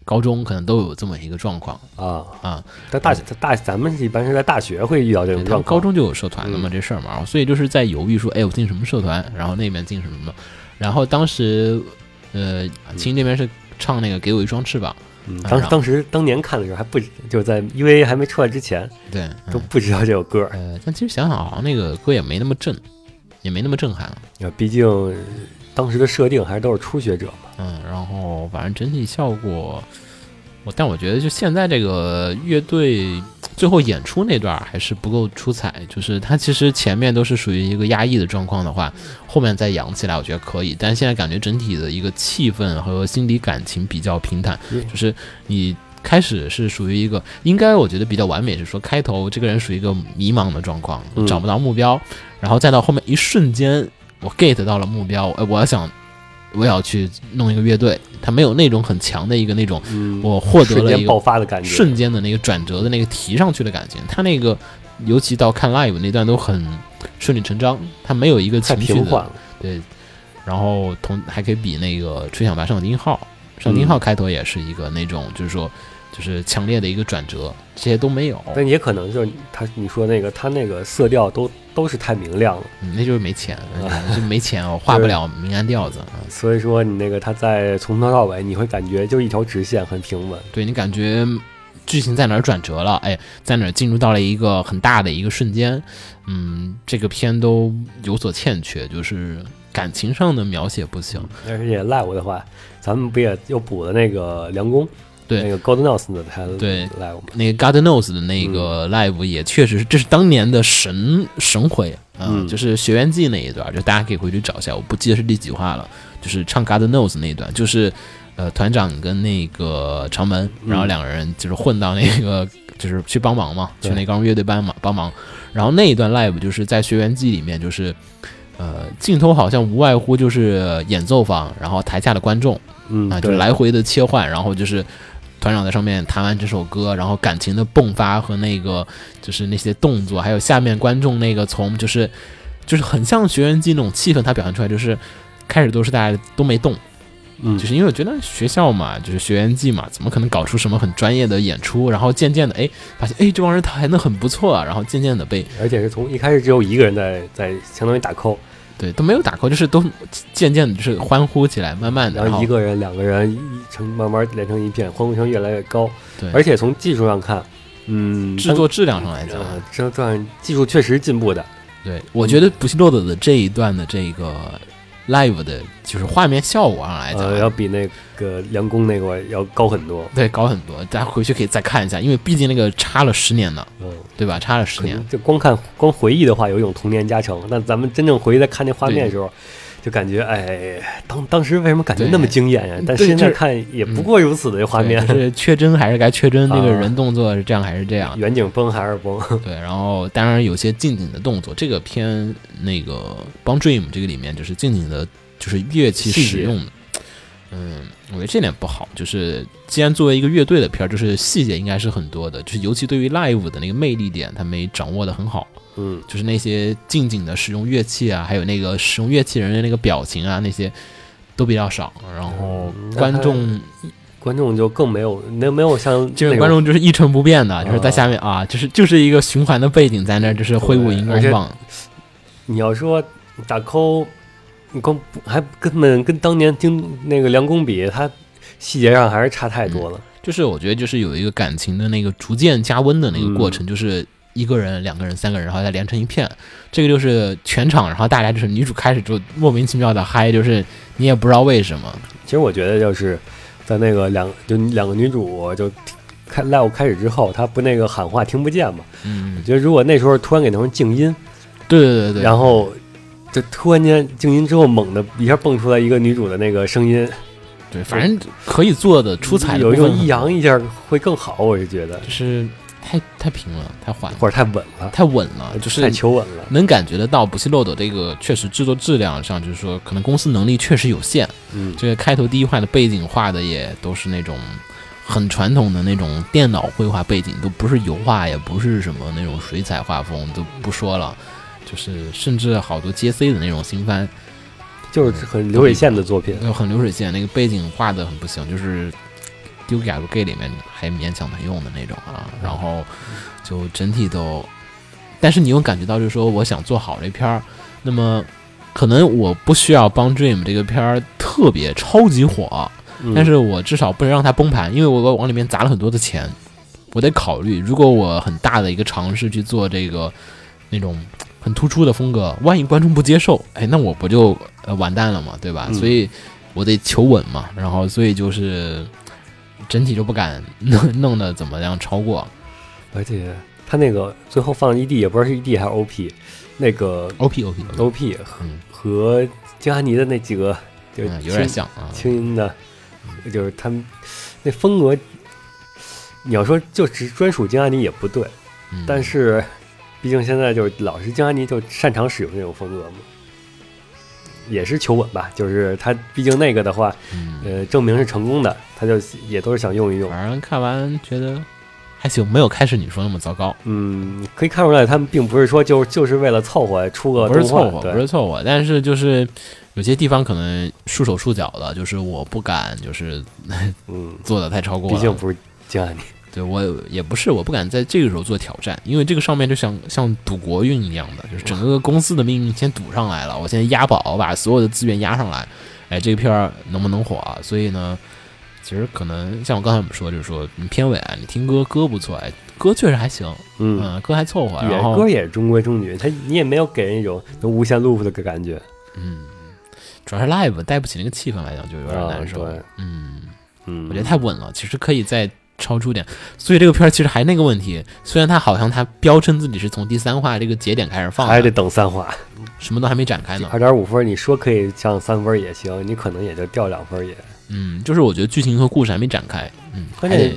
[SPEAKER 3] 高中可能都有这么一个状况
[SPEAKER 2] 啊
[SPEAKER 3] 啊。
[SPEAKER 2] 在大在大咱们一般是在大学会遇到这种
[SPEAKER 3] 他
[SPEAKER 2] 状
[SPEAKER 3] 们高
[SPEAKER 2] 况，
[SPEAKER 3] 中就有社团了嘛，这事儿嘛，所以就是在犹豫说，哎，我进什么社团，然后那边进什么嘛。然后当时，呃，青这边是唱那个《给我一双翅膀
[SPEAKER 2] 嗯，
[SPEAKER 3] 啊
[SPEAKER 2] 当
[SPEAKER 3] 然后
[SPEAKER 2] 当时当年看的时候还不就是在 EVA 还没出来之前》，
[SPEAKER 3] 对，
[SPEAKER 2] 都
[SPEAKER 3] 嗯、
[SPEAKER 2] 不知道这首歌，
[SPEAKER 3] 呃，但其实想想好像那个歌也没那么震，也没那么震撼了。
[SPEAKER 2] 啊毕竟当时的设定还是都是初学者嘛，
[SPEAKER 3] 嗯，然后反正整体效果，我但我觉得就现在这个乐队最后演出那段儿还是不够出彩，就是它其实前面都是属于一个压抑的状况的话，后面再扬起来我觉得可以，但是现在感觉整体的一个气氛和心理感情比较平坦，就是你。开始是属于一个，应该我觉得比较完美是说开头这个人属于一个迷茫的状况，
[SPEAKER 2] 嗯
[SPEAKER 3] 找不到目标，然后再到后面一瞬间我 get 到了目标，呃我我要想我也要去弄一个乐队，他没有那种很强的一个那种
[SPEAKER 2] 嗯，
[SPEAKER 3] 我获得
[SPEAKER 2] 瞬
[SPEAKER 3] 了一
[SPEAKER 2] 间
[SPEAKER 3] 个
[SPEAKER 2] 爆发的感觉，
[SPEAKER 3] 瞬间的那个转折的那个提上去的感觉。他那个尤其到看 live 那段都很顺理成章，他没有一个
[SPEAKER 2] 太
[SPEAKER 3] 情绪
[SPEAKER 2] 平缓
[SPEAKER 3] 的
[SPEAKER 2] 了，
[SPEAKER 3] 对，然后同还可以比那个吹响吧上丁号，上丁号开头也是一个那种就是说就是强烈的一个转折，这些都没有，
[SPEAKER 2] 但也可能就是他你说那个他那个色调都都是太明亮了，
[SPEAKER 3] 嗯那就是没
[SPEAKER 2] [LAUGHS]
[SPEAKER 3] 钱，就没钱，我画不了民安调子。嗯
[SPEAKER 2] 所以说你那个他在从头到尾你会感觉就是一条直线很平稳，
[SPEAKER 3] 对你感觉剧情在哪儿转折了，哎，在哪儿进入到了一个很大的一个瞬间，嗯，这个片都有所欠缺，就是感情上的描写不行。
[SPEAKER 2] 而且 live 的话，咱们不也又补了那个梁工，
[SPEAKER 3] 对
[SPEAKER 2] 那个 Golden House 的他
[SPEAKER 3] 对
[SPEAKER 2] live 嘛，
[SPEAKER 3] 那个 God Knows 的那个 live 也确实是，这是当年的神神回啊、
[SPEAKER 2] 嗯
[SPEAKER 3] 就是学员季那一段，就大家可以回去找一下，我不记得是第几话了，就是唱 God Knows 那一段，就是呃团长跟那个长门，然后
[SPEAKER 2] 嗯
[SPEAKER 3] 两个人就是混到那个就是去帮忙嘛，去
[SPEAKER 2] 对
[SPEAKER 3] 那高中乐队班嘛帮忙，然后那一段 live 就是在学员季里面就是。呃，镜头好像无外乎就是演奏方，然后台下的观众，
[SPEAKER 2] 嗯，
[SPEAKER 3] 啊，就
[SPEAKER 2] 对
[SPEAKER 3] 是来回的切换，然后就是团长在上面弹完这首歌，然后感情的迸发和那个就是那些动作，还有下面观众那个从就是就是很像学员季那种气氛，它表现出来就是。开始都是大家都没动，
[SPEAKER 2] 嗯
[SPEAKER 3] 就是因为我觉得学校嘛，就是学员季嘛，怎么可能搞出什么很专业的演出？然后渐渐的，哎，发现哎这帮人弹的很不错啊，然后渐渐的被
[SPEAKER 2] 而且是从一开始只有一个人在在相当于打 call，
[SPEAKER 3] 对都没有打 call，就是都渐渐的就是欢呼起来，慢慢的，
[SPEAKER 2] 然
[SPEAKER 3] 然
[SPEAKER 2] 后
[SPEAKER 3] 后
[SPEAKER 2] 一个人、两个人一成慢慢连成一片，欢呼声越来越高。
[SPEAKER 3] 对
[SPEAKER 2] 而且从技术上看，嗯，
[SPEAKER 3] 制作质量上来
[SPEAKER 2] 单
[SPEAKER 3] 讲，
[SPEAKER 2] 呃，这段技术确实进步的，
[SPEAKER 3] 对，我觉得《不西洛德》的这一段的这个 live 的，就是画面效果上来讲，
[SPEAKER 2] 呃，要比那个梁工那个要高很多。
[SPEAKER 3] 对高很多。大家回去可以再看一下，因为毕竟那个差了十年呢，
[SPEAKER 2] 嗯，
[SPEAKER 3] 对吧？差了十
[SPEAKER 2] 可
[SPEAKER 3] 年
[SPEAKER 2] 能。就光看光回忆的话，有一种童年加成。但咱们真正回忆在看那画面的时候，就感觉哎，当当时为什么感觉
[SPEAKER 3] 对嗯
[SPEAKER 2] 那么惊艳呀、但
[SPEAKER 3] 对
[SPEAKER 2] 现在
[SPEAKER 3] 就是嗯
[SPEAKER 2] 看也不过如此的这画面
[SPEAKER 3] 对，就是缺帧还是该缺帧，那个
[SPEAKER 2] 啊
[SPEAKER 3] 人动作是这样还是这样？
[SPEAKER 2] 远景崩还是崩。
[SPEAKER 3] 对，然后当然有些近景的动作，这个片那个《帮 Dream》这个里面就是近景的，就是乐器
[SPEAKER 2] 细节
[SPEAKER 3] 使用的，嗯，我觉得这点不好，就是既然作为一个乐队的片儿，就是细节应该是很多的，就是尤其对于 live 的那个魅力点，他没掌握的很好，
[SPEAKER 2] 嗯，
[SPEAKER 3] 就是那些近景的使用乐器啊，还有那个使用乐器人的那个表情啊，那些都比较少，然后
[SPEAKER 2] 嗯那
[SPEAKER 3] 观
[SPEAKER 2] 他
[SPEAKER 3] 众
[SPEAKER 2] 观众就更没有没有没有像
[SPEAKER 3] 就
[SPEAKER 2] 那
[SPEAKER 3] 是
[SPEAKER 2] 种
[SPEAKER 3] 观众就是一成不变的，就是在下面啊，就是就是一个循环的背景在那儿，就是挥舞荧光棒，
[SPEAKER 2] 你要说打 call，你光不还根本跟当年京那个梁工比，他细节上还是差太多了。
[SPEAKER 3] 就是我觉得就是有一个感情的那个逐渐加温的那个过
[SPEAKER 2] 嗯
[SPEAKER 3] 程，就是一个人、两个人、三个人，然后再连成一片，这个就是全场，然后大家就是女主开始就莫名其妙的嗨，就是你也不知道为什么，
[SPEAKER 2] 嗯其实我觉得就是在那个两就两个女主就开 live 开始之后，她不那个喊话听不见嘛？
[SPEAKER 3] 嗯
[SPEAKER 2] 我，觉得如果那时候突然给他们静音，
[SPEAKER 3] 对对对对，
[SPEAKER 2] 然后就突然间静音之后，猛的一下蹦出来一个女主的那个声音，
[SPEAKER 3] 对，反正可以做的出彩的
[SPEAKER 2] 有一
[SPEAKER 3] 部
[SPEAKER 2] 种
[SPEAKER 3] 分
[SPEAKER 2] 抑扬一下会更好，我是觉得，
[SPEAKER 3] 就是太太平了，太缓了，
[SPEAKER 2] 或者太稳了，
[SPEAKER 3] 太稳了，就是
[SPEAKER 2] 呃太求稳了。
[SPEAKER 3] 能感觉得到《不息漏斗》这个确实制作质量上，就是说可能公司能力确实有限。
[SPEAKER 2] 嗯，
[SPEAKER 3] 这个开头第一话的背景画的也都是那种很传统的那种电脑绘画背景，都不是油画，也不是什么那种水彩画风，都不说了。就是甚至好多 J C 的那种新番，
[SPEAKER 2] 就是很流水线的作品。
[SPEAKER 3] 呃，很流水线，那个背景画的很不行，就是丢给 L G 里面还勉强能用的那种啊。
[SPEAKER 2] 嗯
[SPEAKER 3] 然后就整体都，但是你又感觉到就是说，我想做好这片儿，那么可能我不需要帮 Dream 这个片儿特别超级火，
[SPEAKER 2] 嗯
[SPEAKER 3] 但是我至少不能让它崩盘，因为我往里面砸了很多的钱，我得考虑，如果我很大的一个尝试去做这个那种很突出的风格，万一观众不接受，哎，那我不就呃完蛋了嘛，对吧？
[SPEAKER 2] 嗯
[SPEAKER 3] 所以我得求稳嘛，然后所以就是整体就不敢弄弄的怎么样超过
[SPEAKER 2] 而且他那个最后放 ED 也不知道是 ED 还是 OP，那个
[SPEAKER 3] OP OP，
[SPEAKER 2] OP
[SPEAKER 3] 嗯
[SPEAKER 2] 和金哈尼的那几个就是
[SPEAKER 3] 嗯，
[SPEAKER 2] 轻
[SPEAKER 3] 有点像啊，
[SPEAKER 2] 轻音的，就是他们那风格，你要说就只专属金哈尼也不对，
[SPEAKER 3] 嗯
[SPEAKER 2] 但是毕竟现在就是老是金哈尼就擅长使用这种风格嘛。也是求稳吧，就是他，毕竟那个的话，
[SPEAKER 3] 嗯
[SPEAKER 2] 呃，证明是成功的，他就也都是想用一用。
[SPEAKER 3] 反正看完觉得还行，没有开始你说那么糟糕。
[SPEAKER 2] 嗯，可以看出来，他们并不是说就就是为了凑合出个
[SPEAKER 3] 不是
[SPEAKER 2] 动画
[SPEAKER 3] 凑合，
[SPEAKER 2] 对
[SPEAKER 3] 不是凑合，但是就是有些地方可能束手束脚的，就是我不敢，就是
[SPEAKER 2] 嗯，
[SPEAKER 3] [LAUGHS] 做的太超过
[SPEAKER 2] 毕
[SPEAKER 3] 了。
[SPEAKER 2] 竟不是金汉尼，
[SPEAKER 3] 对我也不是，我不敢在这个时候做挑战，因为这个上面就像像赌国运一样的，就是整个公司的命运先赌上来了，我先押宝，把所有的资源押上来，哎，这个片儿能不能火、啊？所以呢，其实可能像我刚才我们说，就是说你片尾啊，你听歌歌不错，哎，歌确实还行，
[SPEAKER 2] 嗯，
[SPEAKER 3] 嗯，歌还凑合，
[SPEAKER 2] 也
[SPEAKER 3] 然后
[SPEAKER 2] 歌也是中规中矩，他你也没有给人一种能无限 loop 的感觉。
[SPEAKER 3] 嗯，主要是 live 带不起那个气氛来讲，就有点
[SPEAKER 2] 啊
[SPEAKER 3] 难受。
[SPEAKER 2] 对
[SPEAKER 3] 嗯，
[SPEAKER 2] 嗯，
[SPEAKER 3] 我觉得太稳了，其实可以再超出点。所以这个片儿其实还那个问题，虽然它好像它标称自己是从第三话这个节点开始放的，
[SPEAKER 2] 还得等三话，
[SPEAKER 3] 什么都还没展开呢
[SPEAKER 2] 二。点五分，你说可以降三分也行，你可能也就掉两分也。
[SPEAKER 3] 嗯，就是我觉得剧情和故事还没展开。嗯，
[SPEAKER 2] 关
[SPEAKER 3] 还得
[SPEAKER 2] 键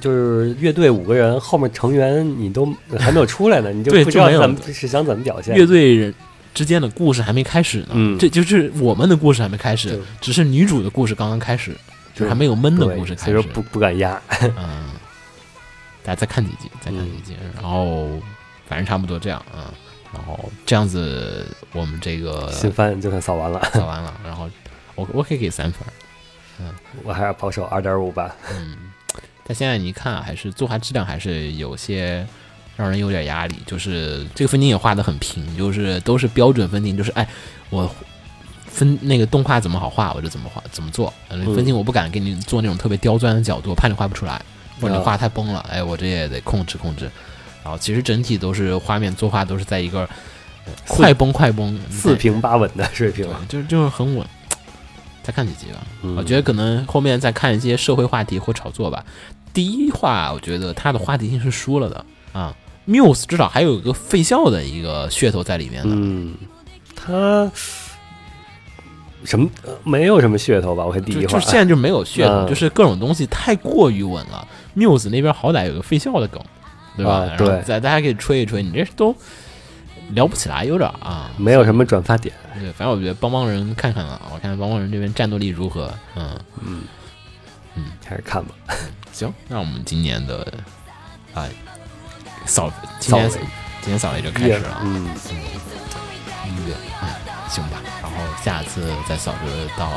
[SPEAKER 2] 就是乐队五个人，后面成员你都还没有出来呢，你就
[SPEAKER 3] 对
[SPEAKER 2] 不知
[SPEAKER 3] 就
[SPEAKER 2] 道
[SPEAKER 3] 没有
[SPEAKER 2] 咱们是想怎么表现。
[SPEAKER 3] 乐队人之间的故事还没开始呢。
[SPEAKER 2] 嗯
[SPEAKER 3] 这就是我们的故事还没开始
[SPEAKER 2] 对，
[SPEAKER 3] 只是女主的故事刚刚开始，就是还没有闷的故事
[SPEAKER 2] 对
[SPEAKER 3] 开
[SPEAKER 2] 所以
[SPEAKER 3] 始
[SPEAKER 2] 说。不不敢压。
[SPEAKER 3] 嗯，大家再看几集，再看几集，
[SPEAKER 2] 嗯
[SPEAKER 3] 然后反正差不多这样啊、嗯然后这样子，我们这个
[SPEAKER 2] 新番就算扫完了，
[SPEAKER 3] 扫完了，然后我我可以给三分儿，
[SPEAKER 2] 我还要保守二点五吧。
[SPEAKER 3] 嗯，但现在你看啊，还是作画质量还是有些让人有点压力，就是这个分镜也画的很平，就是都是标准分镜，就是哎我。分那个动画怎么好画，我就怎么画怎么做。呃
[SPEAKER 2] 嗯
[SPEAKER 3] 分镜我不敢给你做那种特别刁钻的角度，我怕你画不出来，或者你
[SPEAKER 2] 啊
[SPEAKER 3] 画太崩了。哎，我这也得控制控制。然后其实整体都是画面作画都是在一个、呃
[SPEAKER 2] 四
[SPEAKER 3] 快崩快崩
[SPEAKER 2] 四平八稳的水平
[SPEAKER 3] 对，，就是就是很稳。再看几集吧，
[SPEAKER 2] 嗯
[SPEAKER 3] 我觉得可能后面再看一些社会话题或炒作吧。第一话，我觉得它的话题性是输了的啊。Muse 至少还有一个费孝的一个噱头在里面的，
[SPEAKER 2] 嗯，他什么呃没有什么噱头吧？我看第
[SPEAKER 3] 就
[SPEAKER 2] 一
[SPEAKER 3] 就
[SPEAKER 2] 话
[SPEAKER 3] 是现在就没有噱头，
[SPEAKER 2] 嗯
[SPEAKER 3] 就是各种东西太过于稳了。Muse 那边好歹有个费孝的梗，对吧？
[SPEAKER 2] 啊
[SPEAKER 3] 然后
[SPEAKER 2] 对
[SPEAKER 3] 再大家可以吹一吹，你这都聊不起来，有点儿啊。
[SPEAKER 2] 没有什么转发点。
[SPEAKER 3] 对，反正我觉得帮帮人看看啊，我看看帮帮人这边战斗力如何。嗯，
[SPEAKER 2] 嗯嗯，还是看吧。
[SPEAKER 3] 行，那我们今年的啊扫，今年
[SPEAKER 2] 扫雷
[SPEAKER 3] 今年扫雷就开始了。
[SPEAKER 2] 嗯，
[SPEAKER 3] 音乐，哎，行吧。然后下次再扫就到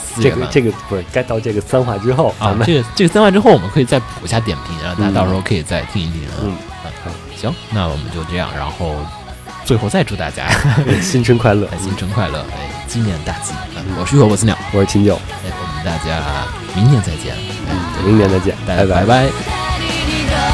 [SPEAKER 3] 四
[SPEAKER 2] 这
[SPEAKER 3] 月
[SPEAKER 2] 个
[SPEAKER 3] 份。
[SPEAKER 2] 这个不是该到这个三话之后，咱
[SPEAKER 3] 啊，
[SPEAKER 2] 们
[SPEAKER 3] 这个这个三万之后，我们可以再补一下点评，然啊后大家到时候可以再听一听。
[SPEAKER 2] 嗯，
[SPEAKER 3] 行，那我们就这样，然后最后再祝大
[SPEAKER 2] [LAUGHS]
[SPEAKER 3] 家
[SPEAKER 2] [LAUGHS] 新春快乐。
[SPEAKER 3] 新春快乐，哎，鸡年大吉。嗯我是浴火不死鸟，
[SPEAKER 2] 我是秦九，嗯
[SPEAKER 3] 哎，我们大家明年再见，哎，
[SPEAKER 2] 明年再见，
[SPEAKER 3] 大家
[SPEAKER 2] 拜
[SPEAKER 3] 拜拜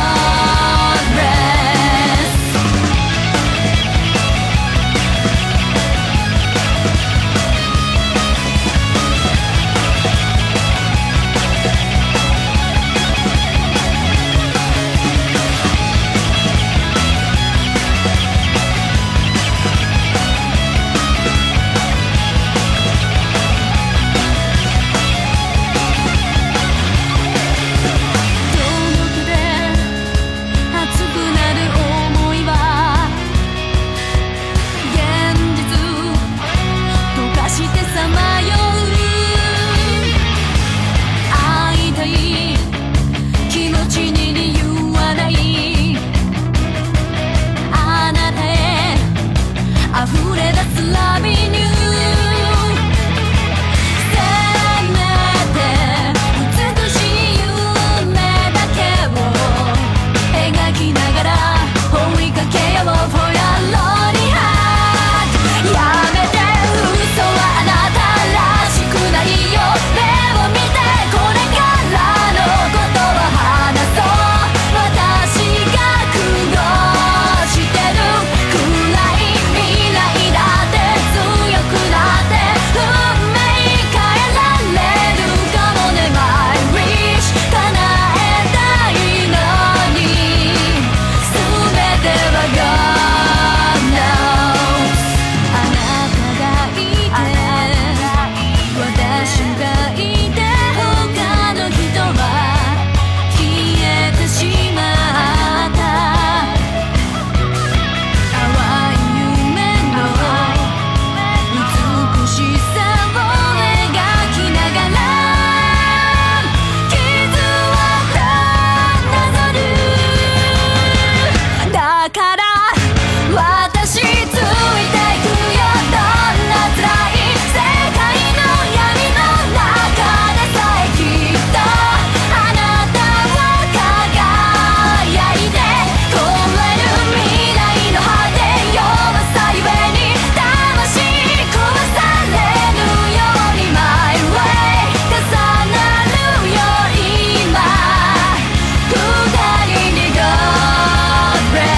[SPEAKER 6] 「熱くなる想いは」「現実溶かしてさまよう」「会いたい気持ちに理由はない」「あなたへ溢れ出すラビニュー」「せめて美しい夢だけを描きながら追いかけようポラロリハート」「やめて嘘はあなたらしくないよ」「目を見てこれからのことを話そう」「私が苦労してる暗い未来」だって強くなって運命変えられるかもね My wish 叶えたいのに全ては God knows あなたがいて私がいて他の人は消えてしまった淡い夢の美しさを描きながら傷をたなぞるだから私ついていくよどんな辛い世界の闇の中でさえきっとあなたは輝いて凍れる未来の果て弱さゆえに魂壊されぬように My way 重なるよ今二人に God bless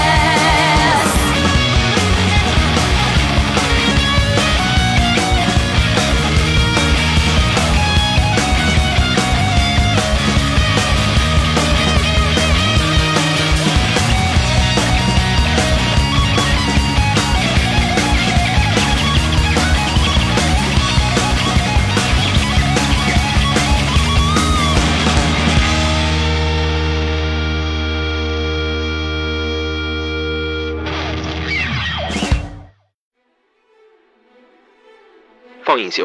[SPEAKER 7] 放映协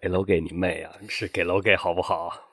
[SPEAKER 2] 哎给楼给你妹啊！是给楼给好不好？